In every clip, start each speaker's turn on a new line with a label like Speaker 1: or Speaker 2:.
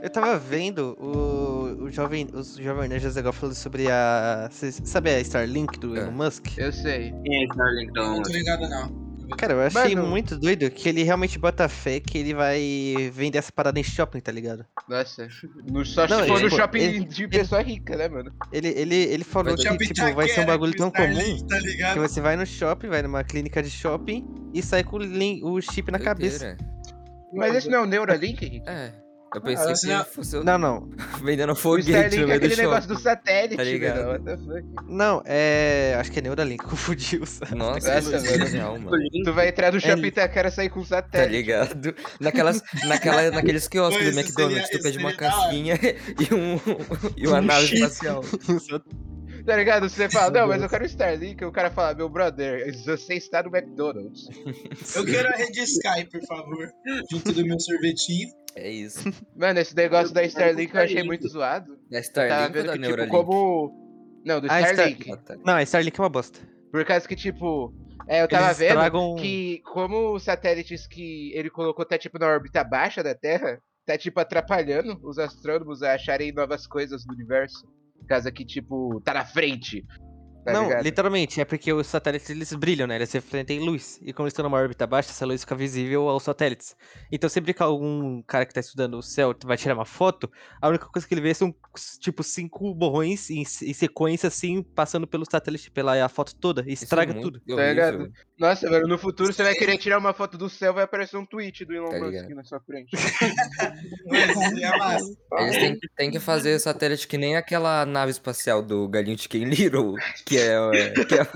Speaker 1: Eu tava vendo o, o jovem, os Jovem Nerds agora falando sobre a. cês- Sabe a Starlink do
Speaker 2: É.
Speaker 1: Elon Musk?
Speaker 3: Eu sei.
Speaker 4: Quem é Starlink da
Speaker 5: Não tô
Speaker 4: onde?
Speaker 5: ligado, não.
Speaker 1: Cara, eu achei
Speaker 2: Mano.
Speaker 1: muito doido que ele realmente bota fé que ele vai vender essa parada em shopping, tá ligado?
Speaker 3: Nossa. No, só
Speaker 1: Não, tipo,
Speaker 3: se for
Speaker 1: ele-
Speaker 3: no shopping
Speaker 1: ele-
Speaker 3: de pessoa rica, né, mano?
Speaker 1: Ele, ele, ele falou
Speaker 2: ter
Speaker 1: que tipo, vai ser um bagulho tão comum
Speaker 5: Tá
Speaker 1: que
Speaker 5: ligado?
Speaker 1: você vai no shopping, vai numa clínica de shopping e sai com o, lin- o chip na cabeça.
Speaker 2: Doideira.
Speaker 3: Mas esse não é o Neuralink? Henrique?
Speaker 2: É. Eu pensei
Speaker 5: Ah,
Speaker 2: que
Speaker 5: assim, ó.
Speaker 2: fosse eu
Speaker 1: Não, não.
Speaker 2: vendendo
Speaker 3: O
Speaker 2: foguete no
Speaker 3: Starlink é
Speaker 2: meio do
Speaker 3: aquele
Speaker 2: shopping.
Speaker 3: negócio do satélite,
Speaker 2: Tá ligado?
Speaker 3: mano. What the fuck?
Speaker 1: Não, é. Acho que é Neuralink, confundiu. sabe?
Speaker 2: Nossa,
Speaker 3: Essa,
Speaker 2: essa é
Speaker 3: mano.
Speaker 2: real, mano.
Speaker 3: Tu
Speaker 4: Starlink?
Speaker 3: vai entrar no shopping
Speaker 1: li-
Speaker 3: e tá cara sair com um
Speaker 2: Tá
Speaker 3: satélite.
Speaker 2: ligado? Naquelas, naquela, naqueles quiosques
Speaker 5: Pô,
Speaker 2: do
Speaker 5: isso
Speaker 2: McDonald's,
Speaker 5: seria-
Speaker 2: tu pede
Speaker 5: isso
Speaker 2: uma
Speaker 5: seria da hora.
Speaker 2: casquinha e um e uma
Speaker 1: Um
Speaker 2: nave
Speaker 1: chip.
Speaker 2: espacial.
Speaker 3: Tá ligado? Você fala, não, mas eu quero o Starlink. O cara fala, meu brother, você está no McDonald's.
Speaker 5: Eu quero a rede Sky, por favor. Junto do meu sorvetinho.
Speaker 2: É isso.
Speaker 3: Mano, esse negócio da
Speaker 4: Eu quero
Speaker 3: Starlink eu achei
Speaker 4: Starlink.
Speaker 3: muito zoado.
Speaker 2: Da
Speaker 3: Eu tava
Speaker 2: Starlink ou
Speaker 3: vendo
Speaker 2: da
Speaker 3: que, tipo,
Speaker 2: Tá Neuralink?
Speaker 3: como... Não, do
Speaker 1: Ah,
Speaker 3: Starlink.
Speaker 2: Ah, tá.
Speaker 1: Não, a Starlink é uma bosta.
Speaker 3: Por causa que, tipo... É, eu
Speaker 1: Eles
Speaker 3: tava vendo
Speaker 1: estragam-
Speaker 3: que
Speaker 5: Hum.
Speaker 3: como os satélites que ele colocou tá, tipo, na órbita baixa da Terra, tá, tipo, atrapalhando os astrônomos a acharem novas coisas do universo. Por causa que, tipo, tá na frente. Tá
Speaker 1: não,
Speaker 3: ligado?
Speaker 1: literalmente, é porque os satélites eles brilham, né? Eles refletem luz. E como eles estão numa órbita baixa, essa luz fica visível aos satélites. Então sempre que algum cara que tá estudando o céu vai tirar uma foto, a única coisa que ele vê são, tipo, cinco borrões em, se- em sequência, assim, passando pelo satélite, pela a foto toda. E
Speaker 2: Isso é
Speaker 1: estraga
Speaker 2: muito
Speaker 1: tudo.
Speaker 2: horrível,
Speaker 3: ligado? Nossa, mano, no futuro você vai querer tirar uma foto do céu, vai aparecer um tweet do Elon
Speaker 2: Tá
Speaker 3: Musk
Speaker 2: ligado.
Speaker 3: na sua frente.
Speaker 5: Mas seria massa.
Speaker 2: Eles têm, têm que fazer satélite que nem aquela nave espacial do Galinho Chicken Little, que é, é, que é,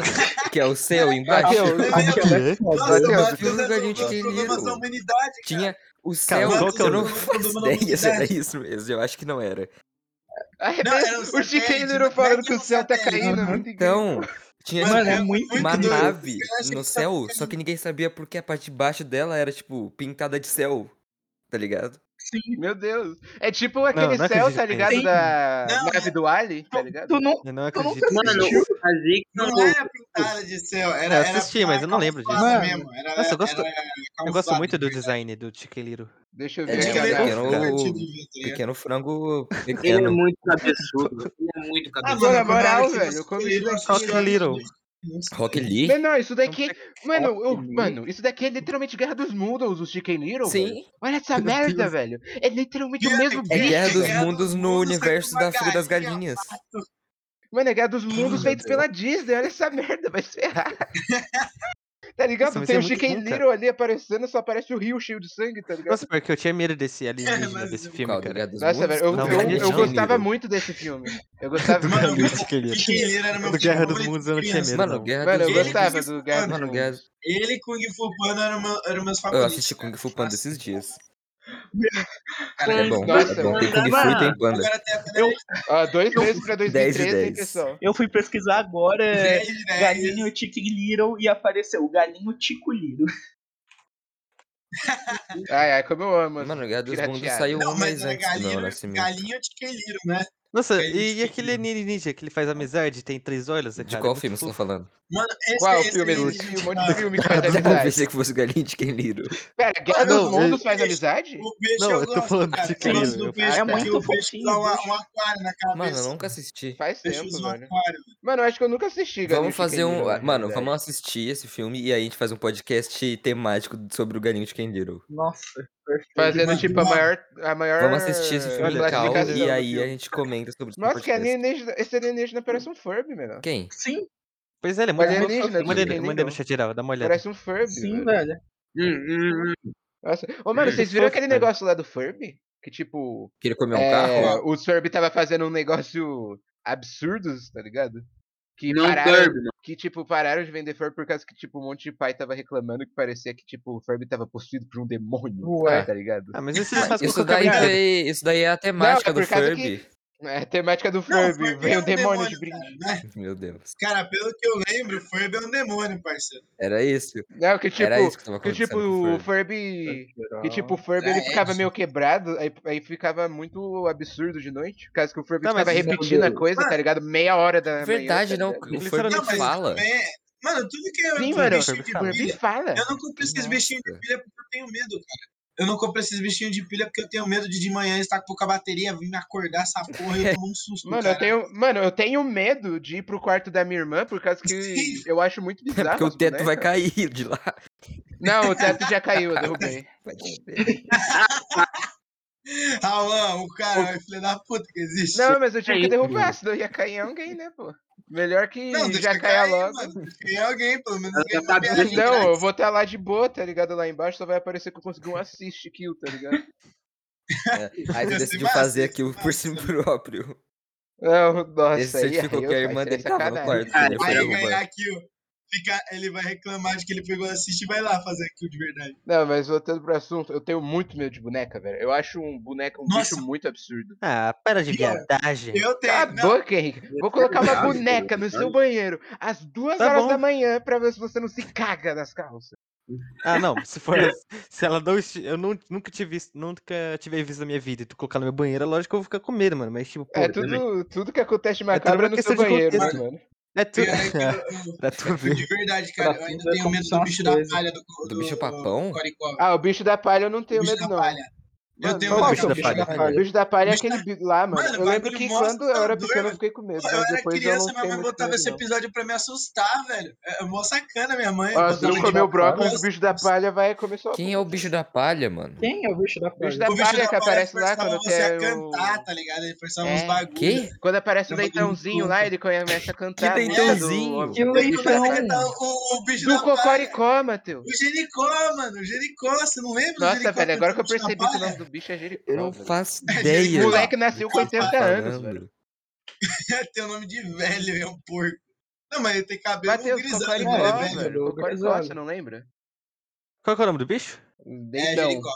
Speaker 2: que é o céu
Speaker 5: Ah,
Speaker 2: embaixo.
Speaker 3: Mateus,
Speaker 5: Nossa,
Speaker 3: Deus,
Speaker 5: Matheus,
Speaker 2: que usa galinho de
Speaker 5: é um problema
Speaker 2: guerreiro.
Speaker 5: da humanidade, cara.
Speaker 2: Tinha o céu.
Speaker 1: Cara,
Speaker 2: eu
Speaker 1: qual que é o
Speaker 2: não
Speaker 5: nome?
Speaker 2: faço
Speaker 5: Todo mundo
Speaker 2: ideia se era
Speaker 5: humanidade.
Speaker 2: isso mesmo. Eu acho que não era.
Speaker 3: Ah, é
Speaker 5: Não,
Speaker 3: mesmo?
Speaker 5: era um
Speaker 3: o Chicken
Speaker 5: satélite,
Speaker 3: Little
Speaker 5: não é
Speaker 3: falando
Speaker 5: que
Speaker 3: que
Speaker 5: é
Speaker 3: o
Speaker 5: um
Speaker 3: céu tá
Speaker 5: satélite,
Speaker 3: caindo.
Speaker 5: não.
Speaker 3: muito
Speaker 2: Então, tinha
Speaker 5: Mano,
Speaker 2: tipo,
Speaker 5: é muito
Speaker 2: uma
Speaker 5: doido.
Speaker 2: nave
Speaker 5: Eu acho
Speaker 2: no
Speaker 5: que
Speaker 2: céu,
Speaker 5: tá-
Speaker 2: só que ninguém sabia porque a parte de baixo dela era, tipo, pintada de céu. Tá ligado?
Speaker 3: Meu Deus. É tipo aquele
Speaker 1: não
Speaker 3: céu,
Speaker 1: acredito
Speaker 3: tá
Speaker 1: que
Speaker 3: ligado?
Speaker 1: tem.
Speaker 3: Da
Speaker 5: Não,
Speaker 3: nave do Ali, tá ligado?
Speaker 6: Tu não,
Speaker 1: Eu não
Speaker 6: tu
Speaker 1: acredito.
Speaker 6: nunca
Speaker 4: Mano,
Speaker 6: assistiu?
Speaker 4: a Zig não
Speaker 5: Não era pintada de céu, era.
Speaker 1: eu assisti,
Speaker 5: era
Speaker 1: mas eu não lembro disso.
Speaker 5: calçada
Speaker 6: Mano.
Speaker 5: mesmo, era-
Speaker 1: Nossa, eu gosto-
Speaker 5: era
Speaker 1: Eu gosto
Speaker 5: calçada.
Speaker 1: muito do design do Chicken Little.
Speaker 3: Deixa eu
Speaker 2: É
Speaker 3: ver.
Speaker 5: Acho que
Speaker 2: Ele
Speaker 5: ele
Speaker 3: aqui,
Speaker 2: é
Speaker 3: ó.
Speaker 5: é
Speaker 2: pequeno-
Speaker 5: divertido de ver, tá ligado?
Speaker 2: Pequeno um frango
Speaker 4: Ele é
Speaker 2: pequeno.
Speaker 4: muito cabeçudo. Ele é muito
Speaker 5: Ah,
Speaker 4: cabeçudo.
Speaker 3: mano,
Speaker 5: na
Speaker 3: na moral,
Speaker 5: que
Speaker 3: velho, eu
Speaker 5: você
Speaker 3: comi
Speaker 5: lê,
Speaker 3: isso
Speaker 5: eu
Speaker 3: daqui,
Speaker 5: acho que
Speaker 1: Rock
Speaker 5: eu-
Speaker 1: Little.
Speaker 2: Rock Lee?
Speaker 3: Menor, isso
Speaker 2: é um
Speaker 3: daqui. Mano, eu, mano, isso daqui é literalmente Guerra dos Mundos, o Chicken Little. velho.
Speaker 2: Sim,
Speaker 3: Olha essa
Speaker 1: Meu
Speaker 3: merda,
Speaker 1: Deus.
Speaker 3: velho. É literalmente
Speaker 5: É
Speaker 3: o mesmo
Speaker 2: é
Speaker 5: Sim,
Speaker 2: Guerra
Speaker 3: bicho.
Speaker 2: dos
Speaker 3: velho.
Speaker 5: Guerra dos
Speaker 2: Mundos no
Speaker 5: Mundos, só que
Speaker 2: universo
Speaker 5: uma
Speaker 2: da fuga das
Speaker 5: galinha,
Speaker 2: galinhas.
Speaker 3: Mano, é Guerra dos Mundos feito pela Disney. Olha essa merda, vai se ferrar. Tá ligado?
Speaker 1: Nossa, mas
Speaker 3: Tem
Speaker 1: é
Speaker 3: o
Speaker 1: muito
Speaker 3: Chicken
Speaker 1: bom, cara.
Speaker 3: Little ali aparecendo, só aparece o rio cheio de sangue, tá ligado?
Speaker 1: Nossa, porque eu tinha medo desse alienígena,
Speaker 5: mas
Speaker 1: desse
Speaker 5: o
Speaker 1: filme,
Speaker 2: Qual, do
Speaker 1: cara.
Speaker 2: Guerra dos
Speaker 3: né? Nossa,
Speaker 2: Mundos?
Speaker 3: velho, eu,
Speaker 2: Do
Speaker 1: Não,
Speaker 3: eu-
Speaker 2: Guerra
Speaker 3: eu
Speaker 2: dos Mundos.
Speaker 3: gostava muito desse filme. Eu gostava
Speaker 5: Mano,
Speaker 3: muito.
Speaker 5: eu
Speaker 1: Do Chicken Little.
Speaker 5: Chicken Little era meu
Speaker 1: Do Guerra dos
Speaker 5: favorito
Speaker 1: Mundos eu não tinha
Speaker 5: criança.
Speaker 1: medo.
Speaker 2: Mano,
Speaker 1: não.
Speaker 2: Guerra
Speaker 3: Mano,
Speaker 2: dos
Speaker 3: eu
Speaker 5: Ele
Speaker 2: Mundos.
Speaker 3: gostava
Speaker 5: fez
Speaker 3: do Guerra dos
Speaker 2: Mano,
Speaker 3: Mundos.
Speaker 2: Guerra...
Speaker 5: Ele e Kung Fu Panda eram, meu- eram meus
Speaker 2: eu
Speaker 5: favoritos.
Speaker 2: assisti Kung Fu
Speaker 5: cara.
Speaker 2: Panda esses dias.
Speaker 5: Cara,
Speaker 2: É bom,
Speaker 3: Nossa,
Speaker 2: é bom. Tem Kung Fu
Speaker 4: mano.
Speaker 2: e tem Panda.
Speaker 5: Agora tem até
Speaker 3: Ó, dois
Speaker 6: Eu-
Speaker 3: meses pra
Speaker 2: 10 de
Speaker 3: 2013, hein,
Speaker 2: 10.
Speaker 3: pessoal.
Speaker 6: Eu fui pesquisar agora é,
Speaker 5: 10 de 10.
Speaker 6: galinho Chicken Little e apareceu o galinho Tico Little.
Speaker 3: Ai, ai, como eu amo. Mano.
Speaker 2: Mano, Guerra dos
Speaker 3: Pirateado.
Speaker 2: Mundos saiu
Speaker 5: Não,
Speaker 2: um mês
Speaker 5: mas é era
Speaker 2: antes do meu
Speaker 5: galinha,
Speaker 2: nascimento.
Speaker 5: galinha ou Chicken Little, né?
Speaker 1: Nossa,
Speaker 5: Galinha de
Speaker 1: e, e
Speaker 5: Chicken
Speaker 1: aquele alienígena que ele faz amizade, tem três olhos, né,
Speaker 2: É De
Speaker 1: cara? É
Speaker 2: qual
Speaker 1: muito
Speaker 2: filme você tá
Speaker 1: fofo.
Speaker 2: falando?
Speaker 5: Mano, esse
Speaker 3: Qual é
Speaker 5: esse
Speaker 3: filme?
Speaker 5: ele-
Speaker 3: Existe um monte de filme que faz
Speaker 2: Eu
Speaker 3: amizade.
Speaker 2: pensei que fosse Galinha de Ken Little.
Speaker 3: Pera, Guerra
Speaker 1: Não,
Speaker 3: dos Mundos
Speaker 5: eu-
Speaker 3: faz amizade?
Speaker 2: um
Speaker 5: O peixe
Speaker 1: Não,
Speaker 5: eu,
Speaker 1: eu tô
Speaker 5: gosto,
Speaker 1: falando
Speaker 5: cara.
Speaker 1: de
Speaker 5: Eu gosto
Speaker 1: Chicken
Speaker 5: do
Speaker 1: Little.
Speaker 5: peixe,
Speaker 6: É
Speaker 5: porque
Speaker 6: muito
Speaker 5: o peixe
Speaker 6: fofinho,
Speaker 5: dá uma-
Speaker 6: bicho.
Speaker 5: um aquário na cabeça.
Speaker 2: Mano, eu nunca assisti.
Speaker 3: Faz
Speaker 5: Peixe
Speaker 3: tempo,
Speaker 5: usa um
Speaker 3: velho.
Speaker 5: aquário.
Speaker 3: Mano, eu acho que eu nunca assisti, Galinha
Speaker 2: Vamos fazer
Speaker 3: Chicken
Speaker 2: um.
Speaker 3: Little, na
Speaker 2: Mano,
Speaker 3: verdade.
Speaker 2: vamos assistir esse filme e aí a gente faz um podcast temático sobre o Galinho de Ken Little.
Speaker 6: Nossa,
Speaker 3: Fazendo,
Speaker 5: Mano,
Speaker 3: tipo, a
Speaker 5: mano.
Speaker 3: maior... A maior
Speaker 2: um Vamos assistir esse filme
Speaker 1: olha,
Speaker 2: Cal
Speaker 3: classificação
Speaker 2: e aí
Speaker 3: do
Speaker 2: a
Speaker 3: filme.
Speaker 2: gente comenta sobre isso no
Speaker 3: Nossa, que é
Speaker 2: podcast.
Speaker 3: alienígena... esse alienígena parece um Furby, menor.
Speaker 2: Quem?
Speaker 4: Hum,
Speaker 6: sim,
Speaker 1: Pois é, ele é muito fofo.
Speaker 3: Alienígena,
Speaker 1: Eu mandei,
Speaker 3: Chicken
Speaker 1: eu mandei no
Speaker 3: Little.
Speaker 1: chat geral, dá uma olhada.
Speaker 3: Parece um Furby, velho.
Speaker 6: sim, velho.
Speaker 4: Hum, hum, hum.
Speaker 3: Nossa. Ô, mano,
Speaker 1: Ele
Speaker 3: vocês viram
Speaker 1: fofo,
Speaker 3: aquele
Speaker 1: velho.
Speaker 3: negócio lá do Furby? Que, tipo...
Speaker 2: Que ele comeu um
Speaker 3: é,
Speaker 2: carro?
Speaker 3: o Furby tava fazendo um negócio absurdo, tá ligado? Que
Speaker 4: hum, Não
Speaker 3: pararam...
Speaker 4: turbo, mano.
Speaker 3: que, tipo, pararam de vender Furby por causa que, tipo, um monte de pai tava reclamando que parecia que, tipo, o Furby tava possuído por um demônio,
Speaker 6: Ué.
Speaker 3: tá ligado?
Speaker 1: Ah, mas isso não faz com que
Speaker 2: Isso
Speaker 1: eu
Speaker 2: daí,
Speaker 1: cabe-
Speaker 2: foi, isso daí é a temática
Speaker 3: por
Speaker 2: do
Speaker 3: causa
Speaker 2: Furby.
Speaker 3: É a temática do
Speaker 5: Não, o
Speaker 3: Furby, veio o demônio de
Speaker 5: cara,
Speaker 3: brinde.
Speaker 5: né?
Speaker 2: Meu Deus.
Speaker 5: Cara, pelo que eu lembro, Furby é um demônio, parceiro.
Speaker 2: Era isso?
Speaker 3: Não, que, tipo,
Speaker 2: Era isso que tava
Speaker 3: que,
Speaker 2: acontecendo.
Speaker 3: tipo,
Speaker 2: com o
Speaker 3: o
Speaker 2: Furby.
Speaker 3: Furby... Que, tipo, o Furby, ele
Speaker 5: É,
Speaker 3: ficava
Speaker 5: isso.
Speaker 3: meio quebrado, aí, aí ficava muito absurdo de noite, por causa que o Furby
Speaker 1: Não, mas
Speaker 3: ficava
Speaker 1: isso é
Speaker 3: repetindo a
Speaker 4: doido.
Speaker 3: coisa, tá ligado? Meia hora da manhã,
Speaker 2: Verdade,
Speaker 3: tá
Speaker 2: não.
Speaker 3: ligado?
Speaker 2: O
Speaker 1: Ele
Speaker 2: Furby
Speaker 1: não,
Speaker 5: mas
Speaker 2: fala.
Speaker 5: também é- Mano, tudo que é
Speaker 3: Sim,
Speaker 5: tudo
Speaker 3: mano,
Speaker 5: bichinho de
Speaker 1: Furby fala.
Speaker 3: O
Speaker 5: pilha.
Speaker 3: Furby fala.
Speaker 5: Eu não compro esses
Speaker 2: Nossa.
Speaker 5: bichinhos de pilha porque eu tenho medo, cara. Eu não compro esses bichinhos de pilha porque eu tenho medo de de manhã estar com pouca bateria, vir me acordar essa porra e eu tomo um susto.
Speaker 3: Mano, eu
Speaker 5: cara.
Speaker 3: tenho, mano, eu tenho medo de ir pro quarto da minha irmã, por causa que eu acho muito bizarro.
Speaker 2: Porque o
Speaker 3: as
Speaker 2: teto vai
Speaker 3: bonecas.
Speaker 2: cair de lá.
Speaker 3: Não, o teto já caiu, eu derrubei.
Speaker 2: Vai descer.
Speaker 5: Rauan, o cara, o filho da puta que existe.
Speaker 3: Não, mas eu tive
Speaker 4: É
Speaker 3: que
Speaker 4: isso,
Speaker 3: derrubar, senão ia cair em alguém, né, pô? Melhor que
Speaker 5: Não, deixa
Speaker 3: já
Speaker 5: eu
Speaker 3: caia
Speaker 5: cair,
Speaker 3: logo.
Speaker 5: mano. Deixa eu cair alguém, pelo menos
Speaker 4: Ela
Speaker 5: ganha
Speaker 4: tá
Speaker 5: uma viagem.
Speaker 4: doida.
Speaker 3: Não, eu vou estar lá de boa, tá ligado? Lá embaixo só vai aparecer que eu consegui um assist kill, tá ligado?
Speaker 2: É, Aí você
Speaker 5: Ia ser
Speaker 2: decidiu
Speaker 5: massa,
Speaker 2: fazer
Speaker 5: ia ser
Speaker 2: aquilo por
Speaker 5: massa,
Speaker 2: si próprio.
Speaker 3: Não, nossa,
Speaker 2: Esse
Speaker 3: aí, aí
Speaker 2: certificou
Speaker 3: eu
Speaker 2: que a
Speaker 3: faço,
Speaker 2: irmã
Speaker 3: aí é
Speaker 2: dele tava no quarto.
Speaker 3: sacanagem.
Speaker 4: Ah,
Speaker 2: né, pra
Speaker 5: Aí
Speaker 4: Caramba.
Speaker 5: ganhar
Speaker 2: derrubar.
Speaker 5: kill. Fica, ele vai reclamar de que ele pegou assist e vai lá fazer aquilo de verdade.
Speaker 3: Não, mas voltando pro assunto, eu tenho muito medo de boneca, velho. Eu acho um boneca, um
Speaker 5: Nossa.
Speaker 3: bicho muito absurdo.
Speaker 1: Ah, para de
Speaker 5: Pior.
Speaker 1: viadagem.
Speaker 5: Eu tenho.
Speaker 3: Cala a
Speaker 5: não, é um
Speaker 3: boca, Henrique. Vou colocar uma
Speaker 4: Sabe,
Speaker 3: boneca no
Speaker 4: sabe?
Speaker 3: seu banheiro às duas
Speaker 1: Tá
Speaker 3: horas
Speaker 1: bom.
Speaker 3: da manhã pra ver se você não se caga nas calças.
Speaker 1: Ah, não, se for. se ela não. esti- Eu nu- nunca tive visto. Nunca tive visto na minha vida. E tu colocar no meu banheiro, é lógico que eu vou ficar com medo, mano. Mas, tipo, pô,
Speaker 3: é
Speaker 1: tudo.
Speaker 3: tudo, tudo que acontece
Speaker 1: uma
Speaker 3: macabro é no seu
Speaker 1: questão de
Speaker 3: banheiro, né,
Speaker 1: contexto.
Speaker 3: mano?
Speaker 1: É tudo.
Speaker 5: pior é que eu- eu-
Speaker 1: pra tu
Speaker 5: eu,
Speaker 1: ver.
Speaker 5: de verdade, cara, eu ainda
Speaker 6: Profundo é
Speaker 5: tenho
Speaker 6: como
Speaker 5: medo
Speaker 6: são
Speaker 5: do
Speaker 6: as
Speaker 5: bicho da
Speaker 6: coisas.
Speaker 5: palha do,
Speaker 2: Do bicho papão?
Speaker 5: Coricó.
Speaker 3: Ah, o bicho da palha eu não tenho
Speaker 5: bicho
Speaker 3: medo,
Speaker 5: da
Speaker 3: não.
Speaker 5: palha. Eu
Speaker 3: Mano,
Speaker 5: tenho
Speaker 3: qual
Speaker 5: medo
Speaker 1: que é
Speaker 5: do
Speaker 1: o
Speaker 5: bicho da palha.
Speaker 3: O bicho da palha é
Speaker 5: Bicho da-
Speaker 3: aquele bicho lá, mano.
Speaker 5: Mano,
Speaker 3: eu lembro
Speaker 5: bagulho
Speaker 3: que
Speaker 5: monstro,
Speaker 3: quando eu era
Speaker 5: tá
Speaker 3: pequeno eu
Speaker 5: doido.
Speaker 3: fiquei com medo,
Speaker 5: Pô, Eu
Speaker 3: mas
Speaker 5: era
Speaker 3: depois eu
Speaker 5: criança,
Speaker 3: não
Speaker 5: minha
Speaker 3: tenho
Speaker 5: mãe
Speaker 3: muito
Speaker 5: botava
Speaker 3: medo,
Speaker 5: esse
Speaker 3: não.
Speaker 5: episódio pra me assustar, velho. É é mó sacana, minha mãe. um
Speaker 3: Ó, se
Speaker 5: botava
Speaker 3: não
Speaker 5: de
Speaker 3: comer o
Speaker 5: papão.
Speaker 3: brócolis, o bicho da palha vai comer sua
Speaker 2: Quem
Speaker 3: boca.
Speaker 2: é o bicho da palha, mano?
Speaker 6: Quem é o bicho da
Speaker 3: O bicho
Speaker 6: palha?
Speaker 3: da
Speaker 5: O bicho
Speaker 3: palha
Speaker 5: um da
Speaker 3: que
Speaker 5: palha
Speaker 3: aparece lá
Speaker 5: forçava
Speaker 3: quando
Speaker 5: você a
Speaker 3: quer
Speaker 5: cantar, tá ligado? Ele forçava
Speaker 3: É.
Speaker 5: uns bagulho.
Speaker 2: Que?
Speaker 3: Quando aparece o
Speaker 5: Eu vou dormir
Speaker 3: leitãozinho
Speaker 5: com-
Speaker 3: lá, ele começa a cantar. a música do-
Speaker 2: leitãozinho?
Speaker 6: Que
Speaker 3: do
Speaker 5: Ele
Speaker 3: bicho da
Speaker 5: começa a
Speaker 3: palha.
Speaker 5: cantar
Speaker 6: leitão!
Speaker 5: o, o bicho
Speaker 3: Do
Speaker 5: da palha.
Speaker 3: Cocoricó, Matheus.
Speaker 5: O Jericó, mano. O Jericó, você não lembra do
Speaker 3: Nossa,
Speaker 5: Jericó?
Speaker 3: velho, agora que eu
Speaker 5: cantando o bicho da
Speaker 3: percebi que o
Speaker 5: palha?
Speaker 3: nome do bicho é Jericó.
Speaker 2: Eu não
Speaker 3: velho.
Speaker 2: faço
Speaker 5: É,
Speaker 2: ideia.
Speaker 5: Jericó.
Speaker 3: Moleque
Speaker 2: do
Speaker 3: nasceu
Speaker 2: que
Speaker 3: com
Speaker 2: você tá
Speaker 3: 80 anos,
Speaker 2: falando.
Speaker 3: velho.
Speaker 5: Tem o nome de velho, é um porco. Não, mas ele tem cabelo
Speaker 3: Matheus,
Speaker 5: grisalho,
Speaker 3: Cocoricó,
Speaker 5: ele é
Speaker 6: né,
Speaker 5: velho.
Speaker 3: velho.
Speaker 6: velho?
Speaker 3: Cocoricó,
Speaker 6: Grisado.
Speaker 3: você não lembra?
Speaker 1: Qual que é o nome do bicho?
Speaker 5: É,
Speaker 3: Leitão.
Speaker 5: Jericó.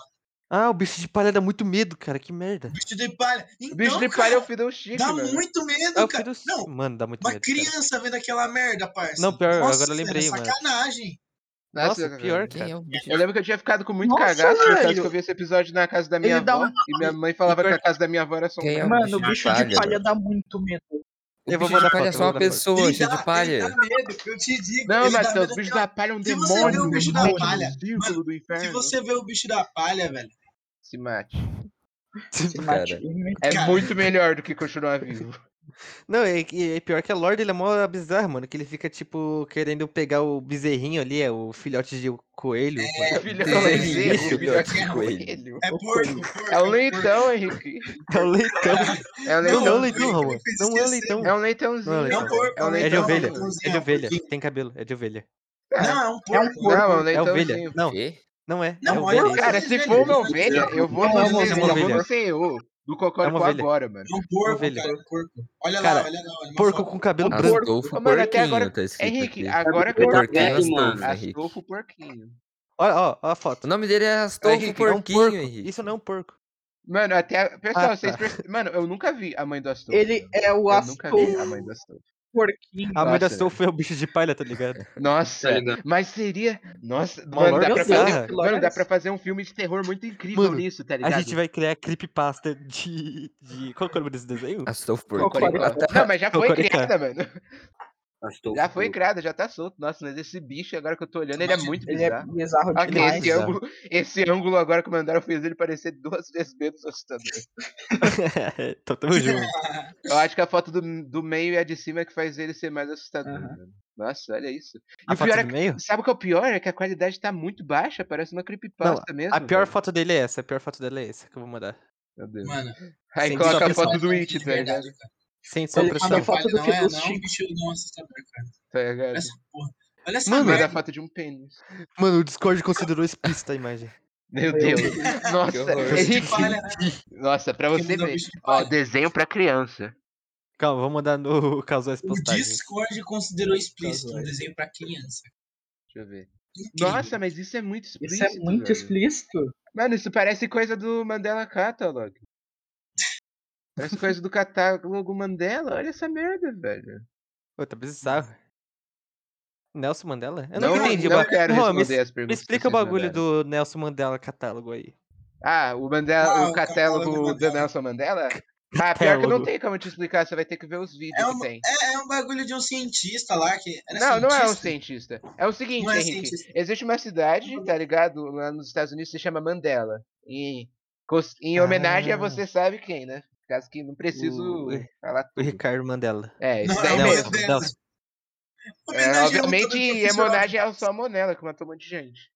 Speaker 1: Ah, o bicho de palha dá muito medo, cara. Que merda.
Speaker 5: Bicho de palha.
Speaker 3: O
Speaker 5: Então,
Speaker 3: bicho de
Speaker 5: cara,
Speaker 3: palha é o É Fiddlestick,
Speaker 5: dá
Speaker 3: mano.
Speaker 5: muito medo,
Speaker 1: Ah, o
Speaker 5: cara.
Speaker 1: filho.
Speaker 5: Não,
Speaker 1: Mano, dá muito
Speaker 5: uma
Speaker 1: medo. cara.
Speaker 5: criança vendo aquela merda, parça.
Speaker 1: Não, pior,
Speaker 5: Nossa,
Speaker 1: agora eu lembrei,
Speaker 5: é
Speaker 1: mano.
Speaker 5: sacanagem.
Speaker 1: Nossa, pior,
Speaker 2: Quem
Speaker 1: cara.
Speaker 2: é o bicho
Speaker 3: Eu lembro que eu tinha ficado com muito
Speaker 6: Nossa,
Speaker 3: cagaço por causa
Speaker 6: velho.
Speaker 3: que eu vi esse episódio na casa da minha
Speaker 6: Ele dá
Speaker 3: avó.
Speaker 6: uma-
Speaker 3: E minha mãe falava que a casa da minha avó era um
Speaker 2: Quem é
Speaker 3: assombrada.
Speaker 2: o
Speaker 6: Mano,
Speaker 2: bicho
Speaker 6: o
Speaker 2: de
Speaker 3: né?
Speaker 6: bicho de
Speaker 2: palha?
Speaker 6: palha
Speaker 2: mano?
Speaker 6: dá muito medo.
Speaker 2: O
Speaker 1: Eu vou
Speaker 2: bicho
Speaker 1: mandar
Speaker 2: de palha
Speaker 1: foto, eu
Speaker 2: é só
Speaker 1: vou
Speaker 2: uma
Speaker 1: mandar foto.
Speaker 2: pessoa cheia
Speaker 5: Ele
Speaker 2: de
Speaker 5: dá, ele dá
Speaker 2: palha.
Speaker 5: medo, eu te digo.
Speaker 3: Não,
Speaker 5: ele dá
Speaker 3: Matheus,
Speaker 5: medo
Speaker 3: o bicho
Speaker 5: daquela-
Speaker 3: da palha é um
Speaker 5: Se você vê o
Speaker 3: demônio,
Speaker 5: bicho
Speaker 3: um
Speaker 5: da
Speaker 3: monstro,
Speaker 5: palha,
Speaker 3: um círculo do
Speaker 5: Se
Speaker 3: inferno.
Speaker 5: você vê o bicho da palha, velho.
Speaker 3: Se mate.
Speaker 6: Se mate. ele-
Speaker 3: É
Speaker 5: Cara.
Speaker 3: muito melhor do que continuar vivo.
Speaker 1: Não, é, que- é pior que a Lorde, ele é mó bizarro, mano. Que ele fica, tipo, querendo pegar o bezerrinho ali, é, o filhote de coelho.
Speaker 3: O
Speaker 1: mano.
Speaker 3: filho é um
Speaker 2: Bezerrinho,
Speaker 3: bezerro, o filho é
Speaker 2: filhote de
Speaker 3: um
Speaker 2: coelho.
Speaker 3: coelho.
Speaker 5: É porco, porco.
Speaker 3: É um
Speaker 5: porco.
Speaker 3: leitão, Henrique.
Speaker 1: É o leitão.
Speaker 3: É
Speaker 1: Não,
Speaker 3: um
Speaker 1: não é
Speaker 3: leitão.
Speaker 1: o leitão,
Speaker 5: porco,
Speaker 1: Ramon.
Speaker 5: ele fez
Speaker 1: Não é o
Speaker 5: esquecer.
Speaker 1: leitão.
Speaker 3: É um leitãozinho.
Speaker 1: Não,
Speaker 5: É um
Speaker 1: leitão.
Speaker 5: porco,
Speaker 3: É um
Speaker 1: É de
Speaker 3: leitão.
Speaker 1: ovelha. É de
Speaker 5: leitãozinho,
Speaker 1: ovelha.
Speaker 5: porquinho.
Speaker 1: Tem cabelo. É de ovelha.
Speaker 5: Não, é um
Speaker 6: É um
Speaker 5: porco.
Speaker 6: porco.
Speaker 3: Não, é um
Speaker 1: É ovelha.
Speaker 3: leitãozinho.
Speaker 1: Não,
Speaker 2: Quê?
Speaker 1: não é. É
Speaker 5: Não,
Speaker 1: ovelha.
Speaker 5: olha
Speaker 1: isso.
Speaker 3: Cara,
Speaker 5: isso,
Speaker 3: se
Speaker 5: velho.
Speaker 3: for uma ovelha, eu vou no
Speaker 6: Não, é uma
Speaker 3: CZ,
Speaker 1: ovelha.
Speaker 3: eu vou no CEO do Cocoricó
Speaker 1: É ovelha.
Speaker 3: agora, mano.
Speaker 5: É um porco,
Speaker 1: Ovelha.
Speaker 5: cara, é um porco. Olha
Speaker 1: Cara,
Speaker 5: lá, olha lá. Olha uma
Speaker 1: Porco
Speaker 5: foto.
Speaker 1: com cabelo
Speaker 6: Um
Speaker 1: branco.
Speaker 6: porco.
Speaker 2: Astolfo
Speaker 3: Ô, mano, até agora-
Speaker 2: Porquinho tá escrito
Speaker 3: Henrique,
Speaker 2: aqui.
Speaker 3: agora que
Speaker 2: É
Speaker 3: eu
Speaker 4: Porco
Speaker 2: Porquinho
Speaker 4: velho,
Speaker 2: Astolfo,
Speaker 4: mano.
Speaker 2: Henrique.
Speaker 3: Astolfo Porquinho.
Speaker 1: Olha, ó, ó a foto. né?
Speaker 2: O nome dele é Astolfo
Speaker 3: Henrique, é um
Speaker 1: É um
Speaker 2: Porquinho,
Speaker 1: porco.
Speaker 2: Henrique.
Speaker 1: Isso não é um porco.
Speaker 3: Mano, até. Pessoal,
Speaker 1: Ah,
Speaker 3: vocês
Speaker 1: tá.
Speaker 3: perce... Mano, eu nunca vi a mãe do Astolfo.
Speaker 6: Ele
Speaker 3: mano.
Speaker 6: é o
Speaker 3: Eu nunca vi a
Speaker 6: Astolfo
Speaker 3: mãe do Astolfo.
Speaker 6: Porquinho.
Speaker 1: A mãe da
Speaker 3: Nossa,
Speaker 1: Sophie é o bicho de palha, tá ligado?
Speaker 3: Nossa,
Speaker 4: ligado.
Speaker 3: mas seria. Nossa,
Speaker 1: Uma
Speaker 3: mano, dá
Speaker 1: lore
Speaker 3: pra,
Speaker 1: bizarra.
Speaker 3: fazer... mano dá pra fazer um filme de terror muito incrível
Speaker 1: Mano,
Speaker 3: nisso, tá
Speaker 1: A
Speaker 3: ligado?
Speaker 1: gente vai criar creepypasta de. de... Qual que é o nome desse desenho?
Speaker 2: Astolfo
Speaker 3: Cocoricó.
Speaker 2: Porquinho. Ah, tá.
Speaker 3: Não, mas já foi
Speaker 1: Cocoricó.
Speaker 3: criada, mano.
Speaker 4: Astolfo.
Speaker 3: Já foi criada, já tá solto. Nossa, mas esse bicho, agora que eu tô olhando, ele é muito
Speaker 6: Ele é
Speaker 3: bizarro.
Speaker 6: bizarro
Speaker 3: Ok,
Speaker 1: Ele é
Speaker 6: demais.
Speaker 3: esse
Speaker 1: bizarro.
Speaker 3: ângulo, esse ângulo agora que mandaram fez ele parecer duas vezes menos assustador.
Speaker 1: Tô tamo junto.
Speaker 3: Eu acho que a foto do, do meio e a de cima é que faz ele ser mais assustador. mano. Nossa, olha isso. E
Speaker 1: A
Speaker 3: o
Speaker 1: foto
Speaker 3: pior é
Speaker 1: do
Speaker 3: que,
Speaker 1: meio?
Speaker 3: sabe o que é o pior? É que a qualidade tá muito baixa, parece uma creepypasta mesmo.
Speaker 1: A pior
Speaker 3: velho.
Speaker 1: foto dele é essa. A pior foto dele é essa que eu vou mandar.
Speaker 3: Meu Deus.
Speaker 5: Mano,
Speaker 3: Aí
Speaker 1: sem
Speaker 3: coloca a
Speaker 1: sopressão.
Speaker 3: foto do It,
Speaker 5: de
Speaker 3: tá ligado?
Speaker 5: verdade.
Speaker 1: Sem
Speaker 6: Ele
Speaker 1: sopressão.
Speaker 6: mandou
Speaker 5: Não,
Speaker 6: foto
Speaker 5: foto
Speaker 6: do
Speaker 5: do não é, não,
Speaker 6: Fiddlestick.
Speaker 5: bicho, não assustador, cara.
Speaker 3: Tá
Speaker 5: Olha
Speaker 3: ligado?
Speaker 5: essa porra. Olha essa
Speaker 3: Mano, era a
Speaker 5: merda.
Speaker 3: foto de um pênis.
Speaker 1: Mano, o Discord considerou explícita a imagem.
Speaker 3: Meu
Speaker 6: Meu
Speaker 3: Deus.
Speaker 6: Deus.
Speaker 3: Nossa,
Speaker 2: Que horror.
Speaker 5: Bicho de
Speaker 3: Henrique.
Speaker 5: palha, né?
Speaker 3: Nossa, pra
Speaker 5: Porque
Speaker 3: você
Speaker 5: mudou o
Speaker 3: ver.
Speaker 5: bicho de
Speaker 3: Ó,
Speaker 5: palha.
Speaker 3: desenho pra criança.
Speaker 1: Calma, vou mandar no Casais
Speaker 5: O
Speaker 1: Postagens.
Speaker 5: Discord considerou explícito um
Speaker 6: Casuais.
Speaker 5: desenho pra criança.
Speaker 3: Deixa eu ver.
Speaker 5: Incrível.
Speaker 3: Nossa, mas isso é muito
Speaker 6: Isso
Speaker 3: explícito.
Speaker 6: é muito
Speaker 3: velho.
Speaker 6: explícito.
Speaker 3: Mano, isso parece coisa do Mandela Catalog. Parece coisa do catálogo Mandela. Olha essa merda, velho.
Speaker 1: Pô, tá bizarro. Nelson Mandela? Eu
Speaker 3: não,
Speaker 1: nunca entendi. o
Speaker 3: não
Speaker 1: ba-
Speaker 3: quero
Speaker 1: Rô, me,
Speaker 3: responder as
Speaker 1: me
Speaker 3: perguntas. que
Speaker 1: explica o
Speaker 3: vocês
Speaker 1: bagulho
Speaker 3: mandaram.
Speaker 1: do Nelson Mandela catálogo aí.
Speaker 3: Ah, o, Mandela,
Speaker 5: Ah,
Speaker 3: o
Speaker 5: o
Speaker 3: catálogo
Speaker 5: catálogo
Speaker 3: do
Speaker 5: Mandela.
Speaker 3: Nelson Mandela? Ah, pior que não
Speaker 1: Teólogo.
Speaker 3: tem como eu te explicar, você vai ter que ver os vídeos
Speaker 5: É
Speaker 3: que
Speaker 5: uma-
Speaker 3: tem.
Speaker 5: É, é um bagulho de um cientista lá que. era
Speaker 3: Não, não é um
Speaker 5: cientista?
Speaker 3: cientista. É o seguinte,
Speaker 5: Não é
Speaker 3: Henrique.
Speaker 5: cientista.
Speaker 3: Existe uma cidade, tá ligado? Lá nos Estados Unidos se chama Mandela. E cons- em homenagem a
Speaker 1: Ah.
Speaker 3: você sabe quem, né? Caso que não preciso
Speaker 1: O-
Speaker 3: falar
Speaker 1: O
Speaker 3: tudo.
Speaker 1: Ricardo Mandela.
Speaker 3: É, isso
Speaker 5: Não,
Speaker 3: daí
Speaker 5: é o
Speaker 3: mesmo.
Speaker 5: Mandela.
Speaker 1: Mandela.
Speaker 3: É,
Speaker 5: Homenagem ao
Speaker 3: obviamente,
Speaker 5: doutor
Speaker 3: é
Speaker 5: professor
Speaker 3: homenagem ao Salmonella, que matou um monte de gente.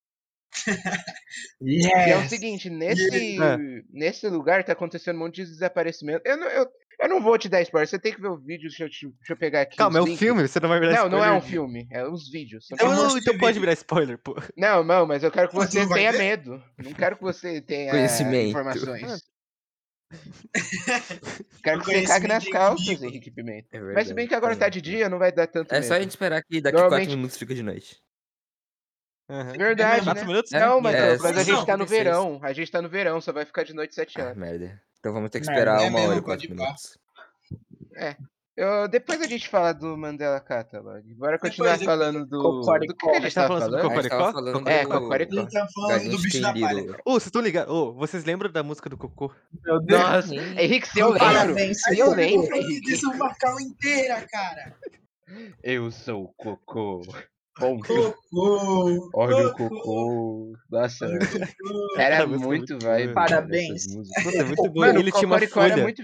Speaker 3: E é o seguinte, nesse,
Speaker 1: Ah.
Speaker 3: nesse lugar tá acontecendo um monte de desaparecimento. Eu não, eu, eu não vou te dar spoiler, você tem que ver o vídeo, deixa eu, te- deixa eu pegar aqui.
Speaker 1: Calma, é
Speaker 3: os
Speaker 1: um
Speaker 3: links.
Speaker 1: filme? Você não vai virar
Speaker 3: Não,
Speaker 1: spoiler?
Speaker 3: não é um filme, é um uns vídeos. são
Speaker 1: Então,
Speaker 5: Eu
Speaker 1: não,
Speaker 5: mostro
Speaker 1: então
Speaker 5: o
Speaker 1: pode
Speaker 5: vídeo.
Speaker 1: virar spoiler, pô.
Speaker 3: Não, não, mas eu quero que
Speaker 5: Mas tu
Speaker 3: você
Speaker 5: não vai
Speaker 3: tenha
Speaker 5: ver?
Speaker 3: medo. Não quero que você tenha
Speaker 2: Conhecimento.
Speaker 3: informações.
Speaker 5: O
Speaker 3: quero que você cague
Speaker 5: conhecimento
Speaker 3: nas
Speaker 5: é
Speaker 3: calças,
Speaker 5: inimigo.
Speaker 3: Henrique Pimenta.
Speaker 2: É
Speaker 3: Mas se bem que agora tá de dia, não vai dar tanto
Speaker 2: É só a
Speaker 3: medo.
Speaker 2: gente esperar que daqui
Speaker 3: Normalmente-
Speaker 2: 4 minutos fica de noite.
Speaker 1: Aham.
Speaker 3: Verdade,
Speaker 1: Quatro
Speaker 3: né?
Speaker 1: minutos?
Speaker 3: Não, mas,
Speaker 2: É,
Speaker 3: mas a
Speaker 5: sim.
Speaker 3: gente tá no
Speaker 2: 56.
Speaker 3: verão. A gente tá no verão, só vai ficar de noite 7
Speaker 2: Ah,
Speaker 3: horas.
Speaker 2: merda. Então vamos ter que
Speaker 6: Merda,
Speaker 2: esperar
Speaker 5: é
Speaker 2: uma hora
Speaker 5: mesmo,
Speaker 2: e 4
Speaker 5: pode pá.
Speaker 2: minutos.
Speaker 3: Eu- depois a gente fala do Mandela Catalog. Bora continuar
Speaker 5: Depois, depois.
Speaker 3: falando do.
Speaker 6: Cocoricó.
Speaker 3: Do que a
Speaker 1: A
Speaker 3: gente
Speaker 1: gente tava
Speaker 3: tava
Speaker 1: falando sobre
Speaker 3: falando?
Speaker 2: A gente tava
Speaker 1: Cocoricó?
Speaker 2: falando
Speaker 3: É,
Speaker 2: do-
Speaker 3: Cocoricó.
Speaker 5: Ele tá falando do
Speaker 2: Galinho
Speaker 5: bicho da palha.
Speaker 2: Chiquenguiro.
Speaker 1: Ô, vocês estão ligados? Ô, vocês lembram da música do Cocô?
Speaker 6: Meu Deus.
Speaker 3: Nossa, Henrique, se eu lembro.
Speaker 5: Parabéns,
Speaker 3: se eu lembro,
Speaker 5: Eu
Speaker 3: Henrique.
Speaker 5: fiz isso uma cala inteira, cara.
Speaker 3: Eu sou o Cocô. Bom,
Speaker 5: Cocô.
Speaker 3: olha o Cocô.
Speaker 1: Essa
Speaker 3: Nossa, Era
Speaker 1: música é
Speaker 3: muito
Speaker 1: muito
Speaker 3: vibe.
Speaker 1: boa.
Speaker 6: Parabéns.
Speaker 3: Essas músicas.
Speaker 1: Puta, é muito boa.
Speaker 3: Mano,
Speaker 1: Ele tinha uma
Speaker 3: Cocoricó era
Speaker 1: folha.
Speaker 3: muito.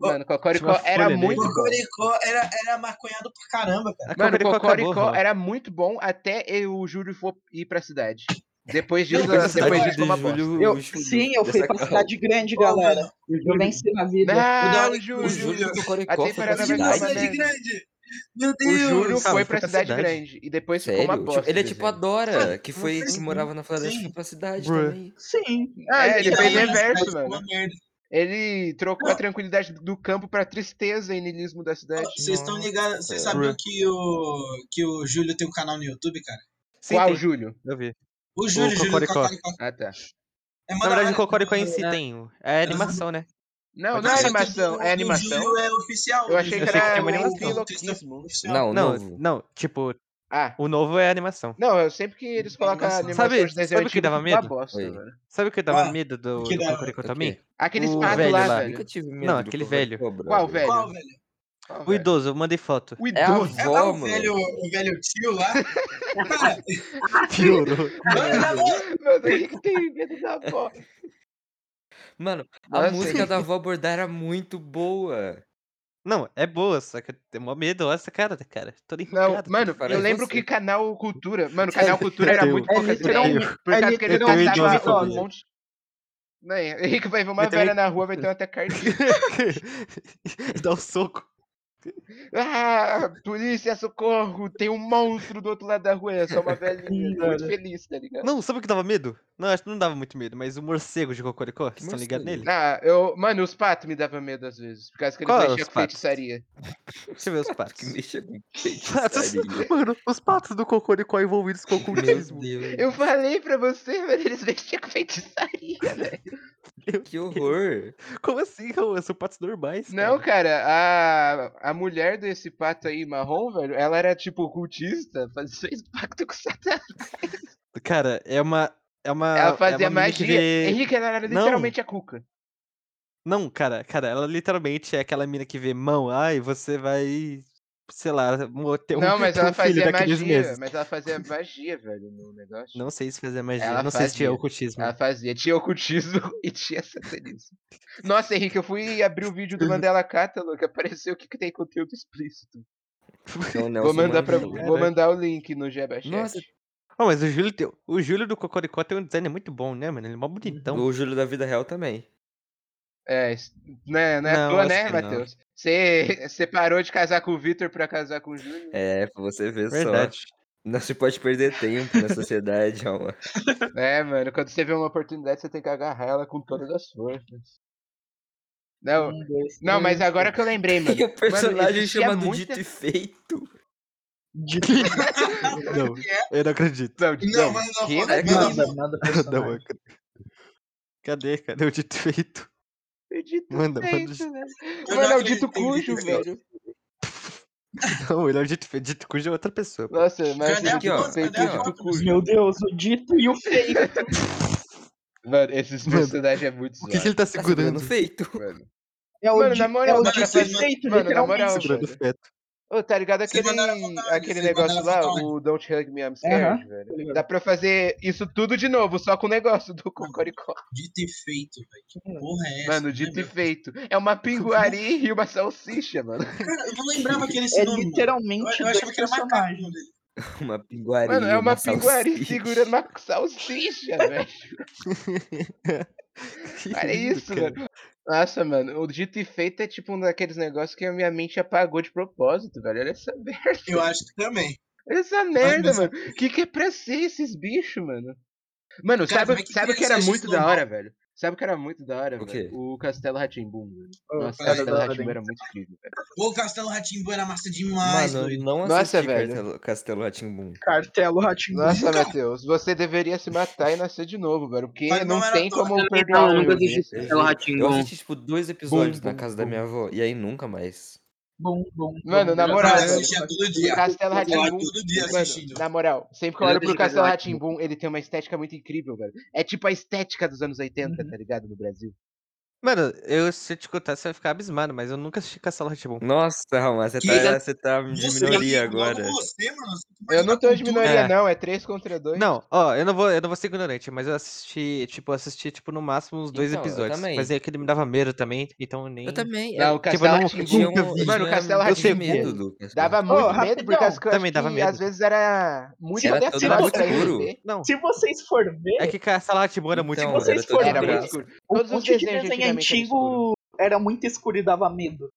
Speaker 3: Mano, Cocoricó
Speaker 1: tinha uma
Speaker 3: era
Speaker 1: folha
Speaker 3: muito
Speaker 1: nele.
Speaker 5: O
Speaker 3: bom.
Speaker 5: Coricó era, era maconhado pra caramba, cara.
Speaker 1: A
Speaker 3: Mano,
Speaker 1: Cocoricó acabou,
Speaker 3: Cocoricó
Speaker 1: Raul.
Speaker 3: era muito bom até eu- o Júlio for ir pra cidade. Depois disso,
Speaker 5: Depois da
Speaker 3: depois
Speaker 5: cidade
Speaker 3: disso foi uma bosta.
Speaker 6: Eu, sim, eu fui pra cidade grande, galera. Eu venci na vida.
Speaker 3: né? Não,
Speaker 5: O
Speaker 2: O
Speaker 3: Júlio.
Speaker 2: Júlio do
Speaker 3: Até
Speaker 2: Coricó foi
Speaker 3: para
Speaker 2: pra
Speaker 3: na
Speaker 5: Cidade
Speaker 3: verdade,
Speaker 2: cidade.
Speaker 3: né?
Speaker 5: grande. Meu
Speaker 3: O
Speaker 5: Deus.
Speaker 3: Júlio
Speaker 1: Cara,
Speaker 3: foi
Speaker 1: foi
Speaker 3: pra
Speaker 1: pra
Speaker 3: cidade
Speaker 1: cidade.
Speaker 3: grande. E depois ficou uma
Speaker 2: Sério? Tipo,
Speaker 3: bosta.
Speaker 2: ele é tipo a
Speaker 3: desenho.
Speaker 2: Dora, que foi que
Speaker 5: sim,
Speaker 2: morava na Floresta
Speaker 5: sim.
Speaker 2: e foi pra cidade
Speaker 1: Bruh.
Speaker 2: também.
Speaker 6: Sim.
Speaker 3: Ah,
Speaker 6: É,
Speaker 3: ele
Speaker 5: E
Speaker 3: fez
Speaker 5: aí,
Speaker 3: reverso, né?
Speaker 5: uma
Speaker 3: mano.
Speaker 5: merda.
Speaker 3: Ele trocou a tranquilidade do campo pra tristeza e nilismo da cidade.
Speaker 5: Vocês estão ligados,
Speaker 3: É.
Speaker 5: vocês
Speaker 2: Nossa.
Speaker 5: sabiam que o, que o Júlio tem um canal no YouTube, cara?
Speaker 1: Sim,
Speaker 3: Qual,
Speaker 1: tem.
Speaker 3: Júlio?
Speaker 1: Eu vi.
Speaker 5: O Júlio, Júlio do
Speaker 1: Cocoricó.
Speaker 5: Cocoricó.
Speaker 3: Ah, tá.
Speaker 5: É,
Speaker 1: Na
Speaker 5: mano,
Speaker 1: verdade, o
Speaker 5: olha,
Speaker 1: Cocoricó em si
Speaker 5: é-
Speaker 1: tem. É animação, né?
Speaker 3: Não,
Speaker 1: Pode
Speaker 3: não é
Speaker 1: ser.
Speaker 3: animação. É
Speaker 5: O
Speaker 3: animação.
Speaker 5: um Júlio é oficial.
Speaker 3: Eu achei
Speaker 1: Eu
Speaker 3: que
Speaker 1: sei que
Speaker 3: era um
Speaker 1: tem uma
Speaker 3: o
Speaker 1: animação.
Speaker 5: é
Speaker 3: Biloquismo.
Speaker 2: Não,
Speaker 1: Não,
Speaker 2: Ah, novo.
Speaker 1: não, tipo,
Speaker 3: Ah,
Speaker 1: o novo é animação.
Speaker 3: não, eu sempre que eles colocam a
Speaker 5: Sabe-
Speaker 3: animação de
Speaker 1: sabe
Speaker 3: desenho
Speaker 1: o que
Speaker 3: antigo,
Speaker 1: dava
Speaker 3: fica uma
Speaker 1: medo?
Speaker 3: bosta,
Speaker 2: Oi.
Speaker 3: mano.
Speaker 1: Sabe o que dava
Speaker 5: Ah,
Speaker 1: medo do,
Speaker 5: que
Speaker 1: do
Speaker 5: dava.
Speaker 1: Cocoricó
Speaker 2: O
Speaker 1: também?
Speaker 2: quê?
Speaker 3: Aquele
Speaker 1: O
Speaker 3: espada
Speaker 1: velho
Speaker 3: lá,
Speaker 1: lá.
Speaker 3: velho.
Speaker 2: Nunca tive medo
Speaker 1: Não,
Speaker 2: do
Speaker 1: aquele
Speaker 2: Cocoricó, brother.
Speaker 3: Qual velho?
Speaker 5: Qual, velho?
Speaker 3: Qual,
Speaker 1: O
Speaker 3: velho?
Speaker 1: idoso, eu mandei foto.
Speaker 3: O
Speaker 2: É a
Speaker 3: idoso.
Speaker 5: É lá
Speaker 2: avó,
Speaker 5: o velho,
Speaker 2: mano.
Speaker 5: o velho tio lá. Cara,
Speaker 1: Piorou.
Speaker 5: mano, na moral,
Speaker 3: Meu Deus, o que tem medo da avó?
Speaker 2: Mano,
Speaker 3: Nossa,
Speaker 2: a música da
Speaker 3: Henrique.
Speaker 2: avó Bordar era muito boa.
Speaker 1: Não, é boa, só que eu tenho mó medo. Olha essa cara, cara. Tô
Speaker 3: Não,
Speaker 1: enrugado.
Speaker 3: mano, eu
Speaker 2: parece
Speaker 3: lembro
Speaker 2: você.
Speaker 3: que canal Cultura. Mano, canal Cultura era
Speaker 1: um- tenho-
Speaker 3: muito
Speaker 6: é
Speaker 3: poucas ideias.
Speaker 6: literalmente-
Speaker 3: Por
Speaker 6: é
Speaker 3: causa que ele
Speaker 1: literalmente
Speaker 3: passava um
Speaker 1: homofobia.
Speaker 3: monte. Né, Henrique vai ver uma
Speaker 1: Eu também-
Speaker 3: velha na rua, vai ter um atacardinho.
Speaker 1: Dá um soco.
Speaker 3: Ah, polícia, socorro! Tem um monstro do outro lado da rua, é só uma velhinha.
Speaker 6: Sim,
Speaker 3: tô muito
Speaker 6: cara.
Speaker 3: feliz, tá ligado?
Speaker 1: Não, sabe o que dava medo? Não, acho que não dava muito medo, mas o morcego de Cocoricó, vocês estão ligados
Speaker 2: morcego?
Speaker 1: nele?
Speaker 3: Ah, eu. Mano, os patos me davam medo às vezes. Por causa que eles
Speaker 1: Qual é
Speaker 3: mexiam
Speaker 1: os
Speaker 3: com
Speaker 1: patos?
Speaker 3: feitiçaria.
Speaker 1: Deixa eu ver os
Speaker 2: Que
Speaker 1: patos.
Speaker 2: mexa com
Speaker 1: Patos.
Speaker 2: feitiçaria.
Speaker 1: Mano, os patos do Cocoricó envolvidos com
Speaker 2: Meu
Speaker 1: ocultismo.
Speaker 2: Deus,
Speaker 3: Eu falei pra você, mano, eles mexiam com feitiçaria, velho.
Speaker 2: que horror.
Speaker 1: Como assim, Raul? São patos normais.
Speaker 3: Não, cara, a, a mulher desse pato aí, marrom, velho, ela era tipo ocultista, faz- fez pacto com Satanás.
Speaker 1: Cara, é uma. É uma.
Speaker 3: Ela
Speaker 1: é
Speaker 3: fazia
Speaker 1: uma menina que
Speaker 3: magia.
Speaker 1: vê-
Speaker 3: Henrique, ela era
Speaker 1: Não.
Speaker 3: literalmente a cuca.
Speaker 1: Não, cara, cara, ela literalmente é aquela mina que vê mão, ai, você vai, sei lá, mo- ter um,
Speaker 3: não, mas
Speaker 1: ter
Speaker 3: ela
Speaker 1: um filho
Speaker 3: fazia
Speaker 1: daqueles
Speaker 3: magia.
Speaker 1: meses.
Speaker 3: Mas ela fazia magia, velho, no negócio.
Speaker 1: Não sei se fazia magia,
Speaker 3: Ela
Speaker 1: não sei se tinha
Speaker 3: fazia.
Speaker 1: ocultismo.
Speaker 3: Ela fazia. Tinha ocultismo e tinha satanismo. Nossa, Henrique, eu fui abrir o vídeo do
Speaker 1: Uhum.
Speaker 3: Mandela Catalog, apareceu o que, que tem conteúdo explícito.
Speaker 2: É o Nelson
Speaker 3: vou, mandar pra,
Speaker 2: Mandela.
Speaker 3: vou mandar o link no GBachat.
Speaker 2: Nossa.
Speaker 1: Oh, mas o Júlio, tem- o Júlio do Cocoricó tem um design muito bom, né, mano? Ele é mó bonitão.
Speaker 2: O Júlio da vida real também.
Speaker 3: É, s- né, não é à
Speaker 1: Não,
Speaker 3: toa,
Speaker 1: acho
Speaker 3: né,
Speaker 1: que não.
Speaker 3: Matheus? Você parou de casar com o Vitor pra casar com o Júnior?
Speaker 2: É, pra você ver só.
Speaker 1: Verdade.
Speaker 2: Não se pode perder tempo na sociedade, alma.
Speaker 3: É, mano, quando você vê uma oportunidade, você tem que agarrar ela com todas as forças. Não,
Speaker 6: Um, dois,
Speaker 3: não, mas
Speaker 6: três.
Speaker 3: agora que eu lembrei, mano.
Speaker 2: Tem o personagem
Speaker 3: existia
Speaker 2: chamado
Speaker 3: muita-
Speaker 2: Dito e Feito.
Speaker 1: Não,
Speaker 3: É?
Speaker 1: eu não acredito.
Speaker 3: Não,
Speaker 5: Não,
Speaker 3: não,
Speaker 5: mas não,
Speaker 3: que,
Speaker 5: mas
Speaker 2: É que
Speaker 5: não,
Speaker 2: não-
Speaker 6: Nada, nada
Speaker 1: Não, eu
Speaker 6: personagem.
Speaker 1: acredito. Cadê, cadê o dito feito?
Speaker 3: Eu dito
Speaker 1: Manda, manda
Speaker 3: feito,
Speaker 1: dito.
Speaker 3: né?
Speaker 5: Eu
Speaker 3: Mano,
Speaker 5: não
Speaker 3: é o dito
Speaker 5: acredito em
Speaker 3: cujo,
Speaker 5: dito feito.
Speaker 3: velho.
Speaker 1: Não, ele é o dito feito. Dito cujo é outra pessoa. pô.
Speaker 3: Nossa, mas
Speaker 5: Cadê
Speaker 3: o
Speaker 5: a
Speaker 2: Aqui, ó,
Speaker 3: dito
Speaker 5: foto?
Speaker 3: feito
Speaker 5: Cadê
Speaker 3: e
Speaker 2: aqui,
Speaker 5: a
Speaker 2: ó.
Speaker 3: o dito
Speaker 5: foto?
Speaker 3: cujo.
Speaker 6: Meu Deus, o dito e o feio.
Speaker 3: Mano, esses
Speaker 1: Mano,
Speaker 3: personagens é muito
Speaker 1: O que, que
Speaker 3: zoado. um
Speaker 1: ele tá
Speaker 2: Tá segurando
Speaker 1: segurando?
Speaker 2: o feito.
Speaker 3: mano.
Speaker 6: É o,
Speaker 3: Mano,
Speaker 6: de,
Speaker 3: na moral,
Speaker 6: é o
Speaker 5: dá pra fazer-
Speaker 6: desrespeito,
Speaker 3: mano, na moral,
Speaker 6: literalmente.
Speaker 1: Segurando o
Speaker 3: velho.
Speaker 1: feto.
Speaker 3: Ô, tá ligado
Speaker 5: Vocês
Speaker 3: aquele,
Speaker 5: mandaram votar,
Speaker 3: aquele
Speaker 5: vocês
Speaker 3: negócio lá,
Speaker 5: mandaram votar
Speaker 3: o Don't Hug Me, I'm Scared, velho?
Speaker 6: ligado.
Speaker 3: Dá pra fazer isso tudo de novo, só com o negócio do Cocoricó.
Speaker 5: Dito e feito, velho. Que porra é essa?
Speaker 3: Mano,
Speaker 5: Não
Speaker 3: dito e
Speaker 5: lembro.
Speaker 3: feito. É uma pinguari e uma salsicha, mano.
Speaker 5: Cara, eu não lembrava que era esse
Speaker 6: É
Speaker 5: nome. mano. Eu,
Speaker 6: literalmente
Speaker 5: eu achava
Speaker 6: dois
Speaker 5: que era macaco.
Speaker 6: personagens.
Speaker 5: mano.
Speaker 2: Uma pinguaria.
Speaker 3: Mano, é uma, pinguari
Speaker 2: salsicha.
Speaker 3: segurando uma salsicha, velho. Olha isso,
Speaker 1: cara.
Speaker 3: mano. Nossa, mano, o dito e feito é tipo um daqueles negócios que a minha mente apagou de propósito, velho. Olha essa merda.
Speaker 5: Eu acho que também.
Speaker 3: Olha essa merda,
Speaker 5: mas-
Speaker 3: mano. O que, que é pra ser esses bichos, mano? Mano,
Speaker 5: Cara,
Speaker 3: sabe,
Speaker 5: como é que
Speaker 3: sabe o que
Speaker 5: criança
Speaker 3: era
Speaker 5: acha
Speaker 3: muito
Speaker 5: isso
Speaker 3: da
Speaker 5: normal?
Speaker 3: hora, velho? Sabe o que era muito da hora,
Speaker 2: O
Speaker 3: velho?
Speaker 2: quê?
Speaker 3: O Castelo Ratimbum, velho.
Speaker 6: Ô,
Speaker 3: Nossa, o
Speaker 5: Castelo
Speaker 3: Castelo Ratimbum
Speaker 6: Rá-Tim-Bum.
Speaker 3: era muito incrível, velho.
Speaker 5: Ô, Castelo Ratimbu era massa demais,
Speaker 2: Mano, eu
Speaker 5: doido.
Speaker 2: não
Speaker 3: Nossa,
Speaker 2: assisti
Speaker 3: velho.
Speaker 2: Castelo, Castelo Ratimbum.
Speaker 6: Cartelo Ratimbu.
Speaker 3: Nossa,
Speaker 5: Nunca.
Speaker 3: Matheus, você deveria se matar e nascer de novo, velho. Porque
Speaker 5: Mas
Speaker 3: não
Speaker 5: não era
Speaker 3: tem
Speaker 5: todo-
Speaker 3: como
Speaker 4: Eu
Speaker 3: perder
Speaker 4: não,
Speaker 3: um
Speaker 4: nunca
Speaker 3: erro
Speaker 4: assisti
Speaker 3: desse, velho.
Speaker 4: Castelo
Speaker 2: Eu
Speaker 4: Ratimbum.
Speaker 2: assisti, tipo, dois episódios
Speaker 3: Bum,
Speaker 2: na
Speaker 3: bum,
Speaker 2: casa da
Speaker 3: bum.
Speaker 2: minha avó. E aí nunca mais.
Speaker 6: Bom, bom.
Speaker 3: Mano,
Speaker 6: bom.
Speaker 3: na moral,
Speaker 5: eu
Speaker 3: velho.
Speaker 5: assistia todo dia.
Speaker 3: Castelo
Speaker 5: Eu tava
Speaker 3: Ratimbum.
Speaker 5: todo dia
Speaker 3: Mano,
Speaker 5: assistindo.
Speaker 3: na moral, sempre que eu
Speaker 4: Eu
Speaker 3: olho
Speaker 4: já
Speaker 3: pro
Speaker 4: assisti
Speaker 3: Castelo
Speaker 4: Castelo
Speaker 3: Ratimbum, ele tem uma estética muito incrível, velho. É tipo a estética dos anos 80,
Speaker 6: Uhum.
Speaker 3: tá ligado? No Brasil.
Speaker 1: Mano, eu se eu te contar, você vai ficar abismado, mas eu nunca assisti Castelo Hatboom.
Speaker 2: Nossa, Rama, você tá,
Speaker 4: Liga-
Speaker 2: você tá de minoria agora.
Speaker 5: Você, mano, você tem
Speaker 3: Eu
Speaker 5: mais
Speaker 3: não
Speaker 5: uma
Speaker 3: tô de
Speaker 5: cultura.
Speaker 3: minoria,
Speaker 1: É.
Speaker 3: não. É 3 contra 2.
Speaker 1: Não, ó, eu não vou, eu não vou ser ignorante, mas eu assisti, tipo, eu assisti, tipo, no máximo uns dois
Speaker 2: Então, eu
Speaker 1: episódios.
Speaker 2: também.
Speaker 1: Mas é que ele me dava medo também, então eu nem.
Speaker 2: Eu também.
Speaker 3: Não, É,
Speaker 2: tipo,
Speaker 3: o
Speaker 2: eu,
Speaker 3: Castelo
Speaker 1: não-
Speaker 2: eu
Speaker 3: Rá-Tim-Bum-
Speaker 2: tinha
Speaker 1: nunca
Speaker 2: um,
Speaker 1: vi.
Speaker 3: Mano,
Speaker 2: eu tinha
Speaker 3: Castelo
Speaker 2: muito
Speaker 1: Rá-Tim-Bum-
Speaker 2: medo do Castelo
Speaker 3: Dava
Speaker 2: Rá-Tim-Bum.
Speaker 3: muito
Speaker 6: Ô,
Speaker 3: medo, porque
Speaker 6: rapidão.
Speaker 3: as, eu
Speaker 1: Também
Speaker 3: acho
Speaker 1: dava
Speaker 3: que
Speaker 1: medo.
Speaker 3: às vezes era muito
Speaker 2: Era
Speaker 3: até
Speaker 2: todo
Speaker 3: pirata pra
Speaker 2: escuro.
Speaker 3: RBD.
Speaker 1: Não,
Speaker 6: Se vocês forem ver,
Speaker 1: é que Castelo Hatboom era muito
Speaker 2: Então,
Speaker 1: bom.
Speaker 6: vocês
Speaker 2: era todo
Speaker 6: forem
Speaker 3: Era muito
Speaker 6: ver,
Speaker 2: abraço.
Speaker 3: escuro.
Speaker 6: um
Speaker 3: Todos os desenhos
Speaker 6: monte de
Speaker 3: de
Speaker 6: desenho
Speaker 3: antigamente eram escuros.
Speaker 6: antigo era muito escuro e dava medo.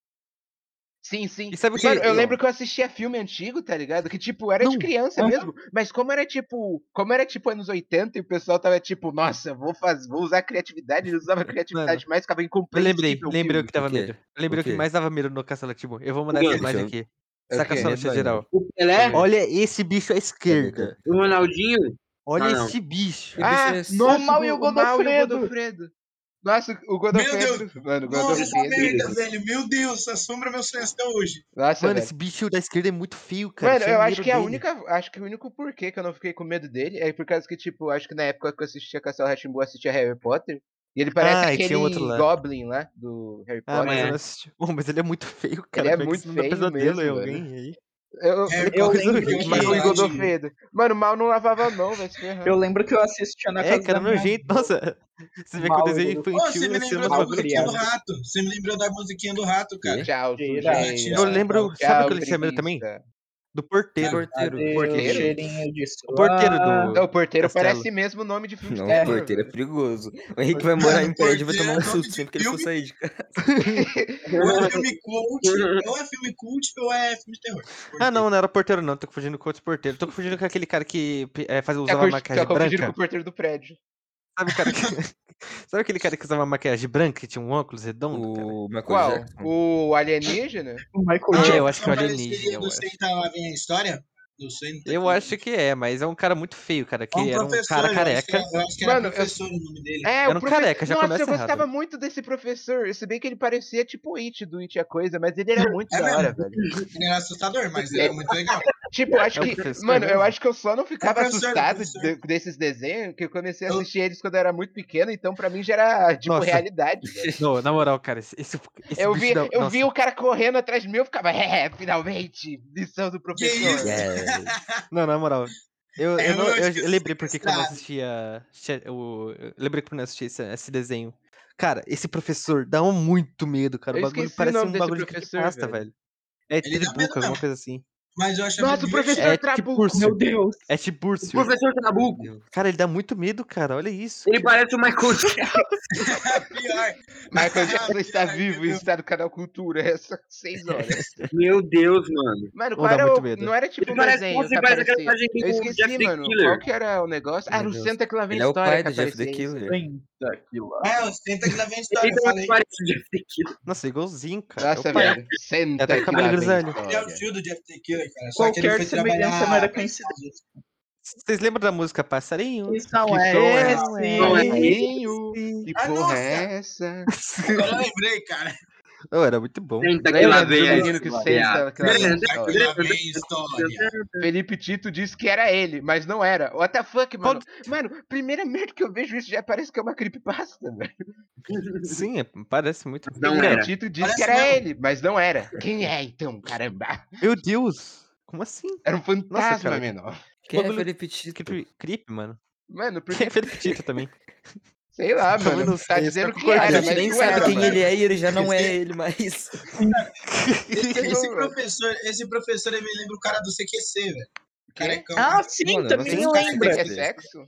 Speaker 3: Sim, sim.
Speaker 1: E sabe o que?
Speaker 3: Mano, eu
Speaker 1: Não.
Speaker 3: lembro que eu assistia filme antigo, tá ligado? Que, tipo, era de
Speaker 1: Não. é.
Speaker 3: criança
Speaker 6: Aham.
Speaker 3: mesmo. Mas como era, tipo, como era, tipo, anos 80 e o pessoal tava, tipo, nossa, vou, faz... vou usar criatividade. Ele usava criatividade mais, ficava
Speaker 1: Eu lembrei,
Speaker 3: incompreensível. o
Speaker 1: lembrei o
Speaker 3: filme.
Speaker 1: que dava
Speaker 2: O quê?
Speaker 1: medo. Eu lembrei o,
Speaker 2: O
Speaker 1: que
Speaker 2: quê?
Speaker 1: mais dava medo no Castelo Hatboom. Eu vou mandar
Speaker 4: O quê?
Speaker 1: essa imagem
Speaker 2: Deixa
Speaker 1: aqui.
Speaker 2: É o
Speaker 1: Saca
Speaker 2: quê?
Speaker 1: só no chat
Speaker 2: Headliner.
Speaker 1: geral.
Speaker 4: O Pelé,
Speaker 1: Olha esse bicho à
Speaker 2: Cadê,
Speaker 1: esquerda.
Speaker 2: cadê?
Speaker 4: o Ronaldinho.
Speaker 1: Olha
Speaker 4: Ah, não.
Speaker 1: esse bicho.
Speaker 2: Que bicho
Speaker 3: Ah,
Speaker 2: é esse?
Speaker 3: nossa,
Speaker 6: O Mal e o
Speaker 3: Mal e o
Speaker 6: Godofredo.
Speaker 3: Godofredo. Nossa, o
Speaker 5: Deus.
Speaker 3: Godofredo. Mano, o
Speaker 5: Nossa, essa
Speaker 3: Godofredo.
Speaker 5: merda, velho. Meu Deus, assombra meus sonhos até hoje.
Speaker 3: Nossa,
Speaker 1: Mano,
Speaker 3: velho.
Speaker 1: esse bicho da esquerda é muito feio, cara.
Speaker 3: Mano,
Speaker 1: Tinha
Speaker 3: eu
Speaker 1: medo
Speaker 3: acho que é a
Speaker 1: dele.
Speaker 3: única. Acho que o único porquê que eu não fiquei com medo dele é por causa que, tipo, acho que na época que eu assistia Castelo Rá-Tim-Bum, eu assistia Harry Potter. E ele parece
Speaker 1: Ah, e
Speaker 3: aquele
Speaker 1: tinha outro lá.
Speaker 3: Goblin lá do Harry
Speaker 1: Ah, mas
Speaker 3: Potter.
Speaker 1: eu
Speaker 4: É.
Speaker 1: não assisti. Bom, mas ele é muito feio, cara.
Speaker 3: é
Speaker 1: Pior que
Speaker 3: muito
Speaker 1: isso não dá
Speaker 3: feio
Speaker 1: pesadelo em
Speaker 3: mesmo,
Speaker 1: alguém aí.
Speaker 3: Eu,
Speaker 5: Harry
Speaker 6: Eu
Speaker 5: Potter
Speaker 6: lembro
Speaker 5: criou
Speaker 6: que-
Speaker 3: mas o
Speaker 5: Ronaldinho.
Speaker 3: Godofredo. Mano, o mal não lavava a mão, vai se ferrar.
Speaker 6: Eu lembro que eu assistia na
Speaker 1: É,
Speaker 6: casa
Speaker 1: cara,
Speaker 6: da minha
Speaker 1: nojento.
Speaker 6: avó.
Speaker 1: Nossa, você vê que o
Speaker 6: Mal,
Speaker 1: desenho
Speaker 6: eu-
Speaker 5: Ô,
Speaker 1: infantil
Speaker 5: você me
Speaker 1: ia ser
Speaker 5: lembrou
Speaker 1: umas
Speaker 5: da
Speaker 6: mal
Speaker 1: bagulho
Speaker 5: musiquinha do
Speaker 1: que...
Speaker 6: criado.
Speaker 5: rato. Você me lembrou da musiquinha do rato, cara.
Speaker 3: Tchau,
Speaker 6: Cheira,
Speaker 3: sujeira.
Speaker 1: Eu lembro, sabe o que
Speaker 3: Tchau,
Speaker 1: ele tinha medo também?
Speaker 3: preguiça.
Speaker 1: Do porteiro.
Speaker 2: Porteiro.
Speaker 6: Cadê o
Speaker 3: Porteiro?
Speaker 6: cheirinho de
Speaker 1: O porteiro
Speaker 6: suor?
Speaker 3: Não, o
Speaker 1: do Ah,
Speaker 3: porteiro
Speaker 1: castelo.
Speaker 3: parece mesmo nome de filme de
Speaker 2: Não,
Speaker 3: terror.
Speaker 2: o porteiro é
Speaker 3: velho.
Speaker 2: perigoso. O Henrique vai morar
Speaker 5: Mano,
Speaker 2: em prédio e vai tomar um
Speaker 5: porteiro é nome
Speaker 2: susto
Speaker 5: de
Speaker 2: sempre que ele for
Speaker 5: filme.
Speaker 2: sair de casa.
Speaker 5: Ou é filme cult, ou é filme cult, ou é filme de terror.
Speaker 1: Ah, não, não era porteiro, não. Tô confundindo com outro porteiro. Tô confundindo com aquele cara que é, faz,
Speaker 3: Tá
Speaker 1: usava
Speaker 3: conf- tá
Speaker 1: maquiagem
Speaker 3: confundido com
Speaker 1: branca.
Speaker 3: o porteiro do prédio.
Speaker 1: Sabe, o cara que... sabe aquele cara que usava maquiagem branca e tinha um óculos redondo, cara?
Speaker 2: O Michael
Speaker 3: Qual?
Speaker 2: Jackson.
Speaker 3: O alienígena?
Speaker 6: O Michael
Speaker 5: Ah,
Speaker 1: É,
Speaker 6: Jackson.
Speaker 1: eu acho que é o alienígena, eu
Speaker 5: Do
Speaker 1: acho.
Speaker 5: Senta lá vem tá a história? Do Senta.
Speaker 1: Eu acho que é, mas é um cara muito feio, cara. Que
Speaker 5: É um
Speaker 1: era um
Speaker 5: professor,
Speaker 1: cara
Speaker 5: eu acho que é.
Speaker 1: careca.
Speaker 5: era, eu acho que era
Speaker 3: Mano, eu-
Speaker 5: professor o nome dele.
Speaker 3: É,
Speaker 1: Era um careca, já
Speaker 3: Nossa,
Speaker 1: começa
Speaker 3: eu
Speaker 1: errado.
Speaker 3: gostava muito desse professor. Se bem que ele parecia tipo o It do It a Coisa, mas ele era muito
Speaker 5: É
Speaker 3: da
Speaker 5: mesmo?
Speaker 3: hora, velho.
Speaker 5: Ele era assustador, mas era muito legal.
Speaker 3: Tipo, eu acho
Speaker 1: É um
Speaker 3: que.
Speaker 1: professor
Speaker 3: Mano, eu
Speaker 1: mesmo?
Speaker 3: acho que eu só não ficava
Speaker 5: professor, é
Speaker 3: assustado
Speaker 5: professor.
Speaker 3: de- desses desenhos, que eu comecei a
Speaker 5: Eu-
Speaker 3: assistir eles quando eu era muito pequeno, então pra mim já era, tipo,
Speaker 1: Nossa.
Speaker 3: realidade. velho.
Speaker 1: Não, na moral, cara, esse, esse, esse
Speaker 3: Eu
Speaker 1: bicho
Speaker 3: vi,
Speaker 1: da-
Speaker 3: eu
Speaker 1: nossa.
Speaker 3: vi o cara correndo atrás de mim, eu ficava, é, finalmente, lição do professor.
Speaker 2: É
Speaker 5: isso?
Speaker 2: Yeah.
Speaker 1: Não, na moral. Eu,
Speaker 5: É,
Speaker 1: eu, não-
Speaker 5: eu
Speaker 1: eu-
Speaker 5: acho que
Speaker 1: eu
Speaker 5: eu
Speaker 1: lembrei porque que eu não
Speaker 5: sequestrado.
Speaker 1: assistia. che- o- Eu lembrei que eu não assistia esse, esse desenho. Cara, esse professor dá um muito medo, cara. O
Speaker 3: Eu
Speaker 1: bagulho
Speaker 3: esqueci o
Speaker 1: parece
Speaker 3: nome
Speaker 1: um
Speaker 3: desse
Speaker 1: bagulho de
Speaker 3: professor,
Speaker 1: pasta,
Speaker 3: velho.
Speaker 1: velho. É
Speaker 5: Ele dá medo
Speaker 1: Tribuca, alguma
Speaker 5: mesmo.
Speaker 1: coisa assim.
Speaker 5: Mas eu achava
Speaker 3: Nossa, o
Speaker 5: divertido.
Speaker 3: professor
Speaker 1: É
Speaker 3: Trabuco.
Speaker 1: Tiburcio.
Speaker 6: Meu Deus.
Speaker 1: É
Speaker 4: O
Speaker 1: Tiburcio.
Speaker 4: professor Trabuco.
Speaker 1: Cara, ele dá muito medo, cara. Olha isso.
Speaker 4: Ele parece o Michael Jackson.
Speaker 5: pior.
Speaker 3: Michael Jackson está
Speaker 5: Pior,
Speaker 3: vivo e
Speaker 5: entendeu?
Speaker 3: está no canal Cultura, essa seis horas.
Speaker 4: Meu Deus, mano.
Speaker 3: Mano,
Speaker 1: Não
Speaker 3: qual
Speaker 1: dá
Speaker 3: era
Speaker 1: muito
Speaker 3: o...
Speaker 1: medo.
Speaker 3: Não era tipo
Speaker 4: Ele
Speaker 3: um
Speaker 4: parece,
Speaker 3: desenho que
Speaker 4: você parece aquela
Speaker 3: aparecia.
Speaker 4: imagem do
Speaker 3: Eu esqueci,
Speaker 4: Jack the
Speaker 3: mano,
Speaker 4: Killer.
Speaker 3: qual que era o negócio? Ah, era
Speaker 2: Meu
Speaker 3: o
Speaker 2: Deus.
Speaker 3: Senta que lá vem
Speaker 2: Ele é o
Speaker 3: história
Speaker 2: pai
Speaker 3: que
Speaker 2: do Jeff the
Speaker 3: aparecia isso.
Speaker 2: Killer.
Speaker 6: Senta aqui lá.
Speaker 5: É, o Senta que lá vem a
Speaker 3: Tá,
Speaker 5: história.
Speaker 4: Ele
Speaker 5: Eu falei.
Speaker 4: também parece o um Jack the Killer.
Speaker 1: Nossa, igualzinho, cara. É o
Speaker 3: Nossa,
Speaker 1: pai.
Speaker 3: velho. Senta
Speaker 1: Até o
Speaker 3: que
Speaker 1: cabelo
Speaker 3: lá vem
Speaker 1: grisalho.
Speaker 5: Ele é o
Speaker 3: história.
Speaker 5: tio do Jeff the Killer, cara. Só que ele
Speaker 6: Qualquer
Speaker 5: foi
Speaker 6: semelhança não
Speaker 5: trabalhar.
Speaker 6: era coincidência.
Speaker 1: Vocês lembram da música Passarinho?
Speaker 6: Isso não
Speaker 3: Que
Speaker 6: é
Speaker 3: som é
Speaker 6: esse.
Speaker 4: Não é
Speaker 3: Passarinho, que
Speaker 1: Sim.
Speaker 5: Ah,
Speaker 3: porra
Speaker 5: nossa!
Speaker 3: é essa?
Speaker 5: Agora eu lembrei, cara.
Speaker 1: Não, Oh, era muito bom.
Speaker 4: Gente,
Speaker 3: Lembra
Speaker 4: daquela
Speaker 3: do
Speaker 4: vez.
Speaker 3: menino que fez aquela-
Speaker 5: Gente,
Speaker 3: aquela-
Speaker 5: aquela vez, história.
Speaker 3: Felipe Tito disse que era ele, mas não era. What the fuck, mano? Mano, primeira merda que eu vejo isso já parece que é uma creepypasta, velho.
Speaker 1: Sim, é- parece muito.
Speaker 4: Não
Speaker 1: Cara,
Speaker 4: era.
Speaker 3: Tito disse
Speaker 5: Parece
Speaker 3: que era
Speaker 5: mesmo.
Speaker 3: ele, mas não era. Quem é então, caramba?
Speaker 1: Meu Deus! Como assim?
Speaker 3: Era um fantasma,
Speaker 1: cara.
Speaker 3: menor.
Speaker 2: Quem é
Speaker 1: Bagulho-
Speaker 2: Felipe Tito?
Speaker 1: Creep, creep mano.
Speaker 3: Mano, porque,
Speaker 1: Quem é Felipe Tito também?
Speaker 3: sei lá,
Speaker 1: Também
Speaker 3: mano,
Speaker 1: não
Speaker 3: tá
Speaker 1: sei,
Speaker 3: dizendo
Speaker 1: só
Speaker 3: que era,
Speaker 2: A
Speaker 3: mas
Speaker 2: gente
Speaker 5: mas
Speaker 2: nem
Speaker 3: não
Speaker 2: sabe
Speaker 3: era,
Speaker 2: quem
Speaker 3: mano.
Speaker 2: ele é e ele já não é ele mais.
Speaker 5: Esse,
Speaker 3: Entendeu,
Speaker 5: esse
Speaker 3: mano?
Speaker 5: professor, esse professor ele me lembra o cara do CQC, velho. Carecão.
Speaker 6: Ah, sim,
Speaker 2: Mano,
Speaker 6: também
Speaker 2: vocês
Speaker 6: eu
Speaker 5: ficaram
Speaker 6: lembro.
Speaker 3: Você quer
Speaker 2: Sim.
Speaker 3: sexo?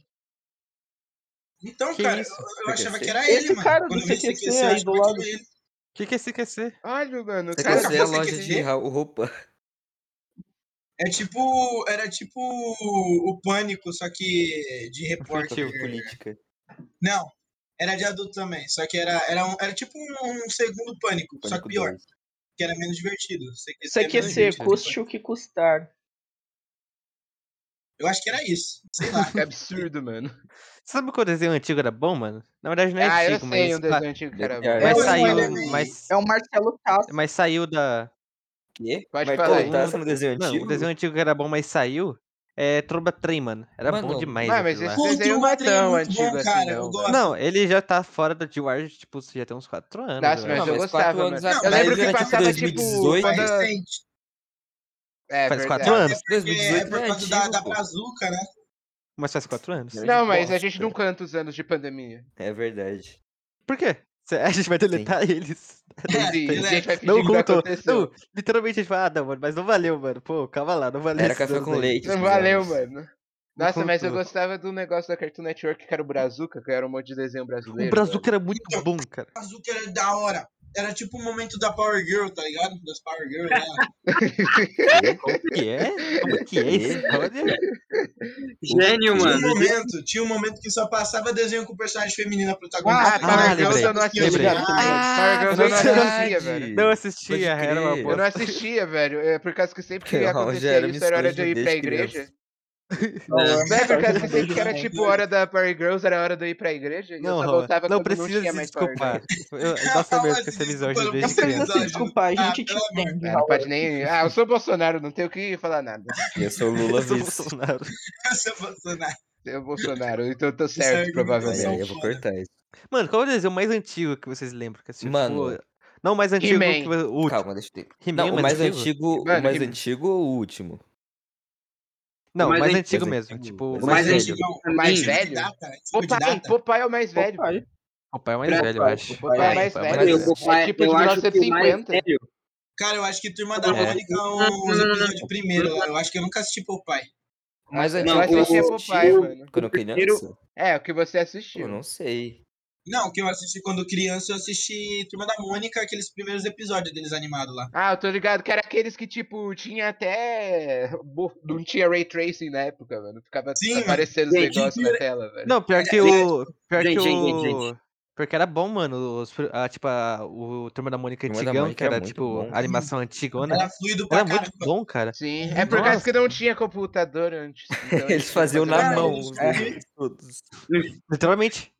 Speaker 5: Então,
Speaker 1: Que
Speaker 5: cara,
Speaker 1: isso?
Speaker 5: eu, eu achava
Speaker 2: CQC?
Speaker 5: que era ele,
Speaker 6: Esse
Speaker 5: mano.
Speaker 6: cara do
Speaker 5: Quando eu vi
Speaker 6: CQC
Speaker 5: eu
Speaker 6: aí
Speaker 5: achava
Speaker 6: do
Speaker 5: que
Speaker 6: lado.
Speaker 5: era ele.
Speaker 1: O que, que é CQC?
Speaker 2: Um
Speaker 3: Olha, mano, o
Speaker 2: Você
Speaker 3: cara...
Speaker 2: é a loja de ra- roupa.
Speaker 5: É tipo. Era tipo o pânico, só que de repórter.
Speaker 1: Infantil,
Speaker 2: Política.
Speaker 5: Não. Era de adulto também, só que era, era, um- era tipo um, um segundo pânico, só que
Speaker 2: Pânico
Speaker 5: pior,
Speaker 2: 2.
Speaker 5: que era menos divertido. CQC
Speaker 6: Isso
Speaker 5: é
Speaker 6: aqui é
Speaker 5: menos
Speaker 6: ser,
Speaker 5: divertido.
Speaker 6: custe o que custar.
Speaker 5: Eu acho que era isso. Sei lá.
Speaker 3: Que é absurdo, mano.
Speaker 1: Você sabe qual desenho antigo era bom, mano? Na verdade não é
Speaker 3: Ah, eu
Speaker 1: antigo,
Speaker 3: sei
Speaker 1: mas,
Speaker 3: um desenho antigo,
Speaker 2: Deve-
Speaker 3: cara.
Speaker 2: é,
Speaker 1: mas
Speaker 5: Eu
Speaker 1: saiu.
Speaker 5: lembro.
Speaker 1: Mas,
Speaker 6: É o Marcelo Tassi.
Speaker 1: mas saiu da.
Speaker 2: Quê?
Speaker 3: Pode
Speaker 2: Mas,
Speaker 3: falar
Speaker 2: pô,
Speaker 3: aí.
Speaker 2: tá sendo desenho
Speaker 1: Não,
Speaker 2: antigo?
Speaker 1: o desenho antigo que era bom, mas saiu. É Tromba Trem, mano. Era bom
Speaker 2: Mano,
Speaker 1: demais.
Speaker 3: Ah, mas
Speaker 1: aquilo lá.
Speaker 3: esse desenho não é
Speaker 5: Ultraman é
Speaker 3: tão
Speaker 5: muito bom,
Speaker 3: antigo assim,
Speaker 5: cara, eu
Speaker 3: não.
Speaker 5: gosto.
Speaker 3: velho.
Speaker 1: Não, ele já tá fora da Dewar, tipo, já tem uns 4 anos.
Speaker 3: Nossa,
Speaker 1: eu
Speaker 3: mas
Speaker 1: acho.
Speaker 3: eu
Speaker 2: mas
Speaker 3: gostava,
Speaker 2: quatro anos
Speaker 3: mano.
Speaker 2: atrás
Speaker 3: Eu lembro que
Speaker 2: era tipo
Speaker 3: passava, tipo,
Speaker 2: 2018.
Speaker 5: Mas
Speaker 3: quando-
Speaker 5: recente.
Speaker 3: É,
Speaker 1: Faz
Speaker 3: verdade.
Speaker 1: quatro anos?
Speaker 5: É, é
Speaker 2: 2018 não
Speaker 5: por
Speaker 2: é
Speaker 5: causa da, da
Speaker 2: antigo, pô.
Speaker 5: brazuca, né?
Speaker 1: Mas faz 4 anos.
Speaker 2: Não.
Speaker 3: Não, mas a
Speaker 2: bosta.
Speaker 3: gente não canta os anos de pandemia.
Speaker 2: É verdade.
Speaker 1: Por quê? Cê- A gente vai deletar eles.
Speaker 3: Sim,
Speaker 5: É,
Speaker 3: a gente vai fingir
Speaker 1: Não
Speaker 3: que não
Speaker 1: contou.
Speaker 3: aconteceu.
Speaker 1: Não, literalmente a gente fala, ah, não, mano, mas não valeu, mano. Pô, calma lá, não valeu.
Speaker 2: Era
Speaker 1: esses
Speaker 2: café
Speaker 1: anos
Speaker 2: com
Speaker 1: aí.
Speaker 2: leite.
Speaker 3: Não
Speaker 2: esses
Speaker 3: valeu,
Speaker 2: anos.
Speaker 3: mano. Nossa, mas eu
Speaker 1: é contou.
Speaker 3: gostava do negócio da Cartoon Network, que era o Brazuca, que era um monte de desenho
Speaker 1: O
Speaker 3: brasileiro.
Speaker 1: Brazuca era muito bom, cara.
Speaker 5: A Brazuca era da hora. Era tipo o momento da Power Girl, tá ligado? Das Power né? Girls lá.
Speaker 1: Como que é? Como que é
Speaker 2: Quê?
Speaker 1: isso? Olha.
Speaker 4: Gênio,
Speaker 5: tinha um
Speaker 4: mano.
Speaker 5: momento, tinha um momento que só passava desenho com personagem feminina
Speaker 3: Ah,
Speaker 5: protagonista. né?
Speaker 3: Power
Speaker 1: ah,
Speaker 3: Girls
Speaker 1: lembrei,
Speaker 3: eu não assistia.
Speaker 1: lembrei. Ah, é.
Speaker 3: Power Girls eu não assistia, velho.
Speaker 1: Não assistia,
Speaker 2: Pode
Speaker 1: era uma
Speaker 2: crer.
Speaker 3: Eu
Speaker 1: boa.
Speaker 3: não assistia, velho. É por causa que sempre que
Speaker 2: Que o Raul já
Speaker 3: acontecia
Speaker 2: era
Speaker 3: isso, era hora de
Speaker 2: misógino
Speaker 3: ir pra
Speaker 2: desde
Speaker 3: igreja.
Speaker 4: É.
Speaker 3: Não é por causa que
Speaker 5: Desde
Speaker 3: sempre que era tipo
Speaker 5: criança.
Speaker 3: hora da Power Girls, era hora de eu ir pra igreja. E eu
Speaker 1: Não,
Speaker 3: só
Speaker 1: Roma,
Speaker 3: voltava
Speaker 1: não
Speaker 3: quando não
Speaker 1: precisa
Speaker 3: tinha
Speaker 1: se
Speaker 3: mais Power
Speaker 1: desculpar.
Speaker 3: Girls.
Speaker 1: Eu, nossa,
Speaker 5: Fala
Speaker 1: mesmo
Speaker 5: se
Speaker 1: que você é
Speaker 5: desculpa,
Speaker 1: misógino
Speaker 5: não
Speaker 1: desde
Speaker 5: precisa
Speaker 6: Não
Speaker 1: criança.
Speaker 6: se
Speaker 5: Misógino.
Speaker 6: assim, desculpa, a
Speaker 5: Ah,
Speaker 6: gente te
Speaker 5: pelo amor de
Speaker 6: entende.
Speaker 3: É, não
Speaker 6: Raul.
Speaker 3: pode nem. Ah, eu sou Bolsonaro, não tenho o que falar nada.
Speaker 2: Eu sou o Lula
Speaker 1: Eu sou
Speaker 2: Vice.
Speaker 1: Bolsonaro.
Speaker 5: Essa Bolsonaro.
Speaker 3: Eu sou Bolsonaro, então eu tô
Speaker 5: é
Speaker 3: certo,
Speaker 5: argumentação.
Speaker 2: Ai, ai,
Speaker 3: provavelmente.
Speaker 2: eu vou cortar isso.
Speaker 1: Mano, qual é o desenho mais antigo que vocês lembram? Que assistiram?
Speaker 2: Mano.
Speaker 1: Tipo, não, o mais antigo
Speaker 3: He-Man.
Speaker 1: que o último.
Speaker 2: Calma, deixa eu ter.
Speaker 1: He-Man é
Speaker 2: Não, o mais antigo, o
Speaker 3: Mano,
Speaker 2: mais
Speaker 3: He-Man.
Speaker 2: antigo ou o último?
Speaker 1: Não, o
Speaker 4: O
Speaker 1: mais,
Speaker 4: mais antigo-
Speaker 1: antigo
Speaker 2: mais
Speaker 1: mesmo.
Speaker 2: antigo,
Speaker 1: Tipo,
Speaker 2: mais
Speaker 1: o
Speaker 4: O
Speaker 1: mais
Speaker 4: mais
Speaker 1: velho.
Speaker 4: antigo
Speaker 5: Não,
Speaker 3: mais
Speaker 5: antigo
Speaker 3: velho?
Speaker 5: de data, antigo de
Speaker 3: Popeye,
Speaker 5: data.
Speaker 3: Popeye é o mais velho.
Speaker 6: Opa, aí.
Speaker 1: O pai é o mais
Speaker 4: Pra-
Speaker 1: velho, eu acho.
Speaker 3: Popeye é o
Speaker 2: Popeye,
Speaker 3: mais
Speaker 1: Popeye é o mais
Speaker 3: velho.
Speaker 4: Eu,
Speaker 1: velho.
Speaker 3: É
Speaker 4: papai,
Speaker 3: tipo de
Speaker 4: eu acho que o mais é
Speaker 3: 1950.
Speaker 4: velho.
Speaker 5: Cara, eu acho que Turma da
Speaker 1: É.
Speaker 5: Mônica é
Speaker 4: Não,
Speaker 5: uns
Speaker 4: não, não,
Speaker 5: episódios primeiro lá. Eu acho que eu nunca assisti Popeye.
Speaker 2: Mas
Speaker 3: Nossa,
Speaker 2: antigo
Speaker 3: eu assistia
Speaker 4: o-
Speaker 3: Popeye,
Speaker 2: Hum.
Speaker 4: o-
Speaker 3: é mano.
Speaker 2: Quando criança?
Speaker 3: É, o que você
Speaker 2: Pô,
Speaker 3: assistiu.
Speaker 2: não sei.
Speaker 5: Não, que eu assisti quando criança, eu assisti Turma da Mônica, aqueles primeiros episódios deles animados lá.
Speaker 3: Ah, eu tô ligado, que era aqueles que, tipo, tinha até. bo- Não tinha ray tracing na época, mano. Ficava
Speaker 5: Sim, mano.
Speaker 3: aparecendo os
Speaker 4: Gente,
Speaker 3: negócios na
Speaker 5: jura-
Speaker 3: tela, velho.
Speaker 1: Não, pior que
Speaker 5: É,
Speaker 1: o. Pior que
Speaker 4: Gente, gente, gente,
Speaker 1: o. Porque era bom, mano. Os, pr- a, tipo, a, o Turma da Mônica
Speaker 2: Turma da
Speaker 1: antigão,
Speaker 2: Mônica
Speaker 1: que
Speaker 2: era
Speaker 1: era,
Speaker 2: muito
Speaker 1: tipo,
Speaker 2: bom.
Speaker 1: a animação antigona.
Speaker 5: Era fluido pra
Speaker 1: Era muito
Speaker 5: caramba.
Speaker 1: bom, cara.
Speaker 3: Sim, é por causa que não tinha computador antes. então
Speaker 2: Eles
Speaker 3: tinham que
Speaker 2: faziam
Speaker 3: fazer
Speaker 2: na
Speaker 5: Cara,
Speaker 2: mão
Speaker 5: eles-
Speaker 2: os desenhos todos.
Speaker 1: Literalmente.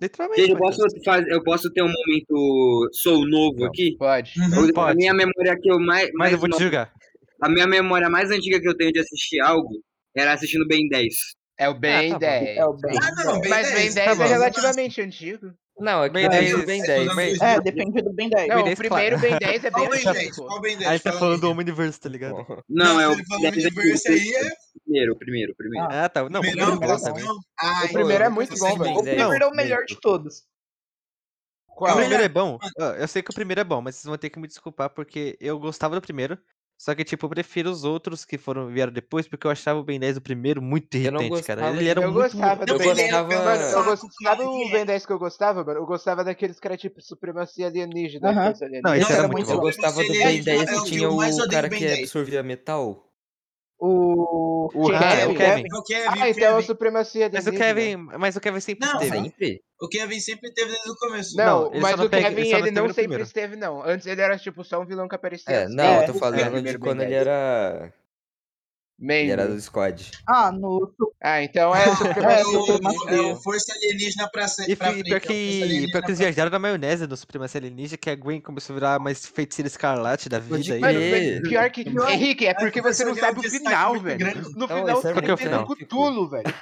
Speaker 1: Literalmente.
Speaker 4: Gente, eu
Speaker 1: Matheus.
Speaker 4: posso, faz- eu posso ter um momento sou novo
Speaker 2: Não.
Speaker 4: aqui?
Speaker 3: Pode.
Speaker 5: Uhum.
Speaker 4: Eu-
Speaker 1: Pode.
Speaker 4: A minha memória que eu mais,
Speaker 1: Mas
Speaker 4: mais
Speaker 1: eu vou te
Speaker 4: nova-
Speaker 1: julgar.
Speaker 4: a minha memória mais antiga que eu tenho de assistir algo era assistindo Ben 10.
Speaker 3: É o Ben
Speaker 1: tá bom.
Speaker 3: 10.
Speaker 6: É o Ben.
Speaker 5: Ah, não, bem
Speaker 3: Mas Ben 10
Speaker 1: Tá
Speaker 3: é
Speaker 1: bom.
Speaker 3: relativamente antigo.
Speaker 2: Não, é que
Speaker 1: Bem
Speaker 2: tem
Speaker 1: 10,
Speaker 2: o Ben
Speaker 1: é,
Speaker 2: 10.
Speaker 1: bem-
Speaker 6: É, depende do Ben 10.
Speaker 3: Não,
Speaker 1: Ben
Speaker 3: o
Speaker 1: 10,
Speaker 3: primeiro Ben 10 é bem
Speaker 5: Olha o Ben
Speaker 3: antigo,
Speaker 5: 10,
Speaker 3: pô.
Speaker 5: olha o Ben 10.
Speaker 1: Aí tá
Speaker 5: fala
Speaker 1: falando do
Speaker 5: aí.
Speaker 1: Omniverse, tá ligado?
Speaker 2: Bom,
Speaker 4: Não, é o
Speaker 5: ele falou
Speaker 4: Ben 10
Speaker 5: de verso aí, é
Speaker 4: primeiro, primeiro, primeiro.
Speaker 1: Ah, tá. Não, o primeiro é
Speaker 5: primeirão,
Speaker 1: bom
Speaker 5: nossa,
Speaker 1: também.
Speaker 5: não. Ah,
Speaker 3: O
Speaker 5: então
Speaker 3: primeiro é
Speaker 5: eu nunca
Speaker 3: muito
Speaker 5: assisti
Speaker 3: bom,
Speaker 5: Ben
Speaker 3: velho.
Speaker 6: O
Speaker 5: 10.
Speaker 6: primeiro é o
Speaker 2: Não,
Speaker 6: melhor de
Speaker 2: minto.
Speaker 6: todos.
Speaker 1: O
Speaker 3: Qual?
Speaker 5: Olha,
Speaker 1: primeiro é bom? Ó, Eu sei que o primeiro é bom, mas vocês vão ter que me desculpar porque eu gostava do primeiro. Só que, tipo, eu prefiro os outros que foram, vieram depois, porque eu achava o Ben 10 o primeiro muito
Speaker 2: Eu não
Speaker 1: irritante, cara.
Speaker 2: gostava
Speaker 1: Ele era
Speaker 2: de-
Speaker 3: Eu
Speaker 1: muito.
Speaker 3: gostava
Speaker 2: eu
Speaker 3: do
Speaker 5: Não,
Speaker 3: Ben 10.
Speaker 2: gostava.
Speaker 5: primeiro, pelo
Speaker 3: Mano, eu
Speaker 5: saco,
Speaker 3: gost...
Speaker 5: cara,
Speaker 3: sabe o
Speaker 5: que
Speaker 3: Ben 10 que eu gostava, mano? Eu gostava daqueles que era tipo supremacia alienígena.
Speaker 6: Aham.
Speaker 3: força alienígena.
Speaker 1: Não, esse
Speaker 6: Esse
Speaker 1: era
Speaker 6: era
Speaker 1: muito
Speaker 6: muito
Speaker 2: Eu
Speaker 1: bom.
Speaker 6: bom.
Speaker 2: gostava do
Speaker 5: Ele-
Speaker 2: Ben
Speaker 5: ele
Speaker 2: 10
Speaker 5: é o
Speaker 2: que
Speaker 5: que
Speaker 2: tinha
Speaker 5: eu mais
Speaker 2: o
Speaker 5: odeio
Speaker 2: cara
Speaker 5: do Ben
Speaker 2: que
Speaker 5: 10.
Speaker 2: absorvia metal.
Speaker 6: O.
Speaker 1: O Han, é o
Speaker 6: Kevin.
Speaker 1: Kevin.
Speaker 5: É o Kevin,
Speaker 3: Ah,
Speaker 5: o
Speaker 3: então é o
Speaker 5: Kevin.
Speaker 3: supremacia
Speaker 1: Mas o
Speaker 3: alienígena.
Speaker 1: Kevin.
Speaker 2: né?
Speaker 1: Mas o Kevin sempre
Speaker 5: Não,
Speaker 1: teve.
Speaker 2: Sempre.
Speaker 5: O Kevin sempre teve desde o começo.
Speaker 1: Não,
Speaker 3: Não,
Speaker 1: ele só
Speaker 3: mas
Speaker 1: não
Speaker 3: o
Speaker 1: pega- ele
Speaker 3: Kevin
Speaker 1: só não
Speaker 3: ele
Speaker 1: teve
Speaker 3: não
Speaker 1: no
Speaker 3: sempre
Speaker 1: primeiro.
Speaker 3: esteve, não. Antes ele era tipo só um vilão que aparecia.
Speaker 2: É,
Speaker 3: assim.
Speaker 2: não,
Speaker 6: É.
Speaker 2: eu tô
Speaker 5: É,
Speaker 2: falando de
Speaker 3: primeiro Ben
Speaker 2: quando ele
Speaker 3: 10.
Speaker 2: era. E era
Speaker 3: Membro.
Speaker 2: do Scott.
Speaker 6: Ah, no.
Speaker 3: Ah, então é
Speaker 5: É
Speaker 3: supremacia.
Speaker 5: o, é o Força Alienígena pra ser.
Speaker 1: E, fi-
Speaker 5: pra
Speaker 1: e
Speaker 5: frente,
Speaker 1: pior,
Speaker 5: é o Força
Speaker 1: que,
Speaker 5: Alienígena
Speaker 1: pior que eles
Speaker 5: pra-
Speaker 1: viajaram na maionese do Supremacia Alienígena, que a Gwen começou a virar mais feiticeira escarlate da
Speaker 2: Pode
Speaker 1: vida.
Speaker 3: Mano,
Speaker 1: aí.
Speaker 2: crer.
Speaker 3: mas pior que.
Speaker 5: Não.
Speaker 3: Henrique, é porque
Speaker 5: Mas
Speaker 3: você não
Speaker 5: esse é um
Speaker 3: sabe o
Speaker 5: destaque
Speaker 3: final,
Speaker 5: muito
Speaker 3: velho.
Speaker 5: grande.
Speaker 3: No
Speaker 2: Então,
Speaker 3: final,
Speaker 2: esse é
Speaker 3: os
Speaker 1: o
Speaker 3: caras
Speaker 1: final.
Speaker 3: enfrentam o Cthulhu, velho.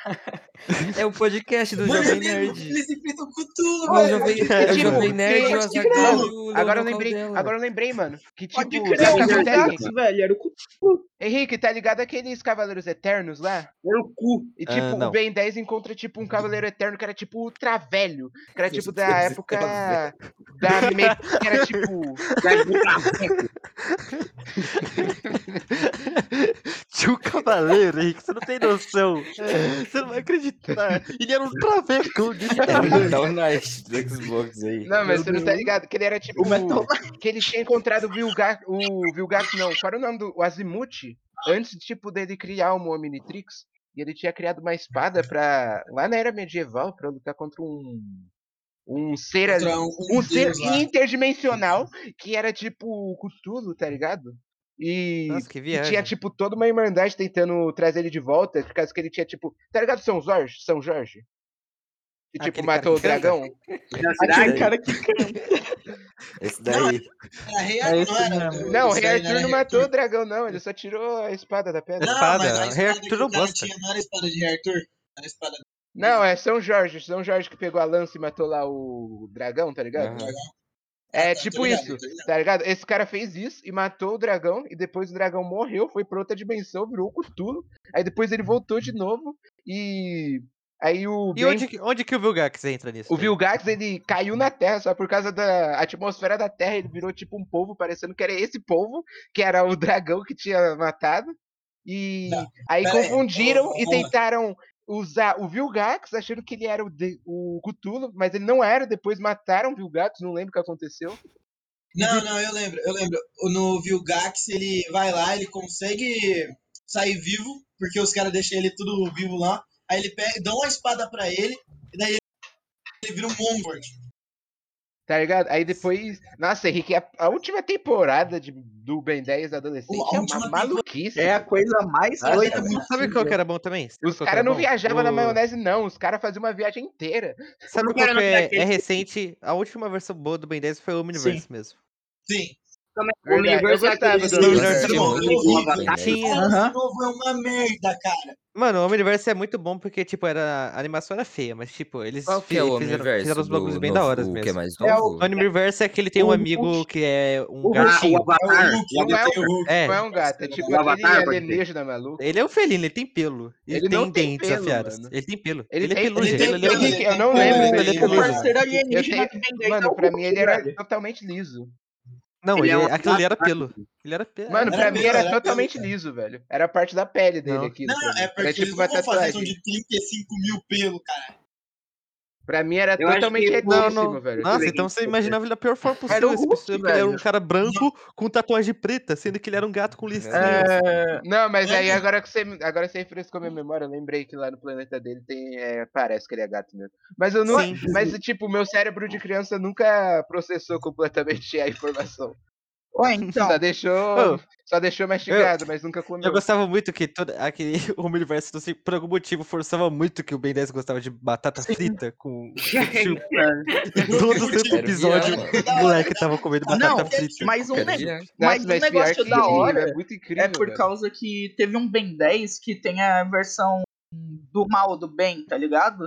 Speaker 2: É o podcast do
Speaker 5: Mano,
Speaker 2: Jovem
Speaker 5: eu lembro,
Speaker 2: Nerd.
Speaker 5: eles enfrentam o Cthulhu,
Speaker 2: É o
Speaker 5: velho.
Speaker 2: Jovem,
Speaker 5: Pode
Speaker 2: é o
Speaker 5: crer.
Speaker 2: Jovem
Speaker 3: Tipo,
Speaker 2: Nerd,
Speaker 3: pode
Speaker 2: o
Speaker 3: crer.
Speaker 2: Azaghal e o
Speaker 3: Agora eu
Speaker 2: Leandro
Speaker 3: lembrei,
Speaker 2: Caldela.
Speaker 3: agora eu lembrei, mano. Que tipo,
Speaker 6: Pode
Speaker 3: que
Speaker 6: criar o
Speaker 3: acontece,
Speaker 4: verdade,
Speaker 6: Cthulhu,
Speaker 3: Henrique?
Speaker 6: velho. Era o Cthulhu.
Speaker 3: Henrique, tá ligado aqueles Cavaleiros Eternos lá?
Speaker 4: Era o cu.
Speaker 3: E
Speaker 1: Ah,
Speaker 3: tipo,
Speaker 1: não.
Speaker 3: o Ben 10 encontra tipo um Cavaleiro Eterno que era tipo ultra velho. Que era tipo da
Speaker 2: Deus,
Speaker 3: época.
Speaker 2: ultra
Speaker 3: Da me... que era tipo.
Speaker 4: Gás do carro.
Speaker 1: Tio um Cavaleiro, Henrique, você não tem noção. Você não vai acreditar. Ele era um travecão de
Speaker 2: É o
Speaker 1: Cavaleiro.
Speaker 2: Metal Knight do Xbox aí.
Speaker 3: Não, mas
Speaker 6: Meu
Speaker 3: você não tá
Speaker 6: Deus.
Speaker 3: ligado que ele era tipo.
Speaker 6: O Metal
Speaker 3: Que ele tinha encontrado o Vilgax. O Vilgax não. Qual era o nome do. O Azimuth. Antes, tipo, dele criar uma Omnitrix. E ele tinha criado uma espada pra. Lá na era medieval, pra lutar contra um. Um ser ali.
Speaker 5: Contra um,
Speaker 3: um ser
Speaker 5: deus lá.
Speaker 3: interdimensional que era tipo o Cthulhu, tá ligado? E,
Speaker 1: Nossa, que
Speaker 3: e tinha
Speaker 1: viagem.
Speaker 3: tipo toda uma irmandade tentando trazer ele de volta, por causa que ele tinha tipo, tá ligado São Jorge, São Jorge? Que tipo
Speaker 1: Aquele cara
Speaker 3: matou o
Speaker 1: Ah, que canta?
Speaker 3: dragão?
Speaker 4: Da
Speaker 6: Aquele
Speaker 4: cidade.
Speaker 6: cara que
Speaker 2: Esse daí.
Speaker 5: Era Rei
Speaker 6: É esse
Speaker 5: Arthur, não era?
Speaker 6: mesmo.
Speaker 5: o-
Speaker 3: Não, o
Speaker 5: isso
Speaker 3: Rei
Speaker 5: aí era
Speaker 3: Arthur não
Speaker 5: Rei
Speaker 3: matou o dragão não, ele só tirou a espada da pedra.
Speaker 5: Não, mas
Speaker 1: Espada.
Speaker 5: a
Speaker 1: Rei
Speaker 5: espada
Speaker 1: Arthur
Speaker 5: que
Speaker 1: não
Speaker 5: o cara
Speaker 1: gosta.
Speaker 5: tinha não era a espada de Rei Arthur. Era a espada
Speaker 3: Não, é São Jorge, São Jorge que pegou a lança e matou lá o dragão, tá ligado?
Speaker 2: Aham.
Speaker 3: É
Speaker 5: tá, tô
Speaker 3: tipo
Speaker 5: ligado,
Speaker 3: isso,
Speaker 5: tô ligado.
Speaker 3: tá ligado? Esse cara fez isso e matou o dragão, e depois o dragão morreu, foi pra outra dimensão, virou o Cthulhu. Aí depois ele voltou de novo e. Aí o.
Speaker 1: E
Speaker 3: Ben-
Speaker 1: onde, que- onde que o Vilgax entra nisso?
Speaker 3: O
Speaker 1: daí?
Speaker 3: Vilgax, ele caiu na Terra só por causa da atmosfera da Terra. Ele virou tipo um povo, parecendo que era esse povo, que era o dragão que tinha matado. E
Speaker 5: Não,
Speaker 3: aí
Speaker 5: pera aí,
Speaker 3: confundiram
Speaker 5: ô,
Speaker 3: e
Speaker 5: ô,
Speaker 3: tentaram usar o Vilgax, achando que ele era o, de, o Cthulhu, mas ele não era. Depois mataram o Vilgax, não lembro o que aconteceu.
Speaker 5: Não, não, eu lembro, eu lembro. O- No Vilgax, ele vai lá, ele consegue sair vivo, porque os caras deixam ele tudo vivo lá. Aí ele pega, dão a espada pra ele, e daí ele vira um Mongord.
Speaker 3: Tá ligado? Aí depois. Nossa, Henrique, a, a última temporada de, do Ben 10 adolescente
Speaker 5: Uma- a
Speaker 3: é uma
Speaker 5: última
Speaker 3: maluquice.
Speaker 6: É a coisa mais
Speaker 5: Ah,
Speaker 6: doida.
Speaker 5: é muito-
Speaker 1: Sabe qual que era bom também? Sabe
Speaker 3: Os
Speaker 1: qual que
Speaker 3: caras
Speaker 1: era
Speaker 3: não
Speaker 1: bom?
Speaker 3: viajavam na
Speaker 1: O-
Speaker 3: maionese, não. Os caras faziam uma viagem inteira.
Speaker 1: Sabe
Speaker 4: Não
Speaker 1: qual
Speaker 4: era
Speaker 1: que é,
Speaker 4: naquele-
Speaker 1: é recente? A última versão boa do Ben 10 foi o Omniverse mesmo.
Speaker 5: Sim.
Speaker 4: Como é que o
Speaker 3: Verdade,
Speaker 4: Omniverse
Speaker 3: eu
Speaker 4: é aquele
Speaker 3: gostava
Speaker 5: do
Speaker 4: livro
Speaker 5: Omniverse,
Speaker 4: que
Speaker 5: era
Speaker 4: o
Speaker 5: horrível.
Speaker 4: Omniverse ataca?
Speaker 1: Tinha.
Speaker 5: Cara,
Speaker 6: Aham.
Speaker 5: esse novo é uma merda, cara.
Speaker 1: Mano, o Omniverse é muito bom porque, tipo, era... a animação era feia, mas, tipo, eles
Speaker 2: Qual que
Speaker 1: fi-
Speaker 2: é o
Speaker 1: fizeram,
Speaker 2: universo?
Speaker 1: fizeram os bagulhos
Speaker 2: do
Speaker 1: bem
Speaker 2: novo-
Speaker 1: da hora
Speaker 2: O que é
Speaker 1: mesmo.
Speaker 2: mais
Speaker 6: É o-
Speaker 2: novo?
Speaker 1: O Omniverse é que ele tem um
Speaker 6: O-
Speaker 1: amigo que é um
Speaker 6: o-
Speaker 4: Ah, o
Speaker 1: gatinho.
Speaker 5: É o
Speaker 4: Avatar.
Speaker 5: Hulk,
Speaker 3: Não
Speaker 4: O
Speaker 3: é
Speaker 4: Avatar.
Speaker 5: tem
Speaker 3: um,
Speaker 5: o Hulk.
Speaker 1: É,
Speaker 3: não é um gato, é tipo
Speaker 4: O Avatar,
Speaker 3: aquele
Speaker 4: pode crer.
Speaker 3: alienígena maluco.
Speaker 1: ele é um felino, ele tem pelo. E
Speaker 3: Ele não
Speaker 1: tem
Speaker 3: tem
Speaker 1: dentes
Speaker 3: pelo,
Speaker 1: afiados.
Speaker 3: mano.
Speaker 1: Ele tem pelo.
Speaker 3: Ele
Speaker 1: Ele é
Speaker 3: tem- ele um
Speaker 1: peludo,
Speaker 5: tem
Speaker 1: ele é
Speaker 5: pelo,
Speaker 1: leopardo.
Speaker 3: Henrique, eu não
Speaker 5: Ele
Speaker 3: lembro
Speaker 5: tem
Speaker 3: dele
Speaker 1: pelo,
Speaker 6: O
Speaker 1: Beleza,
Speaker 3: peludo.
Speaker 6: parceiro
Speaker 3: Eu
Speaker 6: alienígena
Speaker 3: tenho...
Speaker 6: que vem daí tá
Speaker 3: Mano,
Speaker 6: o
Speaker 3: pra
Speaker 6: Hulk,
Speaker 3: mim ele era
Speaker 6: velho.
Speaker 3: totalmente liso.
Speaker 1: Não,
Speaker 4: Ele
Speaker 1: ele,
Speaker 4: é um
Speaker 1: aquilo ali era
Speaker 4: avatar.
Speaker 1: pelo. Ele era pelo.
Speaker 3: Mano,
Speaker 5: Era
Speaker 3: pra mim
Speaker 5: pelo,
Speaker 3: era
Speaker 5: era pelo,
Speaker 3: totalmente liso, velho. Era a parte da pele dele
Speaker 1: Não.
Speaker 3: aquilo.
Speaker 5: Não,
Speaker 3: Pra mim.
Speaker 5: é
Speaker 3: Era
Speaker 5: porque
Speaker 3: tipo
Speaker 5: eles não
Speaker 3: uma
Speaker 5: vão fazer som
Speaker 3: tatuagem.
Speaker 5: de 35 mil pelo, cara.
Speaker 3: Pra mim era
Speaker 4: Eu acho
Speaker 3: totalmente
Speaker 4: que- é
Speaker 1: Não,
Speaker 3: retíssimo,
Speaker 1: não.
Speaker 3: velho.
Speaker 1: Nossa,
Speaker 4: ver
Speaker 1: então
Speaker 4: quem
Speaker 1: você
Speaker 4: foi,
Speaker 1: imaginava ele da pior forma
Speaker 6: Era o
Speaker 1: possível. Esse
Speaker 6: Hulk,
Speaker 1: possível porque ele era um
Speaker 6: velho.
Speaker 1: cara branco com tatuagem preta, sendo que ele era um gato com listrinha.
Speaker 6: É...
Speaker 3: Não, mas aí
Speaker 5: Mano.
Speaker 3: agora que você, agora você refrescou minha memória, eu lembrei que lá no planeta dele tem. é, parece que ele é gato mesmo. Mas eu não.
Speaker 1: Sim.
Speaker 3: Mas, tipo, meu cérebro de criança nunca processou completamente a informação.
Speaker 6: Ué, então.
Speaker 3: Só deixou.
Speaker 1: Ô,
Speaker 3: Só deixou mastigado, mas nunca comeu.
Speaker 1: Eu gostava muito que todo aquele o universo do por algum motivo forçava muito que o Ben 10 gostava de batata frita com em todos os
Speaker 5: Era o
Speaker 1: episódios.
Speaker 2: Viana,
Speaker 1: O moleque tava comendo batata
Speaker 6: Não,
Speaker 1: frita.
Speaker 6: Mas um,
Speaker 2: Quero
Speaker 6: ne-
Speaker 2: dizer.
Speaker 6: mas
Speaker 3: Nossa,
Speaker 6: um negócio da hora
Speaker 3: é muito incrível.
Speaker 6: é por
Speaker 3: velho.
Speaker 6: causa que teve um Ben 10 que tem a versão do mal do bem, tá ligado?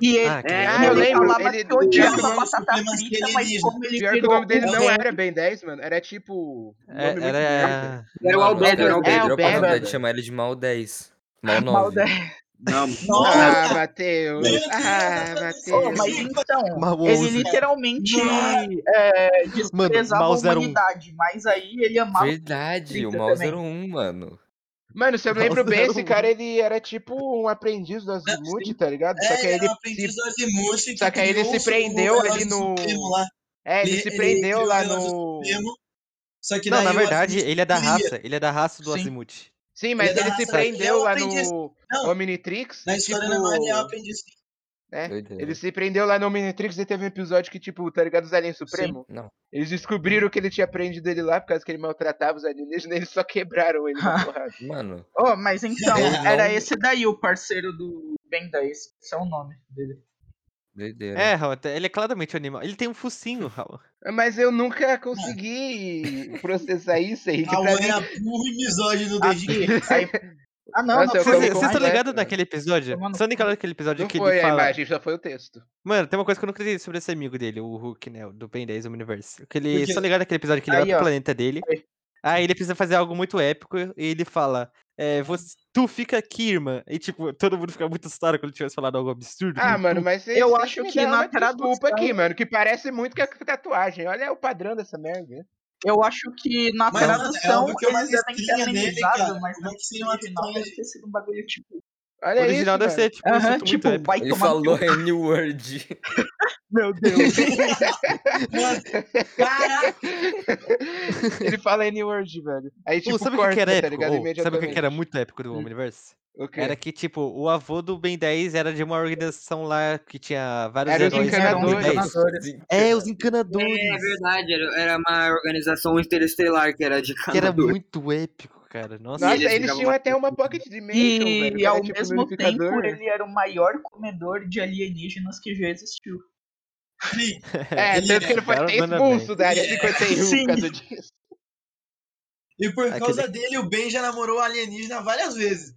Speaker 6: E ele,
Speaker 1: Ah, que
Speaker 4: É,
Speaker 1: legal.
Speaker 3: Ah, eu
Speaker 6: ele
Speaker 3: lembro,
Speaker 6: falava
Speaker 3: ele-
Speaker 6: que odiava
Speaker 5: pior que o nome
Speaker 6: batata
Speaker 5: Supremacia
Speaker 6: frita, mas
Speaker 5: Alienígena.
Speaker 6: como ele
Speaker 3: Pior que o
Speaker 6: virou
Speaker 3: nome dele
Speaker 6: um
Speaker 3: não é
Speaker 6: Ben-
Speaker 3: era Ben 10, mano. Era tipo. Um
Speaker 1: É,
Speaker 3: nome muito merda.
Speaker 1: era.
Speaker 4: Era o
Speaker 2: Mano, os
Speaker 4: Albedo,
Speaker 2: caras
Speaker 4: era o
Speaker 3: É,
Speaker 4: Albedo.
Speaker 2: perderam a
Speaker 3: Albedo.
Speaker 2: oportunidade de chamar ele de mal 10. Mal 9.
Speaker 6: mal 10.
Speaker 4: Não,
Speaker 5: Nossa,
Speaker 3: Ah, Matheus.
Speaker 5: Meu
Speaker 3: Ah,
Speaker 5: Deus,
Speaker 6: Oh,
Speaker 3: Matheus.
Speaker 5: Deus.
Speaker 6: mas então,
Speaker 1: Mal
Speaker 6: ele
Speaker 1: 11.
Speaker 6: literalmente
Speaker 5: Mano.
Speaker 6: é, desprezava
Speaker 1: Mano, mal
Speaker 6: a
Speaker 1: 01.
Speaker 6: humanidade, mas aí ele amava
Speaker 2: Verdade, o
Speaker 6: Frita
Speaker 2: mal
Speaker 6: também.
Speaker 2: 01, mano.
Speaker 3: Mano, se eu me lembro
Speaker 1: Nossa,
Speaker 3: bem,
Speaker 1: era
Speaker 3: esse
Speaker 1: um-
Speaker 3: cara ele era tipo um aprendiz do
Speaker 5: É,
Speaker 3: Azimuth,
Speaker 5: sim.
Speaker 3: tá ligado? Só
Speaker 5: É,
Speaker 3: que
Speaker 5: ele
Speaker 3: aí
Speaker 5: era
Speaker 3: ele
Speaker 5: um
Speaker 3: se,
Speaker 5: aprendiz do Azimuth que
Speaker 3: só que aí ele
Speaker 5: criou
Speaker 3: se
Speaker 5: o su-
Speaker 3: prendeu
Speaker 5: o
Speaker 3: ali
Speaker 5: relógio
Speaker 3: no-
Speaker 5: um supremo lá.
Speaker 3: é, ele
Speaker 5: Ele,
Speaker 3: se
Speaker 5: ele
Speaker 3: prendeu
Speaker 5: criou o
Speaker 3: lá
Speaker 5: relógio
Speaker 3: no
Speaker 5: supremo, só que
Speaker 1: Não,
Speaker 5: daí
Speaker 1: na
Speaker 5: o
Speaker 1: verdade,
Speaker 5: Azimuth
Speaker 1: ele é da
Speaker 5: queria.
Speaker 1: raça. Ele é da raça do
Speaker 6: Sim.
Speaker 1: Azimuth.
Speaker 3: Sim,
Speaker 5: Ele é
Speaker 3: mas
Speaker 5: da
Speaker 3: ele se
Speaker 5: raça, ele é
Speaker 3: prendeu
Speaker 5: o
Speaker 3: lá
Speaker 5: aprendiz.
Speaker 3: no
Speaker 5: Não,
Speaker 3: Omnitrix
Speaker 5: na
Speaker 3: e tipo
Speaker 5: história da Marvel ele é o aprendiz.
Speaker 3: né?
Speaker 2: Doideira.
Speaker 3: Ele se prendeu lá no Omnitrix e teve um episódio que, tipo, tá ligado? Os aliens supremo.
Speaker 2: Não.
Speaker 3: Eles descobriram que ele tinha prendido ele lá por causa que ele maltratava os alienígenas e eles só quebraram ele na porrada.
Speaker 2: Mano,
Speaker 6: Oh, mas então,
Speaker 5: Eu
Speaker 6: era
Speaker 2: não-
Speaker 6: esse daí o parceiro do Ben 10. Esse é o nome dele.
Speaker 2: doideira.
Speaker 1: É, Raul, até- ele é claramente um animal. Ele tem um focinho, Raul.
Speaker 3: Mas eu
Speaker 1: É.
Speaker 3: nunca consegui processar isso, Henrique.
Speaker 5: Raul
Speaker 3: Pra mim,
Speaker 5: era burro é e misógino
Speaker 6: Ah,
Speaker 5: desde que.
Speaker 6: Ah, não,
Speaker 3: Nossa,
Speaker 6: não
Speaker 1: Vocês
Speaker 3: eu
Speaker 6: foi
Speaker 3: como
Speaker 6: ele.
Speaker 1: vocês estão
Speaker 3: completo,
Speaker 1: ligados
Speaker 3: né?
Speaker 1: naquele episódio?
Speaker 6: Tomando
Speaker 1: Vocês estão ligados naquele episódio
Speaker 3: não
Speaker 1: que
Speaker 3: foi
Speaker 1: ele
Speaker 3: a
Speaker 1: fala... Uhum.
Speaker 3: imagem, só foi o texto.
Speaker 1: Mano, tem uma coisa que eu nunca entendi sobre esse amigo dele, o Hulk, né? Do Ben 10 Universe. Que ele,
Speaker 5: Porque-
Speaker 1: só ligado naquele episódio que ele
Speaker 6: Aí,
Speaker 1: vai pro
Speaker 6: ó.
Speaker 1: planeta dele.
Speaker 6: Aí.
Speaker 1: Aí ele precisa fazer algo muito épico e ele fala: é, você, Tu fica aqui, irmã. E tipo, todo mundo fica muito assustado quando ele tivesse falado algo absurdo.
Speaker 3: Ah,
Speaker 1: como
Speaker 3: mano,
Speaker 1: tu.
Speaker 3: mas vocês
Speaker 6: Eu
Speaker 3: têm
Speaker 6: acho
Speaker 3: me
Speaker 6: que
Speaker 3: dar
Speaker 6: na
Speaker 3: uma desculpa
Speaker 6: tradução-
Speaker 3: aqui, mano, que parece muito que é tatuagem. Olha o padrão dessa merda.
Speaker 6: Eu acho que na
Speaker 5: Mas, mano, é
Speaker 6: tradução
Speaker 5: óbvio que é uma
Speaker 6: eles devem ter
Speaker 5: estrinha nele,
Speaker 6: amenizado,
Speaker 5: cara.
Speaker 6: mas
Speaker 5: Como
Speaker 6: no
Speaker 5: é que seria uma
Speaker 6: original
Speaker 5: tatuagem?
Speaker 6: deve ter sido um bagulho tipo.
Speaker 1: O
Speaker 3: Olha
Speaker 1: original
Speaker 3: é isso,
Speaker 1: deve
Speaker 3: mano.
Speaker 1: ser tipo um
Speaker 6: Aham,
Speaker 1: insulto muito
Speaker 6: tipo,
Speaker 1: épico.
Speaker 6: vai
Speaker 2: Ele
Speaker 6: tomar no
Speaker 2: falou
Speaker 6: teu-
Speaker 2: N word.
Speaker 6: Meu Deus.
Speaker 5: Mano, caraca,
Speaker 3: Ele fala N-word, velho. Aí, tipo,
Speaker 1: Ô, sabe o que
Speaker 3: corta,
Speaker 1: que era
Speaker 3: tá
Speaker 1: épico?
Speaker 3: ligado?
Speaker 1: Ô, sabe o que que era
Speaker 3: Imediatamente.
Speaker 1: muito épico do
Speaker 3: Hum.
Speaker 1: Omniverse?
Speaker 3: O quê?
Speaker 1: Era que, tipo, o avô do Ben 10 era de uma organização lá que tinha vários
Speaker 3: Era os
Speaker 1: heróis do Ben
Speaker 3: encanadores.
Speaker 1: 10. É, os encanadores.
Speaker 4: É verdade, era, era uma organização interestelar que era de
Speaker 1: que era
Speaker 4: canador.
Speaker 1: muito épico, cara. Nossa.
Speaker 3: Nossa,
Speaker 4: eles
Speaker 3: eles,
Speaker 4: ficavam
Speaker 3: tinham
Speaker 4: lá
Speaker 3: até uma Pocket Dimension, velho.
Speaker 6: E
Speaker 3: que era,
Speaker 6: ao
Speaker 3: tipo,
Speaker 6: mesmo tempo né?
Speaker 3: unificador.
Speaker 6: ele era o maior comedor de alienígenas que já existiu.
Speaker 5: Fri,
Speaker 3: É,
Speaker 5: Ele
Speaker 3: tanto que
Speaker 5: é
Speaker 3: ele foi até
Speaker 1: Garbanamente.
Speaker 3: expulso da área 51
Speaker 6: Sim.
Speaker 3: por causa disso.
Speaker 5: E por
Speaker 1: Aquele-
Speaker 5: causa dele, o Ben já namorou alienígena várias vezes.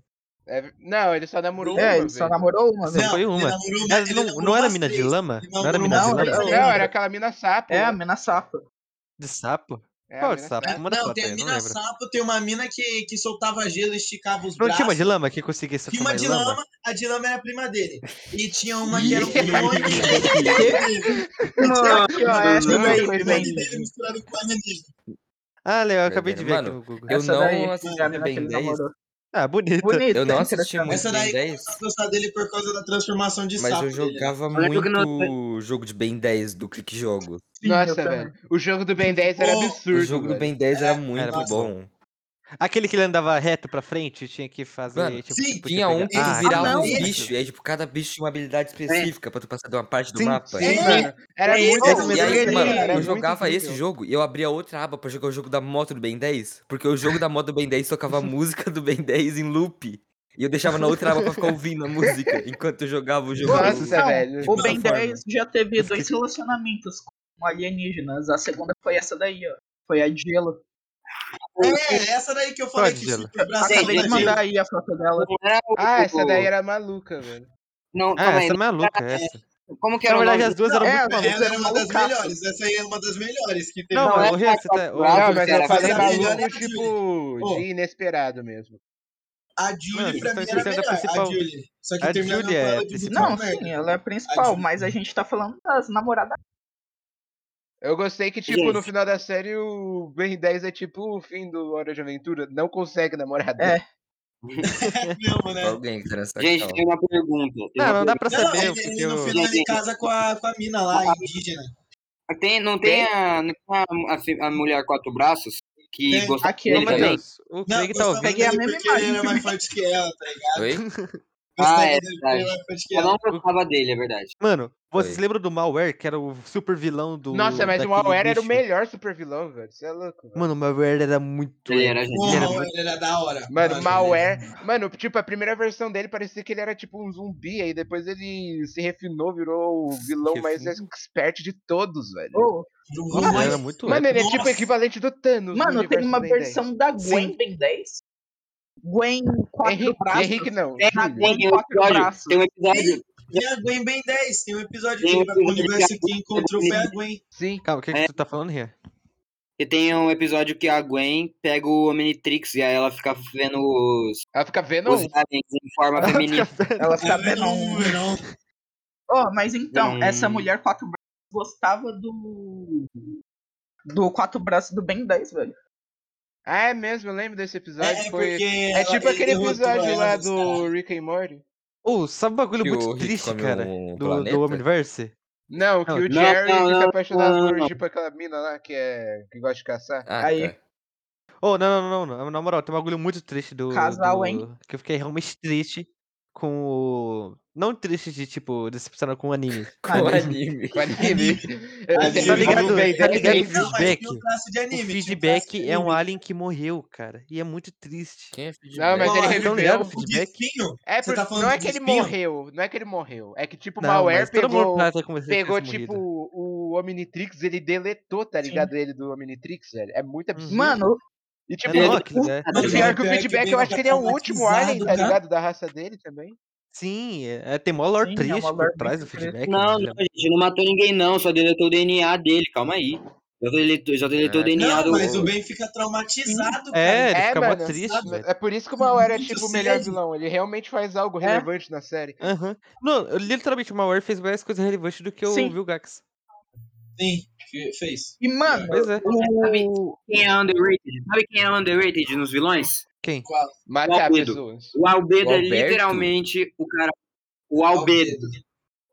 Speaker 3: É, não, ele só namorou uma
Speaker 6: É, ele
Speaker 3: vez.
Speaker 6: só namorou uma né?
Speaker 1: Só
Speaker 6: vez.
Speaker 5: Não,
Speaker 1: foi
Speaker 5: ele
Speaker 1: uma.
Speaker 5: namorou uma-
Speaker 1: Ela
Speaker 5: ele
Speaker 1: não,
Speaker 5: namorou
Speaker 1: não era
Speaker 5: umas
Speaker 1: mina de
Speaker 5: três.
Speaker 1: lama?
Speaker 5: Ele
Speaker 1: Não era
Speaker 5: namorou
Speaker 1: mina de
Speaker 5: umas
Speaker 1: lama?
Speaker 5: três
Speaker 3: Não, é, era aquela mina sapo
Speaker 6: É, a
Speaker 3: lá.
Speaker 6: mina sapa.
Speaker 1: De sapo?
Speaker 3: É,
Speaker 1: Qual
Speaker 3: a mina
Speaker 1: sapo?
Speaker 3: sapo.
Speaker 1: Manda
Speaker 5: né? Não,
Speaker 1: foto
Speaker 5: tem
Speaker 1: aí,
Speaker 5: a
Speaker 1: eu não
Speaker 5: mina
Speaker 1: lembro.
Speaker 5: sapo, tem uma mina que, que soltava gelo, esticava os
Speaker 1: Não
Speaker 5: braços.
Speaker 1: tinha uma de lama que conseguisse
Speaker 5: Tinha
Speaker 1: formar
Speaker 5: uma
Speaker 1: em
Speaker 5: de
Speaker 1: lama?
Speaker 5: lama, a de lama era a prima dele. E tinha uma que era o clone dele.
Speaker 6: Mano, aqui, ó,
Speaker 5: Tinha
Speaker 6: essa
Speaker 5: uma que
Speaker 6: daí,
Speaker 5: era o
Speaker 6: Ben.
Speaker 5: um clone dele misturado com alienígena.
Speaker 1: Ah,
Speaker 2: É
Speaker 1: legal, eu acabei de ver
Speaker 2: Mano,
Speaker 1: aqui no Google.
Speaker 2: Eu
Speaker 6: Essa
Speaker 2: não
Speaker 6: daí,
Speaker 2: assisti
Speaker 6: que é a mina
Speaker 2: Ben
Speaker 6: que ele
Speaker 2: 10.
Speaker 6: namorou.
Speaker 1: Ah, bonita.
Speaker 6: Bonita,
Speaker 2: Eu não assisti
Speaker 6: interessante.
Speaker 2: muito
Speaker 5: Essa
Speaker 2: Ben
Speaker 5: daí
Speaker 2: 10,
Speaker 5: começou a gostar dele por causa da transformação de
Speaker 2: mas
Speaker 5: sapo
Speaker 2: eu
Speaker 5: dele. né?
Speaker 2: jogava
Speaker 4: Eu lembro que não-
Speaker 2: muito jogo de Ben 10 do Clique Jogo.
Speaker 6: Sim, eu
Speaker 3: Nossa,
Speaker 6: também.
Speaker 3: velho. O jogo do Ben 10 era
Speaker 5: Pô, o
Speaker 2: O
Speaker 3: absurdo,
Speaker 2: jogo do
Speaker 3: velho.
Speaker 2: Ben 10 era muito
Speaker 1: Era muito bom.
Speaker 2: bom.
Speaker 1: Aquele que ele andava reto pra frente tinha que fazer.
Speaker 2: Mano,
Speaker 1: tipo, você
Speaker 5: sim,
Speaker 1: podia
Speaker 2: Tinha
Speaker 1: pegar-
Speaker 2: um que tu
Speaker 1: Ah,
Speaker 2: virava
Speaker 1: aquele
Speaker 6: não.
Speaker 2: um
Speaker 1: jogo era
Speaker 2: bicho,
Speaker 1: absurdo.
Speaker 2: e aí, tipo, cada bicho tinha uma habilidade específica pra tu passar de uma parte do
Speaker 1: Sim,
Speaker 2: mapa.
Speaker 3: Sim,
Speaker 5: É,
Speaker 3: mano. Era
Speaker 4: é
Speaker 3: muito
Speaker 4: esse
Speaker 6: Oh,
Speaker 2: Não, e
Speaker 3: absurdo,
Speaker 2: aí,
Speaker 6: aquele
Speaker 3: velho.
Speaker 2: mano,
Speaker 3: Era
Speaker 2: eu
Speaker 3: é muito
Speaker 2: jogava esse
Speaker 3: incrível.
Speaker 2: jogo e eu abria outra aba pra jogar o jogo da moto do Ben 10. Porque o jogo da moto do Ben 10 tocava a música do Ben 10 em loop. E eu deixava na outra aba pra ficar ouvindo a música enquanto eu jogava o jogo.
Speaker 3: Nossa, é
Speaker 6: Então,
Speaker 3: velho.
Speaker 2: de
Speaker 6: o Ben
Speaker 2: plataforma.
Speaker 6: 10 já teve
Speaker 1: Eu
Speaker 6: dois
Speaker 1: fiquei-
Speaker 6: relacionamentos com alienígenas. A segunda foi essa daí, ó. Foi a Gelo.
Speaker 5: é essa daí que eu falei
Speaker 1: Pode,
Speaker 5: que o
Speaker 1: Gelo.
Speaker 5: super braço era
Speaker 6: Acabei de
Speaker 4: Gente,
Speaker 5: Ah, gelo.
Speaker 6: mandar aí a foto dela.
Speaker 4: Era o-
Speaker 3: Ah, essa daí era maluca, velho.
Speaker 4: É, Não,
Speaker 1: Ah,
Speaker 4: calma aí.
Speaker 1: essa é maluca, essa.
Speaker 4: Como que
Speaker 1: Na
Speaker 4: era o
Speaker 1: verdade,
Speaker 4: nome?
Speaker 1: as duas eram
Speaker 6: é,
Speaker 1: muito
Speaker 6: Mas
Speaker 1: malucas.
Speaker 5: Ela
Speaker 6: era
Speaker 5: era uma das
Speaker 6: malucaço.
Speaker 5: melhores. Essa aí é uma das melhores que teve.
Speaker 1: Não,
Speaker 4: Não,
Speaker 1: mas
Speaker 4: essa
Speaker 1: o
Speaker 4: era
Speaker 1: Rian, você tá. Ô,
Speaker 4: Não,
Speaker 3: Não,
Speaker 1: Júlio,
Speaker 3: mas
Speaker 1: você
Speaker 3: eu
Speaker 4: era-
Speaker 1: tá
Speaker 3: falei
Speaker 5: Mas a
Speaker 1: pensando.
Speaker 5: melhor é
Speaker 3: maluco,
Speaker 5: a Julie.
Speaker 3: tipo,
Speaker 5: Ô.
Speaker 3: de inesperado mesmo.
Speaker 5: A Julie,
Speaker 1: Mano,
Speaker 5: pra
Speaker 1: vocês estão
Speaker 5: mim, era
Speaker 1: esquecendo da
Speaker 5: melhor. A
Speaker 1: principal.
Speaker 5: Julie. Só que
Speaker 1: A
Speaker 5: terminaram
Speaker 1: Julie
Speaker 5: com
Speaker 1: é a
Speaker 5: ela de né? muito
Speaker 1: principal.
Speaker 6: Não,
Speaker 5: merda.
Speaker 6: sim, ela é a
Speaker 5: A
Speaker 6: principal,
Speaker 5: Julie.
Speaker 6: mas a gente tá falando das namoradas.
Speaker 3: Eu gostei que, tipo, no
Speaker 4: Gente.
Speaker 3: final da série, o Ben 10 é tipo o fim do Hora de Aventura. Não consegue namorada.
Speaker 6: É.
Speaker 5: É mesmo,
Speaker 2: Pra
Speaker 5: né?
Speaker 2: alguém que tá nessa
Speaker 4: Gente,
Speaker 2: cal.
Speaker 4: tem uma pergunta. Tem
Speaker 1: Não,
Speaker 4: uma
Speaker 1: não dá pra
Speaker 5: Não, não,
Speaker 1: saber,
Speaker 5: ele,
Speaker 1: porque
Speaker 5: ele no
Speaker 1: eu.
Speaker 5: final
Speaker 4: Gente.
Speaker 5: ele casa com a, com a mina lá, indígena.
Speaker 4: pergunta. Tem, não tem, a, não tem a- a, fi- a mulher quatro braços que
Speaker 5: Tem.
Speaker 4: gostava
Speaker 6: Aqui,
Speaker 1: Ô,
Speaker 4: dele também?
Speaker 1: Matheus, o
Speaker 5: Não, é
Speaker 1: Craig tá
Speaker 5: gostava
Speaker 6: Peguei
Speaker 1: ouvindo.
Speaker 6: a
Speaker 5: dele
Speaker 6: mesma
Speaker 5: porque ele
Speaker 6: imagem
Speaker 5: era
Speaker 6: que o
Speaker 5: mais forte que ela, tá ligado?
Speaker 2: Oi?
Speaker 4: Ah,
Speaker 5: Gostava dele
Speaker 4: é
Speaker 5: porque ele
Speaker 4: verdade.
Speaker 5: era mais forte que
Speaker 4: Ela
Speaker 5: ela.
Speaker 4: não gostava dele, é verdade.
Speaker 1: Mano, vocês
Speaker 2: Oi.
Speaker 1: lembram do Malware, que era o super vilão do.
Speaker 3: Nossa, mas o
Speaker 1: daquele
Speaker 3: Malware era o
Speaker 1: bicho?
Speaker 3: melhor super vilão, velho. Você é louco, velho.
Speaker 1: Mano, o Malware era muito
Speaker 4: Ele era
Speaker 1: épico.
Speaker 5: Porra,
Speaker 1: Ele é era
Speaker 5: mano,
Speaker 1: muito.
Speaker 5: ele era da hora.
Speaker 3: Mano,
Speaker 5: Mano,
Speaker 3: malware.
Speaker 5: ele-
Speaker 3: Mano, tipo, a primeira versão dele parecia que ele era tipo um zumbi. Aí depois ele se refinou, virou o vilão mais
Speaker 2: refinou.
Speaker 3: expert de todos, velho.
Speaker 6: Oh,
Speaker 5: Era um
Speaker 1: O
Speaker 5: robô.
Speaker 1: Malware era muito
Speaker 3: Mano,
Speaker 1: épico.
Speaker 3: ele é tipo o
Speaker 5: Nossa.
Speaker 3: equivalente do Thanos no
Speaker 6: mano, tem
Speaker 3: universo
Speaker 6: uma
Speaker 3: do Ben 10.
Speaker 6: versão da Gwen
Speaker 1: Sim.
Speaker 6: Ben 10. Gwen quatro
Speaker 3: Henrique,
Speaker 6: braços.
Speaker 3: Henrique não,
Speaker 4: Tem,
Speaker 6: A
Speaker 3: Júlio.
Speaker 4: tem,
Speaker 6: Gwen
Speaker 4: tem um
Speaker 6: quatro
Speaker 4: episódio.
Speaker 6: braços.
Speaker 4: Tem um
Speaker 5: Tem,
Speaker 4: episódio.
Speaker 5: tem a Gwen Ben 10. Tem um episódio que
Speaker 4: Tem um
Speaker 5: ele vai pro
Speaker 4: episódio que a
Speaker 5: universo e quem encontrou foi a Gwen.
Speaker 3: Sim.
Speaker 1: Calma, o
Speaker 2: É.
Speaker 1: que, que tu tá falando, Rian?
Speaker 4: E tem um episódio que a Gwen pega o Omnitrix e aí ela fica vendo os,
Speaker 3: Ela fica vendo
Speaker 4: os
Speaker 3: um.
Speaker 4: aliens em forma feminina.
Speaker 6: Ela
Speaker 5: É o Venom,
Speaker 6: fica Tá vendo. um
Speaker 5: Venom.
Speaker 6: Oh, mas então,
Speaker 4: Venom.
Speaker 6: essa mulher quatro braços gostava do. Do quatro braços do Ben 10, velho.
Speaker 3: Ah, é mesmo, eu lembro desse
Speaker 5: É,
Speaker 3: episódio.
Speaker 5: é
Speaker 3: Foi.
Speaker 5: porque
Speaker 3: É
Speaker 5: ela-
Speaker 3: tipo
Speaker 5: ele
Speaker 3: aquele
Speaker 5: derrotou
Speaker 3: episódio
Speaker 5: ela
Speaker 3: lá
Speaker 5: dos caras.
Speaker 3: do Rick and Morty.
Speaker 1: Ô, sabe um bagulho
Speaker 2: Que o
Speaker 1: muito
Speaker 2: Rick
Speaker 1: triste,
Speaker 2: come
Speaker 1: cara?
Speaker 2: um
Speaker 1: Do, do
Speaker 2: planeta?
Speaker 1: Omniverse?
Speaker 3: Não, que
Speaker 1: Não,
Speaker 3: o
Speaker 4: Não,
Speaker 3: Jerry
Speaker 4: não,
Speaker 3: fica
Speaker 4: não, não,
Speaker 3: apaixonado
Speaker 4: não,
Speaker 3: por
Speaker 4: não.
Speaker 3: tipo aquela mina lá que é. que gosta de caçar.
Speaker 2: Ah,
Speaker 6: Aí.
Speaker 2: tá.
Speaker 1: Oh, não, não, não, não. Na moral, tem um bagulho muito triste do,
Speaker 6: Casal, hein?
Speaker 1: do. Que eu fiquei realmente triste com o. Não triste de, tipo, decepcionado com o anime.
Speaker 2: tá. Com
Speaker 6: Ah,
Speaker 2: anime.
Speaker 3: Com anime. Eu
Speaker 5: Mas
Speaker 3: sei
Speaker 5: tá
Speaker 3: que
Speaker 5: ligado,
Speaker 3: o Ben
Speaker 1: tá
Speaker 3: 10
Speaker 1: ligado
Speaker 3: tem-
Speaker 1: que-
Speaker 5: Não, mas
Speaker 1: feedback.
Speaker 5: tinha um traço de anime.
Speaker 1: o
Speaker 5: tinha um traço
Speaker 1: feedback
Speaker 5: de
Speaker 1: é um
Speaker 5: anime.
Speaker 1: alien que morreu, cara. E é muito triste.
Speaker 2: Quem é
Speaker 3: Não, mas ele
Speaker 5: Ó, então
Speaker 1: Vocês estão ligados
Speaker 3: reviveu.
Speaker 1: no
Speaker 5: O
Speaker 1: feedback?
Speaker 5: Guispinho?
Speaker 3: É,
Speaker 5: Você
Speaker 3: por-
Speaker 5: tá falando
Speaker 3: não é
Speaker 5: do
Speaker 3: que ele
Speaker 5: espinho?
Speaker 3: morreu, não é que ele morreu. É que, tipo, o
Speaker 1: Não,
Speaker 3: malware
Speaker 1: mas todo mundo
Speaker 3: pegou,
Speaker 1: trata como se ele
Speaker 3: pegou
Speaker 1: tivesse
Speaker 3: tipo,
Speaker 1: morrido.
Speaker 3: o Omnitrix, ele deletou, tá
Speaker 6: Sim.
Speaker 3: ligado? Ele do Omnitrix, velho. É muito absurdo.
Speaker 6: Mano,
Speaker 3: E,
Speaker 1: É
Speaker 3: tipo,
Speaker 1: não,
Speaker 4: Ele-
Speaker 1: aquilo, né?
Speaker 5: Mano,
Speaker 3: e pior
Speaker 5: mas o
Speaker 3: que o
Speaker 5: pior é que o
Speaker 3: feedback,
Speaker 5: Ben
Speaker 3: eu acho
Speaker 5: tá
Speaker 3: que ele é o último alien, tá
Speaker 5: traumatizado, cara.
Speaker 3: ligado? Da raça dele também.
Speaker 1: Sim, é, tem mó lore
Speaker 6: Sim, é
Speaker 1: triste
Speaker 6: uma lore
Speaker 1: por trás
Speaker 6: bem
Speaker 1: do feedback,
Speaker 4: Não,
Speaker 1: mano.
Speaker 4: não,
Speaker 1: Ele é-
Speaker 4: gente, não matou ninguém não, só deletou o DNA dele, calma aí. Já deletou, já deletou
Speaker 2: É,
Speaker 4: o DNA
Speaker 5: Não,
Speaker 4: do...
Speaker 5: mas o Ben fica traumatizado,
Speaker 1: É,
Speaker 5: cara.
Speaker 1: ele
Speaker 3: É,
Speaker 1: fica mó
Speaker 3: mano.
Speaker 1: triste, velho.
Speaker 3: É por isso que o
Speaker 5: Com
Speaker 3: Malware é,
Speaker 5: muito
Speaker 3: tipo, o melhor
Speaker 5: sede.
Speaker 3: vilão. Ele realmente faz algo
Speaker 6: É.
Speaker 3: relevante na série.
Speaker 1: Aham. Não, eu- literalmente o Malware fez mais coisas relevantes do que o
Speaker 6: Sim.
Speaker 1: Vilgax.
Speaker 5: Sim, fe- fez.
Speaker 6: e mano,
Speaker 1: Pois é.
Speaker 4: Sabe
Speaker 6: o.
Speaker 4: quem é underrated? Sabe quem é underrated nos vilões?
Speaker 1: Quem?
Speaker 5: Qual?
Speaker 4: O
Speaker 3: Matar
Speaker 4: Albedo.
Speaker 3: pessoas.
Speaker 4: O Albedo
Speaker 2: O
Speaker 4: é
Speaker 2: Alberto?
Speaker 4: literalmente o cara... O Albedo.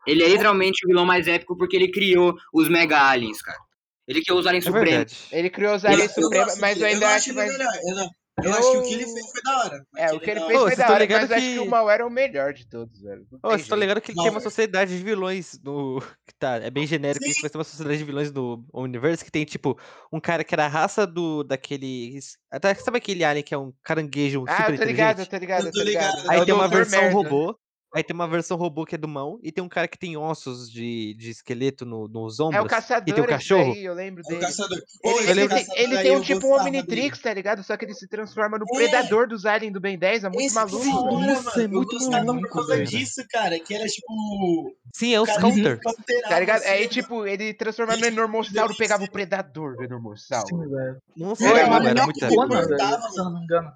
Speaker 4: Ele é literalmente o vilão mais épico porque ele criou os Mega Aliens, cara. Ele criou os Aliens
Speaker 1: É
Speaker 4: Supremos.
Speaker 1: verdade.
Speaker 3: Ele criou os
Speaker 5: Eu,
Speaker 3: aliens
Speaker 5: eu
Speaker 3: suprema,
Speaker 5: gosto
Speaker 3: mas
Speaker 5: dele.
Speaker 3: eu
Speaker 5: Eu não
Speaker 3: ainda
Speaker 5: acho
Speaker 3: acho
Speaker 5: ele
Speaker 3: mais.
Speaker 5: melhor. Eu, não, eu,
Speaker 3: Eu-
Speaker 5: acho que o que ele fez foi da hora.
Speaker 3: É, o que ele
Speaker 5: da
Speaker 3: fez
Speaker 1: Ô,
Speaker 5: hora.
Speaker 3: foi
Speaker 1: vocês
Speaker 3: da
Speaker 1: tão
Speaker 3: hora,
Speaker 1: ligado
Speaker 3: mas acho que o
Speaker 1: que-
Speaker 3: Malware é o melhor de todos, velho.
Speaker 1: Ô, tá
Speaker 3: Não tem
Speaker 1: vocês estão
Speaker 3: jeito.
Speaker 1: ligados que ele tem uma
Speaker 5: Malware.
Speaker 1: sociedade de vilões no. Que tá, é bem genérico isso, mas tem uma sociedade de vilões do universo que tem, tipo, um cara que era a raça do. daquele. Até, sabe aquele alien que é um caranguejo
Speaker 3: Ah,
Speaker 1: super
Speaker 3: eu tô ligado, eu
Speaker 1: inteligente?
Speaker 3: tô ligado,
Speaker 5: Eu
Speaker 3: eu
Speaker 5: tô
Speaker 3: tô ligado.
Speaker 5: ligado.
Speaker 3: É
Speaker 1: Aí
Speaker 3: o
Speaker 1: tem uma
Speaker 3: Doutor
Speaker 1: versão
Speaker 3: Merda.
Speaker 1: robô. Aí tem uma versão robô que é do mal. E tem um cara que tem ossos de, de esqueleto no- nos
Speaker 3: É o
Speaker 1: ombros. E tem um
Speaker 3: caçador esse
Speaker 1: cachorro.
Speaker 3: daí, eu lembro
Speaker 5: É o
Speaker 3: dele.
Speaker 5: caçador. Ou
Speaker 3: Ele,
Speaker 1: Eu
Speaker 5: esse
Speaker 3: ele
Speaker 1: lembro-
Speaker 3: tem,
Speaker 5: caçador
Speaker 3: ele
Speaker 5: aí
Speaker 3: tem um
Speaker 5: eu
Speaker 3: tipo um
Speaker 5: gostava dele.
Speaker 3: Omnitrix, tá ligado? Só que ele se transforma no
Speaker 5: É.
Speaker 3: predador dos aliens do Ben 10. É muito
Speaker 5: Esse que é
Speaker 3: maluco,
Speaker 5: da
Speaker 1: Sim,
Speaker 3: velho.
Speaker 5: hora,
Speaker 1: isso
Speaker 5: mano.
Speaker 1: é
Speaker 5: Eu
Speaker 1: muito
Speaker 5: gostava um por
Speaker 1: maluco,
Speaker 5: causa
Speaker 1: velho.
Speaker 5: disso, cara. Que era tipo.
Speaker 1: Sim, é
Speaker 5: O
Speaker 1: os
Speaker 5: cara meio
Speaker 1: counter.
Speaker 5: que
Speaker 3: Tá
Speaker 5: counterava
Speaker 3: ligado?
Speaker 5: assim.
Speaker 3: Aí, tipo, ele transformava no
Speaker 5: Ele-
Speaker 3: Enormossauro, pegava o predador do Enormossauro.
Speaker 6: Sim, velho.
Speaker 1: Nossa,
Speaker 3: Era
Speaker 5: é
Speaker 6: Era uma
Speaker 1: não,
Speaker 3: muito
Speaker 1: era
Speaker 3: da
Speaker 1: muito épico,
Speaker 6: minhocona,
Speaker 1: velho.
Speaker 6: velho,
Speaker 5: Importava,
Speaker 6: se eu não me engano.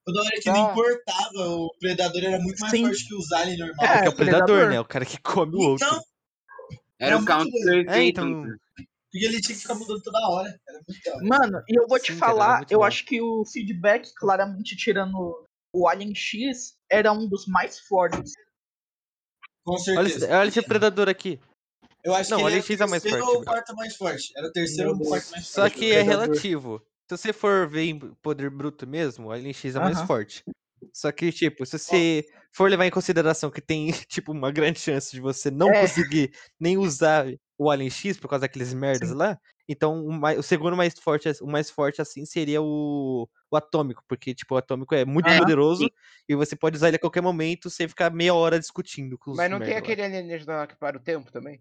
Speaker 5: O da hora é que não
Speaker 3: Tá.
Speaker 5: importava. O predador era muito mais
Speaker 6: Sim.
Speaker 5: forte que os aliens normal.
Speaker 1: É
Speaker 6: É,
Speaker 1: que é o predador,
Speaker 6: predador.
Speaker 1: né? O cara que come o
Speaker 5: Então,
Speaker 1: outro.
Speaker 4: Era
Speaker 5: era
Speaker 4: o
Speaker 5: muito
Speaker 4: counter
Speaker 5: doido.
Speaker 1: É,
Speaker 4: perfeito.
Speaker 1: então.
Speaker 5: Porque ele tinha que ficar mudando toda hora. Era muito da hora.
Speaker 6: Mano, e eu vou te
Speaker 1: Sim, cara, era
Speaker 6: falar,
Speaker 1: muito
Speaker 6: eu
Speaker 1: bom.
Speaker 6: acho que o feedback, claramente tirando o Alien X, era um dos mais fortes.
Speaker 5: Com
Speaker 1: Olha esse,
Speaker 5: certeza.
Speaker 1: olha esse predador aqui.
Speaker 5: Eu acho que
Speaker 1: Não,
Speaker 5: ele
Speaker 1: olha
Speaker 5: era
Speaker 1: o
Speaker 5: o
Speaker 1: X é o mais
Speaker 5: terceiro
Speaker 1: forte,
Speaker 5: ou o
Speaker 1: velho.
Speaker 5: quarto mais forte. Era o terceiro
Speaker 6: Meu
Speaker 5: ou o quarto
Speaker 6: Deus.
Speaker 5: mais
Speaker 1: Só
Speaker 5: um forte.
Speaker 1: que é
Speaker 6: Predador.
Speaker 1: relativo. Se você for ver em poder bruto mesmo, o Alien X é o mais
Speaker 6: Aham.
Speaker 1: forte. Só que, tipo, se você for levar em consideração que tem, tipo, uma grande chance de você não
Speaker 6: É,
Speaker 1: conseguir nem usar o Alien X por causa daqueles merdas
Speaker 6: sim.
Speaker 1: lá, então o, mai- o segundo mais forte, ass- o mais forte assim seria o, o Atômico, porque, tipo, o Atômico é muito
Speaker 6: Aham.
Speaker 1: poderoso e você pode usar ele a qualquer momento sem ficar meia hora discutindo com os
Speaker 3: Mas não tem
Speaker 1: merda lá.
Speaker 3: aquele alienígena lá que para o tempo também?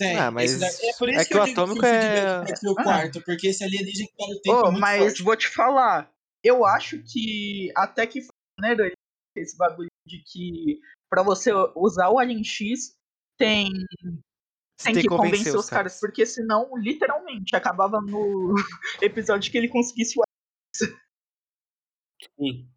Speaker 1: Ah,
Speaker 5: Tem. Esse da- É
Speaker 1: mas
Speaker 5: por
Speaker 1: é
Speaker 5: isso que
Speaker 1: que o
Speaker 5: eu digo que
Speaker 1: atômico
Speaker 5: o feedback
Speaker 1: é.
Speaker 5: pode ser o
Speaker 6: Ah.
Speaker 5: quarto. Porque esse alienígena que para o tempo é
Speaker 6: Oh,
Speaker 5: muito
Speaker 6: mas
Speaker 5: forte.
Speaker 6: vou te falar, eu acho que até que foi maneiro ele ter esse bagulho de que pra você usar o Alien X tem,
Speaker 1: Você tem
Speaker 6: tem
Speaker 1: que
Speaker 6: que
Speaker 1: convencer
Speaker 6: convencer
Speaker 1: os
Speaker 6: os caras,
Speaker 1: caras.
Speaker 6: porque senão, literalmente, acabava no episódio que ele conseguisse o
Speaker 4: Sim.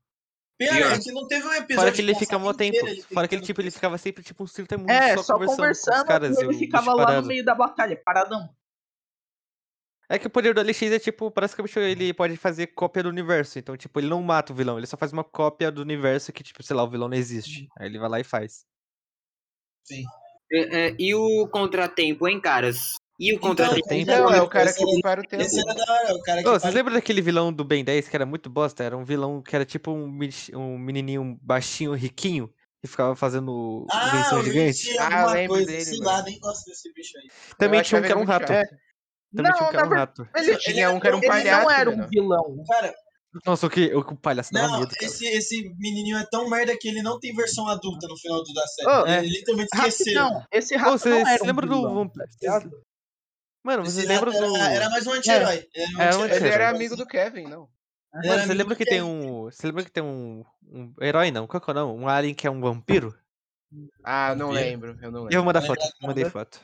Speaker 5: Pior
Speaker 4: Pior.
Speaker 5: é que não teve um
Speaker 1: Fora que
Speaker 5: episódio
Speaker 1: ele fica
Speaker 5: passado
Speaker 1: mó
Speaker 5: inteiro
Speaker 1: tempo.
Speaker 5: ele
Speaker 1: Fora que ele,
Speaker 5: tentando
Speaker 1: tipo, ele
Speaker 5: isso.
Speaker 1: ficava sempre, tipo, uns 30 minutos
Speaker 6: É,
Speaker 1: só
Speaker 6: só
Speaker 1: conversando com os
Speaker 6: conversando
Speaker 1: caras e
Speaker 6: e ele
Speaker 1: o bicho
Speaker 6: ficava lá no
Speaker 1: parado.
Speaker 6: meio da batalha, paradão.
Speaker 1: É que o poder do LX é, tipo, basicamente ele pode fazer cópia do universo. Então, tipo, ele não mata o vilão, ele só faz uma cópia do universo que, tipo, sei lá, o vilão não
Speaker 6: Uhum.
Speaker 1: existe. Aí ele vai lá e faz.
Speaker 5: Sim.
Speaker 4: É, é, e o contratempo, hein, caras? E o
Speaker 5: Então,
Speaker 4: contratempo?
Speaker 1: Contratempo.
Speaker 3: Então, é o
Speaker 5: exatamente.
Speaker 3: cara
Speaker 5: Esse
Speaker 3: que
Speaker 5: era,
Speaker 3: para o tempo.
Speaker 5: esse era da hora. O cara
Speaker 6: É
Speaker 1: Ô,
Speaker 5: que
Speaker 1: vocês
Speaker 5: para o
Speaker 1: lembram daquele vilão do Ben 10 que era muito bosta? Era um vilão que era tipo um, meni- um menininho baixinho, riquinho, que ficava fazendo
Speaker 5: Ah,
Speaker 1: invenção
Speaker 5: o
Speaker 1: gigante.
Speaker 5: Richie
Speaker 3: Ah, eu
Speaker 5: alguma
Speaker 3: lembro
Speaker 5: coisa.
Speaker 3: dele,
Speaker 5: Sei lá,
Speaker 3: mano.
Speaker 5: nem gosto desse bicho aí.
Speaker 3: Eu
Speaker 1: Também tinha um
Speaker 3: achava
Speaker 1: que
Speaker 3: ele
Speaker 1: era um
Speaker 3: muito
Speaker 1: rato.
Speaker 3: chato.
Speaker 6: É.
Speaker 1: Também tinha um
Speaker 6: Não,
Speaker 1: que era um
Speaker 6: na verdade,
Speaker 1: rato.
Speaker 5: Não,
Speaker 6: ele,
Speaker 5: ele
Speaker 3: Tinha
Speaker 5: era
Speaker 3: um que era um
Speaker 5: tão.
Speaker 6: ele não
Speaker 3: palhaço,
Speaker 6: era um
Speaker 3: velho.
Speaker 6: vilão.
Speaker 5: Cara,
Speaker 1: Nossa, o que o que o palhaço dava
Speaker 5: não,
Speaker 1: medo, cara.
Speaker 5: esse, esse menininho é tão merda que ele não tem versão adulta no final do, da série.
Speaker 6: Ô,
Speaker 1: É.
Speaker 5: Ele literalmente esqueceram.
Speaker 6: rapidão, esse
Speaker 1: Ô,
Speaker 6: rato não
Speaker 1: vocês
Speaker 6: era um
Speaker 1: lembram do.
Speaker 6: vilão,
Speaker 1: vamp-
Speaker 6: tá
Speaker 1: vocês-
Speaker 6: ligado?
Speaker 1: Mano,
Speaker 5: Esse
Speaker 1: vocês
Speaker 5: rato
Speaker 1: lembram
Speaker 5: era, era
Speaker 1: do.
Speaker 5: mais um
Speaker 6: É,
Speaker 5: anti-herói. Ele Era um
Speaker 1: Era um
Speaker 5: anti-herói.
Speaker 3: Ele era
Speaker 1: anti-herói.
Speaker 3: amigo do Kevin, não?
Speaker 5: Ele
Speaker 6: Aham.
Speaker 1: Mano,
Speaker 5: era
Speaker 1: você
Speaker 5: amigo
Speaker 1: lembra
Speaker 5: do
Speaker 1: que tem
Speaker 5: Kevin.
Speaker 1: um. Você lembra que tem um. um herói não? Qual que é o nome? Um alien que é um vampiro?
Speaker 3: Ah, eu não
Speaker 5: Vampiro.
Speaker 3: lembro, eu não
Speaker 1: Eu vou
Speaker 3: lembro.
Speaker 1: mandar
Speaker 5: Não lembro
Speaker 1: foto. Mandei
Speaker 5: nada.
Speaker 1: foto.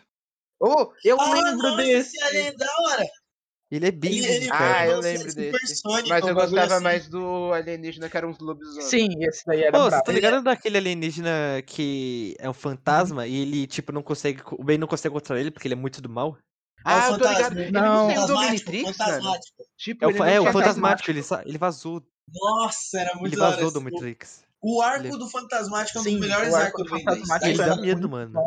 Speaker 6: Oh, eu
Speaker 5: Ah,
Speaker 6: lembro
Speaker 5: nossa, esse
Speaker 6: desse.
Speaker 5: alien é da hora.
Speaker 1: Ele é
Speaker 5: Ele,
Speaker 1: big,
Speaker 5: ele
Speaker 3: Ah,
Speaker 1: cara.
Speaker 3: eu
Speaker 5: virou assim,
Speaker 3: lembro desse.
Speaker 5: supersônico,
Speaker 3: Mas
Speaker 5: um
Speaker 3: eu
Speaker 5: bagulho
Speaker 3: gostava
Speaker 5: assim.
Speaker 3: mais do alienígena que era uns lobisomens.
Speaker 6: Sim, esse daí era
Speaker 1: Ô, vocês estão
Speaker 6: brabo.
Speaker 5: Ele é-
Speaker 1: ligados daquele alienígena que é um
Speaker 6: Uhum.
Speaker 1: fantasma e ele, tipo, não consegue. co- O Ben não consegue controlar ele porque ele é muito do mal?
Speaker 5: É o
Speaker 3: Ah, eu tô ligado.
Speaker 5: fantasma,
Speaker 3: Ele
Speaker 1: um
Speaker 3: não
Speaker 6: Não,
Speaker 3: saiu do
Speaker 5: fantasmático,
Speaker 3: Omnitrix, mano?
Speaker 5: fantasmático.
Speaker 1: É
Speaker 3: Tipo,
Speaker 1: o,
Speaker 3: ele
Speaker 1: fa-
Speaker 3: não
Speaker 1: é, o
Speaker 3: tinha saído.
Speaker 1: fantasmático, ele,
Speaker 6: fantasmático.
Speaker 1: sa- ele vazou.
Speaker 5: Nossa, era
Speaker 1: Ele
Speaker 5: muito da hora
Speaker 1: vazou do
Speaker 5: esse.
Speaker 1: Matrix.
Speaker 5: O arco
Speaker 1: Ele-
Speaker 5: do Fantasmático é um dos
Speaker 6: Sim,
Speaker 5: melhores
Speaker 6: o arco
Speaker 5: arcos do
Speaker 6: do
Speaker 5: Ben 10.
Speaker 6: Fantasmático é
Speaker 5: tá
Speaker 1: Ele dá
Speaker 5: ligado?
Speaker 1: medo, mano.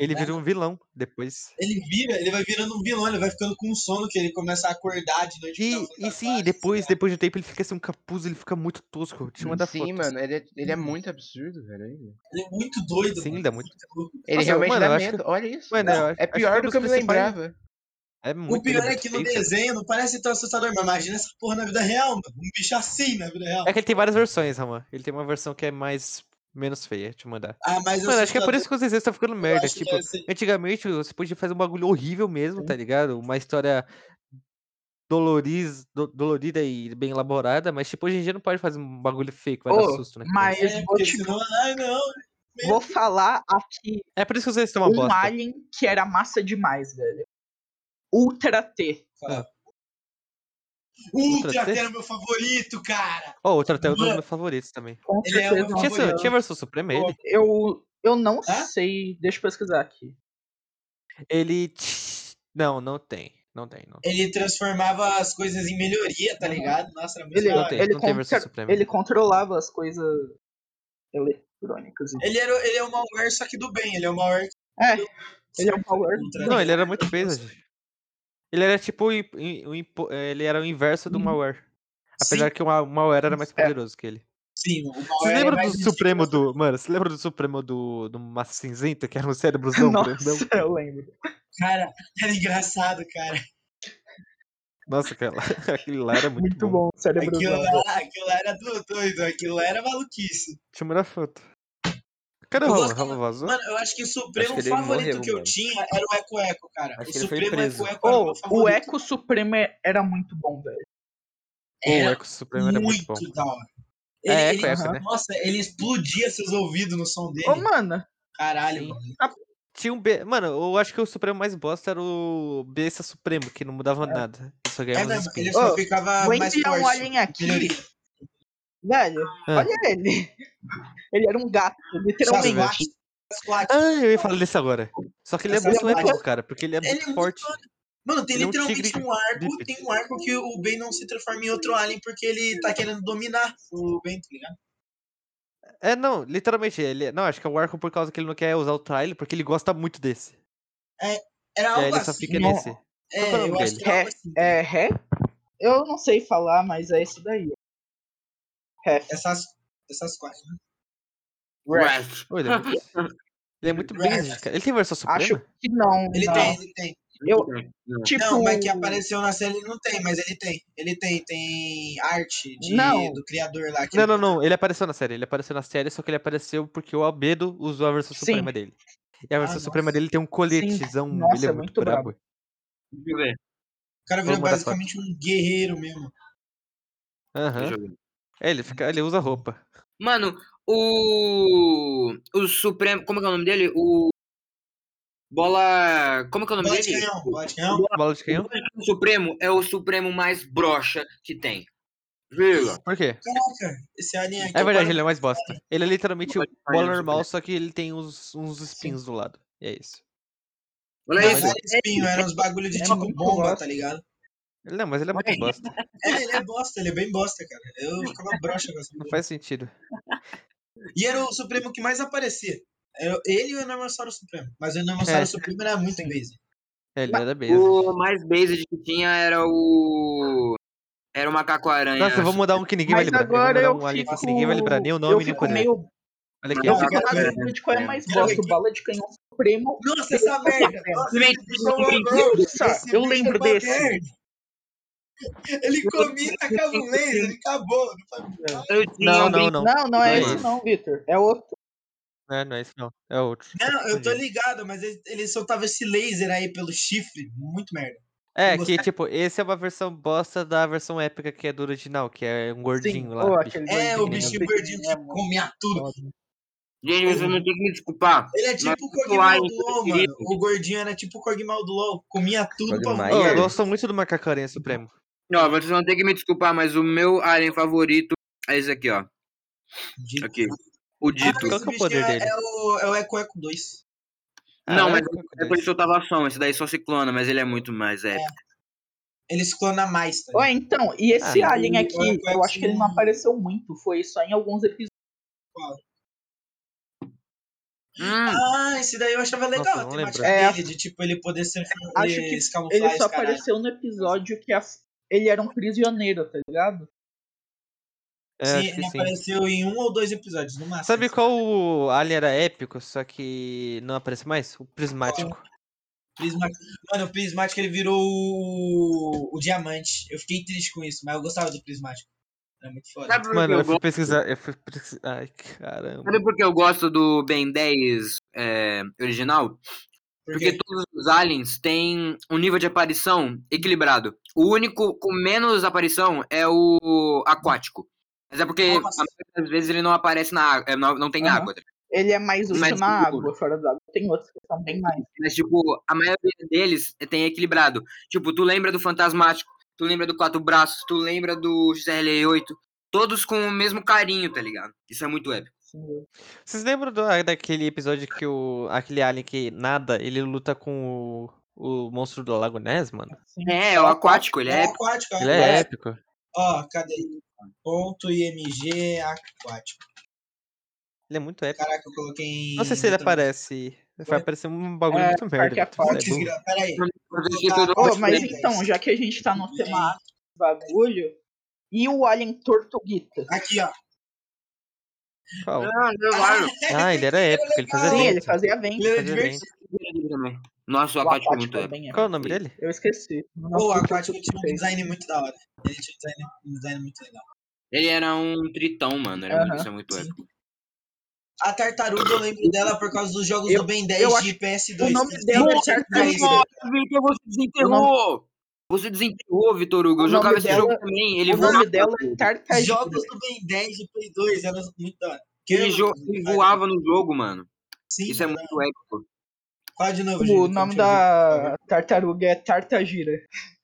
Speaker 1: Ele vira um vilão depois.
Speaker 5: Ele vira, ele vai virando um vilão, ele vai ficando com sono, que ele começa a acordar de noite. porque é um
Speaker 1: E, e
Speaker 5: fantasmático,
Speaker 1: sim,
Speaker 5: tá
Speaker 1: depois,
Speaker 5: ligado?
Speaker 1: depois de um tempo ele fica assim um capuz, ele fica muito tosco. Te manda
Speaker 3: Sim,
Speaker 1: fotos.
Speaker 3: mano, ele é, ele é muito absurdo, velho. Ele,
Speaker 5: Ele é muito doido.
Speaker 1: Sim,
Speaker 5: mano.
Speaker 1: dá muito.
Speaker 5: louco.
Speaker 3: Ele
Speaker 1: Nossa,
Speaker 3: realmente
Speaker 1: mano, eu
Speaker 3: dá
Speaker 1: acho
Speaker 3: medo, olha isso.
Speaker 1: Mano, eu acho-
Speaker 3: é
Speaker 1: acho que é um
Speaker 3: pior do
Speaker 1: dos
Speaker 3: que eu me
Speaker 1: principais-
Speaker 3: lembrava.
Speaker 1: É muito,
Speaker 5: o
Speaker 1: ele é
Speaker 5: pior é
Speaker 1: muito
Speaker 5: que no
Speaker 1: feio, cara.
Speaker 5: desenho não parece tão assustador, mas imagina essa porra na vida real, mano. Um bicho assim na vida real.
Speaker 1: É que ele tem várias versões, Raman. Ele tem uma versão que é mais menos feia, deixa eu mandar.
Speaker 5: Ah, mas
Speaker 1: Mano, acho que é por
Speaker 5: assustador,
Speaker 1: isso que os desenhos estão ficando
Speaker 5: eu
Speaker 1: merda.
Speaker 5: acho que
Speaker 1: Tipo,
Speaker 5: deve ser-
Speaker 1: antigamente você podia fazer um bagulho horrível mesmo, tá ligado? Uma história doloriz, do- dolorida e bem elaborada, mas tipo, hoje em dia não pode fazer um bagulho feio que vai dar
Speaker 6: Ô,
Speaker 1: susto, né? criança?
Speaker 6: Mas
Speaker 5: É,
Speaker 6: vou,
Speaker 5: porque
Speaker 6: te-
Speaker 5: senão, ai não.
Speaker 6: vou falar aqui
Speaker 1: É por isso que vocês estão uma
Speaker 6: um
Speaker 1: bosta.
Speaker 6: alien que era massa demais, velho. Ultra T.
Speaker 1: T?
Speaker 5: Ultra, que um era meu favorito, cara.
Speaker 1: Ó, o Tratel é um dos
Speaker 5: Mano.
Speaker 1: meus favoritos também.
Speaker 6: Com
Speaker 5: Ele é
Speaker 6: certeza.
Speaker 5: uma
Speaker 1: Tinha,
Speaker 5: Favorito.
Speaker 1: essa- tinha versão suprema ele?
Speaker 6: Eu, eu não
Speaker 5: Hã?
Speaker 6: sei. Deixa eu pesquisar aqui.
Speaker 1: Ele. tch- Não, não tem. Não tem, não.
Speaker 5: Ele transformava as coisas em melhoria, tá ligado? Nossa, era muito
Speaker 6: Ele,
Speaker 5: da
Speaker 1: Não
Speaker 5: hora.
Speaker 1: tem,
Speaker 6: ele,
Speaker 1: não tem versão
Speaker 6: contro-
Speaker 1: suprema.
Speaker 6: ele controlava as coisas eletrônicas. e-
Speaker 5: Ele, era, ele é um malware, só que do bem. Ele é um malware
Speaker 6: É, ele é um power.
Speaker 5: ultra.
Speaker 1: Não, ele era muito feio, gente. Ele era tipo. o im- im- o impo- eh, Ele era o inverso do
Speaker 6: Uhum.
Speaker 1: malware. Apesar
Speaker 5: Sim,
Speaker 1: que o ma- o malware era mais
Speaker 6: É.
Speaker 1: poderoso que ele.
Speaker 5: sim, o
Speaker 1: Vocês
Speaker 5: malware é
Speaker 1: lembram do
Speaker 5: mais
Speaker 1: Supremo
Speaker 5: ridículo.
Speaker 1: do. Mano, você lembra do Supremo do, do Massa Cinzenta, que era um cérebrozão grandão?
Speaker 6: Nossa, eu lembro.
Speaker 5: Cara, era engraçado, cara.
Speaker 1: Nossa, aquele lá, aquele lá era muito,
Speaker 6: Muito
Speaker 1: bom.
Speaker 6: bom,
Speaker 5: Aquilo
Speaker 6: cérebrozão.
Speaker 5: lá, aquilo lá era do- doido, aquilo lá era maluquice.
Speaker 1: Deixa eu mandar foto. Cadê o
Speaker 5: Eu
Speaker 1: Rama?
Speaker 5: gostava-
Speaker 1: Rama vazou?
Speaker 5: Mano, eu acho que o Supremo
Speaker 2: ele
Speaker 5: favorito
Speaker 2: morreu,
Speaker 5: que eu
Speaker 2: mano.
Speaker 5: tinha era o Eco Eco, cara.
Speaker 2: Acho
Speaker 5: o
Speaker 2: que ele foi
Speaker 5: Supremo
Speaker 2: preso.
Speaker 5: Eco Eco era o
Speaker 6: Oh,
Speaker 5: meu
Speaker 6: o
Speaker 5: favorito.
Speaker 6: Eco Supremo é, era muito bom, velho.
Speaker 1: Pô, o
Speaker 5: Era
Speaker 1: Eco Supremo era muito bom.
Speaker 5: muito da hora. Ele,
Speaker 1: É, Eco,
Speaker 5: ele-
Speaker 1: Eco,
Speaker 6: Aham.
Speaker 1: né?
Speaker 5: nossa, ele explodia seus ouvidos no som dele.
Speaker 6: Ô, mano,
Speaker 5: Caralho,
Speaker 1: Sim.
Speaker 6: assim?
Speaker 5: mano.
Speaker 1: Tinha um B. Mano, eu acho que o Supremo mais bosta era o Besta Supremo, que não mudava nada. Só
Speaker 5: É
Speaker 1: ganhava uns
Speaker 5: mesmo, ele
Speaker 1: spins.
Speaker 5: só
Speaker 6: Ô,
Speaker 5: ficava
Speaker 6: vou
Speaker 5: Ah, mais
Speaker 6: enviar
Speaker 5: forte.
Speaker 6: um alien aqui.
Speaker 5: melhoria.
Speaker 6: Velho,
Speaker 1: Ah.
Speaker 6: olha ele. Ele era um gato,
Speaker 1: Deixa
Speaker 5: Só
Speaker 1: eu ver.
Speaker 6: literalmente.
Speaker 5: Sasquatch. Sasquatch.
Speaker 1: Ah, eu ia falar disso agora. Só que ele é
Speaker 5: Essa
Speaker 1: muito
Speaker 5: parte-
Speaker 1: eco, cara, porque ele é
Speaker 5: Ele
Speaker 1: muito
Speaker 5: é muito
Speaker 1: forte.
Speaker 5: doido. Mano, tem
Speaker 1: Ele é um
Speaker 5: literalmente
Speaker 1: tigre
Speaker 5: um arco,
Speaker 1: bípede.
Speaker 5: tem um arco que o Ben não se transforma em outro alien porque ele tá querendo dominar o Ben, tá ligado?
Speaker 1: É, não, literalmente, ele. Não, acho que é o arco por causa que ele não quer usar o trailer, porque ele gosta muito desse.
Speaker 5: Era
Speaker 1: E aí
Speaker 5: algo
Speaker 1: É, ele só
Speaker 5: assim.
Speaker 1: fica
Speaker 6: Não.
Speaker 1: nesse. Qual que é o
Speaker 5: É,
Speaker 1: nome
Speaker 5: eu acho
Speaker 1: dele?
Speaker 5: que era
Speaker 6: Ré,
Speaker 5: algo assim.
Speaker 6: é ré? Eu não sei falar, mas é isso daí. Ré.
Speaker 5: Essas, essas quatro. né?
Speaker 4: Rest.
Speaker 1: Pô, ele é muito. Ele é muito basic, cara. Ele tem versão
Speaker 6: Acho
Speaker 1: suprema?
Speaker 6: que não,
Speaker 5: Ele
Speaker 6: não.
Speaker 5: tem, ele tem.
Speaker 6: Eu-
Speaker 4: Não.
Speaker 6: Tipo.
Speaker 5: Não, mas que apareceu na série ele não tem, mas ele tem. Ele tem, tem arte de,
Speaker 6: Não.
Speaker 5: do criador lá. que
Speaker 1: Não,
Speaker 5: ele-
Speaker 1: não, não. Ele apareceu na série. Ele apareceu na série, só que ele apareceu porque o Albedo usou a versão
Speaker 6: Sim.
Speaker 1: suprema dele. E a
Speaker 5: Ah,
Speaker 1: versão
Speaker 5: nossa.
Speaker 1: suprema dele tem um coletezão. ele
Speaker 6: Nossa,
Speaker 1: é
Speaker 6: é
Speaker 1: muito
Speaker 6: muito brabo.
Speaker 1: brabo.
Speaker 4: Deixa eu ver.
Speaker 5: O cara
Speaker 1: Vou
Speaker 5: virou
Speaker 1: mandar foto.
Speaker 5: basicamente um guerreiro mesmo.
Speaker 1: Aham.
Speaker 4: Deixa eu ver.
Speaker 1: É, ele, fica, ele usa roupa.
Speaker 4: Mano, o. O Supremo. Como é que é o nome dele? O. Bola. Como é que é o nome
Speaker 5: Bola de
Speaker 4: dele?
Speaker 5: canhão, bola de
Speaker 4: O
Speaker 5: canhão.
Speaker 4: Bola-
Speaker 1: Bola de
Speaker 4: o
Speaker 1: canhão?
Speaker 4: Bola de Canhão Supremo é o Supremo mais broxa que tem. Vila.
Speaker 1: Por quê?
Speaker 5: Caraca, esse alien aqui.
Speaker 1: É verdade,
Speaker 5: eu
Speaker 1: ele é o mais bosta. Ele é literalmente o
Speaker 4: Bola de
Speaker 1: bola
Speaker 4: canhão,
Speaker 1: normal,
Speaker 4: Supremo.
Speaker 1: só que ele tem uns, uns spins do lado. E é isso.
Speaker 4: Olha
Speaker 5: Não,
Speaker 1: Mas
Speaker 5: não
Speaker 1: é.
Speaker 5: era espinho, era uns bagulho de
Speaker 6: É
Speaker 5: tipo
Speaker 6: muito
Speaker 5: bomba,
Speaker 6: bosta.
Speaker 5: tá ligado?
Speaker 1: Não, mas ele é muito bosta.
Speaker 5: É, ele é bosta, ele é bem bosta, cara. Eu ficava broxa com essa
Speaker 1: Não
Speaker 5: porra.
Speaker 1: faz sentido.
Speaker 5: E era o Supremo que mais aparecia. Era ele e o Enormossauro Supremo. Mas o Enormossauro
Speaker 1: É.
Speaker 5: Supremo era muito
Speaker 6: Sim.
Speaker 5: basic.
Speaker 1: É, ele era basic.
Speaker 4: O mais basic que tinha era o. Era o macaco-aranha.
Speaker 1: Nossa, eu vou mandar um que ninguém vai
Speaker 6: Mas
Speaker 1: lembrar. Eu vou
Speaker 6: agora
Speaker 1: mandar
Speaker 6: eu
Speaker 1: um alien aqui que ninguém vai lembrar nem o
Speaker 6: fico. Eu
Speaker 1: nome nem o
Speaker 6: fico
Speaker 1: poder.
Speaker 6: meio.
Speaker 1: Olha aqui,
Speaker 6: Eu
Speaker 1: ó.
Speaker 5: Não, cara,
Speaker 6: fico na
Speaker 4: Macaco-aranha.
Speaker 6: dúvida de qual é mais
Speaker 5: Quero ver
Speaker 6: bosta, o
Speaker 5: que-
Speaker 6: bala de canhão supremo
Speaker 5: Nossa,
Speaker 6: ou
Speaker 5: essa
Speaker 6: o
Speaker 5: merda!
Speaker 6: supremo.
Speaker 5: Nossa, esse bicho é um horror!
Speaker 6: Nossa,
Speaker 5: Esse
Speaker 6: eu
Speaker 5: bicho é
Speaker 6: lembro
Speaker 5: uma
Speaker 6: desse.
Speaker 5: merda! Ele comia e tacava um laser, ele acabou. Não foi-
Speaker 4: Eu tinha
Speaker 1: Não,
Speaker 4: um
Speaker 1: não,
Speaker 4: brinquedo.
Speaker 1: não.
Speaker 6: Não, não
Speaker 1: Não
Speaker 6: é
Speaker 1: é
Speaker 6: esse
Speaker 1: esse.
Speaker 6: não, Vitor. É outro.
Speaker 1: Não é, não é esse, não. É outro. Tá
Speaker 5: Não, eu tô
Speaker 1: confundindo.
Speaker 5: ligado, mas ele, ele soltava esse laser aí pelo chifre. Muito merda.
Speaker 1: É,
Speaker 5: Eu
Speaker 1: que
Speaker 5: gostava.
Speaker 1: tipo, esse é uma versão bosta da versão épica que é do original, que é um
Speaker 6: Sim,
Speaker 1: gordinho né? lá.
Speaker 6: ou
Speaker 1: bicho
Speaker 5: É,
Speaker 6: aquele
Speaker 5: o
Speaker 1: pequenininho.
Speaker 6: gordinho
Speaker 5: bichinho gordinho
Speaker 6: pequenininho é
Speaker 5: que
Speaker 6: muito
Speaker 5: comia tudo.
Speaker 6: foda.
Speaker 4: Gente, vocês não tem que me desculpar.
Speaker 5: Ele é
Speaker 4: Mas
Speaker 5: tipo o
Speaker 4: o meu
Speaker 5: Cogmal
Speaker 4: alien
Speaker 5: do LoL, mano.
Speaker 4: preferido.
Speaker 5: O gordinho era tipo o Cogmal do LoL. Comia tudo
Speaker 1: Oh,
Speaker 5: pra
Speaker 1: eu
Speaker 2: Quagmire?
Speaker 1: gosto muito do Macacaranha Supremo.
Speaker 4: Não, vocês vão ter que me desculpar, mas o meu alien favorito é esse aqui, ó.
Speaker 5: Dito.
Speaker 4: Aqui. O
Speaker 5: Ah,
Speaker 1: Qual
Speaker 4: Dito.
Speaker 5: esse
Speaker 1: que é o
Speaker 5: bichinho
Speaker 1: poder
Speaker 5: é,
Speaker 1: dele?
Speaker 5: é o, é o Eco Eco 2.
Speaker 1: Ah,
Speaker 4: Não,
Speaker 1: é
Speaker 4: mas
Speaker 1: Eco Eco
Speaker 4: é por
Speaker 1: 2.
Speaker 4: ele soltava ação. Esse daí só se clona, mas ele é muito mais épico.
Speaker 5: Ele se clona mais, tá
Speaker 6: Ó,
Speaker 5: ligado?
Speaker 6: então, e
Speaker 1: Ah,
Speaker 6: esse
Speaker 1: não.
Speaker 6: alien
Speaker 5: O- o
Speaker 6: aqui,
Speaker 5: Eco
Speaker 6: eu
Speaker 5: Eco
Speaker 6: acho que ele não apareceu muito, foi só em alguns episódios.
Speaker 4: Hum,
Speaker 5: Ah, esse daí eu achava legal
Speaker 1: Nossa,
Speaker 5: a
Speaker 1: não
Speaker 5: temática
Speaker 6: lembro.
Speaker 5: dele, de tipo, ele poder ser
Speaker 6: Acho que
Speaker 5: se camuflar
Speaker 6: Ele
Speaker 5: e
Speaker 6: só
Speaker 5: os caralho.
Speaker 6: apareceu no episódio que a- ele era um prisioneiro, tá ligado?
Speaker 1: É,
Speaker 5: Sim,
Speaker 1: acho que
Speaker 5: ele
Speaker 1: sim.
Speaker 5: apareceu em um ou dois episódios, no máximo.
Speaker 1: Sabe qual o Alien era épico, só que não aparece mais? O prismático.
Speaker 5: Prismático. Mano, o Prismático ele virou o... o diamante. Eu fiquei triste com isso, mas eu gostava do Prismático. Era muito foda.
Speaker 4: sabe por que
Speaker 1: Mano,
Speaker 4: eu
Speaker 1: eu fui
Speaker 4: gosto?
Speaker 1: pesquisar. Eu fui pesquisar. Ai, caramba.
Speaker 4: Sabe por que eu gosto do Ben 10 é, original?
Speaker 5: Por
Speaker 4: Porque
Speaker 5: quê?
Speaker 4: todos os aliens têm um nível de aparição equilibrado. O único com menos aparição é o aquático. Mas é porque
Speaker 5: Nossa.
Speaker 4: a maioria das vezes ele não aparece na água, é, não, não tem
Speaker 6: Aham.
Speaker 4: água. tá ligado?
Speaker 6: Ele é mais útil
Speaker 4: Mas
Speaker 6: na
Speaker 4: o-
Speaker 6: água, fora da água. Tem outros que são bem mais.
Speaker 4: Mas, tipo, a maioria deles tem equilibrado. Tipo, tu lembra do Fantasmático, tu lembra do Quatro Braços, tu lembra do XRL8. Todos com o mesmo carinho, tá ligado? Isso é muito épico.
Speaker 6: assim.
Speaker 1: Vocês lembram do- ah, daquele episódio que o. aquele alien que nada, ele luta com o, o monstro do Lago Ness, mano?
Speaker 6: assim.
Speaker 4: É, é o aquático, ele é
Speaker 5: É
Speaker 4: épico.
Speaker 5: aquático,
Speaker 1: Ele é
Speaker 5: aquático.
Speaker 1: épico.
Speaker 5: Ó, cadê? Ponto IMG aquático.
Speaker 1: Ele é muito épico.
Speaker 5: Caraca, eu coloquei em.
Speaker 1: Não sei se ele
Speaker 5: outra-
Speaker 1: aparece. Vai aparecer um bagulho
Speaker 6: É,
Speaker 1: muito merda.
Speaker 6: Parque
Speaker 1: tu sai
Speaker 5: Putz,
Speaker 1: burro.
Speaker 5: grila, peraí.
Speaker 4: Mas eu esqueci do-
Speaker 6: Ô,
Speaker 5: Acho
Speaker 6: mas
Speaker 5: legal
Speaker 6: então,
Speaker 5: isso.
Speaker 6: já que a gente tá no tema arte do bagulho, e o Alien Tortuguita?
Speaker 5: Aqui, ó.
Speaker 1: Qual?
Speaker 4: Ah, não,
Speaker 5: é,
Speaker 4: claro.
Speaker 1: Ah, ele era épico, ele fazia
Speaker 5: legal.
Speaker 6: Sim,
Speaker 1: bem.
Speaker 6: ele fazia bem.
Speaker 5: Ele era
Speaker 1: Fazia bem.
Speaker 5: divertido.
Speaker 4: Nossa, o
Speaker 6: O
Speaker 4: aquático é
Speaker 6: Aquático
Speaker 4: muito
Speaker 6: é bem
Speaker 4: épico.
Speaker 1: Qual é
Speaker 6: épico.
Speaker 1: o nome dele?
Speaker 6: Eu esqueci.
Speaker 5: Pô, o
Speaker 6: Nossa,
Speaker 5: aquático
Speaker 6: que
Speaker 5: tinha um
Speaker 6: fez.
Speaker 5: design muito da hora. Ele tinha um design, um design muito legal.
Speaker 4: Ele era um tritão, mano. Era muito-
Speaker 6: Aham.
Speaker 4: Isso é muito
Speaker 5: Sim.
Speaker 4: épico.
Speaker 5: A tartaruga eu lembro dela por causa dos jogos
Speaker 6: Eu-
Speaker 5: do Ben 10
Speaker 6: eu
Speaker 5: de PS2.
Speaker 6: o nome
Speaker 5: Eles
Speaker 6: dela
Speaker 5: têm
Speaker 6: é
Speaker 5: um jogo do Ben 10.
Speaker 6: Tartaruga.
Speaker 4: Vitor, você
Speaker 1: um
Speaker 4: desenterrou! Você desenterrou, Vitor Hugo.
Speaker 6: O
Speaker 4: Eu jogava
Speaker 6: nome
Speaker 4: esse
Speaker 6: dela-
Speaker 4: jogo também. Ele
Speaker 6: O nome
Speaker 4: voava.
Speaker 6: dela é
Speaker 5: Jogos
Speaker 6: Tartaruga.
Speaker 5: do Ben 10 de Play 2 eram muito da hora.
Speaker 4: Ele,
Speaker 5: Queima,
Speaker 4: jo-
Speaker 5: inclusive,
Speaker 4: ele
Speaker 5: fala de-
Speaker 4: voava no jogo, mano.
Speaker 5: Sim,
Speaker 4: Isso é
Speaker 5: era-
Speaker 4: muito épico.
Speaker 5: Fala de novo, Júlio.
Speaker 6: O
Speaker 5: que eu
Speaker 6: nome
Speaker 5: te ouvi, por favor.
Speaker 6: da tartaruga é Tartagira.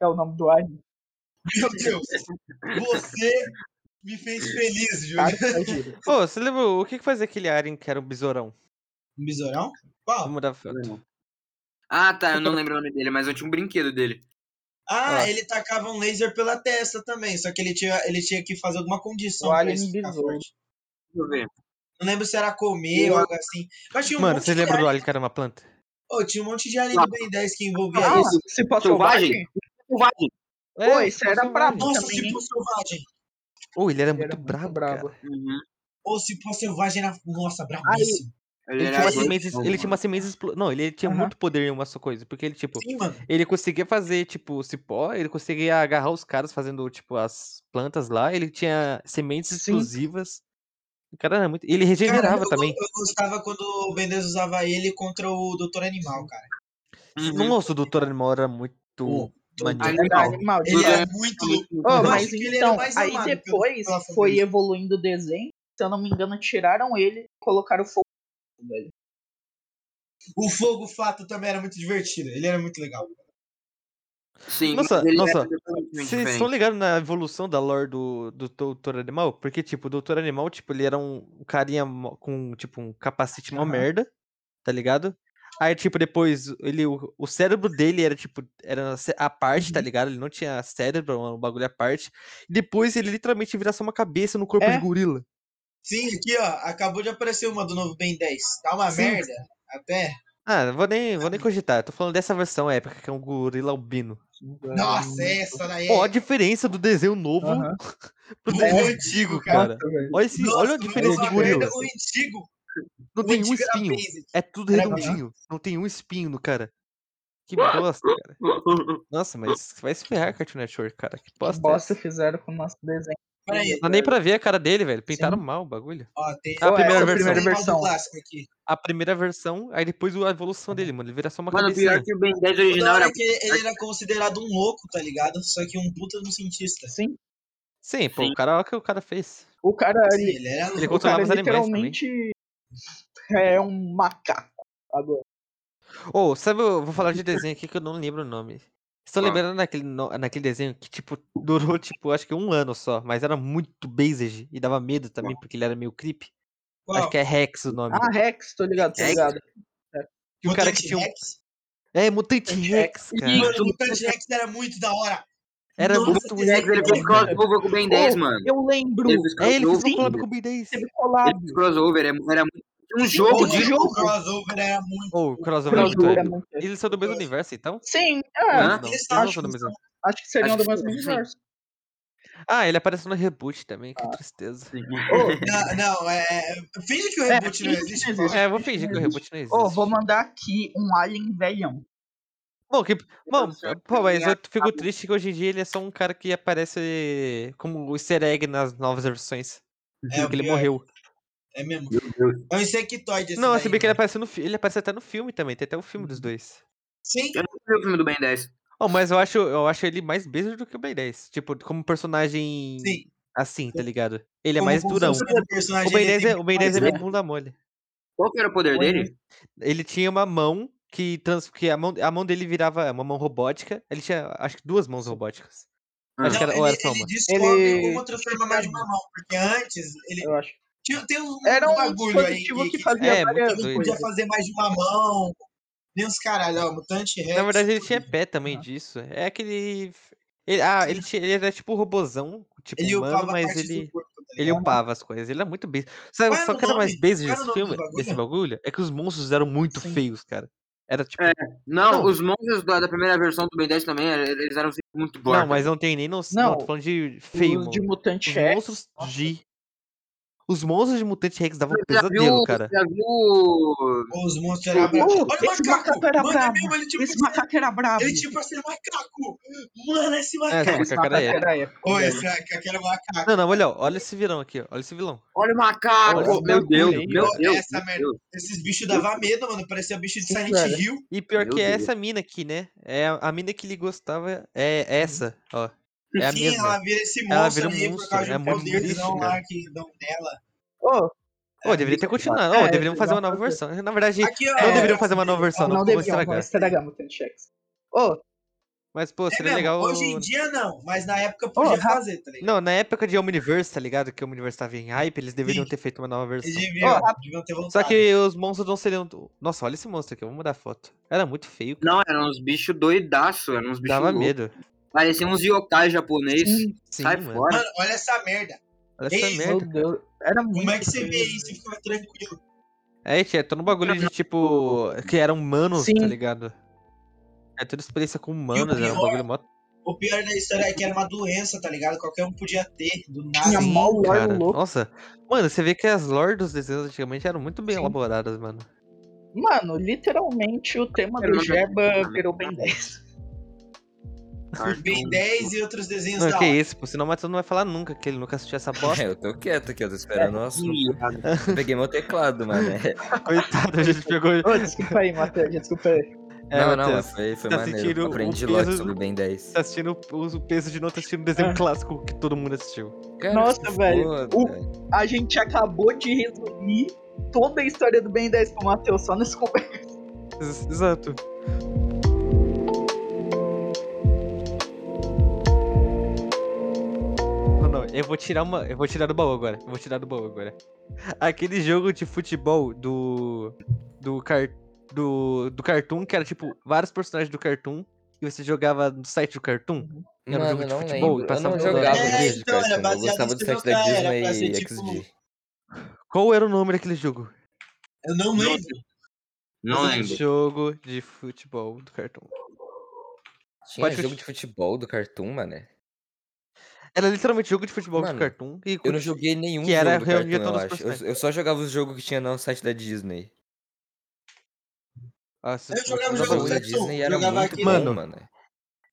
Speaker 6: É o nome do alien.
Speaker 5: Meu Deus! Você me fez feliz, Júlio.
Speaker 6: Tartagira.
Speaker 1: Ô, você lembra o que que fazia aquele alien que era um besourão?
Speaker 5: Um besourão? Qual?
Speaker 1: Vamos mudar a foto.
Speaker 4: Ah, tá.
Speaker 1: Então
Speaker 4: Eu não lembro o nome dele, mas eu tinha um brinquedo dele.
Speaker 5: Ah,
Speaker 1: Ó.
Speaker 5: ele tacava um laser pela testa também, só que ele tinha, ele tinha que fazer alguma condição
Speaker 6: O
Speaker 5: pra
Speaker 6: alien
Speaker 5: isso ficar
Speaker 6: besouro.
Speaker 5: forte.
Speaker 4: Deixa eu ver.
Speaker 5: Não lembro se era comer ou algo assim. Mas tinha um
Speaker 1: Mano,
Speaker 5: monte
Speaker 1: você
Speaker 5: de
Speaker 1: lembra do
Speaker 5: alien.
Speaker 1: alien que era uma planta?
Speaker 5: Ô, tinha um monte de alien do Ben 10 que envolvia
Speaker 6: Ah,
Speaker 5: isso.
Speaker 6: cipó
Speaker 4: Selvagem?
Speaker 6: selvagem?
Speaker 4: Selvagem.
Speaker 1: É,
Speaker 6: Pô,
Speaker 1: o
Speaker 6: isso
Speaker 1: Cipó
Speaker 6: era
Speaker 1: Selvagem.
Speaker 6: brabo.
Speaker 5: Nossa,
Speaker 6: também,
Speaker 5: Cipó
Speaker 6: hein?
Speaker 5: Selvagem.
Speaker 1: Ô, ele era
Speaker 6: Ele
Speaker 1: muito
Speaker 6: era muito
Speaker 1: brabo,
Speaker 6: brabo.
Speaker 1: cara.
Speaker 4: Uhum.
Speaker 5: Ô, Cipó Selvagem era. Nossa, brabíssimo.
Speaker 4: Ele
Speaker 1: Ele
Speaker 4: era
Speaker 1: tinha umas
Speaker 4: doidão,
Speaker 1: sementes. Ele tinha
Speaker 4: mano.
Speaker 1: umas sementes. explo- Não, ele tinha
Speaker 6: Aham.
Speaker 1: muito poder em uma só coisa. Porque ele, tipo,
Speaker 5: Sim, mano.
Speaker 1: ele conseguia fazer, tipo, cipó, ele conseguia agarrar os caras fazendo, tipo, as plantas lá. Ele tinha sementes
Speaker 6: Sim.
Speaker 1: explosivas. O cara era muito. Ele
Speaker 5: Cara,
Speaker 1: regenerava
Speaker 5: eu, go-
Speaker 1: também.
Speaker 5: eu gostava quando o Ben 10 usava ele contra o Doutor Animal, cara.
Speaker 4: Uhum.
Speaker 1: Nossa, o Doutor Animal era
Speaker 5: O
Speaker 1: muito
Speaker 5: Doutor
Speaker 1: maníaco.
Speaker 6: Era
Speaker 4: Animal.
Speaker 6: animal.
Speaker 5: Ele
Speaker 6: demais.
Speaker 4: é
Speaker 5: era muito louco.
Speaker 6: Oh,
Speaker 5: Eu
Speaker 6: mas
Speaker 5: acho que ele era o
Speaker 6: então,
Speaker 5: mais
Speaker 6: aí
Speaker 5: amado pelo-
Speaker 6: depois
Speaker 5: pela família.
Speaker 6: foi evoluindo o desenho. Se eu não me engano, tiraram ele e colocaram o fogo. velho.
Speaker 5: O Fogo Fato também era muito divertido. Ele era muito legal.
Speaker 4: Sim, mas
Speaker 1: Nossa,
Speaker 4: ele
Speaker 1: nossa.
Speaker 4: era totalmente
Speaker 1: Vocês estão
Speaker 4: diferente.
Speaker 1: ligados na evolução da lore do, do Doutor Animal? Porque, tipo, o Doutor Animal, tipo, ele era um carinha mó- com, tipo, um capacete mó
Speaker 6: Aham.
Speaker 1: merda, tá ligado? Aí, tipo, depois, ele, o, o cérebro dele era, tipo, era a cé- a parte, tá
Speaker 6: Uhum.
Speaker 1: ligado? Ele não tinha cérebro, um bagulho à parte. Depois, ele literalmente vira só uma cabeça no corpo de
Speaker 6: É.
Speaker 1: gorila.
Speaker 5: Sim, aqui, ó. Acabou de aparecer uma do novo Ben 10. Tá uma
Speaker 1: Sim.
Speaker 5: merda. Até.
Speaker 1: Ah, vou nem, vou nem cogitar. Tô falando dessa versão épica, que é um gorila albino.
Speaker 5: Nossa, essa daí
Speaker 1: Ó, a
Speaker 5: é
Speaker 1: diferença do desenho novo
Speaker 6: Aham. É,
Speaker 1: pro
Speaker 5: o
Speaker 1: desenho
Speaker 5: antigo,
Speaker 1: antigo,
Speaker 5: cara.
Speaker 1: cara.
Speaker 6: Nossa, velho.
Speaker 1: Olha, esse,
Speaker 5: Nossa,
Speaker 1: olha a
Speaker 5: não
Speaker 1: diferença
Speaker 5: uma
Speaker 1: de
Speaker 5: merda.
Speaker 1: gorila.
Speaker 5: O antigo,
Speaker 1: Não
Speaker 5: o
Speaker 1: tem um
Speaker 5: antigo era
Speaker 1: espinho.
Speaker 5: basic.
Speaker 1: É tudo
Speaker 5: Era
Speaker 1: redondinho. Não tem um espinho no cara. Que bosta, cara. Nossa, mas vai se ferrar, Cartoon Network, cara. Que
Speaker 6: Que
Speaker 1: bosta é
Speaker 6: bosta
Speaker 1: essa?
Speaker 6: fizeram com o nosso desenho.
Speaker 5: Peraí,
Speaker 1: Não dá nem pra ver a cara dele, velho. Pintaram
Speaker 6: Sim.
Speaker 1: mal o bagulho.
Speaker 5: ó, tem
Speaker 1: A
Speaker 6: Ou
Speaker 1: primeira
Speaker 6: essa
Speaker 5: o
Speaker 1: versão.
Speaker 6: primeira
Speaker 5: animal do
Speaker 6: versão.
Speaker 5: clássico aqui.
Speaker 1: A primeira versão, aí depois a evolução dele, mano. Ele vira só uma
Speaker 4: Mano, pior
Speaker 1: cabecinha.
Speaker 4: que o Ben 10
Speaker 5: O da
Speaker 4: original
Speaker 5: hora
Speaker 4: era.
Speaker 5: é que ele, ele era considerado um louco, tá ligado? Só que um puta de um cientista.
Speaker 6: Sim.
Speaker 1: Sim, pô,
Speaker 4: Sim.
Speaker 1: o cara, olha o que o cara fez.
Speaker 6: O cara,
Speaker 5: Sim,
Speaker 6: ele,
Speaker 5: ele era
Speaker 1: Ele
Speaker 5: louco.
Speaker 6: o cara
Speaker 1: controlava os animais também.
Speaker 6: literalmente é um macaco. Agora.
Speaker 1: Ô, sabe, eu vou falar de desenho aqui que eu não lembro o nome. Estou
Speaker 4: Qual?
Speaker 1: lembrando naquele, no- naquele desenho que, tipo, durou, tipo, acho que um ano só, mas era muito basic e dava medo também, porque ele era meio creepy. Acho
Speaker 5: Qual?
Speaker 1: que é Rex o nome.
Speaker 6: Ah, Rex, tô ligado, tô
Speaker 4: Rex?
Speaker 6: ligado.
Speaker 1: Que o cara que
Speaker 5: Mutante
Speaker 1: tinha um.
Speaker 5: Rex?
Speaker 1: É, Mutante
Speaker 6: Rex.
Speaker 1: Rex, cara.
Speaker 5: Mano, o Mutante Rex era muito da hora.
Speaker 1: Era
Speaker 5: Nossa,
Speaker 1: muito
Speaker 5: que legal,
Speaker 1: muito
Speaker 4: Ele fez
Speaker 1: bom, cara.
Speaker 4: crossover com o Ben 10,
Speaker 6: Oh,
Speaker 4: mano.
Speaker 6: Eu lembro.
Speaker 4: Ele fez
Speaker 1: É, ele fez
Speaker 4: crossover.
Speaker 1: um collab com o Ben 10.
Speaker 6: Teve
Speaker 4: Ele
Speaker 6: colado.
Speaker 4: fez crossover. é- Era muito- tinha um jogo
Speaker 5: Porra,
Speaker 4: de.
Speaker 5: O crossover era muito.
Speaker 1: Ou o crossover é muito
Speaker 6: Crossover.
Speaker 1: épico.
Speaker 6: muito-
Speaker 1: Eles são do mesmo universo, então?
Speaker 6: Sim,
Speaker 1: Ou
Speaker 6: é.
Speaker 4: Hã?
Speaker 1: eles não? Eles não
Speaker 5: Acho
Speaker 1: são do
Speaker 5: Ah, que
Speaker 1: mesmo
Speaker 6: Acho que seriam
Speaker 4: Acho
Speaker 6: do
Speaker 4: que
Speaker 6: mesmo
Speaker 4: sim.
Speaker 6: universo.
Speaker 1: Ah, ele aparece no reboot também,
Speaker 5: Ah,
Speaker 1: que tristeza.
Speaker 5: Não, não, é. Finge que o
Speaker 6: É,
Speaker 5: reboot não
Speaker 6: finge que
Speaker 5: existe.
Speaker 6: não existe.
Speaker 5: pô.
Speaker 1: É, eu vou fingir que o reboot não existe.
Speaker 6: Ô, vou mandar aqui um alien velhão.
Speaker 1: Bom, que, bom,
Speaker 4: Nossa,
Speaker 1: pô, mas eu fico
Speaker 4: tá-
Speaker 1: triste que hoje em dia ele é só um cara que aparece como o easter egg nas novas versões.
Speaker 5: É, o
Speaker 1: porque ele
Speaker 5: pior.
Speaker 1: morreu.
Speaker 5: É mesmo.
Speaker 4: Meu Deus.
Speaker 5: É um insectoide esse
Speaker 1: Não,
Speaker 5: daí, né? Uhum.
Speaker 1: se bem que ele
Speaker 5: mano.
Speaker 1: aparece, no, fi- ele aparece até no filme também, tem até o filme dos dois.
Speaker 5: Sim,
Speaker 1: é
Speaker 4: Eu não vi o filme do Ben 10.
Speaker 1: Oh, mas eu acho, eu acho ele mais beijo do que o Ben 10. Tipo, como personagem
Speaker 5: sim.
Speaker 1: assim, tá ligado? Ele é
Speaker 5: Como
Speaker 1: mais durão.
Speaker 5: funciona o personagem,
Speaker 1: O Ben
Speaker 5: ele
Speaker 1: 10
Speaker 5: tem
Speaker 1: é, o ben
Speaker 5: mais
Speaker 1: 10 é meio
Speaker 5: drama.
Speaker 1: bunda mole.
Speaker 4: Qual que era o poder
Speaker 6: Olha.
Speaker 4: dele?
Speaker 1: Ele tinha uma mão que, trans, que a, mão, a mão dele virava é uma mão robótica. Ele tinha, acho que duas mãos robóticas.
Speaker 4: Ah.
Speaker 1: Acho que
Speaker 5: Não,
Speaker 1: era, ou era
Speaker 5: ele,
Speaker 1: só
Speaker 5: ele
Speaker 1: uma.
Speaker 5: descobre
Speaker 6: Ele-
Speaker 5: como transformar mais de uma mão. Porque antes, ele.
Speaker 6: Eu acho.
Speaker 5: Tinha, tem um,
Speaker 6: Era um
Speaker 5: bagulho aí
Speaker 6: dispositivo que,
Speaker 5: que,
Speaker 6: fazia
Speaker 1: É, muito
Speaker 6: várias
Speaker 5: ele podia
Speaker 1: doido.
Speaker 6: coisas.
Speaker 5: fazer mais de uma mão. Nem os caralho, ó, mutante rex.
Speaker 1: Na verdade, ele tinha pé também
Speaker 6: Ah.
Speaker 1: disso. É aquele. Ele, ah, ele, tinha, ele era tipo robozão, tipo
Speaker 5: Ele
Speaker 1: humano,
Speaker 5: upava a
Speaker 1: mas
Speaker 5: parte do
Speaker 1: ele.
Speaker 5: corpo, tá
Speaker 1: Ele
Speaker 5: ligado?
Speaker 1: upava as coisas, ele era muito beijo. Sabe,
Speaker 5: Qual era
Speaker 1: só
Speaker 5: o
Speaker 1: que era mais
Speaker 5: nome?
Speaker 1: beijo
Speaker 5: Qual era
Speaker 1: desse
Speaker 5: o nome
Speaker 1: filme,
Speaker 5: do
Speaker 1: desse
Speaker 5: bagulho?
Speaker 1: bagulho, é que os monstros eram muito
Speaker 6: Sim.
Speaker 1: feios, cara. Era tipo.
Speaker 4: É. Não,
Speaker 1: Não.
Speaker 4: os monstros da, da primeira versão do Ben 10 também, eles eram muito
Speaker 1: Não,
Speaker 4: porcos.
Speaker 1: mas não tem nem noção. Não, tô
Speaker 6: Não,
Speaker 1: falando de feio,
Speaker 6: os de
Speaker 1: mano. Uhum.
Speaker 6: Mutante
Speaker 1: Os
Speaker 6: X,
Speaker 1: monstros de. Os monstros de Mutante Rex davam
Speaker 4: Você já
Speaker 1: é um pesadelo,
Speaker 4: viu,
Speaker 1: cara.
Speaker 4: você já viu
Speaker 5: Os monstros eram bravos.
Speaker 6: Oh,
Speaker 5: Olha o
Speaker 6: esse macaco
Speaker 5: macaco!
Speaker 6: era
Speaker 5: Mano, é
Speaker 6: brabo.
Speaker 5: mesmo, ele tipo
Speaker 6: Esse macaco era brabo.
Speaker 5: Ele tipo assim, macaco! Mano, esse
Speaker 1: É, esse
Speaker 5: macaco!
Speaker 6: Esse
Speaker 1: macaco era
Speaker 6: macaco
Speaker 1: épico.
Speaker 6: era épico.
Speaker 1: Né?
Speaker 5: Oi,
Speaker 6: velho.
Speaker 5: esse macaco era macaco.
Speaker 1: Não, não, olha, ó, olha esse vilão aqui, ó, olha esse vilão.
Speaker 4: Olha o macaco,
Speaker 6: Olha
Speaker 5: Ô,
Speaker 6: o
Speaker 4: meu Deus,
Speaker 6: bagulho aí,
Speaker 4: meu
Speaker 5: ô,
Speaker 6: ó.
Speaker 4: Deus,
Speaker 5: essa
Speaker 4: meu
Speaker 5: merda.
Speaker 4: Deus.
Speaker 5: Esses bichos davam medo, mano. Parecia bicho de
Speaker 6: Sim,
Speaker 5: Silent
Speaker 6: velho.
Speaker 5: Hill.
Speaker 1: E pior
Speaker 4: Meu
Speaker 1: que é
Speaker 4: Deus.
Speaker 1: essa mina aqui, né? É a, a mina que ele gostava é essa, ó. É a
Speaker 5: Uhum. Sim,
Speaker 1: mesma.
Speaker 5: ela vira esse
Speaker 1: Ela
Speaker 5: monstro
Speaker 1: vira um
Speaker 5: aí por
Speaker 1: monstro.
Speaker 5: causa de
Speaker 1: É
Speaker 5: um
Speaker 1: muito
Speaker 5: poderzão
Speaker 1: triste, cara.
Speaker 5: lá que dão dela.
Speaker 6: Oh,
Speaker 1: Ô,
Speaker 5: É
Speaker 1: deveria
Speaker 5: muito
Speaker 1: ter
Speaker 5: legal.
Speaker 1: continuado. Ô,
Speaker 6: é,
Speaker 1: deveriam
Speaker 6: eles
Speaker 1: fazer
Speaker 6: vão
Speaker 1: uma nova
Speaker 6: fazer.
Speaker 1: versão. Na verdade,
Speaker 5: Aqui, ó,
Speaker 1: não
Speaker 5: é,
Speaker 1: deveriam
Speaker 5: assim,
Speaker 1: fazer uma nova versão, não,
Speaker 6: Não
Speaker 1: porque vão
Speaker 6: deviam,
Speaker 1: estragar.
Speaker 6: vão estragar Mutante X. Oh,
Speaker 1: Mas, pô,
Speaker 5: é
Speaker 1: seria
Speaker 5: mesmo.
Speaker 1: legal.
Speaker 5: Hoje em dia não, mas na época
Speaker 6: oh,
Speaker 5: podia
Speaker 6: rap-
Speaker 5: fazer, tá ligado?
Speaker 1: Não, na época de Omniverse, tá ligado? Que o Omniverse tava em hype, eles deveriam
Speaker 5: Sim.
Speaker 1: ter feito uma nova
Speaker 5: Eles
Speaker 1: versão.
Speaker 6: oh,
Speaker 5: deviam,
Speaker 6: rap-
Speaker 5: deviam ter
Speaker 1: Só
Speaker 5: voltado.
Speaker 1: que os monstros não seriam. do- Nossa, olha esse monstro aqui, eu vou mudar a foto. Era muito feio, cara.
Speaker 4: Não, eram uns bichos doidaço, eram uns bichos
Speaker 1: Dava
Speaker 4: loucos.
Speaker 1: medo.
Speaker 4: Pareciam uns yokai japonês.
Speaker 6: sim,
Speaker 1: Sim,
Speaker 4: Sai
Speaker 1: mano.
Speaker 4: fora.
Speaker 5: Mano, olha essa merda.
Speaker 1: Olha essa
Speaker 5: Ei,
Speaker 6: meu
Speaker 1: merda, cara.
Speaker 6: Deus. Era
Speaker 5: como é
Speaker 6: muito
Speaker 5: que você vê
Speaker 6: feio.
Speaker 5: isso e fica tranquilo?
Speaker 1: É, tia, tô no bagulho de tipo. Que eram humanos, tá
Speaker 6: Sim.
Speaker 1: ligado? É toda experiência com
Speaker 5: E o
Speaker 1: humanos, era um
Speaker 5: pior,
Speaker 1: bagulho mó.
Speaker 5: o pior da história é que era uma doença, tá ligado? Qualquer um podia ter, do
Speaker 6: Tinha
Speaker 5: nada.
Speaker 6: mó
Speaker 1: Sim,
Speaker 6: lore
Speaker 1: cara.
Speaker 6: louco.
Speaker 1: Nossa. Mano, você vê que as lores dos desenhos antigamente eram muito bem
Speaker 6: Sim.
Speaker 1: elaboradas, mano.
Speaker 6: Mano, literalmente o tema do Jeba virou Ben 10.
Speaker 5: Ben
Speaker 4: Cartoon.
Speaker 5: 10 e outros desenhos
Speaker 1: Não,
Speaker 5: da
Speaker 1: que
Speaker 5: hora.
Speaker 1: isso, pô. Senão o Matheus não vai falar nunca que ele nunca assistiu essa
Speaker 2: É,
Speaker 1: bosta.
Speaker 2: eu tô quieto aqui, eu tô
Speaker 1: É,
Speaker 2: esperando o
Speaker 4: Que
Speaker 2: assunto.
Speaker 4: miado.
Speaker 2: Eu peguei meu teclado, mano. É.
Speaker 1: Coitado, a gente pegou.
Speaker 6: Ô, desculpa aí, Matheus, desculpa aí.
Speaker 1: É,
Speaker 2: Não, não,
Speaker 1: Matheus.
Speaker 2: foi, foi
Speaker 1: Tá
Speaker 2: maneiro.
Speaker 1: sentindo o
Speaker 2: Aprendi logo
Speaker 1: peso.
Speaker 2: sobre o Ben 10.
Speaker 1: Tá assistindo o o peso de não tá assistindo um desenho
Speaker 6: Ah.
Speaker 1: clássico que todo mundo assistiu.
Speaker 2: Cara, que
Speaker 6: Nossa,
Speaker 2: se
Speaker 6: velho. O-
Speaker 2: foda.
Speaker 6: a gente acabou de resumir toda a história do Ben 10 pro Matheus, só nesse conversa.
Speaker 1: Ex- Exato. Não, não, eu vou tirar uma. Eu vou tirar do baú agora. Eu vou tirar do baú agora. Aquele jogo de futebol do. Do, car, do, do Cartoon, que era tipo vários personagens do Cartoon. E você jogava no site do Cartoon. que Era um
Speaker 2: Mano,
Speaker 1: jogo
Speaker 2: eu
Speaker 1: de
Speaker 2: não
Speaker 1: futebol e
Speaker 2: lembro. Eu
Speaker 1: passava
Speaker 2: não
Speaker 1: toda hora
Speaker 2: jogava
Speaker 1: na
Speaker 2: no
Speaker 5: É,
Speaker 1: rede.
Speaker 2: site de
Speaker 5: então, era
Speaker 2: Cartoon. Eu
Speaker 5: baseado em
Speaker 2: gostava do
Speaker 5: se
Speaker 2: site da
Speaker 5: jogar, era pra ser
Speaker 2: Disney
Speaker 5: tipo.
Speaker 2: XD.
Speaker 1: Qual era o nome daquele jogo?
Speaker 5: Eu não
Speaker 4: Não,
Speaker 5: lembro.
Speaker 4: não lembro.
Speaker 1: Jogo de futebol do Cartoon.
Speaker 2: Tinha
Speaker 1: Pode
Speaker 2: jogo
Speaker 1: continuar.
Speaker 2: de futebol do Cartoon, mano.
Speaker 1: Era literalmente jogo de futebol do
Speaker 2: Mano,
Speaker 1: Cartoon e
Speaker 2: eu não
Speaker 1: continu-
Speaker 2: joguei nenhum
Speaker 1: que era
Speaker 2: jogo do
Speaker 1: reunia
Speaker 2: Cartoon, eu
Speaker 1: todos os
Speaker 2: acho. Eu,
Speaker 1: personagens.
Speaker 2: eu só jogava os jogos que tinha no site da Disney.
Speaker 1: Nossa,
Speaker 5: Eu
Speaker 1: vou tirar
Speaker 5: jogava o
Speaker 2: Os
Speaker 1: o
Speaker 2: jogos
Speaker 5: um jogo do
Speaker 2: da
Speaker 1: bagulho.
Speaker 5: Cartoon.
Speaker 2: Disney era
Speaker 5: Jogava
Speaker 2: muito
Speaker 5: aquele.
Speaker 2: bom,
Speaker 1: Mano,
Speaker 2: mano.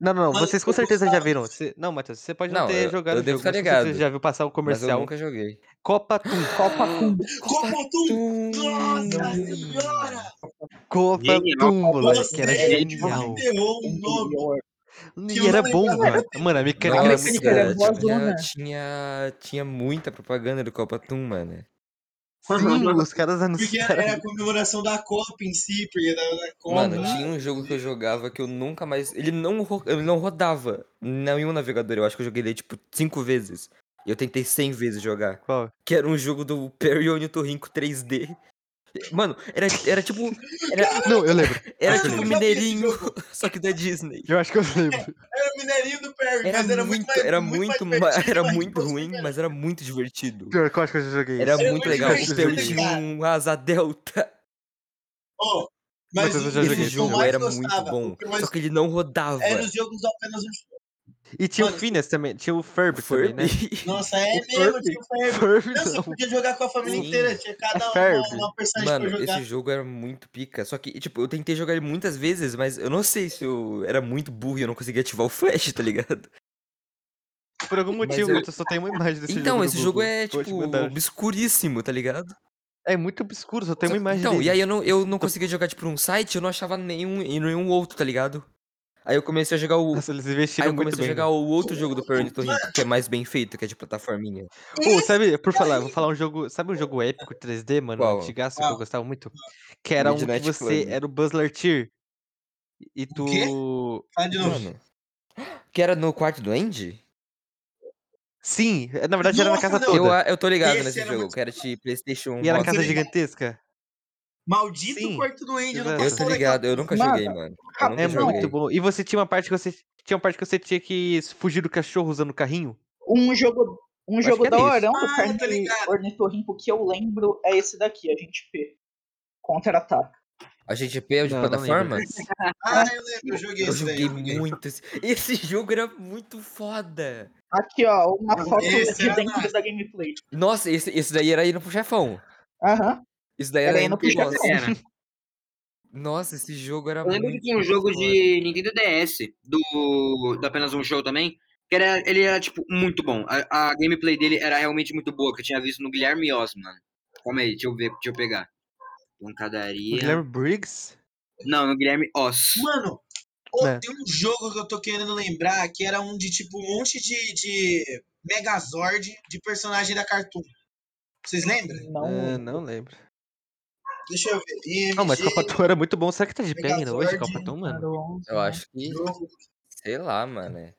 Speaker 1: Não, não, não.
Speaker 5: Mano,
Speaker 1: Vocês com
Speaker 5: eu
Speaker 1: certeza já
Speaker 5: gostava
Speaker 1: viram.
Speaker 5: disso.
Speaker 1: Você- Não, Matheus, você pode não
Speaker 2: Não,
Speaker 1: ter
Speaker 2: eu,
Speaker 1: jogado
Speaker 2: eu
Speaker 1: o
Speaker 2: devo
Speaker 1: jogo,
Speaker 2: estar
Speaker 1: mas com certeza
Speaker 2: ligado,
Speaker 1: já viu passar o
Speaker 2: mas eu
Speaker 1: comercial.
Speaker 2: nunca joguei.
Speaker 1: Copa Tum.
Speaker 6: Copa Tum.
Speaker 5: Copatum! Nossa
Speaker 2: Copatum!
Speaker 5: senhora!
Speaker 2: é
Speaker 1: Copa
Speaker 4: Genial.
Speaker 1: Tum, moleque. Era
Speaker 5: Você
Speaker 2: tipo,
Speaker 1: genial.
Speaker 5: ideou um nome
Speaker 6: Interior.
Speaker 2: um
Speaker 5: que
Speaker 1: E
Speaker 5: eu não
Speaker 1: era bom,
Speaker 5: lembrava.
Speaker 1: mano. Mano, a
Speaker 6: A
Speaker 1: mecânica era muito
Speaker 6: mecânica era
Speaker 2: Nossa,
Speaker 1: boa,
Speaker 6: boa
Speaker 1: tio.
Speaker 2: tinha,
Speaker 6: zona.
Speaker 2: tinha, tinha muita propaganda do Copatum, mano.
Speaker 1: Sim, os caras
Speaker 5: Porque era
Speaker 1: anunciaram.
Speaker 5: era a comemoração da Copa em si, porque da, da Copa.
Speaker 2: Mano,
Speaker 5: né?
Speaker 1: Uhum.
Speaker 2: tinha um jogo que eu jogava que eu nunca mais. Ele não, ro- ele não rodava em nenhum navegador. Eu acho que eu joguei ele tipo cinco vezes. E eu tentei 100 vezes jogar.
Speaker 1: Qual?
Speaker 2: Que era um jogo do Perry Ornitorrinco 3D. Mano, era, era tipo. Era,
Speaker 1: Não, eu lembro.
Speaker 2: era
Speaker 1: Acho que eu
Speaker 2: tipo
Speaker 1: lembro.
Speaker 5: eu já vi esse
Speaker 2: Mineirinho,
Speaker 5: jogo.
Speaker 2: só que da Disney.
Speaker 1: Eu acho que eu lembro.
Speaker 5: Mineirinho do Perry,
Speaker 2: Era
Speaker 5: mas era muito,
Speaker 2: muito,
Speaker 5: mais-
Speaker 2: era
Speaker 5: muito
Speaker 2: muito,
Speaker 5: mais
Speaker 2: ma-
Speaker 5: divertido,
Speaker 2: era
Speaker 5: mais
Speaker 2: muito
Speaker 5: gostoso,
Speaker 2: ruim,
Speaker 5: cara.
Speaker 2: mas era muito divertido.
Speaker 1: Pior que eu acho que eu já joguei isso.
Speaker 2: Era
Speaker 5: Era tá
Speaker 2: muito
Speaker 5: muito
Speaker 2: legal. O
Speaker 1: divertido,
Speaker 2: Perry
Speaker 1: cara.
Speaker 2: tinha um asa delta.
Speaker 5: Ó,
Speaker 1: Mas
Speaker 5: mas
Speaker 1: eu
Speaker 5: o,
Speaker 1: já
Speaker 5: o
Speaker 1: joguei
Speaker 2: Esse
Speaker 5: que
Speaker 1: esse
Speaker 5: eu
Speaker 2: jogo
Speaker 5: mais
Speaker 2: era muito
Speaker 5: gostava,
Speaker 2: bom.
Speaker 5: o que eu mais
Speaker 2: Só que ele não rodava.
Speaker 5: era os jogos apenas um
Speaker 1: E tinha o
Speaker 5: Mano,
Speaker 1: Phineas também, tinha o Ferb também, né?
Speaker 5: Nossa, é
Speaker 1: O
Speaker 5: mesmo,
Speaker 1: Furby?
Speaker 5: tinha o Ferb.
Speaker 1: Ferb
Speaker 5: Não, você
Speaker 1: não.
Speaker 5: podia jogar com a família
Speaker 2: Sim.
Speaker 5: inteira, tinha
Speaker 2: É
Speaker 5: cada um
Speaker 1: Ferb.
Speaker 5: uma, uma personagem
Speaker 2: Mano,
Speaker 5: pra jogar.
Speaker 2: esse jogo era muito pica. Só que, tipo, eu tentei jogar ele muitas vezes, mas eu não sei se eu era muito burro e eu não conseguia ativar o flash, tá ligado?
Speaker 1: Por algum
Speaker 2: Mas
Speaker 1: motivo,
Speaker 2: eu-
Speaker 1: eu... só tenho uma imagem desse jogo.
Speaker 2: então,
Speaker 1: no
Speaker 2: esse jogo
Speaker 1: Google.
Speaker 2: é,
Speaker 1: Vou te
Speaker 2: tipo,
Speaker 1: mandar.
Speaker 2: obscuríssimo, tá ligado?
Speaker 1: É muito obscuro, só tem
Speaker 2: Só-
Speaker 1: uma imagem
Speaker 2: então,
Speaker 1: dele.
Speaker 2: e aí eu não, eu não conseguia jogar, tipo, num site, eu não achava nenhum, em nenhum outro, tá ligado? Aí eu comecei a jogar o.
Speaker 1: Nossa, eles
Speaker 2: Aí
Speaker 1: investiram
Speaker 2: eu
Speaker 1: muito
Speaker 2: comecei a
Speaker 1: bem. né?
Speaker 2: jogar o outro jogo do Perry Torrinto, que é mais bem feito, que é de plataforminha.
Speaker 1: Ô, sabe, por falar, vou falar um jogo. Sabe um jogo épico 3D, mano?
Speaker 2: Qual?
Speaker 1: Antigaço que
Speaker 5: Qual?
Speaker 1: eu gostava muito? Que era um que
Speaker 2: Midnight
Speaker 1: você
Speaker 2: Club.
Speaker 1: era o Buzz Lightyear. E
Speaker 5: O quê?
Speaker 1: tu.
Speaker 5: Fala Tá de novo.
Speaker 2: Mano. Que era no quarto do Andy?
Speaker 1: Sim, é- na verdade era na
Speaker 5: Nossa,
Speaker 1: casa
Speaker 5: não.
Speaker 2: Eu,
Speaker 1: toda.
Speaker 2: a- eu tô ligado
Speaker 5: Esse
Speaker 2: nesse
Speaker 5: era
Speaker 2: jogo,
Speaker 5: muito
Speaker 2: que era de PlayStation
Speaker 1: E era a
Speaker 2: 1.
Speaker 1: casa
Speaker 5: Sim.
Speaker 1: gigantesca.
Speaker 5: Maldito
Speaker 1: Sim,
Speaker 5: quarto do Andy, eu
Speaker 1: exato.
Speaker 5: não
Speaker 2: Eu tô
Speaker 5: passava daquela
Speaker 2: tá ligado, eu nunca
Speaker 6: Mano,
Speaker 2: joguei, mano. Eu nunca
Speaker 1: É
Speaker 6: Não.
Speaker 1: muito
Speaker 2: joguei.
Speaker 1: bom. E você tinha uma parte que você. Tinha uma parte que você tinha que fugir do cachorro usando o carrinho?
Speaker 6: Um jogo, um
Speaker 1: acho
Speaker 6: jogo
Speaker 1: que era
Speaker 6: da
Speaker 1: isso.
Speaker 6: Orão do
Speaker 5: Ah,
Speaker 6: Carne
Speaker 5: tá ligado.
Speaker 6: Ornitorrinco que eu lembro é esse daqui, a gente P. Contra-ataque.
Speaker 2: A GTP é o de
Speaker 1: Não, não lembro.
Speaker 2: plataformas?
Speaker 5: Ah, eu lembro, eu joguei
Speaker 2: Eu
Speaker 5: esse daí. é
Speaker 2: joguei
Speaker 5: Eu joguei.
Speaker 2: muito. Esse... esse jogo era muito foda.
Speaker 6: Aqui, ó, uma
Speaker 5: Não,
Speaker 6: foto
Speaker 5: esse é
Speaker 6: de
Speaker 5: era
Speaker 6: dentro
Speaker 5: nice.
Speaker 6: da gameplay.
Speaker 2: Nossa, esse, esse daí era indo pro chefão.
Speaker 6: Aham.
Speaker 2: Isso daí
Speaker 6: Era
Speaker 2: era
Speaker 6: indo
Speaker 2: indo
Speaker 6: pro
Speaker 2: pro
Speaker 4: Pica
Speaker 2: boss.
Speaker 6: chefão.
Speaker 4: era.
Speaker 2: Nossa, esse jogo era
Speaker 4: Eu lembro que
Speaker 2: muito
Speaker 4: tinha um jogo
Speaker 2: foda.
Speaker 4: de Nintendo DS, do, do apenas um show também, que era, ele era, tipo, muito bom. A, a gameplay dele era realmente muito boa, que eu tinha visto no Guilherme Oz, mano. Calma aí, deixa eu ver, deixa eu pegar.
Speaker 1: O
Speaker 4: Pancadaria.
Speaker 1: Guilherme Briggs?
Speaker 4: Não, no Guilherme Oz.
Speaker 5: Mano, ô,
Speaker 1: É.
Speaker 5: tem um jogo que eu tô querendo lembrar que era um de tipo um monte de, de Megazord de personagem da Cartoon. Vocês lembram?
Speaker 6: Não
Speaker 2: É,
Speaker 1: Ah, não lembro.
Speaker 5: Deixa eu ver.
Speaker 1: Não, mas
Speaker 5: IMG,
Speaker 1: Copatom era muito bom. Será que tá de pé ainda hoje,
Speaker 5: Megazord,
Speaker 1: Copatom, mano?
Speaker 6: era 11,
Speaker 2: Eu acho que.
Speaker 5: jogo.
Speaker 2: Sei lá, mano. é.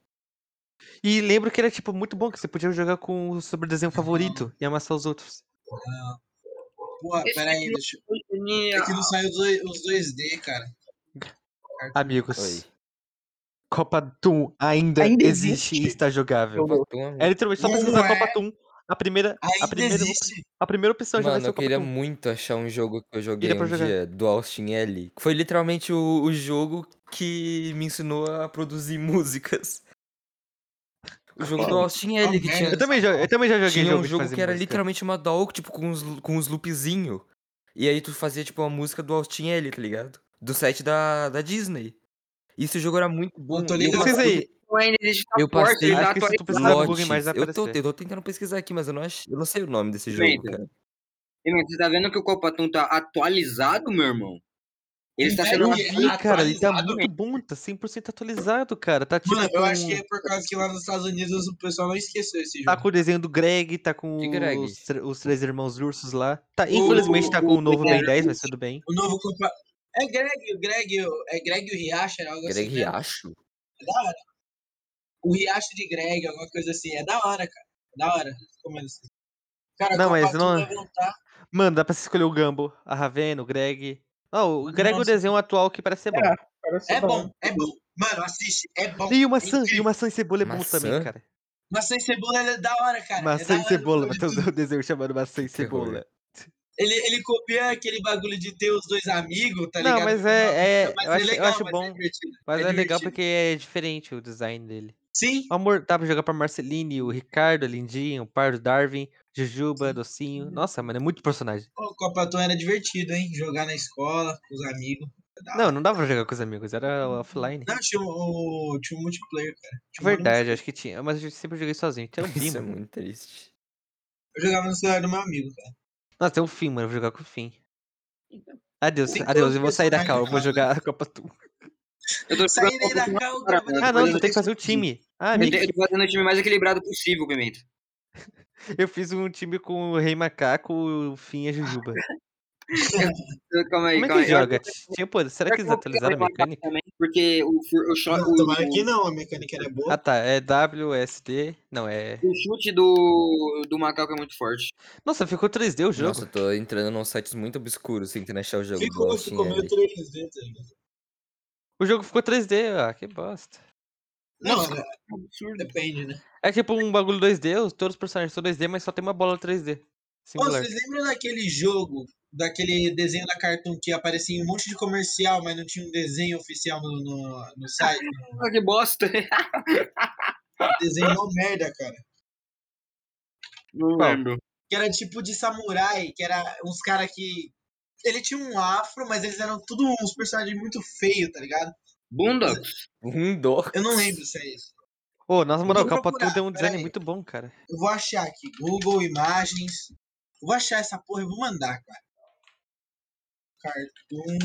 Speaker 1: E lembro que era, tipo, muito bom, que você podia jogar com o seu desenho favorito e amassar os outros.
Speaker 5: Pô, pera aí, deixa eu... Aqui não saiu os dois- os 2D, cara.
Speaker 2: Oi.
Speaker 1: Amigos, Copa Toon ainda,
Speaker 6: Ainda
Speaker 1: existe e
Speaker 6: existe.
Speaker 1: está jogável.
Speaker 6: Jogou.
Speaker 2: Faltou um
Speaker 1: É
Speaker 2: amigo.
Speaker 1: literalmente só
Speaker 5: Não
Speaker 1: pesquisar
Speaker 5: é.
Speaker 1: Copa Toon. A primeira, a
Speaker 5: Ainda
Speaker 1: primeira,
Speaker 5: existe.
Speaker 1: a primeira opção já vai
Speaker 2: Mano,
Speaker 1: ser
Speaker 2: eu
Speaker 1: o Copa
Speaker 2: queria
Speaker 1: Toon.
Speaker 2: muito achar um jogo que
Speaker 1: Tira
Speaker 2: eu joguei
Speaker 1: pra
Speaker 2: um
Speaker 1: jogar.
Speaker 2: dia, do Austin L. que Foi literalmente o, o jogo que me ensinou a produzir músicas. O jogo do
Speaker 1: Qual?
Speaker 2: Austin
Speaker 5: Uma
Speaker 2: L que
Speaker 1: Eu
Speaker 2: tinha.
Speaker 5: merda essa
Speaker 1: também, já, eu
Speaker 5: porra.
Speaker 1: também já joguei
Speaker 2: Tinha um
Speaker 1: jogo de
Speaker 2: jogo
Speaker 1: fazer
Speaker 2: que era
Speaker 1: música.
Speaker 2: literalmente uma DAW, tipo, com uns, lu- com uns loopzinho. E aí tu fazia, tipo, uma música do Austin L, tá ligado? Do site da, da Disney. E esse jogo era muito bom.
Speaker 5: tô
Speaker 2: E eu
Speaker 5: ligado.
Speaker 1: Pesquisa
Speaker 2: passei,
Speaker 1: aí.
Speaker 4: ainda existe
Speaker 2: eu
Speaker 4: forte,
Speaker 2: passei
Speaker 4: ele é tá
Speaker 1: Acho que se tu pesquisar
Speaker 4: atualizado.
Speaker 1: no Google Imagens
Speaker 2: lotes.
Speaker 1: vai
Speaker 2: Eu tô,
Speaker 1: aparecer.
Speaker 2: eu tô tentando pesquisar aqui, mas eu não, ach, eu não sei o nome desse jogo,
Speaker 4: Pimenta,
Speaker 2: cara.
Speaker 4: Pimenta, você tá vendo que o Copatum tá atualizado, meu irmão? Ele está
Speaker 5: Pimenta,
Speaker 4: sendo
Speaker 1: Eu
Speaker 2: um
Speaker 5: Ele é
Speaker 1: vi, cara, ele tá
Speaker 5: atualizado,
Speaker 1: muito
Speaker 4: atualmente.
Speaker 1: bom, tá 100% atualizado, cara. Tá
Speaker 5: Mano,
Speaker 1: tipo
Speaker 5: eu acho que
Speaker 1: com.
Speaker 5: é por causa que lá nos Estados Unidos o pessoal não esqueceu esse
Speaker 1: Tá
Speaker 5: jogo.
Speaker 1: com o desenho do Greg, tá com
Speaker 2: Diga, Greg.
Speaker 1: os, tre- os três irmãos ursos lá. Tá, infelizmente tá com
Speaker 4: O,
Speaker 1: o
Speaker 4: o
Speaker 1: novo Ben 10, mas
Speaker 4: Guilherme
Speaker 1: tudo bem.
Speaker 5: O novo compa... É Greg, o Greg, o- é Greg o Riacho, era algo
Speaker 2: Greg
Speaker 5: assim mesmo.
Speaker 2: Riacho?
Speaker 5: É da hora. O Riacho de Greg, alguma coisa assim. É da hora, cara. É da hora. Como eles- Cara,
Speaker 1: Não,
Speaker 5: Copa
Speaker 1: mas
Speaker 5: Tour
Speaker 1: não. é.
Speaker 5: vai voltar.
Speaker 1: Mano, dá pra você escolher o Gambo, a Ravena, o Greg. Ah, o Greg é o
Speaker 5: Nossa.
Speaker 1: desenho atual que parece ser bom.
Speaker 6: É, parece
Speaker 5: É
Speaker 6: da
Speaker 5: bom,
Speaker 6: hora.
Speaker 5: é bom. Mano, assiste, é bom.
Speaker 1: E o
Speaker 5: É
Speaker 1: maçã, e o
Speaker 5: incrível.
Speaker 1: maçã e cebola é bom também,
Speaker 2: Maçã?
Speaker 1: cara.
Speaker 5: Maçã e cebola ele é da hora, cara. É da
Speaker 1: Maçã e
Speaker 5: hora o
Speaker 1: cebola, vai
Speaker 5: bagulho
Speaker 1: ter um
Speaker 5: tudo.
Speaker 1: desenho chamado maçã e
Speaker 2: Terror.
Speaker 1: cebola.
Speaker 5: Ele, ele copia aquele bagulho de ter os dois amigos, tá
Speaker 1: Não,
Speaker 5: ligado?
Speaker 1: mas
Speaker 5: Não,
Speaker 1: é, é- eu
Speaker 5: Mas é
Speaker 1: acho, eu
Speaker 5: legal,
Speaker 1: acho
Speaker 5: mas é
Speaker 1: bom.
Speaker 5: divertido.
Speaker 1: Mas
Speaker 5: É
Speaker 1: é legal
Speaker 5: divertido.
Speaker 1: porque é diferente o design dele.
Speaker 5: Sim,
Speaker 1: O amor, dá pra jogar pra Marceline, o Ricardo, a Lindinha, o Pardo, Darwin, Jujuba, Docinho. Nossa, mano, é muito personagem.
Speaker 5: pô, o Copa Tom era divertido, hein? Jogar na escola com os amigos. É da
Speaker 1: Não,
Speaker 5: hora.
Speaker 1: não dava pra jogar com os amigos, era offline.
Speaker 5: Não, tinha o, tinha um multiplayer, cara. Tinha um modo
Speaker 1: Verdade,
Speaker 5: multiplayer.
Speaker 1: acho que tinha. Mas eu sempre joguei sozinho. Tem um fim,
Speaker 2: Isso é
Speaker 1: mano.
Speaker 2: muito triste.
Speaker 5: Eu jogava no celular do meu amigo, cara.
Speaker 1: Nossa, tem um fim, mano. Eu vou jogar com o fim.
Speaker 5: Então,
Speaker 1: Adeus,
Speaker 5: Nem
Speaker 1: adeus.
Speaker 5: todos os
Speaker 1: Eu vou sair da cal,
Speaker 5: personagens
Speaker 1: eu vou
Speaker 5: jogavam.
Speaker 1: jogar a Copa Tour.
Speaker 4: Eu tô jogando
Speaker 5: Saírei da cal,
Speaker 4: agora,
Speaker 5: cara,
Speaker 4: mano.
Speaker 1: Ah, não,
Speaker 4: Eu tô fazendo
Speaker 1: tu
Speaker 4: o
Speaker 1: tem que fazer
Speaker 4: time-
Speaker 1: o time. Ah,
Speaker 4: Eu, te- eu
Speaker 1: Mick.
Speaker 4: tô tá fazendo o time mais equilibrado possível, Pimenta.
Speaker 1: Eu fiz um time com o Rei Macaco, o Fim e a Jujuba.
Speaker 4: Eu- Então, Calma aí,
Speaker 1: Como é que
Speaker 4: calma aí. Eu acho
Speaker 1: joga? Tipo, será
Speaker 4: Será
Speaker 1: que
Speaker 4: que
Speaker 1: eles
Speaker 4: eu vou pegar o
Speaker 1: atualizaram a
Speaker 4: Rei Macaco
Speaker 1: mecânica?
Speaker 4: também? Porque o, fur- o, cho-
Speaker 5: Não, tomara que
Speaker 4: o,
Speaker 5: não, a mecânica era boa.
Speaker 1: Ah, tá. É WSD. Não, é.
Speaker 4: o chute do, do macaco é muito forte.
Speaker 1: Nossa, ficou 3D o jogo.
Speaker 2: Nossa, eu tô entrando num site muito obscuro sem tentar achar o jogo do
Speaker 5: Ficou,
Speaker 2: Austin
Speaker 5: ficou meio
Speaker 2: L.
Speaker 5: 3D, tá ligado?
Speaker 1: O jogo ficou 3D, ah, que bosta.
Speaker 5: Não,
Speaker 4: Nossa,
Speaker 5: né,
Speaker 4: absurdo.
Speaker 5: depende, né?
Speaker 1: É tipo um bagulho 2D, os- todos os personagens são 2D, mas só tem uma bola 3D.
Speaker 5: Ô,
Speaker 1: Singular.
Speaker 5: vocês lembram daquele jogo, daquele desenho da Cartoon que aparecia em um monte de comercial, mas não tinha um desenho oficial no, no, no site? Um
Speaker 4: Ah, que bosta.
Speaker 5: desenho mó merda, cara.
Speaker 4: Não
Speaker 1: Qual?
Speaker 4: lembro.
Speaker 5: Que era tipo de samurai, que era uns caras que. Ele tinha um afro, mas eles eram tudo uns personagens muito feios, tá ligado?
Speaker 4: Boondocks?
Speaker 2: Um dó.
Speaker 5: Eu não lembro se é isso.
Speaker 1: Ô, oh, nossa, moral,
Speaker 5: Vou
Speaker 1: capa
Speaker 5: procurar,
Speaker 1: tudo é um design
Speaker 5: peraí.
Speaker 1: muito bom, cara.
Speaker 5: Eu vou achar aqui. Google Imagens. Eu vou achar essa porra e vou mandar, cara. Cartoon.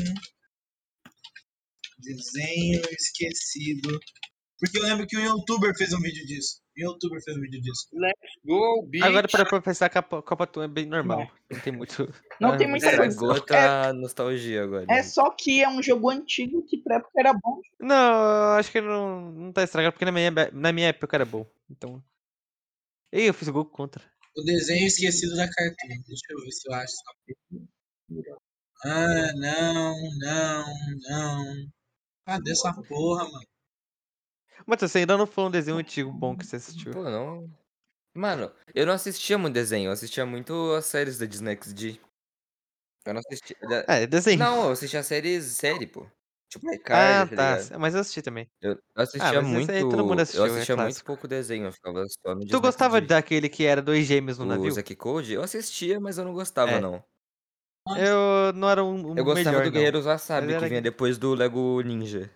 Speaker 5: Desenho esquecido. Porque eu lembro que um youtuber fez um vídeo disso. Um youtuber fez um vídeo disso.
Speaker 4: Go, bitch.
Speaker 1: Agora, para pra pensar, capa, capa Toon é bem normal. Não tem muito.
Speaker 6: Não
Speaker 1: Ah,
Speaker 6: tem muita coisa.
Speaker 2: Estragou a tua nostalgia agora.
Speaker 6: É só que é um jogo antigo que pra época era bom.
Speaker 1: Não, acho que não, não tá estragado, porque na minha, be- na minha época era bom. Então. Ei, eu fiz gol contra.
Speaker 5: O desenho esquecido da cartinha. Deixa eu ver se eu acho essa porra. Ah, não, não, não. Cadê essa porra, mano?
Speaker 1: Matheus, você ainda não foi um desenho antigo bom que você assistiu.
Speaker 2: Pô, não. Mano, eu não assistia muito desenho, eu assistia muito as séries da Disney XD. Eu não assistia. da-
Speaker 1: É, desenho.
Speaker 2: Não, eu assistia séries série, pô. Tipo,
Speaker 1: ah,
Speaker 2: Ricardo, tá
Speaker 1: tá.
Speaker 2: ligado?
Speaker 1: Mas eu assisti também.
Speaker 2: Eu assistia
Speaker 1: mas
Speaker 2: muito.
Speaker 1: esse aí todo mundo assistiu,
Speaker 2: eu
Speaker 1: é
Speaker 2: assistia muito
Speaker 1: clássico.
Speaker 2: pouco desenho, eu ficava só no
Speaker 1: Tu
Speaker 2: Disney
Speaker 1: gostava
Speaker 2: XD.
Speaker 1: daquele que era dois gêmeos no
Speaker 2: O
Speaker 1: navio?
Speaker 2: Zack Code? Eu assistia, mas eu não gostava,
Speaker 1: É.
Speaker 2: não.
Speaker 1: Eu não era um,
Speaker 2: Eu
Speaker 1: um
Speaker 2: gostava
Speaker 1: melhor,
Speaker 2: do
Speaker 1: não.
Speaker 2: Guerreiros Wasabi,
Speaker 1: Mas era
Speaker 2: que vinha depois do Lego Ninja.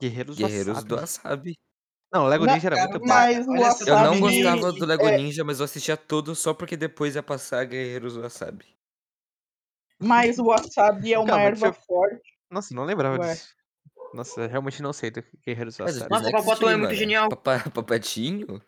Speaker 1: Guerreiros,
Speaker 2: Guerreiros
Speaker 1: Wasabi.
Speaker 2: do Wasabi.
Speaker 1: Não, Lego
Speaker 6: Na-
Speaker 1: Ninja era muito bom.
Speaker 6: Mas o
Speaker 5: Olha essa
Speaker 2: Eu não
Speaker 5: Sabe,
Speaker 6: Wasabi.
Speaker 2: gostava do Lego
Speaker 6: é,
Speaker 2: Ninja, mas eu assistia todo só porque depois ia passar Guerreiros Wasabi.
Speaker 6: mas o Wasabi é uma
Speaker 1: Calma, deixa
Speaker 6: erva
Speaker 1: eu-
Speaker 6: forte.
Speaker 1: Nossa, não lembrava
Speaker 6: Ué.
Speaker 1: disso. Nossa, eu realmente não sei do que Guerreiros
Speaker 2: Mas
Speaker 1: Wasabi.
Speaker 4: Nossa,
Speaker 2: Disney
Speaker 4: o Papato é
Speaker 2: XD,
Speaker 4: muito
Speaker 2: mano.
Speaker 4: genial.
Speaker 2: Papa- Papatinho?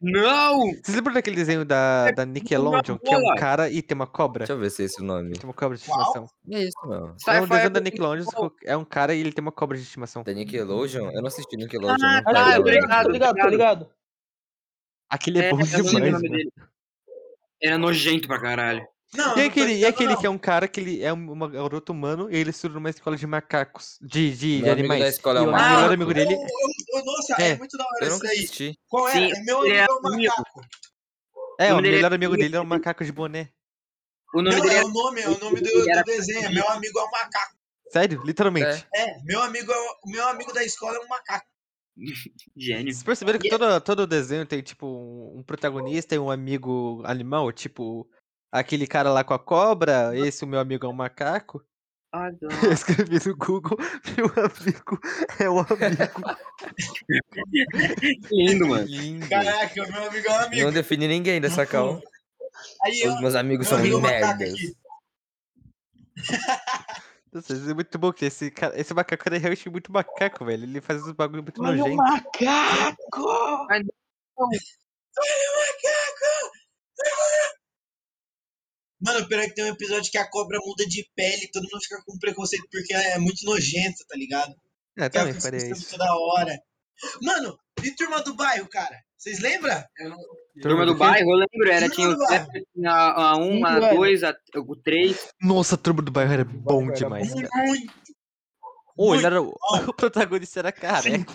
Speaker 4: Não!
Speaker 1: Vocês lembram daquele desenho da,
Speaker 4: tipo
Speaker 1: da Nickelodeon, que é um
Speaker 4: bola.
Speaker 1: cara e tem uma cobra?
Speaker 2: Deixa eu ver se é esse o nome.
Speaker 1: E tem uma cobra de
Speaker 5: Qual?
Speaker 1: estimação.
Speaker 2: É isso, mano.
Speaker 1: É um
Speaker 4: Sci-fi
Speaker 1: desenho da
Speaker 4: muito
Speaker 1: Nickelodeon,
Speaker 4: bom.
Speaker 1: que é um cara e ele tem uma cobra de estimação.
Speaker 2: Da Nickelodeon? Eu não assisti Nickelodeon,
Speaker 4: Ah,
Speaker 2: não
Speaker 4: tá,
Speaker 2: pego
Speaker 4: eu
Speaker 6: tô
Speaker 2: horário.
Speaker 4: tô
Speaker 6: ligado, tô
Speaker 4: ligado,
Speaker 6: ligado, tô
Speaker 4: tô
Speaker 6: ligado.
Speaker 1: Aquele é
Speaker 4: É,
Speaker 1: bom
Speaker 4: eu não lembro o
Speaker 1: demais,
Speaker 4: nome
Speaker 1: mano.
Speaker 4: dele. Era nojento pra caralho.
Speaker 5: Não,
Speaker 1: E
Speaker 5: eu não tô
Speaker 1: aquele, e
Speaker 5: ligado,
Speaker 1: aquele
Speaker 5: não.
Speaker 1: que é um cara que ele é um uma garota humano e ele estuda numa escola de macacos, de, de, de
Speaker 2: Meu amigo da
Speaker 1: animais.
Speaker 2: escola é
Speaker 1: E o
Speaker 2: o
Speaker 1: ami- melhor
Speaker 2: macaco.
Speaker 1: amigo
Speaker 5: Eu,
Speaker 1: dele.
Speaker 5: eu- eu- nossa, é.
Speaker 1: É.
Speaker 5: muito da hora
Speaker 2: Eu
Speaker 5: isso
Speaker 2: nunca
Speaker 5: daí.
Speaker 2: assisti.
Speaker 5: Qual era?
Speaker 4: Sim,
Speaker 5: É meu amigo
Speaker 4: ele é
Speaker 5: é o
Speaker 4: amigo.
Speaker 5: macaco.
Speaker 1: É,
Speaker 4: O
Speaker 1: o
Speaker 4: nome dele
Speaker 1: melhor
Speaker 4: é
Speaker 1: amigo dele é um
Speaker 4: Felipe.
Speaker 1: macaco de boné.
Speaker 4: O nome
Speaker 5: Não,
Speaker 4: dele
Speaker 5: é
Speaker 4: era.
Speaker 5: o nome, é o nome do,
Speaker 4: Ele
Speaker 5: do
Speaker 4: era
Speaker 5: desenho. é Meu amigo é o macaco.
Speaker 1: Sério, literalmente.
Speaker 2: É.
Speaker 5: É, meu amigo é o, meu amigo da escola é um macaco.
Speaker 4: gênio.
Speaker 1: Vocês perceberam que
Speaker 2: é
Speaker 6: E-
Speaker 1: todo, todo desenho tem, tipo, um um protagonista e um amigo animal? Tipo, aquele cara lá com a cobra, esse o meu amigo é um macaco. Eu
Speaker 4: Adoro.
Speaker 1: escrevi no Google, meu amigo é um amigo.
Speaker 4: Que lindo,
Speaker 2: Que
Speaker 4: mano.
Speaker 2: lindo.
Speaker 5: Caraca, o meu amigo é um amigo.
Speaker 2: Não define ninguém dessa cal.
Speaker 5: Aí eu,
Speaker 2: Os meus amigos
Speaker 5: meu
Speaker 2: são
Speaker 5: amigo é um macaco
Speaker 2: merdas.
Speaker 5: aqui.
Speaker 1: Nossa, isso é muito bom, que esse, cara, esse macaco era realmente muito macaco, velho. Ele faz uns bagulho muito
Speaker 5: é um
Speaker 6: Olha o
Speaker 1: nojento.
Speaker 6: macaco!
Speaker 5: Mano, pior é que tem um episódio que a cobra muda de pele, todo mundo fica com preconceito porque ela é muito nojenta, tá ligado?
Speaker 1: É, eu
Speaker 5: Fica
Speaker 1: também
Speaker 5: com esse
Speaker 1: faria
Speaker 5: costume
Speaker 1: isso.
Speaker 5: toda hora. Mano, e turma do bairro, cara? Vocês lembram?
Speaker 4: Turma do
Speaker 1: quê?
Speaker 4: bairro, eu lembro,
Speaker 5: Turma
Speaker 4: era, tinha o
Speaker 5: do bairro.
Speaker 4: 7, tinha a 1,
Speaker 6: Sim,
Speaker 4: a
Speaker 6: velho.
Speaker 4: 2, a 3.
Speaker 1: Nossa, a turma do bairro era bom
Speaker 6: era
Speaker 1: demais,
Speaker 5: Muito,
Speaker 1: cara.
Speaker 5: muito,
Speaker 1: Ou ele
Speaker 5: muito.
Speaker 1: era. O,
Speaker 5: bom.
Speaker 1: o protagonista era careca.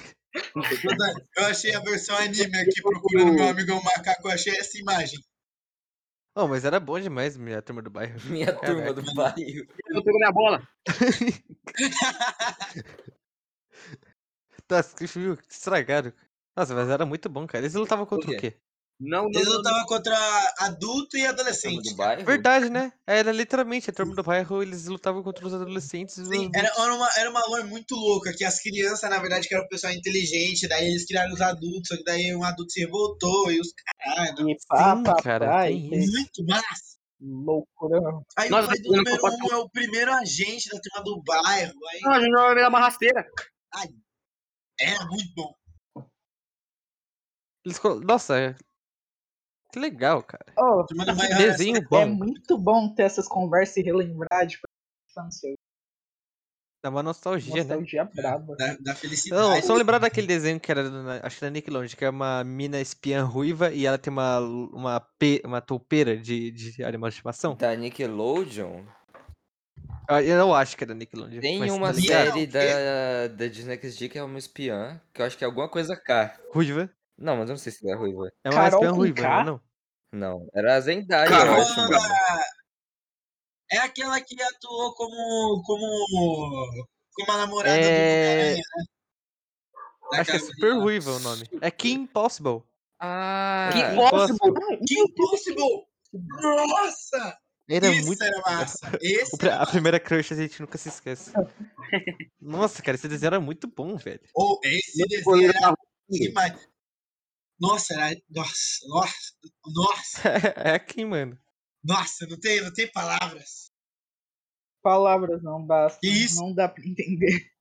Speaker 5: Mano, Eu achei a versão anime aqui procurando meu amigo é um macaco, eu achei essa imagem.
Speaker 1: Oh, mas era bom demais a turma do bairro.
Speaker 2: Minha turma
Speaker 1: Caraca.
Speaker 2: do bairro.
Speaker 4: Eu pegou minha bola.
Speaker 1: Tá, que filme estragado. Nossa, mas era muito bom, cara. Eles lutavam contra o
Speaker 2: quê?
Speaker 1: quê?
Speaker 4: Não, não,
Speaker 5: Eles
Speaker 4: não. não.
Speaker 5: lutavam contra adulto e
Speaker 2: Turma do
Speaker 5: adolescente. cara.
Speaker 2: bairro?
Speaker 1: Verdade, né? Era literalmente a turma do bairro, eles lutavam contra os adolescentes e os
Speaker 5: Sim, era,
Speaker 1: adultos.
Speaker 5: era, uma, era uma lore muito louca, que as crianças, na verdade, que eram o pessoal inteligente, daí eles criaram os adultos, só que daí um adulto se revoltou e os caralho.
Speaker 6: E pá,
Speaker 1: Sim,
Speaker 6: pá,
Speaker 1: cara,
Speaker 6: pá, e
Speaker 1: tem
Speaker 6: que
Speaker 1: isso.
Speaker 5: Muito massa.
Speaker 6: loucura.
Speaker 5: Aí o
Speaker 4: Nossa,
Speaker 5: pai do
Speaker 4: eu não
Speaker 5: número
Speaker 4: compartilho.
Speaker 5: um é o primeiro agente da turma do bairro. Aí,
Speaker 4: Não, a gente vai me dar uma rasteira.
Speaker 5: ai, era é muito bom.
Speaker 1: Eles colo- Nossa, é- que legal, cara. um
Speaker 6: Oh,
Speaker 5: Turma do
Speaker 1: Que
Speaker 5: bairro era
Speaker 1: desenho
Speaker 6: é
Speaker 1: bom.
Speaker 6: muito bom ter essas conversas e relembrar de infância.
Speaker 1: Dá uma nostalgia, né?
Speaker 6: Nostalgia braba.
Speaker 5: da, da
Speaker 1: Não,
Speaker 5: felicidade.
Speaker 1: só lembrar daquele desenho que era, do na- acho que da Nickelodeon, que é uma mina espiã ruiva e ela tem uma, l- uma, pe- uma toupeira de, de animal de estimação.
Speaker 2: Da Nickelodeon?
Speaker 1: Eu- Eu não acho que é da Nickelodeon.
Speaker 2: Tem
Speaker 1: mas
Speaker 2: uma
Speaker 1: tá ligado?
Speaker 2: série da, da Disney XD que é uma espiã, que eu acho que é alguma coisa K.
Speaker 1: Ruiva.
Speaker 2: Não, mas eu não sei se é ruiva.
Speaker 1: É uma
Speaker 6: Carol
Speaker 1: espiã
Speaker 6: com
Speaker 1: ruiva,
Speaker 6: K?
Speaker 1: não é não?
Speaker 2: Não, era a Zendaya, eu
Speaker 4: Caramba!
Speaker 2: acho, mano.
Speaker 5: É aquela que atuou como. como. como a namorada
Speaker 1: É-
Speaker 5: do Homem-Aranha, né? Da
Speaker 1: Acho que é
Speaker 5: Gabriela.
Speaker 1: Super Ruiva o nome. É Kim Possible.
Speaker 2: Ah,
Speaker 4: Que
Speaker 5: é.
Speaker 1: Ah,
Speaker 4: impossible!
Speaker 5: Que Impossible! Nossa!
Speaker 1: Ele é
Speaker 5: isso
Speaker 1: muito.
Speaker 5: era massa! Esse
Speaker 1: o pri-
Speaker 5: era
Speaker 1: A
Speaker 5: massa.
Speaker 1: primeira crush a gente nunca se esquece. Nossa, cara, esse desenho era muito bom, velho.
Speaker 5: Ou esse
Speaker 4: Esse
Speaker 5: desenho
Speaker 4: goleiro
Speaker 5: era
Speaker 4: da-
Speaker 5: demais. Nossa, era. Nossa, nossa, nossa,
Speaker 1: é aqui, mano.
Speaker 5: nossa, não tem, não tem palavras.
Speaker 6: Palavras não basta.
Speaker 5: Que isso?
Speaker 6: Não dá pra entender.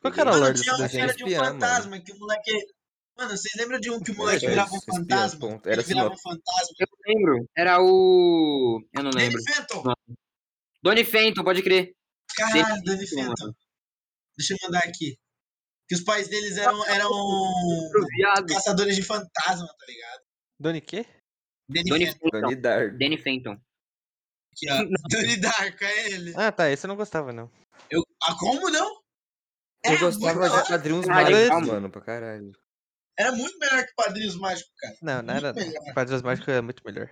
Speaker 1: Qual que era a
Speaker 5: Mano,
Speaker 1: lore
Speaker 5: tinha
Speaker 1: desse
Speaker 5: um
Speaker 1: desenho?
Speaker 5: que era de um
Speaker 2: Espiã,
Speaker 5: fantasma, que o moleque. Mano, vocês lembram de um que o moleque
Speaker 2: Verdade,
Speaker 5: virava um
Speaker 2: espiã,
Speaker 5: fantasma?
Speaker 2: ponto.
Speaker 5: Ele
Speaker 2: Era assim,
Speaker 5: virava um
Speaker 2: sinop-
Speaker 5: fantasma.
Speaker 4: Eu lembro. Era o. Eu não
Speaker 5: Danny
Speaker 4: lembro.
Speaker 5: Fenton!
Speaker 4: Donnie Fenton, pode crer.
Speaker 5: Caralho,
Speaker 4: Danny
Speaker 5: Danny
Speaker 4: Fenton, mano.
Speaker 5: Fenton. Deixa eu mandar aqui. Que os pais deles eram, eram
Speaker 4: Pro viado.
Speaker 5: caçadores de fantasma, tá ligado?
Speaker 1: Doni quê?
Speaker 5: Danny
Speaker 4: Donnie
Speaker 5: Fenton
Speaker 4: Fenton.
Speaker 2: Donnie Darko.
Speaker 4: Danny Fenton.
Speaker 5: aqui, ó. Donnie Darko, é ele.
Speaker 1: Ah, tá, esse eu não gostava, não.
Speaker 5: Eu, ah, como não?
Speaker 2: Eu
Speaker 5: Era
Speaker 2: gostava
Speaker 5: muito da
Speaker 2: de
Speaker 5: hora.
Speaker 2: quadrinhos
Speaker 4: Caralho,
Speaker 2: mágicos,
Speaker 4: calma.
Speaker 2: mano, pra caralho.
Speaker 5: Era muito melhor que Padrinhos Mágicos, cara.
Speaker 1: Não, não
Speaker 5: Muito
Speaker 1: era. não.
Speaker 5: melhor.
Speaker 1: Quadros Mágicos é muito melhor.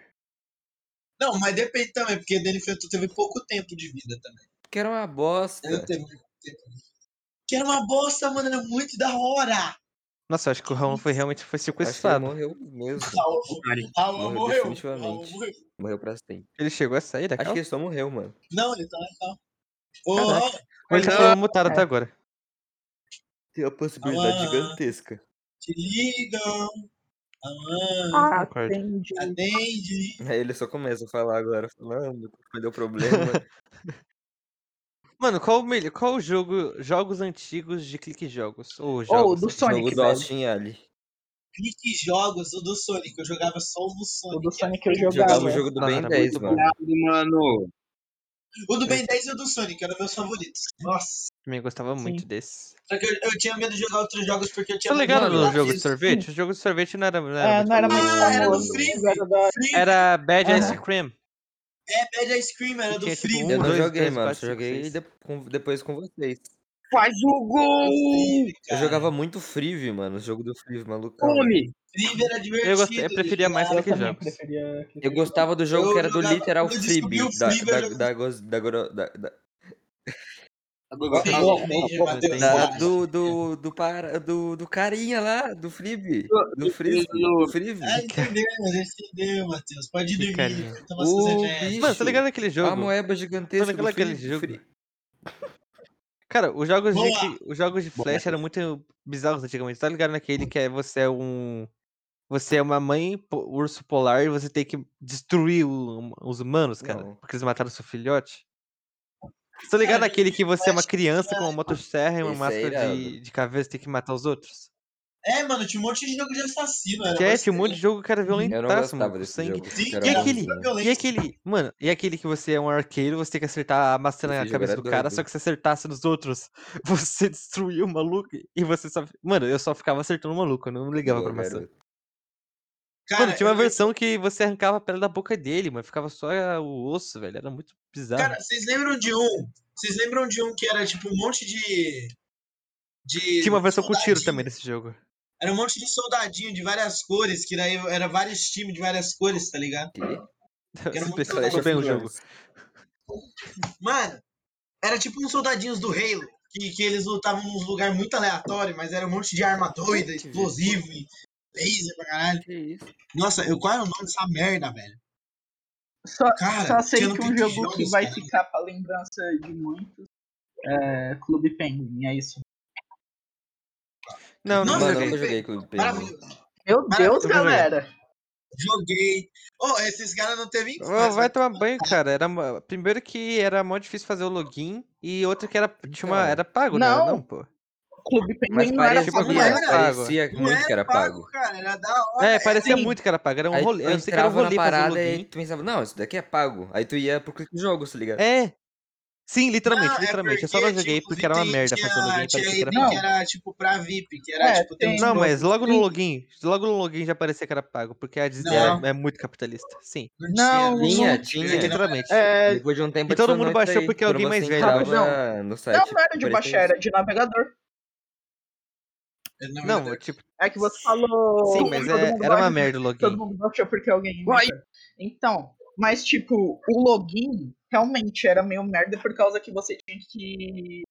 Speaker 5: Não, mas depende também, porque Danny Fenton teve pouco tempo de vida também.
Speaker 2: Que era uma
Speaker 5: Ele
Speaker 1: É.
Speaker 2: bosta.
Speaker 5: não teve muito tempo. Que era uma bosta, mano, era muito da hora.
Speaker 1: Nossa, eu acho que o Ramon foi realmente foi
Speaker 2: Acho que ele
Speaker 1: sequestrado.
Speaker 2: morreu mesmo.
Speaker 5: Raul, Raul
Speaker 2: Morreu
Speaker 5: morreu.
Speaker 2: definitivamente.
Speaker 5: Raul morreu.
Speaker 2: Morreu pra sempre.
Speaker 1: Ele chegou a sair
Speaker 2: Acho
Speaker 1: daquela.
Speaker 2: que ele só morreu, mano.
Speaker 5: Não, ele tá legal.
Speaker 1: Caraca.
Speaker 5: Ô,
Speaker 1: Ou ele foi mutado
Speaker 6: É.
Speaker 1: até agora.
Speaker 2: Tem uma possibilidade
Speaker 5: Ah.
Speaker 2: gigantesca.
Speaker 5: te ligam. Ah,
Speaker 6: Ah,
Speaker 1: concordo.
Speaker 6: entendi.
Speaker 5: atende.
Speaker 2: Aí ele só começa a falar agora, falando, qual deu problema.
Speaker 1: Mano, qual o melhor. Qual o jogo. Jogos antigos de clique jogos? Ou
Speaker 6: Ou
Speaker 1: jogos.
Speaker 6: do
Speaker 1: antigos?
Speaker 6: Sonic,
Speaker 2: Jogo do
Speaker 6: velho.
Speaker 2: Austin Ali.
Speaker 5: Clique jogos, o do Sonic. Eu jogava só o do Sonic.
Speaker 6: O do Sonic eu
Speaker 2: Jogava o
Speaker 6: jogava.
Speaker 2: jogo do
Speaker 1: Nossa,
Speaker 2: Ben
Speaker 1: era
Speaker 2: 10,
Speaker 1: muito bom.
Speaker 2: mano.
Speaker 4: Mano,
Speaker 5: O do Ben 10 e o do Sonic eram meus favoritos. Nossa.
Speaker 1: Também gostava muito desse.
Speaker 5: Só que eu, eu tinha medo de jogar outros jogos porque eu tinha
Speaker 1: Tá
Speaker 5: medo
Speaker 1: ligado
Speaker 5: de
Speaker 1: no
Speaker 5: virar
Speaker 1: jogo de
Speaker 5: disso.
Speaker 1: sorvete? O jogo de sorvete não era. Não era,
Speaker 6: É,
Speaker 1: muito
Speaker 6: não era
Speaker 1: bom.
Speaker 6: muito
Speaker 5: Ah, era do
Speaker 6: famoso.
Speaker 5: Freeze.
Speaker 6: mas era da hora.
Speaker 5: Freeze.
Speaker 1: Era Bad Ice
Speaker 6: Aham.
Speaker 1: Cream.
Speaker 5: É, Bad Ice Cream, era
Speaker 1: que
Speaker 5: do
Speaker 1: tinha, tipo,
Speaker 5: Freeze.
Speaker 1: um,
Speaker 2: Eu não
Speaker 1: dois,
Speaker 2: joguei,
Speaker 1: três,
Speaker 2: mano.
Speaker 1: quatro,
Speaker 2: Só
Speaker 1: cinco,
Speaker 2: joguei
Speaker 1: seis.
Speaker 2: de- com- depois com vocês.
Speaker 4: faz o gol!
Speaker 5: Freeze,
Speaker 2: Eu
Speaker 5: cara.
Speaker 2: jogava muito Frive, mano. O jogo do Frive, malucão.
Speaker 4: Come!
Speaker 5: Freeze era
Speaker 1: Eu, gostei,
Speaker 5: é divertido
Speaker 1: eu
Speaker 5: de
Speaker 1: preferia mais
Speaker 5: jogar.
Speaker 6: Eu
Speaker 1: clique
Speaker 6: também
Speaker 1: jogos.
Speaker 6: preferia. que-
Speaker 2: Eu gostava do jogo
Speaker 5: Eu
Speaker 2: que era do
Speaker 5: jogava-
Speaker 2: literal
Speaker 5: quando eu descobri
Speaker 2: Fribe.
Speaker 5: o
Speaker 2: Da,
Speaker 5: Freeve, eu
Speaker 2: da,
Speaker 5: jogava-
Speaker 2: da, gos- da, goro- da, da,
Speaker 1: Não
Speaker 5: Veja, veja, Matheus.
Speaker 1: tem
Speaker 2: da-
Speaker 1: como.
Speaker 5: relaxa.
Speaker 2: do, do, do, para- do, do carinha lá, do Fribe. Do Frisbee. Do Frive.
Speaker 5: Ah, entendeu, entendeu, né, Matheus. Pode
Speaker 1: Que
Speaker 5: dormir. então, tá
Speaker 1: carinha.
Speaker 5: vai tomar seu
Speaker 2: O
Speaker 5: Zé.
Speaker 1: Mano, tá
Speaker 2: bicho.
Speaker 1: ligado aquele
Speaker 2: A
Speaker 1: jogo?
Speaker 2: moeba
Speaker 1: Tá
Speaker 2: gigantesca do
Speaker 1: ligado aquele
Speaker 2: Frive.
Speaker 1: jogo? Cara, os jogos, de,
Speaker 5: Boa.
Speaker 1: que- os jogos de flash eram muito bizarros antigamente. Tá ligado
Speaker 2: Hum.
Speaker 1: naquele que é você é um. Você é uma mãe po- urso polar e você tem que destruir o- os humanos, cara.
Speaker 2: Não.
Speaker 1: Porque eles mataram seu filhote. Tá ligado
Speaker 5: Cara,
Speaker 1: naquele que você é uma
Speaker 5: Flash,
Speaker 1: criança com uma motosserra e uma
Speaker 2: Esse é
Speaker 1: máscara de,
Speaker 2: irado.
Speaker 1: de caveira e você tem que matar os outros?
Speaker 5: É, mano, tinha um monte de jogo de assassino. Era
Speaker 1: Tinha,
Speaker 5: mó
Speaker 1: tinha um monte de
Speaker 5: estranho.
Speaker 1: jogo que era
Speaker 2: Eu não
Speaker 1: violentaço, mano.
Speaker 2: gostava
Speaker 1: Com
Speaker 2: desse
Speaker 1: sangue.
Speaker 2: jogo.
Speaker 5: Sim,
Speaker 2: Que era
Speaker 1: E
Speaker 5: cara,
Speaker 1: aquele,
Speaker 5: era
Speaker 2: bonzinho.
Speaker 1: e
Speaker 5: violento.
Speaker 1: aquele, mano, e aquele que você é um arqueiro, você tem que acertar amassando
Speaker 2: Esse
Speaker 1: a
Speaker 2: jogo
Speaker 1: cabeça
Speaker 2: era
Speaker 1: do cara, só
Speaker 2: doido.
Speaker 1: que se acertasse nos outros, você destruía o maluco e você só. Mano, eu só ficava acertando o maluco, eu não ligava pra
Speaker 2: Boa,
Speaker 1: maçã.
Speaker 2: garoto.
Speaker 1: Mano,
Speaker 5: Cara,
Speaker 1: tinha uma
Speaker 5: eu lembro-
Speaker 1: versão que você arrancava a pele da boca dele, mano, ficava só ah, o osso, velho, era muito bizarro.
Speaker 5: cara, vocês lembram de um? Vocês lembram de um que era tipo um monte de. De
Speaker 1: Tinha uma versão com tiro
Speaker 5: soldadinho.
Speaker 1: também desse jogo.
Speaker 5: Era um monte de soldadinho de várias cores, que daí era vários times de várias cores, tá ligado?
Speaker 2: Que?
Speaker 5: Que era
Speaker 1: Você
Speaker 5: muito
Speaker 1: pesquisou
Speaker 5: legal.
Speaker 2: Clash of
Speaker 1: bem o jogo.
Speaker 2: Clans.
Speaker 5: Mano, era tipo uns soldadinhos do Halo, que, que eles lutavam num lugar muito aleatório, mas era um monte de arma doida,
Speaker 2: Gente,
Speaker 5: explosivo e laser pra caralho.
Speaker 2: Que isso?
Speaker 5: Nossa, eu, qual era o nome dessa merda, velho?
Speaker 6: Só,
Speaker 5: Cara,
Speaker 6: só sei
Speaker 5: tinha no
Speaker 6: que um
Speaker 5: Clique
Speaker 6: jogo que
Speaker 5: Jogos,
Speaker 6: vai
Speaker 5: cara.
Speaker 6: ficar pra lembrança de muitos é Clube Penguin, é isso.
Speaker 1: Não, não
Speaker 2: Mano,
Speaker 5: Nossa,
Speaker 2: eu
Speaker 1: joguei.
Speaker 2: nunca
Speaker 5: Clube
Speaker 2: joguei Clube Penguin.
Speaker 5: Maravilhoso.
Speaker 6: Meu Deus,
Speaker 5: Maravilhoso.
Speaker 6: galera!
Speaker 5: Joguei. Oh, esses caras não teve infância.
Speaker 1: Ô, vai tomar banho, cara. Era, mó- primeiro que era mó difícil fazer o login e outro que era, tinha uma,
Speaker 2: Então.
Speaker 1: era pago, não era não,
Speaker 6: Não.
Speaker 1: pô?
Speaker 6: Clube
Speaker 2: Mas
Speaker 6: Penguin não era
Speaker 2: parecia,
Speaker 1: tipo
Speaker 5: Não
Speaker 6: famoso.
Speaker 5: era.
Speaker 2: parecia
Speaker 5: Não
Speaker 2: muito que
Speaker 5: era
Speaker 2: era
Speaker 5: pago,
Speaker 2: pago.
Speaker 5: cara. Era da hora.
Speaker 1: É, parecia
Speaker 6: Sim.
Speaker 1: muito que era pago, era um
Speaker 2: Aí
Speaker 1: rolê.
Speaker 2: tu
Speaker 1: Eu sei que era um
Speaker 2: entrava na
Speaker 1: rolê fazer o
Speaker 2: parada e
Speaker 1: login.
Speaker 2: tu pensava, não, isso daqui é pago. Aí tu ia pro clique jogo, se tá ligado?
Speaker 1: É. Sim, literalmente,
Speaker 5: Não, é
Speaker 1: literalmente. eu só
Speaker 5: porque,
Speaker 1: não joguei
Speaker 5: tipo,
Speaker 1: porque era uma
Speaker 5: tem-
Speaker 1: merda
Speaker 5: tinha-
Speaker 1: fazer o login. parecia
Speaker 5: Tinha
Speaker 1: que era
Speaker 5: item
Speaker 1: pago.
Speaker 5: que era, tipo, pra VIP, que era,
Speaker 6: É,
Speaker 5: tipo, tem
Speaker 6: tem-
Speaker 5: uns
Speaker 1: Não,
Speaker 5: nomes.
Speaker 1: mas logo no
Speaker 6: Sim.
Speaker 1: login, logo no login já parecia que era pago, porque a Disney
Speaker 5: Não.
Speaker 1: é, é muito capitalista. Sim,
Speaker 5: Não tinha,
Speaker 1: um
Speaker 6: Não,
Speaker 5: não
Speaker 2: tinha,
Speaker 5: tinha,
Speaker 2: tinha.
Speaker 5: que não-
Speaker 1: literalmente.
Speaker 6: É,
Speaker 2: Depois de um tempo
Speaker 1: E todo mundo
Speaker 2: adicionou isso
Speaker 1: baixou
Speaker 2: aí.
Speaker 1: porque
Speaker 2: Quando
Speaker 1: alguém
Speaker 2: você
Speaker 1: mais velho
Speaker 2: entrava
Speaker 6: baixou.
Speaker 2: no
Speaker 6: não,
Speaker 2: site.
Speaker 6: não era de
Speaker 2: aparecia
Speaker 6: baixar,
Speaker 2: isso.
Speaker 6: era de navegador.
Speaker 5: na
Speaker 1: Não,
Speaker 5: verdade.
Speaker 1: tipo,
Speaker 6: É que você falou.
Speaker 1: sim, mas
Speaker 6: todo
Speaker 1: é-
Speaker 6: mundo
Speaker 1: era uma
Speaker 6: baixa-
Speaker 1: merda o
Speaker 6: Todo
Speaker 1: login.
Speaker 6: mundo baixou porque alguém.
Speaker 4: Uai.
Speaker 6: inventa. Então, mas tipo, o login realmente era meio merda por causa que você tinha que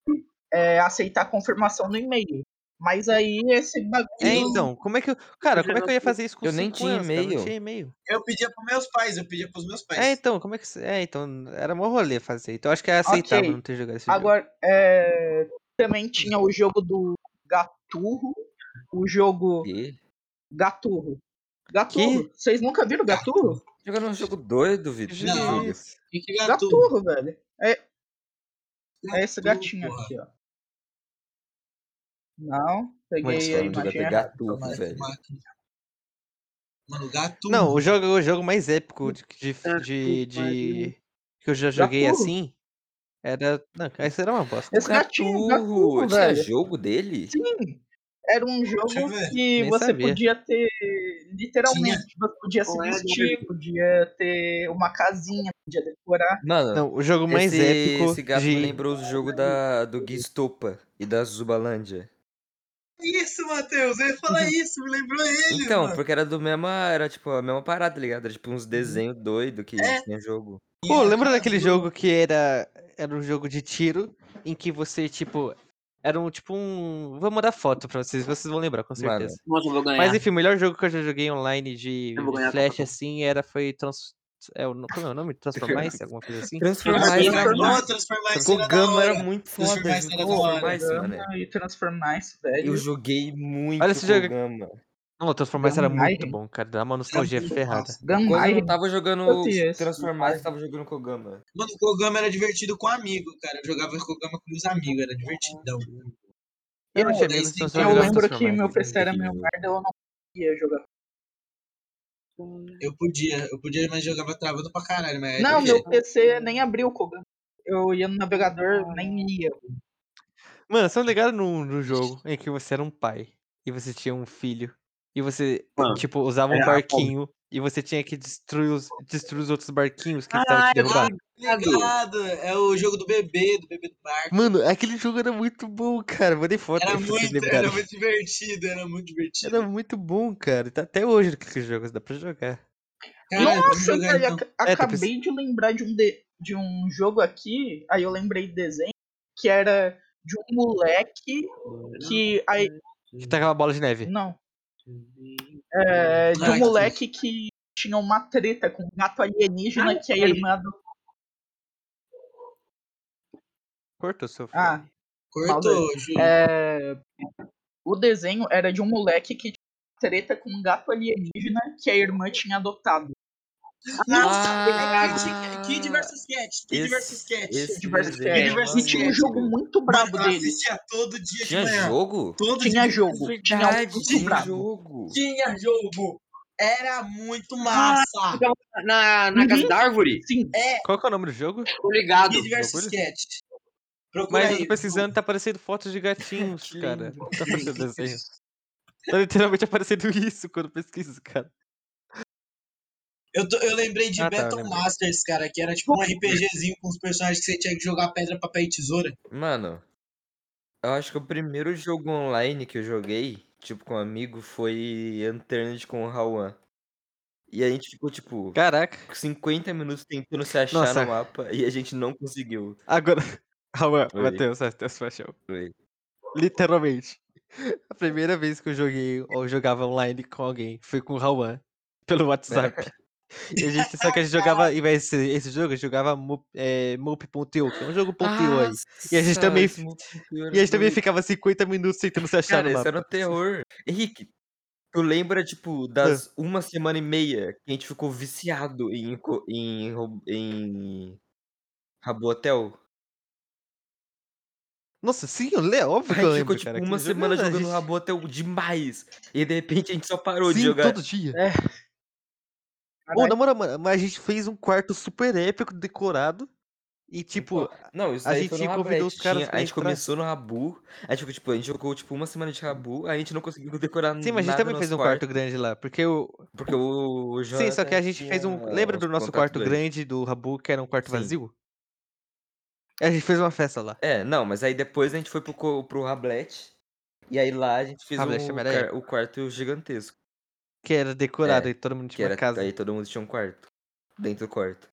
Speaker 6: é, aceitar a confirmação no e-mail. Mas aí esse
Speaker 1: É,
Speaker 6: bagulho.
Speaker 1: então, como é que eu. Cara, como é que eu ia fazer isso com
Speaker 2: Eu
Speaker 1: 5
Speaker 2: nem
Speaker 1: anos,
Speaker 2: tinha
Speaker 1: cara? Eu
Speaker 2: e-mail.
Speaker 1: Não tinha e-mail.
Speaker 5: Eu pedia pros meus pais, eu pedia pros meus pais.
Speaker 1: É, então, como é que. se- É, então, era mó rolê fazer. Então, acho que é aceitável
Speaker 6: Ok.
Speaker 1: não ter jogado esse jogo.
Speaker 6: Agora, é, também tinha o jogo do Gaturro. O jogo
Speaker 2: Quê?
Speaker 6: Gaturro. Gaturro. Vocês nunca viram Gaturro?
Speaker 2: Jogando um jogo doido, Vitor.
Speaker 5: jogo é
Speaker 2: Júlio.
Speaker 1: isso?
Speaker 5: E que gato?
Speaker 6: Gaturro, velho. É, é esse
Speaker 5: Gaturro,
Speaker 6: gatinho
Speaker 5: porra.
Speaker 6: aqui, ó. Não,
Speaker 1: Muito
Speaker 6: peguei a
Speaker 2: Falando de
Speaker 6: imagem
Speaker 2: gato é
Speaker 6: errada.
Speaker 2: gato,
Speaker 5: Tomara que
Speaker 2: velho.
Speaker 5: mate. Mano, gato.
Speaker 1: Não, o jogo, o jogo mais épico de, de, de, de- que eu já joguei
Speaker 6: Gaturro.
Speaker 1: assim era. Não, esse era uma bosta.
Speaker 2: O
Speaker 6: Esse
Speaker 2: Gaturro!
Speaker 6: gatinho, Gaturro,
Speaker 2: Tinha
Speaker 6: velho.
Speaker 2: é jogo dele?
Speaker 6: Sim, era um
Speaker 5: Deixa eu
Speaker 6: jogo
Speaker 5: ver.
Speaker 6: que
Speaker 1: Nem
Speaker 6: você
Speaker 1: sabia.
Speaker 6: podia ter, literalmente, você podia se
Speaker 4: Não é
Speaker 6: vestir, podia ter uma casinha, podia decorar.
Speaker 2: Mano,
Speaker 1: Não, o jogo mais
Speaker 2: esse,
Speaker 1: épico
Speaker 2: esse gato me
Speaker 1: de.
Speaker 2: lembrou os jogos da, do Gui Estopa e da Zubalândia.
Speaker 5: Isso, Matheus, eu ia falar isso, me lembrou ele,
Speaker 2: Então,
Speaker 5: mano. Uhum.
Speaker 2: porque era do mesma. Era tipo a mesma parada, tá ligado? Era tipo uns desenhos doidos que
Speaker 5: É.
Speaker 2: tinha jogo.
Speaker 1: Pô,
Speaker 5: Tinha
Speaker 1: lembra daquele
Speaker 5: aquelas-
Speaker 1: jogo que era. Era um jogo de tiro em que você, tipo. Era um tipo um. Vou mandar foto pra vocês, vocês vão lembrar, com
Speaker 2: Mano.
Speaker 1: certeza.
Speaker 4: Nossa, eu vou ganhar.
Speaker 1: Mas enfim, o melhor jogo que eu já joguei online de,
Speaker 4: Eu vou
Speaker 1: de
Speaker 4: ganhar a
Speaker 1: flash
Speaker 4: Copa.
Speaker 1: assim era foi. Trans... É, o no- como é o nome? Transformice? Alguma coisa assim?
Speaker 2: Transformar
Speaker 5: Transformice
Speaker 2: isso
Speaker 4: Transformice,
Speaker 5: era
Speaker 2: era
Speaker 5: bom,
Speaker 2: muito.
Speaker 5: transformar isso era da
Speaker 2: Kogama
Speaker 5: hora.
Speaker 2: era muito foda,
Speaker 5: Transformar
Speaker 2: viu?
Speaker 5: isso era da hora.
Speaker 2: Transformar
Speaker 5: né?
Speaker 2: isso, mano.
Speaker 6: Kogama e transformar isso, velho.
Speaker 2: Eu joguei muito
Speaker 1: Olha esse jogo aqui.
Speaker 2: Kogama.
Speaker 1: Não, Transformice era
Speaker 6: Gamai,
Speaker 1: muito bom, cara. Dá uma
Speaker 5: Era
Speaker 1: nostalgia
Speaker 5: bom,
Speaker 1: ferrada.
Speaker 5: nossa.
Speaker 2: Quando eu
Speaker 6: Gamai,
Speaker 2: não tava jogando
Speaker 6: eu tenho esse.
Speaker 2: Transformar, eu tava jogando Kogama.
Speaker 5: Mano, o Kogama era divertido com amigo, cara. Eu jogava Kogama com meus amigos, era divertidão.
Speaker 1: Eu não tinha
Speaker 5: Daí
Speaker 1: amigos, então eu
Speaker 5: sempre
Speaker 1: só
Speaker 5: tinha
Speaker 6: Eu
Speaker 5: um-
Speaker 1: jogava
Speaker 6: lembro que
Speaker 1: Transformice.
Speaker 6: meu
Speaker 2: Muito
Speaker 6: PC era
Speaker 2: daquele
Speaker 6: meio
Speaker 2: jogo.
Speaker 6: merda, eu não conseguia jogar.
Speaker 5: Eu podia, eu podia, mas jogava travando pra caralho, mas é era
Speaker 6: Não, meu
Speaker 5: divertido.
Speaker 6: PC nem abriu o Kogama. Eu ia no navegador, nem ia.
Speaker 1: Mano, vocês ligaram no, no jogo em que você era um pai e você tinha um filho e você,
Speaker 4: Mano,
Speaker 1: tipo, usava um
Speaker 4: é a-
Speaker 1: barquinho e você tinha que destruir os, destruir os outros barquinhos que tentaram te
Speaker 4: Caralho,
Speaker 1: derrubar?
Speaker 5: Ligado, é o jogo do bebê, do bebê do barco.
Speaker 1: Mano, aquele jogo era muito bom, cara. Mandei foto
Speaker 5: Era
Speaker 1: aí pra vocês
Speaker 5: muito, era
Speaker 1: lembrarem.
Speaker 5: muito divertido, era muito divertido.
Speaker 1: Era muito bom, cara. Tá até hoje aqueles jogos, dá pra jogar.
Speaker 5: Caralho, vamos
Speaker 6: Nossa,
Speaker 5: jogar
Speaker 6: velho,
Speaker 5: então.
Speaker 6: ac-
Speaker 1: É, tá pensando.
Speaker 6: acabei de lembrar de um, de, de um jogo aqui, aí eu lembrei de desenho, que era de um moleque que. Aí,
Speaker 1: Que tá aquela bola de neve.
Speaker 6: não, é, de um
Speaker 5: Ah, que
Speaker 6: moleque que tinha uma treta com um gato alienígena que a irmã do.
Speaker 1: Cortou seu fone.
Speaker 6: Ah,
Speaker 5: cortou,
Speaker 6: maldade.
Speaker 5: Ju.
Speaker 6: É, o desenho era de um moleque que tinha treta com um gato alienígena que a irmã tinha adotado.
Speaker 5: Nossa,
Speaker 2: Ah,
Speaker 5: Kid, Kid versus Cat, Kid versus
Speaker 2: Esse,
Speaker 5: Cat.
Speaker 2: esse
Speaker 6: Diversos
Speaker 2: desenho
Speaker 5: Kid
Speaker 2: eu
Speaker 6: cats.
Speaker 5: versus
Speaker 6: E
Speaker 2: não
Speaker 6: tinha um
Speaker 5: Cat.
Speaker 6: jogo
Speaker 2: lembro.
Speaker 6: muito
Speaker 5: Mano,
Speaker 6: brabo
Speaker 5: eu
Speaker 6: dele.
Speaker 5: assistia todo dia de
Speaker 2: Tinha
Speaker 5: manhã.
Speaker 2: jogo?
Speaker 5: Todo dia
Speaker 6: Tinha
Speaker 5: de manhã.
Speaker 6: jogo. Tinha um
Speaker 2: Verdade,
Speaker 6: muito
Speaker 2: tinha
Speaker 6: brabo.
Speaker 2: jogo.
Speaker 5: Tinha jogo. Era
Speaker 6: Ah,
Speaker 5: muito massa.
Speaker 4: Ficava Na, na casa
Speaker 6: Uhum.
Speaker 4: da árvore?
Speaker 6: Sim.
Speaker 5: É,
Speaker 1: Qual que é o nome do jogo?
Speaker 4: Tô ligado.
Speaker 5: Kid versus
Speaker 1: Procura.
Speaker 5: Cat. Procura
Speaker 1: Mas eu tô
Speaker 5: aí.
Speaker 1: pesquisando, tá aparecendo fotos de gatinhos,
Speaker 2: Que
Speaker 1: cara.
Speaker 2: lindo.
Speaker 1: Não tá aparecendo desenho. Tá literalmente aparecendo isso quando eu pesquiso, cara.
Speaker 5: Eu, tô- eu lembrei de
Speaker 1: Ah, tá, eu
Speaker 5: Battle
Speaker 1: lembrei.
Speaker 5: Masters, cara, que era tipo um RPGzinho com os personagens que você tinha que jogar pedra, papel e tesoura.
Speaker 2: Mano, eu acho que o primeiro jogo online que eu joguei, tipo, com um amigo, foi Unturned com o Rawan. E a gente ficou, tipo,
Speaker 1: Caraca.
Speaker 2: 50 minutos tentando se achar no
Speaker 1: Nossa,
Speaker 2: mapa e a gente não conseguiu.
Speaker 1: agora. Calma,
Speaker 2: Oi,
Speaker 1: Matheus, Matheus Paixão.
Speaker 2: oi.
Speaker 1: Literalmente. A primeira vez que eu joguei ou jogava online com alguém foi com o Rawan, pelo WhatsApp. E a gente, só que a gente jogava, ao invés desse esse jogo, a gente jogava Mo- é, Mope.eu, que é um jogo
Speaker 2: Ah,
Speaker 1: .eu aí. E a gente
Speaker 2: Nossa, é
Speaker 1: também,
Speaker 2: esse multiplayer
Speaker 1: e a
Speaker 2: era
Speaker 1: gente tá também
Speaker 2: doido.
Speaker 1: ficava 50 minutos tentando se achar no
Speaker 2: Cara, isso era um
Speaker 1: mapa.
Speaker 2: terror. Henrique, tu lembra, tipo,
Speaker 1: Não.
Speaker 2: das uma semana e meia que a gente ficou viciado em, co- em, Rab- em Rabotel?
Speaker 1: Nossa, sim, eu le- é óbvio
Speaker 2: A
Speaker 1: que eu
Speaker 2: gente ficou,
Speaker 1: lembro, cara.
Speaker 2: tipo,
Speaker 1: Aquele jogo
Speaker 2: uma
Speaker 1: é
Speaker 2: semana
Speaker 1: era. a
Speaker 2: jogando
Speaker 1: gente-
Speaker 2: Rabotel demais. E de repente a gente só parou de
Speaker 1: Sim,
Speaker 2: jogar.
Speaker 1: todo dia.
Speaker 6: É,
Speaker 1: Ô,
Speaker 6: caralho.
Speaker 1: na moral, mano, mas a gente fez um quarto super épico, decorado. E, tipo,
Speaker 2: Não, isso
Speaker 1: A
Speaker 2: daí
Speaker 1: gente
Speaker 2: foi no Rabu,
Speaker 1: convidou
Speaker 2: a
Speaker 1: os
Speaker 2: gente
Speaker 1: caras
Speaker 2: tinha-
Speaker 1: pra
Speaker 2: A gente
Speaker 1: entrar.
Speaker 2: começou no Rabu, a gente, ficou, tipo, a gente jogou tipo uma semana de Rabu, aí a gente não conseguiu decorar nada.
Speaker 1: sim, mas a gente também
Speaker 2: no
Speaker 1: fez um
Speaker 2: nosso
Speaker 1: quarto grande lá. Porque o,
Speaker 2: Porque o o
Speaker 1: Sim, só que a
Speaker 2: Jonathan
Speaker 1: gente fez um.
Speaker 2: tinha
Speaker 1: Lembra
Speaker 2: uns
Speaker 1: do nosso
Speaker 2: contatos
Speaker 1: quarto
Speaker 2: doidos.
Speaker 1: grande do Rabu, que era um quarto
Speaker 2: Sim.
Speaker 1: vazio? A gente fez uma festa lá.
Speaker 2: É, não, mas aí depois a gente foi pro, co- pro Rablete, e aí lá a gente fez
Speaker 1: Rablete é
Speaker 2: o,
Speaker 1: melhor
Speaker 2: car- o quarto gigantesco,
Speaker 1: Que era decorado
Speaker 2: É,
Speaker 1: e todo mundo
Speaker 2: que
Speaker 1: tinha uma
Speaker 2: era,
Speaker 1: casa.
Speaker 2: aí todo mundo tinha um quarto, dentro do quarto.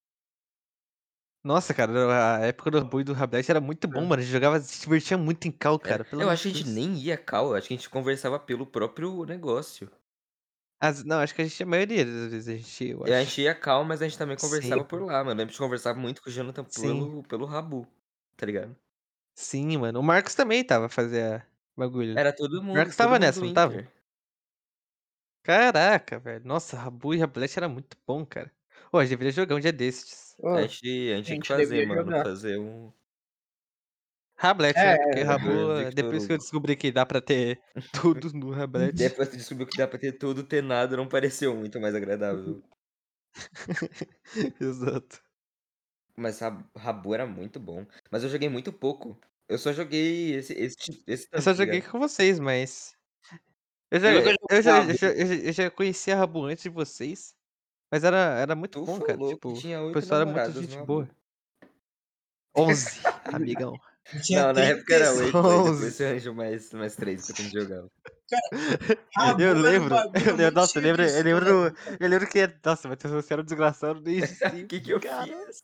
Speaker 1: Nossa, cara, a época do Rabu e do Rablete era muito bom, mano. A gente jogava, se divertia muito em cal, cara.
Speaker 2: Era-
Speaker 1: Pelo
Speaker 2: Hum. É, eu
Speaker 1: amor
Speaker 2: acho que a
Speaker 1: de
Speaker 2: gente
Speaker 1: Deus.
Speaker 2: nem ia cal, acho que a gente conversava pelo próprio negócio.
Speaker 1: As- não, acho que a gente, a maioria das vezes, a gente. Eu
Speaker 2: E a
Speaker 1: acho.
Speaker 2: gente ia cal, mas a gente também
Speaker 1: Sim.
Speaker 2: conversava por lá, mano. Lembro de conversar muito com o Jonathan
Speaker 1: Sim.
Speaker 2: pelo, pelo Rabu, tá ligado?
Speaker 1: Sim, mano. O Marcos também tava fazendo bagulho.
Speaker 2: Era todo mundo.
Speaker 1: Marcos
Speaker 2: todo
Speaker 1: tava
Speaker 2: mundo
Speaker 1: nessa,
Speaker 2: do
Speaker 1: não tava?
Speaker 2: Inter.
Speaker 1: Caraca, velho. Nossa, Rabu e Rablete era muito bom, cara. Ô, a gente deveria jogar um dia desses.
Speaker 6: Ô,
Speaker 2: A gente, a gente tinha que
Speaker 6: gente
Speaker 2: fazer,
Speaker 6: devia
Speaker 2: mano.
Speaker 6: jogar.
Speaker 2: Fazer um.
Speaker 1: Rablete, né? Porque
Speaker 6: É,
Speaker 1: Rabu,
Speaker 2: jogador
Speaker 1: eh,
Speaker 2: Victor
Speaker 1: depois que eu
Speaker 2: Hugo.
Speaker 1: descobri que dá pra ter tudo no Rablete.
Speaker 2: Depois que descobriu que dá pra ter tudo, ter nada não pareceu muito mais agradável.
Speaker 1: Exato.
Speaker 2: Mas Rab- Rabu era muito bom. Mas eu joguei muito pouco. Eu só joguei esse, esse, ti- esse
Speaker 1: Eu
Speaker 2: tanto,
Speaker 1: só
Speaker 2: tá
Speaker 1: joguei
Speaker 2: ligado?
Speaker 1: com vocês, mas. Eu já,
Speaker 4: Eu nunca
Speaker 1: eu já,
Speaker 4: joguei
Speaker 1: eu já, eu já- eu já conhecia Rabu antes de vocês. Mas era, era muito
Speaker 2: Tu
Speaker 1: bom, cara.
Speaker 2: falou que
Speaker 1: Tipo,
Speaker 2: tinha
Speaker 1: o
Speaker 2: oito
Speaker 1: pessoal era muito
Speaker 2: namoradas é no
Speaker 1: gente
Speaker 2: Rabu.
Speaker 1: boa. 11, amigão.
Speaker 5: Tinha
Speaker 2: Não, na época era
Speaker 5: 36.
Speaker 2: oito, aí depois
Speaker 1: Onze.
Speaker 2: você arranjou mais, mais três pra gente jogar.
Speaker 5: Rabu
Speaker 1: Eu
Speaker 5: era um
Speaker 1: lembro,
Speaker 5: bagulho
Speaker 1: eu lembro,
Speaker 5: muito
Speaker 1: nossa, eu
Speaker 5: cheio de
Speaker 1: lembro, eu lembro,
Speaker 5: história.
Speaker 1: eu lembro que, nossa, mas você era um desgraçado nem
Speaker 2: O que que eu
Speaker 1: cara.
Speaker 2: fiz?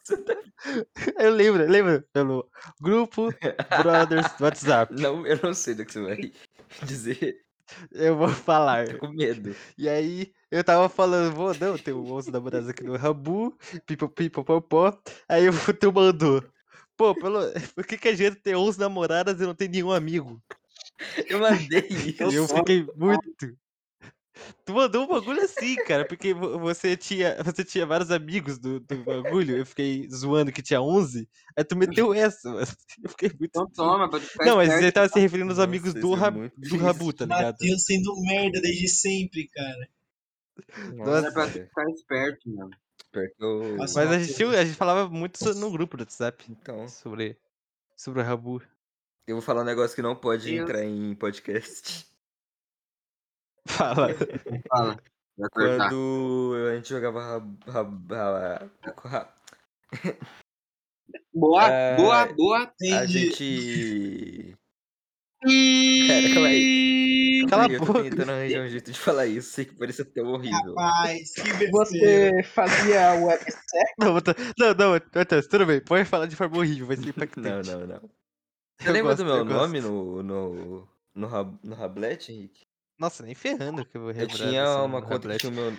Speaker 1: Eu lembro, eu lembro, pelo grupo Brothers do WhatsApp,
Speaker 2: Não, eu não sei do que você vai dizer.
Speaker 1: eu vou falar.
Speaker 2: Tô com medo.
Speaker 1: E aí, eu tava falando, vou não, tem 11 namorados aqui no Rabu, pipopipopopó. Aí o tu mandou, pô, pelo, por que que adianta ter 11 namoradas e não tem nenhum amigo?
Speaker 2: Eu mandei
Speaker 1: E eu
Speaker 2: isso.
Speaker 1: fiquei muito... Tu mandou um bagulho assim, cara, porque vo- você tinha, você tinha vários amigos do, do bagulho, eu fiquei zoando que tinha 11, aí tu meteu essa, mano. Eu fiquei muito...
Speaker 4: Então toma, pode ficar
Speaker 1: Não, mas
Speaker 4: esperto.
Speaker 1: ele tava se referindo aos amigos
Speaker 2: Nossa,
Speaker 1: do,
Speaker 2: isso é
Speaker 1: Rab...
Speaker 2: muito
Speaker 1: do Rabu,
Speaker 2: triste.
Speaker 1: tá ligado?
Speaker 5: Matheus sendo um merda desde sempre, cara.
Speaker 1: Nossa,
Speaker 4: Era pra tu
Speaker 2: Nossa.
Speaker 4: ficar esperto, mano.
Speaker 2: Pior que eu.
Speaker 5: Nossa,
Speaker 1: Mas a gente, tinha-
Speaker 5: Matheus.
Speaker 1: a gente falava muito so- no grupo do WhatsApp né,
Speaker 2: Então,
Speaker 1: sobre, sobre o Rabu.
Speaker 2: eu vou falar um negócio que não pode
Speaker 4: Deus.
Speaker 2: entrar em podcast.
Speaker 1: Fala.
Speaker 4: Fala. Vai cortar.
Speaker 2: Quando a gente jogava rab, rab, ra- ra-
Speaker 4: Boa,
Speaker 2: Ah,
Speaker 4: boa, boa.
Speaker 2: a
Speaker 5: Entendi.
Speaker 2: gente. Cara, calma aí.
Speaker 4: E...
Speaker 2: Calma
Speaker 1: Cala a
Speaker 2: aí, eu tô
Speaker 1: boca.
Speaker 2: tentando arranjar um jeito de falar isso. Sei que pareceu tão horrível.
Speaker 5: Rapaz, que besteira.
Speaker 6: Você fazia websérie?
Speaker 1: Não, Mata- não, não, Matheus, tudo bem. Pode falar de forma horrível, vai ser impactante.
Speaker 2: Não, não, não. Você
Speaker 1: Eu
Speaker 2: lembra
Speaker 1: gosto,
Speaker 2: do meu
Speaker 1: eu gosto.
Speaker 2: nome no, no, no, Rab- no Rablete, Henrique?
Speaker 1: Nossa, nem ferrando que eu vou
Speaker 2: Eu
Speaker 1: lembrar do
Speaker 2: tinha
Speaker 1: seu nome
Speaker 2: uma
Speaker 1: no
Speaker 2: conta que
Speaker 1: Rablete.
Speaker 2: tinha o meu.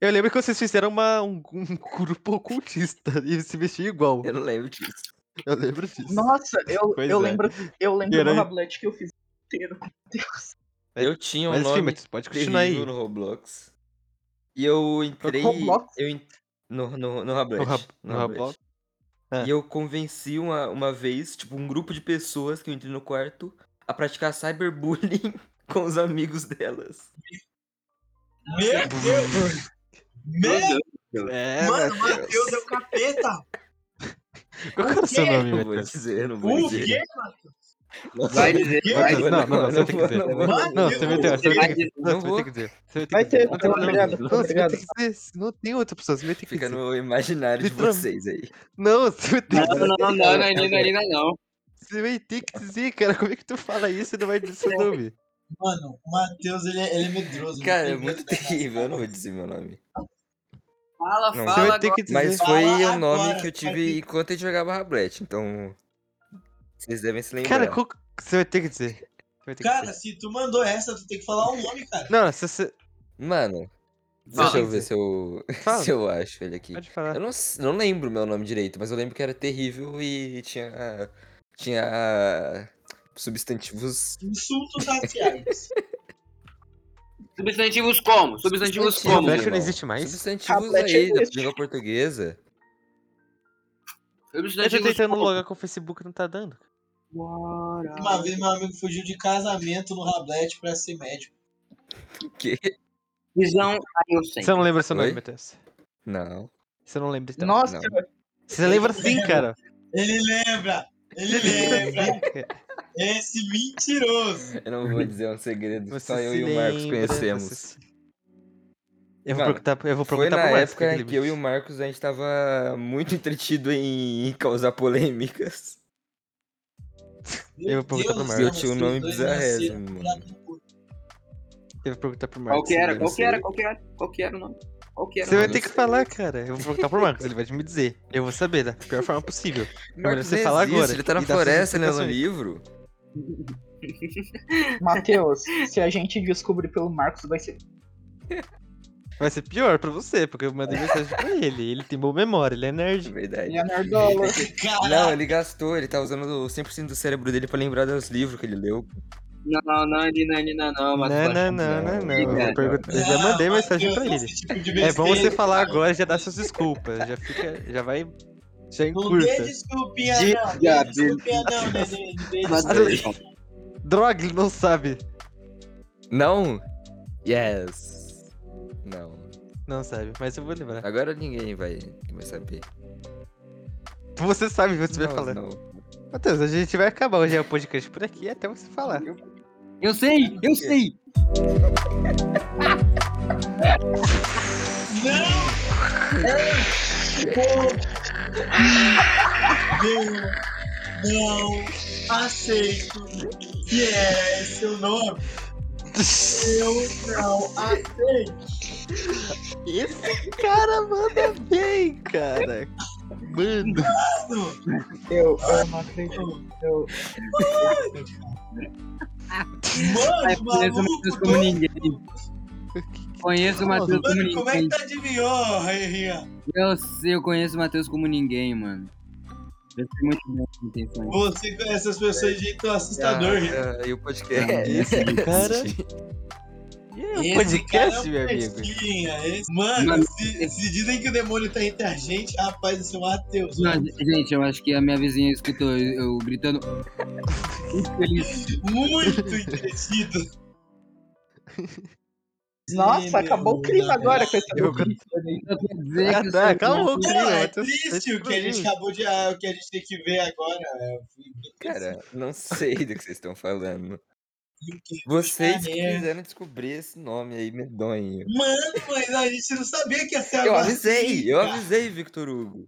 Speaker 1: Eu lembro que vocês fizeram uma, um, um grupo ocultista e se vestiam igual.
Speaker 2: Eu não lembro disso.
Speaker 1: Eu lembro disso.
Speaker 6: Nossa, eu,
Speaker 1: Pois
Speaker 6: eu
Speaker 1: é.
Speaker 6: lembro, eu lembro
Speaker 1: Era-
Speaker 6: do Rablete que eu fiz inteiro.
Speaker 1: Mas-
Speaker 2: Eu tinha um
Speaker 1: Mas é enfim,
Speaker 2: nome
Speaker 1: Matheus, pode continuar
Speaker 2: terrível
Speaker 1: aí.
Speaker 2: no Roblox. E eu entrei.
Speaker 6: Roblox?
Speaker 2: Eu en- no, no, no
Speaker 1: No, Rab...
Speaker 2: Rablete. No
Speaker 1: no Rablox.
Speaker 2: Rablete.
Speaker 1: Ah.
Speaker 2: E eu convenci uma, uma vez, tipo, um grupo de pessoas que eu entrei no quarto a praticar cyberbullying com os amigos delas.
Speaker 5: Meu Deus.
Speaker 4: Meu
Speaker 5: Meu
Speaker 4: Deus.
Speaker 1: É,
Speaker 5: Mano,
Speaker 1: Matheus.
Speaker 5: Matheus é o capeta.
Speaker 1: Qual que era o seu
Speaker 5: quê?
Speaker 1: nome,
Speaker 2: Não vou
Speaker 1: Matheus?
Speaker 2: dizer, eu não vou
Speaker 5: O
Speaker 2: dizer.
Speaker 5: quê?
Speaker 2: Não,
Speaker 4: Vai dizer,
Speaker 5: quê?
Speaker 4: vai
Speaker 2: não
Speaker 1: Matheus,
Speaker 2: vou,
Speaker 4: dizer.
Speaker 1: não, não, não,
Speaker 2: não,
Speaker 1: você vai
Speaker 2: não
Speaker 1: ter que
Speaker 2: vou,
Speaker 1: dizer.
Speaker 2: não vou, não
Speaker 5: Mano,
Speaker 1: Não,
Speaker 2: vou.
Speaker 1: você vai ter, você vai ter que dizer. Não, você vai ter
Speaker 2: Não vou.
Speaker 5: eu
Speaker 4: Você vai dizer.
Speaker 1: que dizer. Você vai ter
Speaker 6: Vai
Speaker 1: que dizer. Não tem
Speaker 6: ter, vai ter,
Speaker 1: outra
Speaker 6: obrigado,
Speaker 1: opção. Não, você vai ter
Speaker 6: obrigado.
Speaker 1: que dizer. se Não tem outra opção. Você vai ter que
Speaker 2: Fica
Speaker 1: dizer.
Speaker 2: no imaginário de
Speaker 1: Literalmente.
Speaker 2: vocês aí.
Speaker 1: Não, você vai ter
Speaker 4: Não,
Speaker 1: que dizer.
Speaker 4: não, não, não, ainda, ainda não.
Speaker 1: Você vai ter que dizer, cara. Como é que tu fala isso e não vai dizer seu nome?
Speaker 5: Mano, o Matheus, ele, é- ele é medroso. não
Speaker 2: Cara, é
Speaker 5: tem medo
Speaker 2: muito
Speaker 5: da
Speaker 2: terrível, eu não vou dizer meu nome.
Speaker 4: Fala,
Speaker 1: Você
Speaker 2: Não,
Speaker 4: fala
Speaker 1: vai ter
Speaker 4: agora.
Speaker 1: que dizer.
Speaker 2: Mas foi
Speaker 5: Fala
Speaker 2: o nome
Speaker 5: agora,
Speaker 2: que eu
Speaker 5: cara.
Speaker 2: tive enquanto a gente jogava Rablete, então vocês devem se
Speaker 1: Cara,
Speaker 2: lembrar.
Speaker 1: qual... que- você vai ter que dizer. Você vai ter que
Speaker 5: Cara,
Speaker 1: dizer.
Speaker 5: se tu mandou essa, tu tem que falar o nome, cara.
Speaker 1: Não, se você.
Speaker 2: Mano, deixa
Speaker 1: Fala.
Speaker 2: eu ver se eu,
Speaker 1: Fala.
Speaker 2: se eu acho ele aqui.
Speaker 1: Pode falar.
Speaker 2: Eu não, s- não lembro meu nome direito, mas eu lembro que era terrível e tinha. Tinha. Substantivos.
Speaker 5: Insultos raciais.
Speaker 4: Substantivos como? Substantivos
Speaker 2: Substantivos,
Speaker 4: como?
Speaker 1: Rablete não
Speaker 2: irmão.
Speaker 1: existe mais?
Speaker 2: Substantivos
Speaker 6: Rablete
Speaker 2: aí da
Speaker 6: existe.
Speaker 2: língua portuguesa.
Speaker 1: Eu tô
Speaker 4: Substantivos
Speaker 1: tentando
Speaker 4: como?
Speaker 1: logar com o Facebook não tá dando.
Speaker 5: Uma vez meu amigo fugiu de casamento no Rablete pra ser médico.
Speaker 2: Que?
Speaker 4: Visão
Speaker 1: Você não
Speaker 4: aí
Speaker 1: lembra seu nome,
Speaker 2: Oi?
Speaker 1: Matheus?
Speaker 2: Não.
Speaker 1: Você não lembra então.
Speaker 6: Nossa,
Speaker 2: Não.
Speaker 1: Você lembra sim, cara.
Speaker 5: Ele lembra! Ele lembra! Esse mentiroso!
Speaker 2: Eu não vou dizer um segredo,
Speaker 1: Você
Speaker 2: só eu
Speaker 1: se
Speaker 2: e o Marcos
Speaker 1: lembra, você
Speaker 2: conhecemos.
Speaker 1: se- Eu vou
Speaker 2: Cara,
Speaker 1: perguntar, eu vou
Speaker 2: Foi
Speaker 1: perguntar
Speaker 2: na
Speaker 1: pro tá Marcos.
Speaker 2: época
Speaker 1: ele-
Speaker 2: que eu e o Marcos, a gente tava muito entretido em causar polêmicas.
Speaker 1: Eu vou perguntar pro
Speaker 5: Deus
Speaker 1: Marcos.
Speaker 5: do
Speaker 2: Eu
Speaker 5: céu,
Speaker 2: tinha um
Speaker 5: vocês
Speaker 2: nome
Speaker 5: dois
Speaker 2: bizarrésimo,
Speaker 5: nasceram pra
Speaker 2: mano.
Speaker 5: mim, pô.
Speaker 1: eu vou perguntar pro Marcos.
Speaker 4: Qual que era?
Speaker 1: ele-
Speaker 4: Qual que era? Qual que era? Qual que era o nome? Qual que era
Speaker 1: Você
Speaker 4: o
Speaker 1: vai
Speaker 4: nome?
Speaker 1: ter que falar, cara. Eu vou perguntar pro Marcos, ele vai me dizer. Eu vou saber da pior forma possível. melhor você
Speaker 2: nem
Speaker 1: falar
Speaker 2: existe,
Speaker 1: agora
Speaker 2: Ele tá
Speaker 1: e
Speaker 2: na
Speaker 1: dar suas
Speaker 2: floresta lendo um
Speaker 1: explicações.
Speaker 2: livro.
Speaker 6: Matheus, se a gente descobrir pelo Marcos, vai ser.
Speaker 1: Vai ser pior pra você, porque eu mandei mensagem pra ele. Ele tem boa memória, ele é
Speaker 2: De
Speaker 1: nerd.
Speaker 2: verdade.
Speaker 6: Ele é nerdola.
Speaker 5: Caralho!
Speaker 2: Não, ele gastou, ele tá usando o 100% do cérebro dele pra lembrar dos livros que ele leu.
Speaker 4: Não, não, não, não, não, não,
Speaker 1: Não,
Speaker 4: mas
Speaker 1: não, não, não, não. Eu, vou
Speaker 4: Não,
Speaker 1: perguntar- eu já
Speaker 5: não,
Speaker 1: mandei
Speaker 5: Matheus,
Speaker 1: mensagem pra ele.
Speaker 5: esse tipo de
Speaker 1: É bom você
Speaker 5: besteira.
Speaker 1: falar agora e já dar suas desculpas. Já fica. Já vai. Já
Speaker 5: Não dê
Speaker 1: encurta.
Speaker 5: desculpinha,
Speaker 4: De-
Speaker 5: não.
Speaker 4: Já,
Speaker 5: Dê desculpinha, não, neném. Não dê
Speaker 4: Mas-
Speaker 5: desculpinha.
Speaker 1: Droga, ele não sabe.
Speaker 2: Não? Yes. Não.
Speaker 1: Não sabe, mas eu vou lembrar.
Speaker 2: Agora ninguém vai, vai saber.
Speaker 1: Você sabe, você vai
Speaker 2: Não,
Speaker 1: falar.
Speaker 2: não.
Speaker 1: Matheus, a gente vai acabar hoje o podcast por aqui até você falar.
Speaker 4: Eu sei, eu sei.
Speaker 5: Eu não aceito que é seu nome. Eu não aceito.
Speaker 1: Esse cara manda bem, cara. Mano.
Speaker 6: Eu, eu não acredito. Eu,
Speaker 4: Ai,
Speaker 5: Mano,
Speaker 4: Conheço o Matheus como é
Speaker 5: maluco.
Speaker 4: ninguém. Conheço o Matheus como
Speaker 5: Mano, como é que
Speaker 4: ninguém.
Speaker 5: tá adivinhou, Rian?
Speaker 4: Eu sei, eu conheço o Matheus como ninguém, mano. Eu sei muito bem as intenções.
Speaker 5: Você conhece as pessoas de jeito assustador, Rian.
Speaker 2: Ah, ah, E o podcast.
Speaker 1: É, Esse cara. E aí, o É um
Speaker 5: é um
Speaker 1: podcast, meu amigo?
Speaker 5: pesquinha, esse- Mano,
Speaker 4: Mano,
Speaker 5: se, se dizem que o demônio tá entre a gente, rapaz, esse é o Matheus.
Speaker 4: Não, gente, eu acho que a minha vizinha escutou eu, eu gritando. Muito feliz.
Speaker 5: Muito entretido.
Speaker 6: nossa, acabou o crime agora com esse
Speaker 1: Eu vou
Speaker 4: Eu quero dizer que eu sou-
Speaker 1: Ah, calma, o
Speaker 5: Não, é
Speaker 1: Matheus tá
Speaker 5: triste o que a gente
Speaker 1: destruindo.
Speaker 5: acabou de. ah, o que a gente tem que ver agora. é,
Speaker 2: Cara, não sei do que vocês estão falando.
Speaker 5: o que-
Speaker 2: Vocês
Speaker 5: Ah,
Speaker 2: que
Speaker 5: é.
Speaker 2: quiseram descobrir esse nome aí, medonho.
Speaker 5: Mano, mas a gente não sabia que ia ser
Speaker 2: Eu
Speaker 5: agora.
Speaker 2: avisei, eu
Speaker 5: Tá
Speaker 2: avisei, Victor Hugo.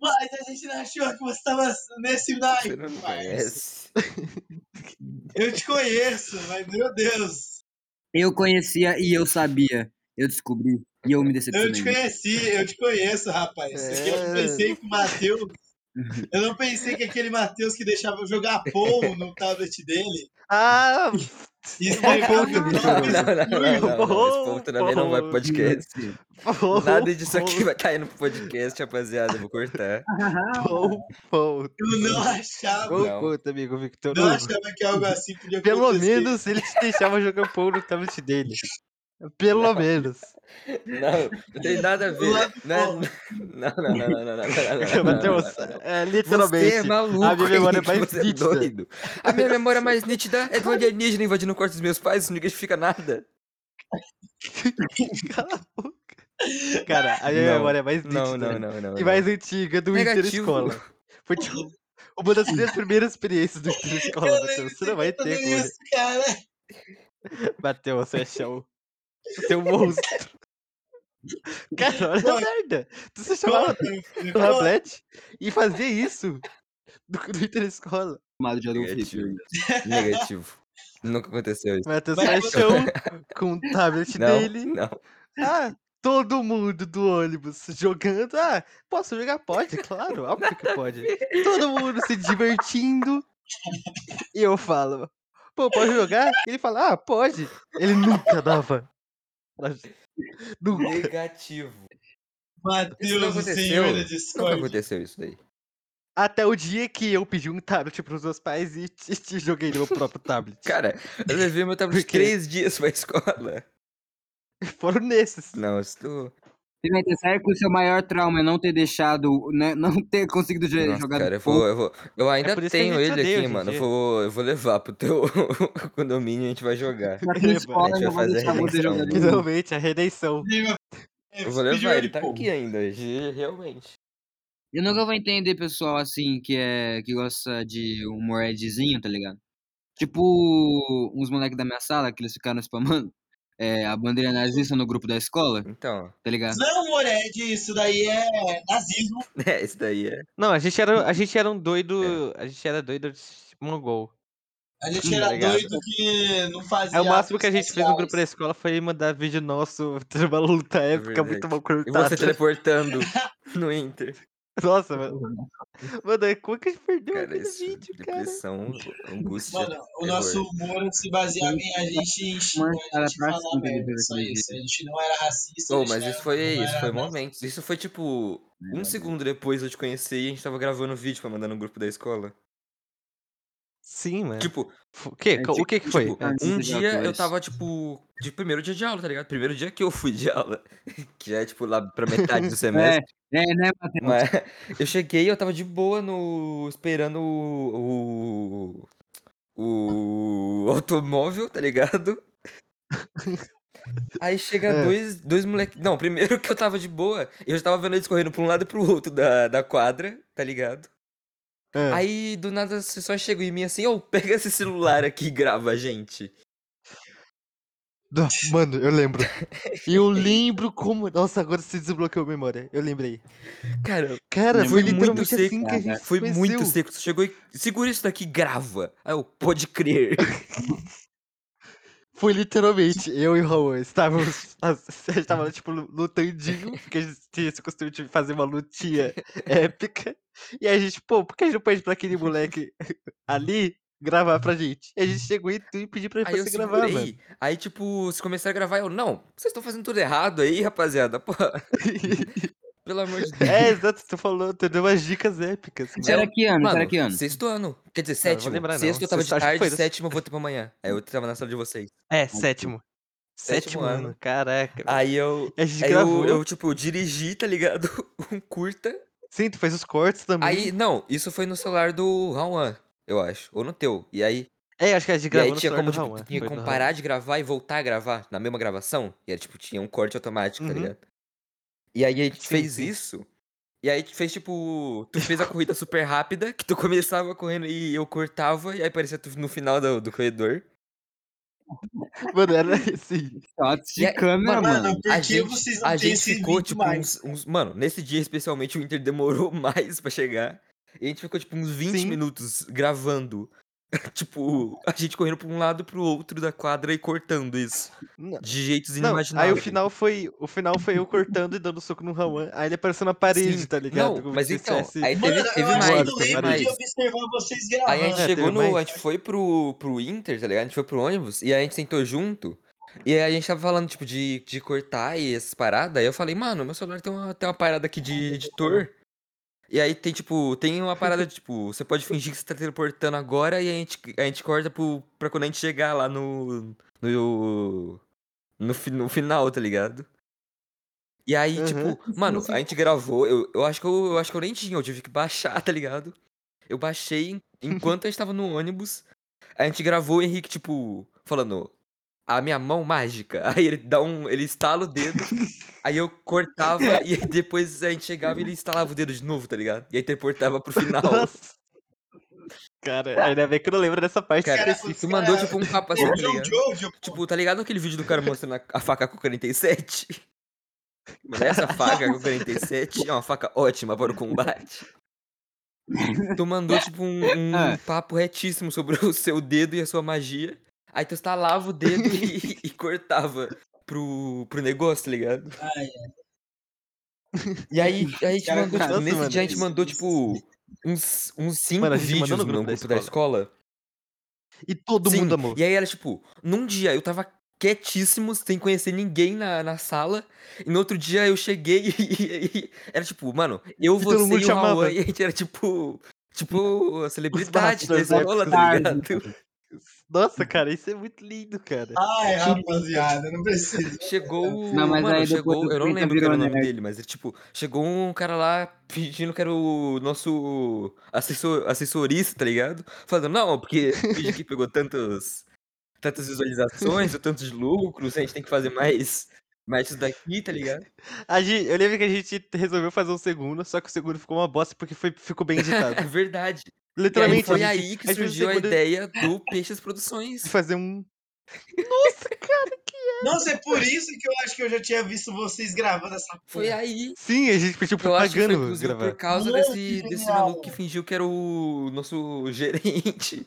Speaker 5: Mas a gente não achou que você tava nesse naipe,
Speaker 2: Você não me
Speaker 5: parça.
Speaker 2: conhece.
Speaker 5: Tá Eu te conheço, mas meu Deus.
Speaker 4: Eu conhecia e eu sabia. Eu descobri e eu me
Speaker 5: Eu te
Speaker 4: decepcionei.
Speaker 5: conheci, eu te conheço, rapaz. É que Eu não
Speaker 1: É.
Speaker 5: pensei que o Matheus. Eu não pensei que aquele Matheus que deixava eu jogar Pou no tablet dele
Speaker 1: Ah,
Speaker 5: e
Speaker 2: É
Speaker 1: Pou
Speaker 5: escrevia no
Speaker 1: também,
Speaker 2: Não,
Speaker 5: lápis
Speaker 2: não, não, não, não, não. Esse povo também não vai pro podcast.
Speaker 1: pô,
Speaker 2: Nada disso aqui vai estar indo pro podcast, rapaziada. Eu vou cortar.
Speaker 1: Pou, pou,
Speaker 5: Eu não achava.
Speaker 1: pou,
Speaker 2: Não.
Speaker 1: conta, amigo Victor.
Speaker 5: Não
Speaker 1: Hugo.
Speaker 5: achava que algo assim podia acontecer.
Speaker 1: Pelo menos ele te deixava jogar Pou no tablet É. dele. Pelo menos.
Speaker 2: Não, não tem nada a ver.
Speaker 5: Lá do
Speaker 2: Não,
Speaker 1: né?
Speaker 2: é- não, não, não, não, não, não,
Speaker 1: É,
Speaker 2: não, não, não, não, não,
Speaker 1: Matheus,
Speaker 2: não, não.
Speaker 1: é
Speaker 2: Você é
Speaker 1: literalmente.
Speaker 2: maluco,
Speaker 1: a minha memória é
Speaker 2: Henrique,
Speaker 1: mais
Speaker 2: você é
Speaker 1: nítida.
Speaker 2: doido. A minha memória mais nítida é do alienígena invadindo o quarto dos meus pais, isso não significa nada.
Speaker 1: Cala a boca. Cara, a minha
Speaker 2: Não,
Speaker 1: memória é mais nítida.
Speaker 2: Não, não, não, não.
Speaker 1: E
Speaker 2: não.
Speaker 1: mais antiga do Inter
Speaker 2: Negativo.
Speaker 1: Escola. Foi tipo, uma das minhas primeiras experiências do Inter Escola,
Speaker 5: Eu né? lembro
Speaker 1: Matheus. Você não vai
Speaker 5: de
Speaker 1: ter
Speaker 5: tudo
Speaker 1: como.
Speaker 5: isso, cara.
Speaker 1: Bateu, você é chão. Você é um monstro. Cara, olha a merda. Tu se chamava no Rablete e fazia isso do, do Inter Escola.
Speaker 4: Chamado de Adolf Hitler.
Speaker 2: Negativo. Negativo. Nunca aconteceu isso.
Speaker 1: Matheus
Speaker 5: Mas você-
Speaker 1: Paixão com o tablet
Speaker 2: então Não,
Speaker 1: dele.
Speaker 2: não.
Speaker 1: Ah, todo mundo do ônibus jogando. Ah, posso jogar? Pode, claro, óbvio que pode. Todo mundo se divertindo. E eu falo, pô, pode jogar? Ele fala, ah, pode. Ele nunca dava. Mas- Nunca.
Speaker 2: Negativo. Isso não
Speaker 5: Matheus, o
Speaker 2: aconteceu.
Speaker 5: senhor é da
Speaker 2: Nunca
Speaker 5: Discord.
Speaker 2: aconteceu isso daí.
Speaker 1: Até o dia que eu pedi um tablet pros meus pais e te, te joguei no meu próprio tablet.
Speaker 2: Cara, eu levei meu tablet
Speaker 1: Por quê?
Speaker 2: três dias pra escola.
Speaker 1: Foram nesses.
Speaker 2: Não, estou.
Speaker 4: Você vai ter certo que o seu maior trauma é não ter deixado, né, não ter conseguido jo-
Speaker 2: Nossa,
Speaker 4: jogar
Speaker 2: cara, eu
Speaker 4: pouco.
Speaker 2: vou, eu vou. Eu ainda
Speaker 1: É por isso que a
Speaker 2: tenho
Speaker 1: gente
Speaker 2: ele
Speaker 1: odeia
Speaker 2: aqui,
Speaker 1: hoje em
Speaker 2: mano. Eu
Speaker 1: dia.
Speaker 2: vou, eu vou levar pro teu condomínio e a gente vai jogar.
Speaker 4: Na tua
Speaker 1: É,
Speaker 2: A
Speaker 4: escola
Speaker 2: gente
Speaker 4: eu
Speaker 2: vai
Speaker 4: não vou
Speaker 2: fazer a
Speaker 4: deixar você
Speaker 2: redenção. né?
Speaker 4: jogar. nenhum.
Speaker 1: Finalmente, a redenção.
Speaker 5: é
Speaker 2: tá
Speaker 1: né?
Speaker 2: Eu vou levar, ele tá aqui ainda, ge- realmente.
Speaker 4: Eu nunca vou entender pessoal assim que é que gosta de humor edzinho, tá ligado? Tipo uns moleques da minha sala que eles ficaram spamando é, a bandeira nazista no grupo da escola,
Speaker 2: Então,
Speaker 4: tá ligado?
Speaker 5: Não é humor, é de- isso daí é nazismo.
Speaker 2: é, isso daí é.
Speaker 1: Não, a gente era, a gente era um doido. A gente era doido de mongol.
Speaker 5: A gente
Speaker 1: Hum,
Speaker 5: era
Speaker 1: obrigado.
Speaker 5: doido que não fazia.
Speaker 1: É o máximo que a gente
Speaker 5: artes
Speaker 1: fez no grupo da
Speaker 5: marciais. escola.
Speaker 1: escola foi mandar vídeo nosso de uma luta épica muito
Speaker 2: verdade.
Speaker 1: mal
Speaker 2: E você
Speaker 1: cortada.
Speaker 2: teleportando no Inter.
Speaker 1: Nossa, mano. Mano, é como que a gente perdeu
Speaker 2: Cara,
Speaker 1: aquele
Speaker 2: isso.
Speaker 1: vídeo, cara?
Speaker 2: Depressão, angústia.
Speaker 5: Mano, o
Speaker 2: terror.
Speaker 5: nosso humor se baseava em a gente enxergar,
Speaker 4: Mano,
Speaker 5: a
Speaker 4: era
Speaker 5: gente
Speaker 4: pra
Speaker 5: falar
Speaker 4: cima que
Speaker 5: merda,
Speaker 4: teve
Speaker 5: só
Speaker 4: aquele
Speaker 5: isso. A
Speaker 4: vídeo.
Speaker 5: gente não era racista. a
Speaker 2: Oh,
Speaker 5: gente
Speaker 2: mas
Speaker 5: não
Speaker 2: isso
Speaker 5: era-
Speaker 2: foi,
Speaker 5: não
Speaker 2: isso
Speaker 5: era
Speaker 2: foi um
Speaker 5: nada.
Speaker 2: momento. Isso foi tipo um segundo depois de eu te conhecer e a gente tava gravando vídeo pra mandar no grupo da escola.
Speaker 1: Sim, mano.
Speaker 2: Tipo,
Speaker 1: F- O quê?
Speaker 4: É,
Speaker 1: Co- O
Speaker 4: tipo-
Speaker 1: que que foi?
Speaker 2: tipo,
Speaker 4: Ah,
Speaker 1: antes?
Speaker 2: um
Speaker 4: desligar
Speaker 2: dia eu
Speaker 4: dois.
Speaker 2: tava, tipo, de primeiro dia de aula, tá ligado? Primeiro dia que eu fui de aula. Que já é, tipo, lá pra metade do
Speaker 4: É,
Speaker 2: semestre.
Speaker 4: é, né, Matheus?
Speaker 2: Mas eu cheguei, eu tava de boa no. esperando o. o, o automóvel, tá ligado? Aí chega
Speaker 1: É.
Speaker 2: dois, dois moleques. Não, primeiro que eu tava de boa, eu já tava vendo eles correndo pra um lado e pro outro da, da quadra, tá ligado?
Speaker 1: É.
Speaker 2: Aí do nada você só chega em mim assim, ô, pega esse celular aqui e grava a gente.
Speaker 1: Não, Mano, eu lembro. Eu lembro como. Nossa, agora se desbloqueou a memória. Eu lembrei.
Speaker 2: Cara,
Speaker 1: Cara, foi
Speaker 2: Foi é muito
Speaker 1: literalmente
Speaker 2: seco,
Speaker 1: assim que a
Speaker 4: cara.
Speaker 1: gente se
Speaker 2: foi muito
Speaker 1: conheceu.
Speaker 2: seco. Você chegou e. Segura isso daqui e grava. Aí eu, pode crer.
Speaker 1: Foi literalmente eu e o Raul. Estávamos. A gente tava, tipo, lu- lutandinho, porque a gente tinha esse costume de fazer uma lutinha épica. E a gente, pô, por que a gente não pede pra aquele moleque ali gravar pra gente? E a gente chegou e tu e pediu pra
Speaker 2: Aí eu
Speaker 1: você gravar, mano.
Speaker 2: segurei. Aí, tipo, vocês começaram a gravar. Eu, não, vocês estão fazendo tudo errado aí, rapaziada. Pô, pelo amor de Deus.
Speaker 1: é, exato, tu falou, tu deu umas dicas épicas, mano.
Speaker 4: Será
Speaker 2: Eu-
Speaker 4: que ano? Será
Speaker 2: Mano,
Speaker 4: que ano?
Speaker 2: sexto ano. Quer dizer,
Speaker 1: Não, eu vou
Speaker 2: sétimo.
Speaker 1: lembrar, não.
Speaker 2: Sexto eu tava
Speaker 1: Sexto,
Speaker 2: de
Speaker 1: acho que foi
Speaker 2: tarde,
Speaker 1: no-
Speaker 2: sétimo eu vou ter pra amanhã. Aí eu tava na sala de vocês.
Speaker 1: É, sétimo.
Speaker 2: Sétimo
Speaker 1: Sétimo ano,
Speaker 2: ano.
Speaker 1: caraca. velho.
Speaker 2: Aí eu.
Speaker 1: A gente
Speaker 2: Aí eu,
Speaker 1: gravou.
Speaker 2: eu, tipo, eu dirigi, tá ligado? Um curta.
Speaker 1: Sim, tu fez os cortes também.
Speaker 2: Aí, não, isso foi no celular do Rawan, eu acho. Ou no teu. E aí,
Speaker 1: É, acho que a gente
Speaker 2: e aí
Speaker 1: gravou no
Speaker 2: tinha
Speaker 1: celular
Speaker 2: como,
Speaker 1: do
Speaker 2: tipo,
Speaker 1: Raul.
Speaker 2: tu
Speaker 1: é.
Speaker 2: tinha
Speaker 1: Foi
Speaker 2: como
Speaker 1: no Raul.
Speaker 2: parar de gravar e voltar a gravar na mesma gravação. E era, tipo, tinha um corte automático, tá
Speaker 1: Uhum.
Speaker 2: ligado? E aí a gente
Speaker 1: Sim,
Speaker 2: fez
Speaker 1: sim.
Speaker 2: isso. E aí tu fez, tipo, tu fez a corrida super rápida, que tu começava correndo e eu cortava, e aí parecia tu no final do, do corredor.
Speaker 1: Mano, era assim.
Speaker 4: Shots
Speaker 2: E
Speaker 4: de
Speaker 2: aí-
Speaker 4: câmera,
Speaker 2: mano,
Speaker 4: mano.
Speaker 5: Mano, por
Speaker 2: A
Speaker 5: que
Speaker 2: gente,
Speaker 5: vocês não
Speaker 2: a
Speaker 5: têm
Speaker 2: gente
Speaker 5: esse
Speaker 2: ficou,
Speaker 5: vídeo
Speaker 2: tipo,
Speaker 5: mais?
Speaker 2: uns, uns- Mano, nesse dia especialmente o Inter demorou mais pra chegar. E a gente ficou, tipo, uns 20
Speaker 1: Sim.
Speaker 2: minutos gravando. tipo, a gente correndo pra um lado pro outro da quadra e cortando isso.
Speaker 1: Não,
Speaker 2: De
Speaker 1: não,
Speaker 2: jeitos
Speaker 1: aí o
Speaker 2: inimagináveis.
Speaker 1: final foi. O final foi eu cortando e dando soco no Raul. Aí ele apareceu na parede,
Speaker 2: Sim.
Speaker 1: tá ligado?
Speaker 2: Não,
Speaker 1: Como
Speaker 2: mas
Speaker 1: se
Speaker 2: então,
Speaker 1: tivesse.
Speaker 2: aí teve,
Speaker 5: Mano, eu
Speaker 2: teve
Speaker 5: acho
Speaker 2: mais,
Speaker 5: que eu
Speaker 1: voado na
Speaker 2: teve
Speaker 5: lembro de
Speaker 1: parede.
Speaker 2: mais.
Speaker 5: observar vocês
Speaker 2: Aí a gente
Speaker 5: gravando.
Speaker 1: É,
Speaker 2: chegou
Speaker 1: teve
Speaker 2: no.
Speaker 1: mais.
Speaker 2: A gente foi pro, pro Inter, tá ligado? A gente foi pro ônibus e a gente sentou junto. E aí a gente tava falando, tipo, de, de cortar e essas paradas. Aí eu falei, mano, meu celular tem uma, tem uma parada aqui de editor. E aí tem, tipo, tem uma parada, de, tipo, você pode fingir que você tá teleportando agora e a gente, a gente corta pro, pra quando a gente chegar lá no. No. No, fi- no final, tá ligado? E aí,
Speaker 1: Aham.
Speaker 2: tipo, mano, a gente gravou, eu, eu acho que eu, eu acho que eu nem tinha, eu tive que baixar, tá ligado? Eu baixei en- enquanto a gente tava no ônibus. A gente gravou o Henrique, tipo, falando, a minha mão mágica. Aí ele dá um. Ele estala o dedo. Aí eu cortava e aí depois a gente chegava e ele instalava o dedo de novo, tá ligado? E aí teleportava pro final.
Speaker 1: Nossa. Cara, ainda bem que eu não lembro dessa parte
Speaker 2: Cara,
Speaker 5: Cara, os
Speaker 2: tu
Speaker 1: específica.
Speaker 2: mandou
Speaker 5: caras.
Speaker 2: tipo um capacete, tá
Speaker 5: Jojo,
Speaker 2: ligado?
Speaker 5: Jojo, pô.
Speaker 2: Tipo, tá ligado aquele vídeo do cara mostrando a, a faca com 47? Mano, essa faca com 47 é uma faca ótima para o combate. Tu mandou, tipo, um, um
Speaker 4: Ah.
Speaker 2: papo retíssimo sobre o seu dedo e a sua magia. Aí tu estalava o dedo e, e cortava pro, pro negócio, tá ligado?
Speaker 5: Ai,
Speaker 2: E aí a gente
Speaker 5: cara,
Speaker 2: mandou, tipo,
Speaker 1: Nossa,
Speaker 2: nesse dia a
Speaker 1: mano.
Speaker 2: gente
Speaker 5: isso,
Speaker 2: mandou,
Speaker 5: isso.
Speaker 2: tipo, uns, uns
Speaker 1: Mano, a
Speaker 2: cinco
Speaker 1: gente mandou
Speaker 2: vídeos
Speaker 1: no
Speaker 2: no
Speaker 1: grupo da
Speaker 2: grupo da
Speaker 1: escola.
Speaker 2: escola.
Speaker 1: E todo
Speaker 2: Sim,
Speaker 1: mundo amou.
Speaker 2: e aí era, tipo, num dia eu tava quietíssimo, sem conhecer ninguém na, na sala. E no outro dia eu cheguei e, e- e era, tipo, mano, eu,
Speaker 1: E todo
Speaker 2: você
Speaker 1: mundo
Speaker 2: e o Raul,
Speaker 1: chamava.
Speaker 2: e a gente era, tipo, tipo, a
Speaker 1: Os
Speaker 2: celebridade da
Speaker 1: barraqueiros
Speaker 2: escola,
Speaker 1: épicos.
Speaker 2: tá
Speaker 4: Tarde,
Speaker 2: ligado?
Speaker 1: Nossa, cara, isso é muito lindo, cara.
Speaker 5: Ai, rapaziada, não precisa.
Speaker 2: Chegou. um,
Speaker 4: Não, mas
Speaker 2: Mano,
Speaker 4: aí depois
Speaker 2: chegou.
Speaker 4: do
Speaker 2: Eu não
Speaker 4: 30
Speaker 2: lembro qual era
Speaker 4: virou
Speaker 2: o nome
Speaker 4: nerd.
Speaker 2: dele, mas ele, tipo, chegou um cara lá fingindo que era o nosso assessor, assessorista, tá ligado? Falando, não, porque finge que pegou tantos, tantas visualizações, ou tantos lucros, a gente tem que fazer mais. Mas isso daqui, tá ligado?
Speaker 1: A gente, eu lembro que a gente resolveu fazer um segundo, só que o segundo ficou uma bosta porque foi, ficou bem editado.
Speaker 2: É verdade. E aí
Speaker 1: Literalmente,
Speaker 2: foi
Speaker 1: a gente
Speaker 2: aí
Speaker 1: a
Speaker 2: que
Speaker 1: gente fez um
Speaker 2: surgiu a
Speaker 1: segundo-
Speaker 2: ideia do Peixes Produções.
Speaker 1: de fazer um.
Speaker 5: Nossa, é por isso que eu acho que eu já tinha visto vocês gravando essa
Speaker 2: Foi
Speaker 5: porra.
Speaker 2: aí.
Speaker 1: Sim, a gente pediu
Speaker 2: Eu acho que foi,
Speaker 1: propaganda
Speaker 2: inclusive,
Speaker 1: É. Tá gravar.
Speaker 2: por causa
Speaker 5: Mano,
Speaker 2: desse,
Speaker 5: que
Speaker 2: desse
Speaker 5: genial.
Speaker 2: maluco que fingiu que era o nosso gerente.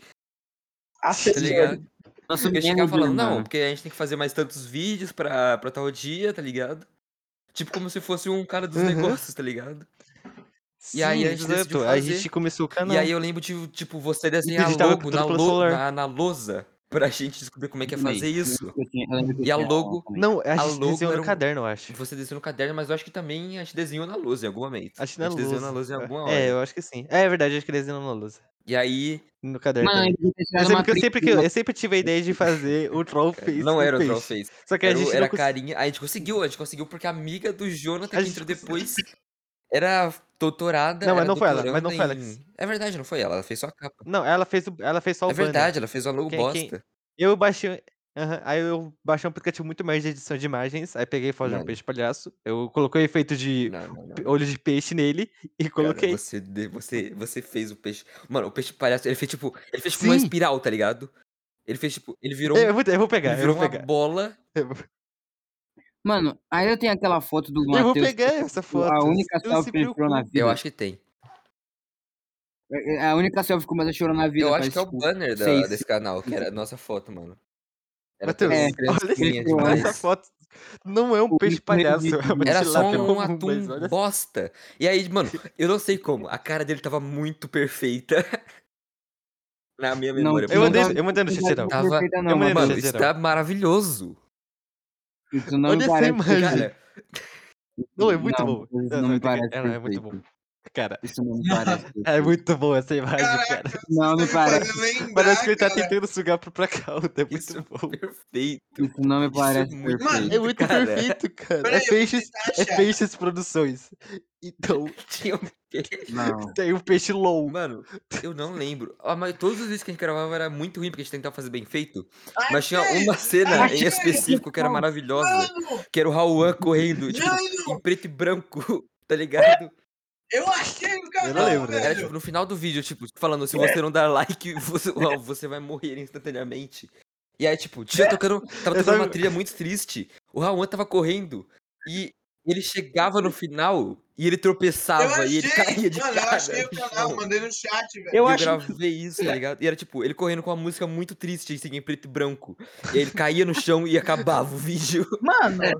Speaker 2: Tá
Speaker 6: Assessor.
Speaker 2: ligado?
Speaker 4: Nossa,
Speaker 2: Eu chegava
Speaker 4: manager,
Speaker 2: falando, não,
Speaker 4: mano.
Speaker 2: porque a gente tem que fazer mais tantos vídeos pra, pra tal dia, tá ligado? Tipo como se fosse um cara dos
Speaker 1: Uhum.
Speaker 2: negócios, tá ligado?
Speaker 1: Sim,
Speaker 2: aí a gente decidiu
Speaker 1: A
Speaker 2: fazer.
Speaker 1: gente começou o canal.
Speaker 2: E aí eu lembro de, tipo, você desenhar a
Speaker 1: digitava
Speaker 2: logo
Speaker 1: tudo
Speaker 2: na,
Speaker 1: pelo
Speaker 2: lo
Speaker 1: celular.
Speaker 2: na, na lousa pra gente descobrir como é que é fazer isso. E
Speaker 4: E
Speaker 2: a logo-
Speaker 1: Não, a
Speaker 2: A
Speaker 1: gente
Speaker 2: logo
Speaker 1: desenhou
Speaker 2: era
Speaker 1: no
Speaker 2: um-
Speaker 1: caderno, eu acho.
Speaker 2: Você desenhou no caderno, mas eu acho que também a gente desenhou na lousa em algum momento.
Speaker 1: Acho que
Speaker 2: a
Speaker 1: na
Speaker 2: gente
Speaker 1: luz.
Speaker 2: desenhou na lousa em alguma hora.
Speaker 1: é, eu acho que sim. É, é verdade, acho que desenhou na luz.
Speaker 2: E aí,
Speaker 1: No caderno.
Speaker 4: Mano,
Speaker 1: também.
Speaker 4: ele devia ter
Speaker 1: eu,
Speaker 4: tirado
Speaker 1: sei
Speaker 4: uma
Speaker 1: porque eu sempre, que
Speaker 4: print,
Speaker 1: eu, eu sempre tive a ideia de fazer o troll face.
Speaker 2: É, não
Speaker 1: do
Speaker 2: era o
Speaker 1: peixe.
Speaker 2: Troll Face.
Speaker 1: Só que a
Speaker 2: Era, o-
Speaker 1: gente
Speaker 2: era
Speaker 1: não
Speaker 2: a
Speaker 1: cons-
Speaker 2: carinha. A gente conseguiu, a gente conseguiu porque a amiga do
Speaker 1: A
Speaker 2: Jonathan que
Speaker 1: gente
Speaker 2: entrou
Speaker 1: conseguiu.
Speaker 2: depois era doutorada.
Speaker 1: Não, mas
Speaker 2: era
Speaker 1: não foi ela, mas não
Speaker 2: doutoranda
Speaker 1: foi ela que
Speaker 2: em-
Speaker 1: se-
Speaker 2: É verdade, não foi ela. Ela fez só a capa.
Speaker 1: Não, ela fez, o- ela fez só o
Speaker 2: é
Speaker 1: banner.
Speaker 2: verdade, ela fez uma logo
Speaker 1: Quem- quem-
Speaker 2: bosta.
Speaker 1: Eu baixei. aham, Aí eu baixei um aplicativo muito mais de edição de imagens. Aí peguei foto de um
Speaker 2: Mano.
Speaker 1: peixe palhaço. Eu coloquei efeito de
Speaker 2: Não, não, não.
Speaker 1: pe- olho de peixe nele e
Speaker 2: Cara,
Speaker 1: coloquei.
Speaker 2: você, de- você, você fez o peixe. Mano, o peixe palhaço, ele fez tipo. Ele fez tipo uma
Speaker 1: Sim.
Speaker 2: espiral, tá ligado? Ele fez tipo. Ele virou, um-
Speaker 1: Eu, vou, eu vou pegar,
Speaker 2: ele
Speaker 1: eu
Speaker 2: virou
Speaker 1: vou
Speaker 2: uma
Speaker 1: pegar.
Speaker 2: bola.
Speaker 1: Eu vou,
Speaker 4: Mano, aí eu tenho aquela foto do
Speaker 1: eu vou
Speaker 4: Matheus.
Speaker 1: pegar essa foto.
Speaker 4: A única
Speaker 1: não
Speaker 4: selfie
Speaker 1: se
Speaker 4: que ele tirou na
Speaker 1: preocupe.
Speaker 4: vida.
Speaker 2: Eu acho que tem.
Speaker 4: É A única selfie que o Matheus chorou na vida.
Speaker 2: eu acho
Speaker 4: faz,
Speaker 2: que é o
Speaker 4: tipo,
Speaker 2: banner da-
Speaker 4: seis.
Speaker 2: desse canal, que era a nossa foto, mano. Era
Speaker 1: Matheus,
Speaker 2: todas
Speaker 4: É,
Speaker 2: as
Speaker 1: olha, esse-
Speaker 2: criancinhas
Speaker 4: olha
Speaker 1: olha
Speaker 2: demais.
Speaker 1: essa foto. Não é um
Speaker 4: O
Speaker 1: peixe
Speaker 4: único reino
Speaker 1: palhaço, é uma
Speaker 4: vivo.
Speaker 2: Era só
Speaker 1: tilápia
Speaker 2: um
Speaker 1: comum,
Speaker 2: atum
Speaker 1: mas olha essa-
Speaker 2: bosta. E aí, mano, eu não sei como. A cara dele tava muito perfeita. Na minha
Speaker 4: Não,
Speaker 2: memória.
Speaker 1: Eu
Speaker 4: não
Speaker 2: porque
Speaker 1: mandei,
Speaker 4: tava-
Speaker 1: eu mandei no chat
Speaker 4: não
Speaker 1: geral.
Speaker 4: tava
Speaker 2: Tava-
Speaker 4: perfeita,
Speaker 1: eu
Speaker 4: não,
Speaker 1: mandei no
Speaker 4: Matheus.
Speaker 2: Mano,
Speaker 1: chat
Speaker 2: isso
Speaker 1: geral.
Speaker 2: tá maravilhoso.
Speaker 4: Isso não
Speaker 1: Olha
Speaker 4: me
Speaker 1: essa
Speaker 4: parece.
Speaker 1: imagem.
Speaker 4: perfeito.
Speaker 2: Cara,
Speaker 1: Não, é muito
Speaker 4: não,
Speaker 1: bom.
Speaker 4: Matheus, Isso
Speaker 1: Não,
Speaker 4: não
Speaker 1: não,
Speaker 4: me
Speaker 1: tem que-
Speaker 4: parece
Speaker 1: é, não, é muito bom.
Speaker 4: perfeito.
Speaker 1: Cara,
Speaker 4: Isso não me parece
Speaker 1: é
Speaker 4: perfeito.
Speaker 1: muito bom essa imagem, cara.
Speaker 5: Caraca,
Speaker 4: Não, me
Speaker 5: você me
Speaker 4: parece.
Speaker 5: fazendo lembrar,
Speaker 1: Parece que ele tá
Speaker 5: cara.
Speaker 1: tentando sugar pra própria cauda. É muito
Speaker 2: isso é
Speaker 1: bom.
Speaker 2: perfeito.
Speaker 4: Isso não me
Speaker 2: Isso é
Speaker 4: parece
Speaker 2: muito
Speaker 4: perfeito.
Speaker 1: É
Speaker 2: bonito,
Speaker 1: muito
Speaker 2: cara.
Speaker 1: perfeito, cara.
Speaker 5: Peraí,
Speaker 1: É
Speaker 5: eu vou
Speaker 1: peixes,
Speaker 5: tentar
Speaker 1: é
Speaker 5: achar.
Speaker 1: peixes produções. Então,
Speaker 2: Tinha um peixe.
Speaker 4: Não.
Speaker 1: tem o peixe low.
Speaker 2: Mano, eu não lembro. Ah, mas todos os vídeos que a gente gravava era muito ruim, porque a gente tentava fazer bem feito. Mas tinha
Speaker 5: Achei!
Speaker 2: uma cena em
Speaker 5: Achei!
Speaker 2: específico que era maravilhosa.
Speaker 5: Mano,
Speaker 2: Que era o Rauan correndo, tipo,
Speaker 5: Mano!
Speaker 2: em preto e branco, tá ligado?
Speaker 5: eu achei o
Speaker 1: Eu
Speaker 5: canal,
Speaker 1: não lembro, né?
Speaker 5: velho.
Speaker 2: Era tipo no final do vídeo, tipo, falando,
Speaker 5: É.
Speaker 2: se você não dar like, você, uau, você vai morrer instantaneamente. E aí, tipo, tinha
Speaker 5: É.
Speaker 2: tocando. Tava
Speaker 1: Eu
Speaker 2: tocando uma
Speaker 1: sabe-
Speaker 2: trilha muito triste. O Raul tava correndo. E ele chegava no final e ele
Speaker 5: Eu
Speaker 2: tropeçava e ele caía
Speaker 5: achei,
Speaker 2: de
Speaker 5: mano, eu
Speaker 2: cara
Speaker 5: achei o
Speaker 2: no
Speaker 5: canal,
Speaker 2: chão.
Speaker 5: mandei no chat, velho.
Speaker 6: Eu
Speaker 2: E eu
Speaker 6: acho
Speaker 2: gravei isso, tá ligado? E era tipo, ele correndo com uma música muito triste, assim, em preto e branco. E aí ele caía no chão e acabava o vídeo,
Speaker 6: Mano,
Speaker 1: É.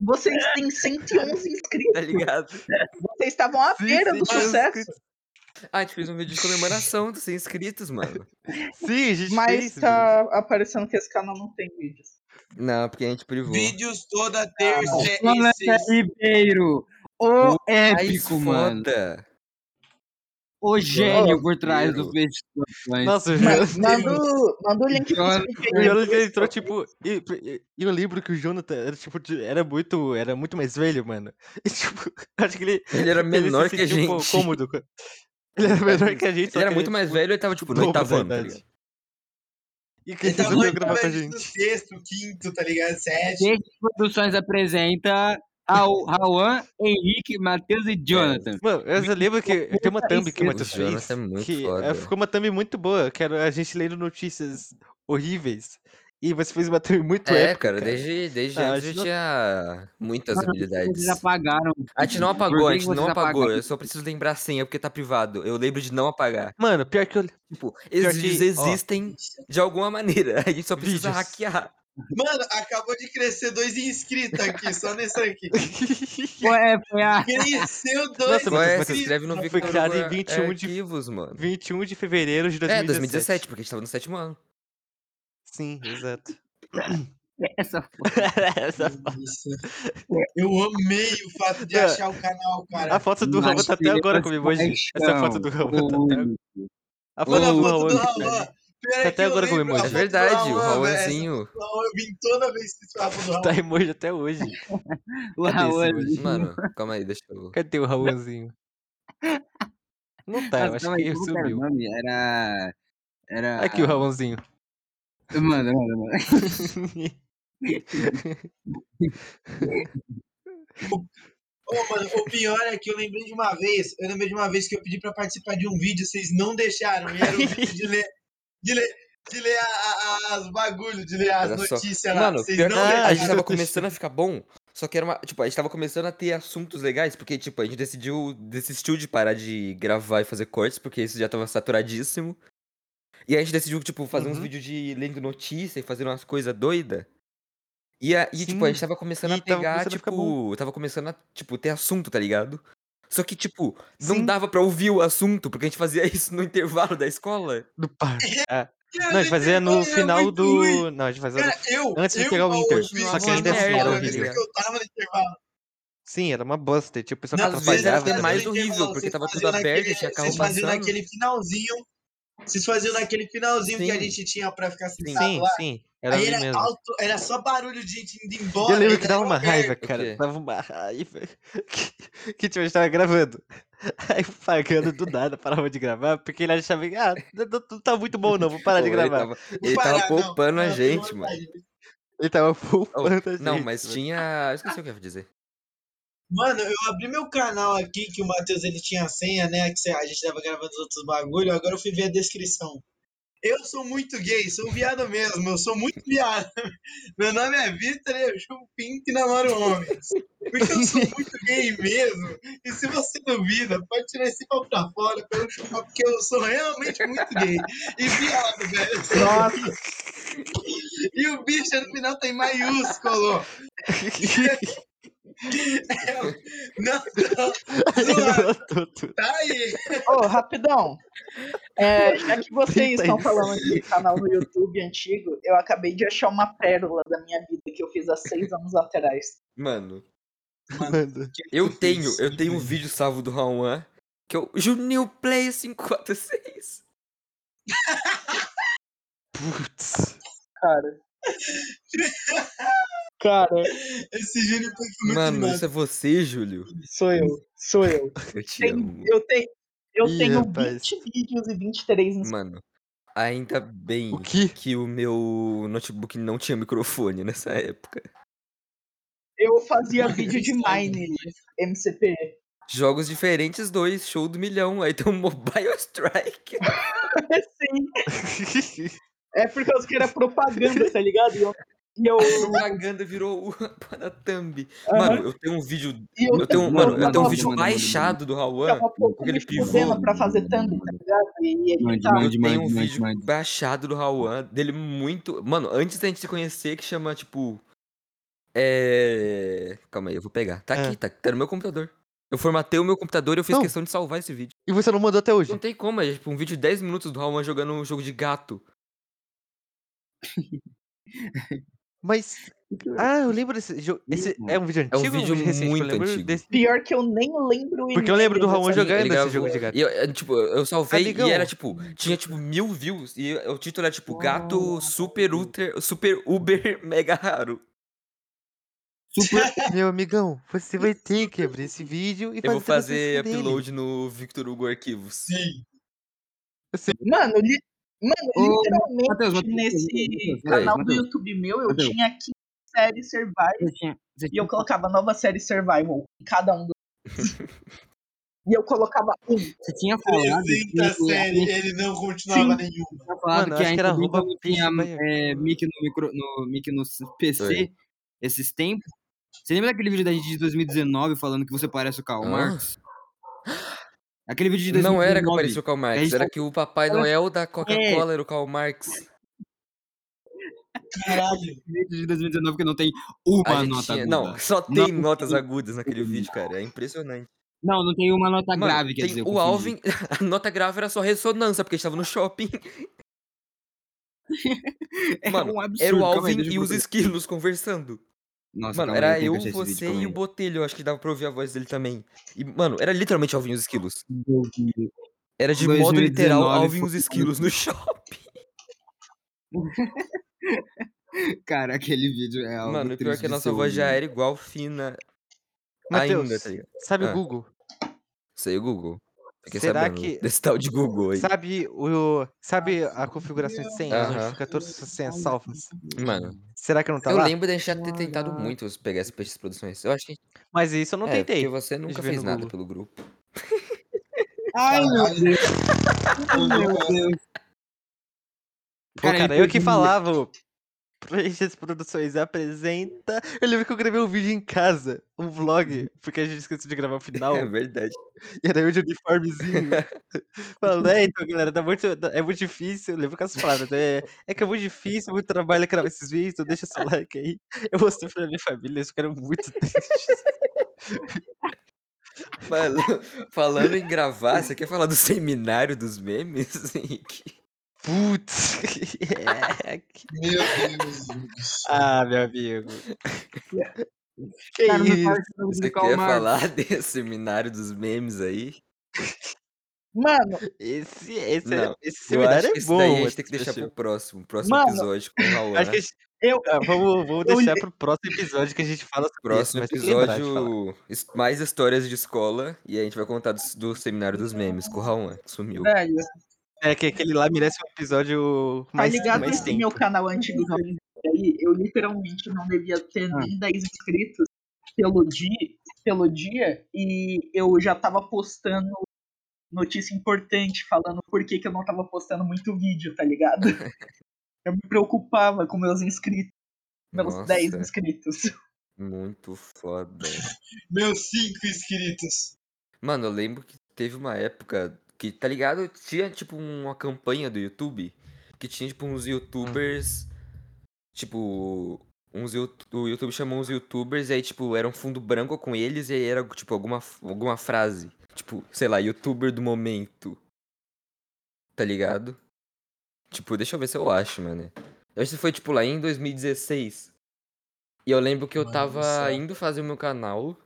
Speaker 6: vocês têm 111 inscritos.
Speaker 2: tá ligado?
Speaker 6: Vocês estavam à
Speaker 1: Sim,
Speaker 6: beira
Speaker 1: sim,
Speaker 6: do
Speaker 1: mas-
Speaker 6: sucesso.
Speaker 2: Ah, a gente fez um vídeo de comemoração dos 100 inscritos, mano.
Speaker 1: Sim, a gente
Speaker 6: Mas
Speaker 1: fez.
Speaker 6: tá aparecendo que esse canal não tem vídeos.
Speaker 2: Não, porque a gente privou.
Speaker 5: Vídeos toda terça
Speaker 2: é
Speaker 5: e
Speaker 4: Jonathan
Speaker 5: sexta.
Speaker 4: é Ribeiro, o
Speaker 2: Mais
Speaker 4: épico, é mano.
Speaker 2: foda.
Speaker 4: O gênio por trás do
Speaker 2: Ribeiro.
Speaker 4: Peixe
Speaker 1: meu.
Speaker 4: Produções.
Speaker 1: Nossa, o
Speaker 6: Ma-
Speaker 1: Jonas.
Speaker 5: Deus.
Speaker 6: Manda o manda o link
Speaker 4: Jonathan-
Speaker 6: do vídeo
Speaker 1: O
Speaker 6: aí.
Speaker 1: Jonathan,
Speaker 6: depois,
Speaker 1: ele entrou,
Speaker 6: por
Speaker 1: tipo. E, e- e eu lembro que o Jonathan era, tipo, de- era muito. Era muito mais velho, mano. E, tipo, acho que ele,
Speaker 2: Ele era
Speaker 1: ele se
Speaker 2: menor que a
Speaker 1: sentiu um pouco
Speaker 2: gente.
Speaker 1: cômodo. com- Ele era menor que a gente, só
Speaker 2: Ele era
Speaker 1: que
Speaker 2: muito mais
Speaker 1: tipo,
Speaker 2: velho, ele tava, tipo,
Speaker 1: o
Speaker 2: no
Speaker 1: dobro
Speaker 2: oitavo
Speaker 1: da
Speaker 2: ano, tá
Speaker 1: idade.
Speaker 2: ligado?
Speaker 1: E que então, ele
Speaker 5: Ele tá no
Speaker 1: resolveu gravar com a
Speaker 5: oitavo do
Speaker 1: gente.
Speaker 5: sexto, quinto, tá ligado? Sétimo.
Speaker 4: Peixe Produções apresenta ao Rauan, Henrique, Matheus e Jonathan.
Speaker 1: Mano, eu só lembro que tem uma
Speaker 4: Puta,
Speaker 1: thumb que o
Speaker 4: isso.
Speaker 2: O
Speaker 1: Matheus
Speaker 2: Jonathan é
Speaker 1: fez,
Speaker 2: muito
Speaker 1: que é,
Speaker 2: foda.
Speaker 1: ficou uma thumb muito boa, que era a gente lendo notícias horríveis. E você fez uma thumb muito
Speaker 2: É,
Speaker 1: épica,
Speaker 2: cara,
Speaker 1: cara.
Speaker 2: desde, desde
Speaker 1: Ah, a
Speaker 2: antes
Speaker 1: gente
Speaker 2: eu
Speaker 1: não-
Speaker 2: tinha muitas
Speaker 4: Mano, por que vocês
Speaker 2: habilidades.
Speaker 4: apagaram.
Speaker 2: É A gente não
Speaker 4: Por
Speaker 2: apagou, a
Speaker 4: que que
Speaker 2: gente não
Speaker 4: vocês
Speaker 2: apagou.
Speaker 4: apagaram?
Speaker 2: Eu só preciso lembrar a senha, porque tá privado. Eu lembro de não apagar.
Speaker 1: Mano, pior que eu.
Speaker 2: Tipo,
Speaker 1: Pior
Speaker 2: esses vídeos
Speaker 1: que. Ó,
Speaker 2: existem de alguma maneira. A gente só precisa
Speaker 1: vídeos.
Speaker 2: hackear.
Speaker 5: Mano, acabou de crescer dois inscritos aqui, só nesse aqui.
Speaker 4: Foi, É, foi a
Speaker 5: Cresceu dois
Speaker 1: Nossa, Matheus,
Speaker 2: Qual é? Se
Speaker 1: Matheus.
Speaker 5: inscritos.
Speaker 2: inscreve no
Speaker 1: Foi
Speaker 2: Victor
Speaker 1: criado em
Speaker 2: Hugo
Speaker 1: 21 de,
Speaker 2: Arquivos, mano.
Speaker 1: 21 de fevereiro de
Speaker 2: É,
Speaker 1: 2017.
Speaker 2: 2017, porque a gente tava no sétimo ano.
Speaker 1: Sim, exato.
Speaker 4: essa foto.
Speaker 1: Essa foto.
Speaker 5: Nossa, Eu amei o fato de
Speaker 1: Não,
Speaker 5: achar o canal,
Speaker 1: A
Speaker 5: cara.
Speaker 1: foto do Raul tá até agora
Speaker 4: Matheus
Speaker 1: comigo hoje. Essa foto
Speaker 4: Paixão,
Speaker 1: do Raul tá até agora. A
Speaker 4: o
Speaker 5: Mano, a
Speaker 1: foto do
Speaker 5: foto
Speaker 1: Raul
Speaker 5: do
Speaker 1: que tá
Speaker 5: Raul.
Speaker 1: ali.
Speaker 5: Pior
Speaker 1: Tá
Speaker 5: é que
Speaker 1: até
Speaker 5: eu
Speaker 1: agora com
Speaker 5: lembro, a
Speaker 2: É assim.
Speaker 1: emoji.
Speaker 5: foto do
Speaker 2: verdade, o
Speaker 1: é
Speaker 5: Raul, velho. Essa
Speaker 2: Raulzinho.
Speaker 5: foto do Raul, eu vim toda vez que você falava do
Speaker 1: Tá
Speaker 5: Raul.
Speaker 1: emoji até hoje.
Speaker 4: o
Speaker 1: Cadê esse emoji?
Speaker 4: Raulzinho.
Speaker 2: Mano, calma aí, deixa eu.
Speaker 1: Cadê o Raulzinho? Não
Speaker 2: é,
Speaker 1: tá, eu
Speaker 4: Nossa,
Speaker 1: acho
Speaker 4: calma aí,
Speaker 1: que
Speaker 4: como que era o
Speaker 1: sumiu.
Speaker 4: nome? Era. Era.
Speaker 1: Aqui o Raulzinho.
Speaker 4: Mano, mano, mano.
Speaker 5: Ô, mano, o pior é que eu lembrei de uma vez, eu lembrei de uma vez que eu pedi pra participar de um vídeo, vocês não deixaram. E era um vídeo de ler, de ler, de ler a- a- a- as bagulhos, de ler as
Speaker 2: Era só-
Speaker 5: notícias lá.
Speaker 2: Mano,
Speaker 5: vocês
Speaker 2: pior é que
Speaker 5: não
Speaker 1: Ah,
Speaker 2: a gente
Speaker 5: deixaram.
Speaker 2: tava começando a ficar bom, só que era uma. Tipo, a gente tava começando a ter assuntos legais, porque, tipo, a gente decidiu, desistiu de parar de gravar e fazer cortes, porque isso já tava saturadíssimo. E a gente decidiu, tipo, fazer uns
Speaker 1: Uhum.
Speaker 2: vídeos de lendo notícia e fazendo umas coisas doidas. E, a, e tipo, a gente
Speaker 1: Sim,
Speaker 2: tava começando a
Speaker 1: e tava
Speaker 2: pegar,
Speaker 1: começando a ficar bom.
Speaker 2: tipo, tava começando a, tipo, ter assunto, tá ligado? Só que, tipo, não
Speaker 1: Sim.
Speaker 2: dava pra ouvir o assunto, porque a gente fazia isso no intervalo da escola.
Speaker 1: Do par. É.
Speaker 5: Cara,
Speaker 1: Não, a gente fazia
Speaker 5: era
Speaker 1: no final
Speaker 5: é muito ruim.
Speaker 1: do. Não, a gente fazia no...
Speaker 5: Cara, eu,
Speaker 1: antes de
Speaker 5: eu
Speaker 1: pegar o
Speaker 5: mal
Speaker 1: Inter.
Speaker 5: ouvi
Speaker 1: Só que
Speaker 2: Uma
Speaker 1: ainda assim
Speaker 2: merda,
Speaker 1: era
Speaker 2: tá
Speaker 1: horrível.
Speaker 5: Porque eu tava no intervalo.
Speaker 1: Sim, era uma bosta. Tipo, o pessoal
Speaker 5: Às vezes
Speaker 2: Rapaziada,
Speaker 5: eu
Speaker 1: atrapalhava.
Speaker 2: até
Speaker 5: tava
Speaker 2: mais
Speaker 5: no
Speaker 2: horrível,
Speaker 5: intervalo,
Speaker 2: porque
Speaker 5: vocês
Speaker 2: tava tudo
Speaker 5: faziam
Speaker 2: aberto,
Speaker 5: naquele,
Speaker 2: tinha carro
Speaker 5: vocês faziam
Speaker 2: passando.
Speaker 5: naquele finalzinho, vocês faziam naquele finalzinho que a
Speaker 2: Sim.
Speaker 5: gente tinha pra ficar sentado
Speaker 1: Sim,
Speaker 5: lá.
Speaker 1: sim. Era
Speaker 5: Aí
Speaker 1: ali
Speaker 5: era
Speaker 1: mesmo.
Speaker 5: alto, era só barulho de gente indo
Speaker 1: Eu
Speaker 5: embora,
Speaker 1: lembro
Speaker 5: ainda
Speaker 1: que dava
Speaker 5: era
Speaker 1: uma raiva,
Speaker 5: aberto.
Speaker 2: O
Speaker 1: cara.
Speaker 2: quê?
Speaker 1: Dava uma raiva. Que, que tipo, a gente tava gravando. Aí o Pagano do nada parava de gravar, porque ele achava que, ah, não, não- não tá muito bom não, vou parar de
Speaker 2: Pô, ele
Speaker 1: gravar.
Speaker 2: tava,
Speaker 5: Vou
Speaker 2: ele tava
Speaker 5: parar, não.
Speaker 2: poupando a
Speaker 5: Não, pelo amor
Speaker 2: gente,
Speaker 5: de
Speaker 2: mano.
Speaker 5: Deus.
Speaker 1: Ele tava
Speaker 2: Oh,
Speaker 1: poupando a
Speaker 2: não,
Speaker 1: gente,
Speaker 2: mas
Speaker 1: velho.
Speaker 2: tinha. eu Esqueci o que eu ia dizer.
Speaker 5: Mano, eu abri meu canal aqui, que o Matheus ele tinha a senha, né? Que cê- a gente tava gravando os outros bagulho, agora eu fui ver a descrição. Eu sou muito gay, sou um viado mesmo, eu sou muito viado. Meu nome é Vitor e eu chupo pinto e namoro homens. Porque eu sou muito gay mesmo, e se você duvida, pode tirar esse papo pra fora pra eu chupar, porque eu sou realmente muito gay. E viado, velho, eu sou
Speaker 6: Nossa,
Speaker 5: E o bicho no final tem maiúsculo. Não, não, zoado, tá aí.
Speaker 6: ô, rapidão. É, já que vocês
Speaker 1: Printa
Speaker 6: estão
Speaker 1: isso.
Speaker 6: falando de canal no YouTube antigo, eu acabei de achar uma pérola da minha vida que eu fiz há seis anos atrás.
Speaker 2: Mano,
Speaker 1: Mano,
Speaker 2: eu tenho, eu tenho um vídeo salvo do Rawan, que é o Junil Play 546.
Speaker 1: putz.
Speaker 6: Cara. Cara,
Speaker 5: Esse Júnior foi muito
Speaker 2: Mano,
Speaker 5: animado.
Speaker 2: isso é você, Júlio?
Speaker 6: sou eu. Sou eu.
Speaker 2: Eu te
Speaker 6: Tem-
Speaker 2: amo.
Speaker 6: eu tenho, eu
Speaker 1: Ih,
Speaker 6: tenho
Speaker 1: rapaz.
Speaker 6: 20 vídeos e 23 no
Speaker 2: Mano, ainda
Speaker 1: O
Speaker 2: bem
Speaker 1: quê?
Speaker 2: que o meu notebook não tinha microfone nessa época.
Speaker 6: Eu fazia
Speaker 1: é
Speaker 6: vídeo de Mine, MCP.
Speaker 2: Jogos diferentes, dois, show do milhão. Aí tem um Mobile Strike.
Speaker 6: Sim, é por causa que era propaganda, tá ligado? E eu, e eu,
Speaker 2: propaganda virou uma para thumb.
Speaker 6: aham,
Speaker 2: Mano, eu tenho um vídeo.
Speaker 6: e eu,
Speaker 2: Eu tenho,
Speaker 6: eu
Speaker 2: mano, eu
Speaker 4: Manda,
Speaker 2: tenho um
Speaker 6: tava,
Speaker 4: manda,
Speaker 2: vídeo
Speaker 4: manda, manda, manda.
Speaker 2: baixado do Rawan,
Speaker 6: tava pouco
Speaker 2: porque ele
Speaker 6: me
Speaker 2: pivou.
Speaker 6: fudendo pra fazer
Speaker 4: Manda, manda,
Speaker 6: thumb, tá
Speaker 4: manda.
Speaker 6: ligado? E
Speaker 4: Mande,
Speaker 6: editar.
Speaker 2: Eu
Speaker 4: mande,
Speaker 2: tenho
Speaker 4: mande,
Speaker 2: um
Speaker 4: mande,
Speaker 2: vídeo
Speaker 4: mande.
Speaker 2: baixado do Rawan, dele muito. Mano, antes da gente se conhecer, que chama, tipo. É. Calma aí, eu vou pegar. Tá
Speaker 1: Ah,
Speaker 2: aqui, tá, tá no meu computador. Eu formatei o meu computador e eu fiz
Speaker 1: Não,
Speaker 2: questão de salvar esse vídeo.
Speaker 1: e você não mandou até
Speaker 2: Não
Speaker 1: hoje?
Speaker 2: tem como, é tipo um vídeo de 10 minutos do Rawan jogando um jogo de gato.
Speaker 1: Mas.
Speaker 2: Então,
Speaker 1: Ah, eu lembro desse jogo. Esse
Speaker 4: Ih,
Speaker 1: é um vídeo
Speaker 2: É um
Speaker 1: antigo ou um
Speaker 2: vídeo
Speaker 1: vídeo recente? Que eu
Speaker 2: muito
Speaker 1: lembro
Speaker 2: antigo.
Speaker 1: desse.
Speaker 6: Pior que eu nem lembro o
Speaker 1: Porque eu lembro do
Speaker 6: e-mail
Speaker 1: Raon
Speaker 6: dessa
Speaker 2: Sim, ele
Speaker 1: jogando esse jogo
Speaker 2: gravou.
Speaker 1: de gato.
Speaker 2: E eu, é, tipo, eu salvei e era
Speaker 1: Amigão!
Speaker 2: tipo, tinha tipo mil views e eu- o título era tipo Gato Super
Speaker 6: Uau.
Speaker 2: Uter, Super Uber Mega Raro.
Speaker 4: Super.
Speaker 1: Meu amigão, você vai ter que abrir esse vídeo e
Speaker 2: Eu vou
Speaker 1: fazer a transcrição
Speaker 2: fazer
Speaker 1: dele.
Speaker 2: upload no Victor Hugo Arquivos.
Speaker 5: Sim.
Speaker 1: Você-
Speaker 6: Mano, li- mano,
Speaker 4: Ô, Matheus,
Speaker 6: literalmente
Speaker 4: Matheus,
Speaker 6: nesse
Speaker 4: Matheus, Matheus,
Speaker 6: canal do
Speaker 4: Matheus,
Speaker 6: YouTube meu, eu
Speaker 4: Matheus.
Speaker 6: tinha 15 séries
Speaker 4: Você
Speaker 6: Survival
Speaker 4: tinha, você
Speaker 6: e eu
Speaker 4: tinha
Speaker 6: colocava nova série Survival em cada um. E eu colocava um.
Speaker 4: Você tinha falado que
Speaker 5: 300
Speaker 4: o
Speaker 5: série,
Speaker 4: Armin
Speaker 5: ele não continuava
Speaker 4: sim,
Speaker 5: nenhuma.
Speaker 4: tinha falado
Speaker 1: Mano, eu acho
Speaker 4: que
Speaker 1: que
Speaker 4: ainda
Speaker 1: era
Speaker 4: bem que eu
Speaker 1: arroba
Speaker 4: não tinha
Speaker 1: peixe baiano.
Speaker 4: é, mic no micro no mic no s-
Speaker 2: Oi.
Speaker 4: PC esses tempos. Você lembra daquele vídeo da gente de 2019 falando que você parece o Karl
Speaker 2: Hã?
Speaker 4: Marx? Aquele vídeo de
Speaker 2: Não era que
Speaker 4: 2019
Speaker 2: apareceu o Karl
Speaker 4: que a
Speaker 2: Marx,
Speaker 4: gente
Speaker 2: era
Speaker 4: tava
Speaker 2: que o Papai Noel da
Speaker 4: é,
Speaker 2: Coca-Cola era o Karl Marx.
Speaker 5: Caralho.
Speaker 4: vídeo de 2019 que não tem uma
Speaker 2: A gente
Speaker 4: nota
Speaker 2: tinha. Não,
Speaker 4: aguda.
Speaker 2: só
Speaker 4: Não
Speaker 2: tem notas
Speaker 4: tem
Speaker 2: agudas naquele
Speaker 4: uma.
Speaker 2: vídeo, cara. É impressionante.
Speaker 4: Não, não tem uma nota
Speaker 2: Mano,
Speaker 4: Tá grave, quer
Speaker 2: tem
Speaker 4: dizer, eu
Speaker 2: o
Speaker 4: confundi.
Speaker 2: Alvin. A nota grave era só ressonância, porque a gente tava no shopping.
Speaker 4: É
Speaker 2: Mano, era o
Speaker 4: um absurdo. Calma aí,
Speaker 2: Alvin
Speaker 4: deixa eu
Speaker 2: e os
Speaker 4: procurar.
Speaker 2: esquilos conversando.
Speaker 4: Nossa,
Speaker 2: Mano,
Speaker 4: calma aí, eu
Speaker 2: era
Speaker 4: tenho que
Speaker 2: eu,
Speaker 4: achar esse vídeo,
Speaker 2: você
Speaker 4: calma
Speaker 2: e o
Speaker 4: aí.
Speaker 2: Botelho, eu acho que dava pra ouvir a voz dele também. E, mano, era literalmente Alvin e os Esquilos. Era de modo literal
Speaker 4: 2019
Speaker 2: Alvin e
Speaker 4: foi
Speaker 2: os Esquilos no shopping.
Speaker 4: Cara, aquele vídeo é algo
Speaker 2: Mano, e pior
Speaker 4: triste
Speaker 2: que a
Speaker 4: de
Speaker 2: nossa
Speaker 4: ser
Speaker 2: voz já
Speaker 4: ouvido.
Speaker 2: era igual fina ainda, tá
Speaker 1: Matheus,
Speaker 2: ligado?
Speaker 1: sabe o
Speaker 2: Ah,
Speaker 1: Google?
Speaker 2: sei o Google. Fiquei
Speaker 1: Será
Speaker 2: sabendo
Speaker 1: que-
Speaker 2: desse tal de Google aí.
Speaker 1: Sabe, o, sabe a configuração de senha
Speaker 2: Aham.
Speaker 1: onde fica todas as suas senhas salvas?
Speaker 2: Mano,
Speaker 1: Será que não tá
Speaker 2: eu
Speaker 1: lá?
Speaker 2: lembro da gente já ter tentado muito os pegar esse peixe de produções. Eu acho que.
Speaker 1: Mas isso eu não
Speaker 2: é,
Speaker 1: tentei.
Speaker 2: porque você nunca
Speaker 1: ver
Speaker 2: fez
Speaker 1: no
Speaker 2: nada
Speaker 1: Google.
Speaker 2: pelo grupo.
Speaker 4: Ai, meu
Speaker 5: Caralho.
Speaker 4: Deus. Ai, meu Deus.
Speaker 1: Pô,
Speaker 4: Cara,
Speaker 1: cara,
Speaker 4: ele
Speaker 1: eu
Speaker 4: fez
Speaker 1: que
Speaker 4: um-
Speaker 1: falava. ô, Precious Produções apresenta. Eu lembro que eu gravei um vídeo em casa, um vlog, porque a gente esqueceu de gravar o final.
Speaker 2: É verdade.
Speaker 1: E era eu de uniformezinho. Falando, é, então, galera, tá muito, tá- é muito difícil. Eu lembro com as palavras, né? É que é muito difícil, muito trabalho gravar esses vídeos, então deixa seu like aí. Eu mostrei pra minha família, eles ficaram muito tristes.
Speaker 2: Mano, falando em gravar, você quer falar do seminário dos memes, Assim, Henrique?
Speaker 1: Putz. é, que-
Speaker 5: Meu Deus do céu.
Speaker 1: Ah, meu amigo. Que
Speaker 4: Cara, me
Speaker 1: isso?
Speaker 4: fala que eu vou
Speaker 2: Você
Speaker 4: publicar o
Speaker 2: quer
Speaker 4: Marvel.
Speaker 2: falar desse seminário dos memes aí?
Speaker 6: Mano,
Speaker 1: Esse, esse,
Speaker 2: Não,
Speaker 1: esse
Speaker 2: Eu
Speaker 1: seminário
Speaker 2: acho
Speaker 1: é
Speaker 2: que isso daí a
Speaker 1: bom.
Speaker 2: gente tem que deixar pro próximo, próximo
Speaker 6: Mano,
Speaker 2: episódio com o Raul.
Speaker 1: Acho que a
Speaker 2: né?
Speaker 1: gente-
Speaker 6: eu.
Speaker 1: ah, vamos, vamos
Speaker 6: Eu
Speaker 1: deixar
Speaker 6: li-
Speaker 1: pro próximo episódio que a gente fala sobre
Speaker 2: Próximo
Speaker 1: isso, mas tem que lembrar de falar.
Speaker 2: episódio, his- mais histórias de escola. E a gente vai contar do, do seminário dos memes com o Raul, né, que sumiu.
Speaker 6: Velho,
Speaker 1: É que aquele lá merece um episódio
Speaker 6: tá
Speaker 1: mais,
Speaker 6: ligado
Speaker 1: mais
Speaker 6: esse
Speaker 1: tempo.
Speaker 6: meu canal antigo que eu me inscrevi aí? Eu literalmente não devia ter
Speaker 4: Ah.
Speaker 6: nem 10 inscritos pelo dia, pelo dia e eu já tava postando notícia importante falando por que, que eu não tava postando muito vídeo, tá ligado? Eu me preocupava com meus inscritos, meus
Speaker 2: Nossa,
Speaker 6: 10 inscritos.
Speaker 2: muito foda.
Speaker 5: Meus cinco inscritos.
Speaker 2: Mano, eu lembro que teve uma época que, tá ligado? Tinha tipo uma campanha do YouTube que tinha tipo uns youtubers. Tipo. Uns, you- o YouTube chamou uns youtubers e aí, tipo, era um fundo branco com eles e aí era, tipo, alguma, alguma frase. Tipo, sei lá, youtuber do momento. Tá ligado? Tipo, deixa eu ver se eu acho, mano. Eu acho que foi, tipo, lá em 2016. E eu lembro que eu
Speaker 5: Mano do
Speaker 2: tava
Speaker 5: céu.
Speaker 2: indo fazer o meu canal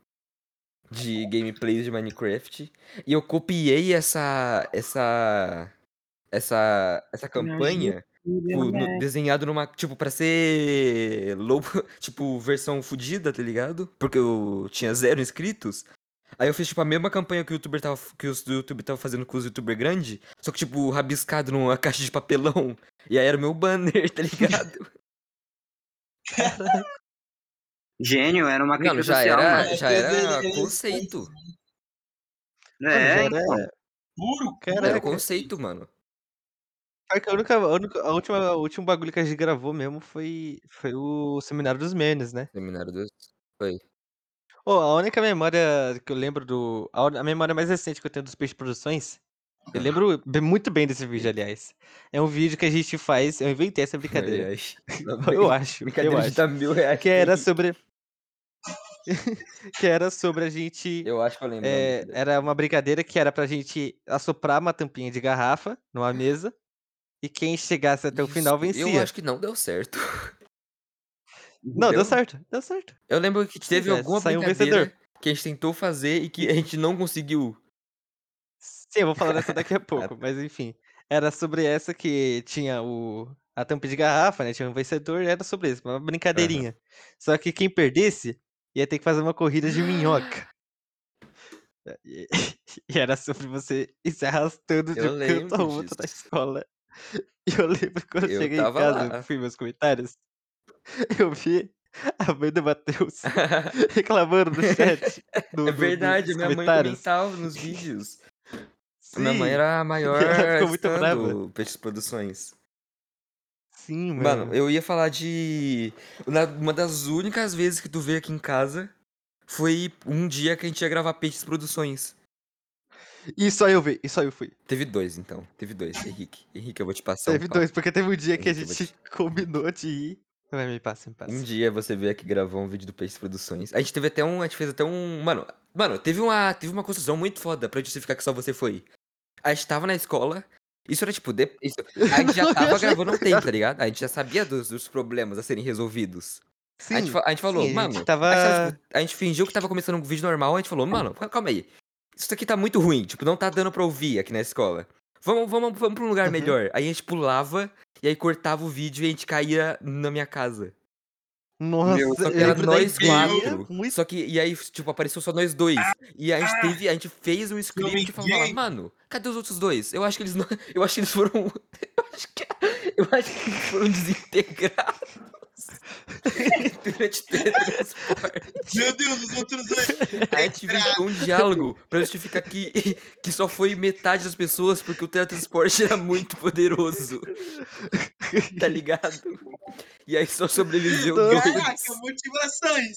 Speaker 2: de gameplays de Minecraft. E eu copiei essa. essa. essa. essa campanha. Tipo, no- desenhado numa. Tipo, pra ser. Lobo. Tipo, versão fodida, tá ligado? Porque eu tinha zero inscritos. Aí eu fiz, tipo, a mesma campanha que o youtuber tava. Que os do YouTube tava fazendo com os youtuber grande. Só que, tipo, rabiscado numa caixa de papelão. E aí era o meu banner, tá ligado?
Speaker 4: Gênio, era uma
Speaker 2: Não,
Speaker 4: crítica
Speaker 2: já
Speaker 4: social,
Speaker 2: era,
Speaker 4: mano.
Speaker 2: já
Speaker 5: Ele- ele-
Speaker 2: era
Speaker 5: ele-
Speaker 2: conceito.
Speaker 1: Mano, já
Speaker 4: É,
Speaker 1: era-
Speaker 4: então.
Speaker 5: Puro?
Speaker 2: Era
Speaker 1: Caraca.
Speaker 2: conceito, mano.
Speaker 1: Pior que a única- a única- a última, o último bagulho que a gente gravou mesmo foi, foi o Seminário dos Menes, né?
Speaker 2: Seminário dos.
Speaker 1: Ô, a única memória que eu lembro do. A, un- a memória mais recente que eu tenho dos Peixe Produções. Eu
Speaker 2: Ah.
Speaker 1: lembro be- muito bem desse vídeo, aliás. É um vídeo que a gente faz. Eu inventei essa brincadeira.
Speaker 2: Aliás,
Speaker 1: Eu acho. Eu
Speaker 2: Brincadeira de
Speaker 1: acho.
Speaker 2: dar mil reais.
Speaker 1: Que era
Speaker 2: pra
Speaker 1: sobre. que era sobre a gente.
Speaker 2: ele. Eu acho que eu lembro. da
Speaker 1: é,
Speaker 2: brincadeira.
Speaker 1: era uma brincadeira que era pra gente assoprar uma tampinha de garrafa numa mesa. E quem chegasse é, até o final
Speaker 2: Isso,
Speaker 1: vencia.
Speaker 2: Eu acho que não deu certo.
Speaker 1: Não, deu
Speaker 2: Deu?
Speaker 1: certo. Deu certo.
Speaker 2: Eu lembro que teve
Speaker 1: é,
Speaker 2: alguma
Speaker 1: saiu um
Speaker 2: brincadeira que a gente tentou fazer e que a gente não conseguiu.
Speaker 1: Sim, eu vou falar dessa
Speaker 2: Ah,
Speaker 1: daqui a
Speaker 2: tá.
Speaker 1: pouco, mas enfim. Era sobre essa que tinha o a tampa de garrafa, né? Tinha um vencedor, era sobre isso, uma brincadeirinha. Só que quem perdesse ia ter que fazer uma corrida de minhoca. Ah, E, e era sobre você ir se arrastando de
Speaker 2: Eu
Speaker 1: um canto
Speaker 2: lembro
Speaker 1: ao outro da
Speaker 2: disso.
Speaker 1: escola. E eu lembro quando eu
Speaker 2: Eu
Speaker 1: cheguei em
Speaker 2: tava
Speaker 1: casa,
Speaker 2: lá.
Speaker 1: fui meus comentários, eu vi a mãe do Matheus reclamando no chat, no,
Speaker 2: É
Speaker 1: no- no-
Speaker 2: verdade,
Speaker 1: nos
Speaker 2: minha mãe
Speaker 1: comentários.
Speaker 2: comentava nos vídeos. Minha mãe
Speaker 1: Sim,
Speaker 2: era a maior
Speaker 1: ela ficou muito
Speaker 2: artista
Speaker 1: brava. É.
Speaker 2: do Peixes Produções.
Speaker 1: sim, mano.
Speaker 2: Mano, eu ia falar de. na- Uma das únicas vezes que tu veio aqui em casa foi um dia que a gente ia gravar Peixes Produções.
Speaker 1: Isso aí eu vi, isso aí eu fui.
Speaker 2: Teve dois, então. Teve dois, Henrique. Henrique, eu vou te passar
Speaker 1: Teve
Speaker 2: um pau.
Speaker 1: dois, porque teve um dia que a
Speaker 2: Henrique, eu vou
Speaker 1: gente combinou de ir. Vai, me passa, me
Speaker 2: Um
Speaker 1: passa.
Speaker 2: dia você veio aqui gravar um vídeo do Peixes Produções. A gente teve até um. A gente fez até um. Mano, mano, teve uma, teve uma construção muito foda pra justificar que só você foi. A gente tava na escola. Isso era tipo. de- isso- a gente já
Speaker 1: Não, eu
Speaker 2: tava
Speaker 1: achei
Speaker 2: gravando um tempo, tá ligado? A gente já sabia dos, dos problemas a serem resolvidos.
Speaker 1: Sim,
Speaker 2: a, gente, fa- a gente falou,
Speaker 1: sim, a
Speaker 2: mano.
Speaker 1: gente
Speaker 2: A gente, tava,
Speaker 1: tava.
Speaker 2: tipo, a gente fingiu que tava começando um vídeo normal. A gente falou, mano, cal- calma aí. Isso aqui tá muito ruim. Tipo, não tá dando pra ouvir aqui na escola. Vamos, vamos, vamos pra um lugar
Speaker 1: Uhum.
Speaker 2: melhor. Aí a gente pulava. E aí cortava o vídeo e a gente caía na minha casa.
Speaker 1: Nossa,
Speaker 2: Meu, só que
Speaker 1: eu
Speaker 2: era
Speaker 1: lembro da
Speaker 2: nós
Speaker 1: ideia,
Speaker 2: quatro.
Speaker 1: muito-
Speaker 2: Só que, e aí, tipo, apareceu só nós dois. E a gente teve, a gente fez um script e falou,
Speaker 5: ninguém.
Speaker 2: mano, cadê os outros dois? Eu acho que eles não. Eu acho que eles foram. Eu acho que, eu acho que eles foram desintegrados. Durante teletransporte.
Speaker 5: Meu Deus, os outros dois.
Speaker 2: A gente inventou um diálogo pra justificar que, que só foi metade das pessoas, porque o teletransporte era muito poderoso. Tá ligado? E aí só sobreviveu dois.
Speaker 5: Caraca, motivações.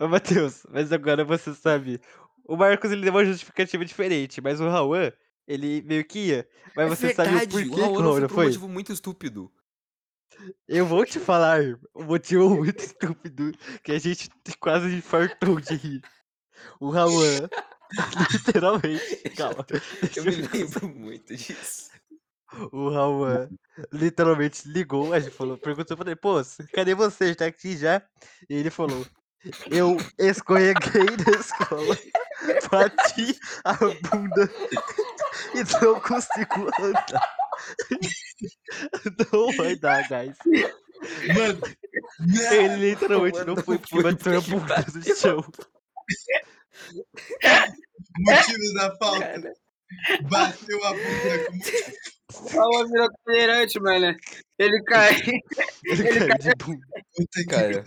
Speaker 1: Ô, Matheus, mas agora você sabe. O Marcos ele deu uma justificativa diferente, mas o Rauan, ele meio que ia. Mas
Speaker 2: É
Speaker 1: você sabe o
Speaker 2: verdade,
Speaker 1: porquê,
Speaker 2: o Raul
Speaker 1: Cláudio,
Speaker 2: foi por um
Speaker 1: foi?
Speaker 2: motivo muito estúpido.
Speaker 1: Eu vou te falar um motivo muito estúpido que a gente quase infartou de rir. O Rauan, literalmente, calma. deixa
Speaker 2: Eu me lembro muito disso.
Speaker 1: O Rauan literalmente ligou, a gente falou, perguntou pra ele, pô, c- cadê você? Tá aqui já? E ele falou, eu escorreguei da escola, bati a bunda e não consigo andar. Não vai dar, guys.
Speaker 5: Mano, não,
Speaker 1: Ele literalmente
Speaker 2: Rauan
Speaker 1: não
Speaker 2: não
Speaker 1: foi porque
Speaker 2: foi
Speaker 1: bateu a
Speaker 2: porque
Speaker 1: bunda no
Speaker 2: bateu.
Speaker 1: chão.
Speaker 5: motivos da falta. Bateu a bunda com
Speaker 4: Paulo virou cadeirante, mano. Ele cai.
Speaker 1: Ele caiu de bunda.
Speaker 5: muita que-
Speaker 2: Cara,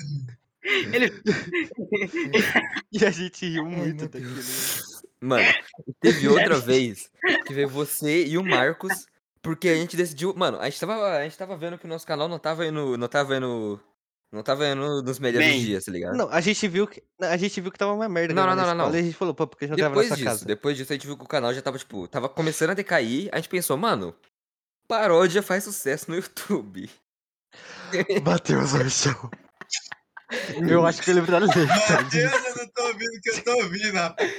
Speaker 1: E a gente riu
Speaker 2: ai,
Speaker 1: muito
Speaker 2: meu
Speaker 1: daquilo. né?
Speaker 2: Deus. Mano, teve outra vez que veio você e o Marcos, porque a gente decidiu. Mano, a gente tava, a gente tava vendo que o nosso canal não tava indo. Não tava indo. Não tava indo nos melhores
Speaker 5: Bem,
Speaker 2: dias, tá ligado?
Speaker 1: Não, a gente viu que, a gente viu que tava uma merda.
Speaker 2: Não,
Speaker 1: gravar
Speaker 2: não,
Speaker 1: na
Speaker 2: não, não,
Speaker 1: escola,
Speaker 2: não.
Speaker 1: E a gente falou, pô, porque a gente não tava
Speaker 2: Depois
Speaker 1: na sua
Speaker 2: disso,
Speaker 1: casa.
Speaker 2: depois disso, a gente viu que o canal já tava, tipo, tava começando a decair. A gente pensou, mano, paródia faz sucesso no YouTube.
Speaker 1: Bateu o chão. Eu acho que ele viralizei.
Speaker 5: Meu Deus, eu não tô ouvindo o que eu tô ouvindo, rapaz.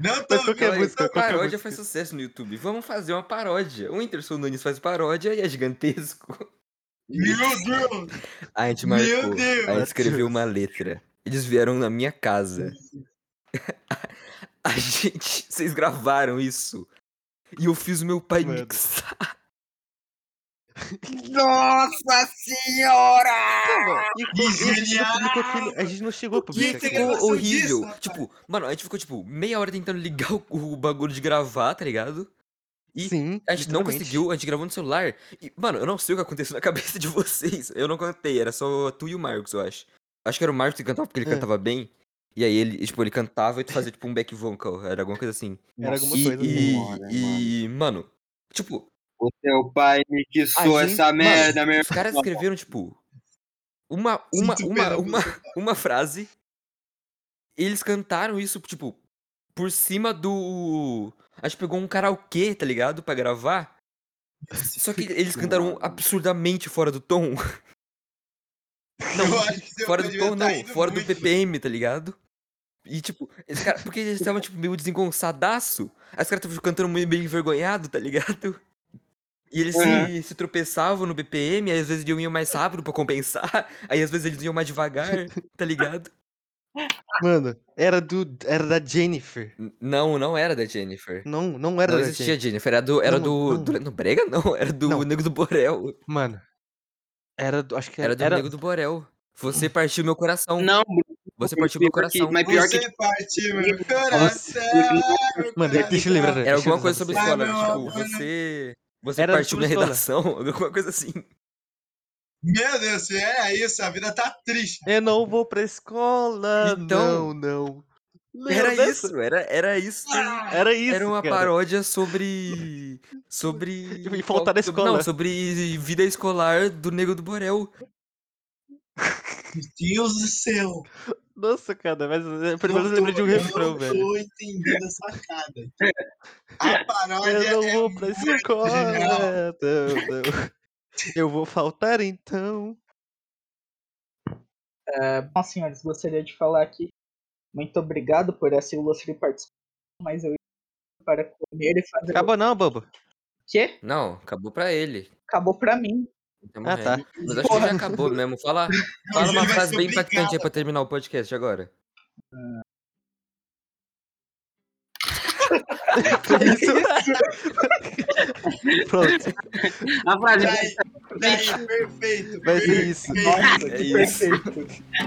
Speaker 5: Não tô
Speaker 1: Mas qual que é a
Speaker 5: ouvindo.
Speaker 1: música? Qual que é a
Speaker 2: paródia
Speaker 1: música?
Speaker 2: faz sucesso no YouTube. Vamos fazer uma paródia. O Whindersson Nunes faz paródia e é gigantesco.
Speaker 5: Meu Deus!
Speaker 2: A gente
Speaker 5: Meu
Speaker 2: marcou.
Speaker 5: Deus!
Speaker 2: A gente escreveu uma letra. Eles vieram na minha casa. A gente. Vocês gravaram isso. E eu fiz o meu pai
Speaker 1: Mano.
Speaker 2: mixar.
Speaker 4: Nossa senhora!
Speaker 1: E, co- e a gente não publicou
Speaker 5: Genial!
Speaker 1: aquilo. A gente não chegou a
Speaker 5: Que
Speaker 1: publicar
Speaker 5: tem
Speaker 1: aquilo.
Speaker 5: gravação
Speaker 2: Ficou horrível.
Speaker 5: disso, rapaz?
Speaker 2: tipo, mano, a gente ficou, tipo, meia hora tentando ligar o, o bagulho de gravar, tá ligado? e
Speaker 1: Sim.
Speaker 2: A gente não
Speaker 1: literalmente.
Speaker 2: conseguiu, a gente gravou no celular. E, mano, eu não sei o que aconteceu na cabeça de vocês. Eu não cantei, era só tu e o Marcos, eu acho. Acho que era o Marcos que cantava porque ele
Speaker 1: É.
Speaker 2: cantava bem. E aí ele, tipo, ele cantava e tu fazia tipo um back vocal, era alguma coisa assim.
Speaker 1: Era alguma
Speaker 2: E,
Speaker 1: coisa.
Speaker 2: e,
Speaker 4: Bora,
Speaker 2: e, mano, tipo,
Speaker 4: O teu pai me quissou
Speaker 2: gente-
Speaker 4: essa
Speaker 2: mano,
Speaker 4: merda, meu
Speaker 2: os caras escreveram, tipo, uma, uma,
Speaker 5: Sinto
Speaker 2: uma,
Speaker 5: pena por
Speaker 2: uma, uma frase. Eles cantaram isso, tipo, por cima do. A gente pegou um karaokê, tá ligado? Pra gravar. Só que eles cantaram absurdamente fora do tom.
Speaker 5: eu acho que seu
Speaker 2: Fora
Speaker 5: pai
Speaker 2: do
Speaker 5: devia
Speaker 2: tom,
Speaker 5: tá
Speaker 2: não.
Speaker 5: indo
Speaker 2: Fora do
Speaker 5: muito.
Speaker 2: PPM, tá ligado? E, tipo, esse cara, porque eles estavam, tipo, meio desengonçadaço. Aí os caras estavam cantando meio, meio envergonhado, tá ligado? E eles
Speaker 1: Uhum.
Speaker 2: se, se tropeçavam no BPM, aí às vezes eles iam mais rápido pra compensar, aí às vezes eles iam mais devagar, tá ligado?
Speaker 1: Mano, era do. Era da Jennifer.
Speaker 2: N- Não, não era da Jennifer.
Speaker 1: Não, não era
Speaker 2: não
Speaker 1: da
Speaker 2: existia
Speaker 1: Jennifer.
Speaker 2: Jennifer, era do. Era
Speaker 1: Não,
Speaker 2: do.
Speaker 1: não.
Speaker 2: do Não, Brega não, era do
Speaker 1: Não.
Speaker 2: Nego do Borel.
Speaker 1: Mano. Era do. Acho que era.
Speaker 2: Era do Nego do Borel. Você partiu meu coração.
Speaker 4: Não,
Speaker 2: Você
Speaker 4: eu
Speaker 2: partiu meu
Speaker 4: prefiro que-
Speaker 2: coração.
Speaker 4: mas pior
Speaker 5: Você
Speaker 4: que-
Speaker 5: partiu
Speaker 4: Nossa,
Speaker 5: meu coração. meu
Speaker 1: Mano,
Speaker 5: coração.
Speaker 1: deixa eu lembrar. deixa
Speaker 2: Era
Speaker 1: eu
Speaker 2: alguma
Speaker 1: lembrar
Speaker 2: coisa sobre
Speaker 1: dessa-
Speaker 5: Ah,
Speaker 2: É, escola,
Speaker 5: meu
Speaker 2: tipo,
Speaker 5: amor.
Speaker 2: você. Você
Speaker 1: Era
Speaker 2: partiu
Speaker 1: sobre
Speaker 2: minha
Speaker 1: escola.
Speaker 2: redação, alguma coisa assim.
Speaker 5: Meu Deus, se é isso, a vida tá triste.
Speaker 1: Eu não vou pra escola.
Speaker 2: Então-
Speaker 1: Não, não. Lembra
Speaker 2: Era
Speaker 1: dessa?
Speaker 2: isso, era, era isso.
Speaker 5: Ah,
Speaker 1: Era isso.
Speaker 2: Era uma
Speaker 1: cara.
Speaker 2: paródia sobre. Sobre.
Speaker 1: E faltar na
Speaker 2: qual- sobre- Não,
Speaker 1: escola.
Speaker 2: sobre vida escolar do Nego do Borel.
Speaker 5: Meu Deus do céu.
Speaker 1: Nossa, cara, mas eh, pelo
Speaker 5: Não
Speaker 1: menos eu lembrei de
Speaker 5: tô-
Speaker 1: um
Speaker 5: eu
Speaker 1: refrão,
Speaker 5: não
Speaker 1: velho.
Speaker 5: tô entendendo a sacada. A paródia
Speaker 1: Eu não
Speaker 5: é
Speaker 1: vou pra
Speaker 5: muito
Speaker 1: escola. né?
Speaker 5: genial.
Speaker 1: não, não. Eu vou faltar então.
Speaker 6: É, Bom, senhores, gostaria de falar aqui. Muito obrigado por essa ilustre participação, mas eu ia para comer e fazer o
Speaker 1: Acabou não, bobo.
Speaker 6: quê?
Speaker 2: Não, acabou pra ele.
Speaker 6: Acabou pra mim.
Speaker 2: Ele tá
Speaker 1: Ah, tá.
Speaker 2: morrendo. Mas acho que
Speaker 6: Porra.
Speaker 2: já acabou mesmo. Fala,
Speaker 5: Não, o
Speaker 2: fala uma
Speaker 5: Júlio vai
Speaker 2: frase
Speaker 5: ser
Speaker 2: bem
Speaker 5: obrigado.
Speaker 2: impactante aí pra terminar o podcast agora.
Speaker 1: Foi isso. Pronto,
Speaker 4: a frase
Speaker 5: Tá aí, tá aí, perfeito.
Speaker 1: vai ser
Speaker 5: perfeito.
Speaker 1: isso.
Speaker 2: É
Speaker 6: Nossa, que
Speaker 2: isso.
Speaker 6: perfeito.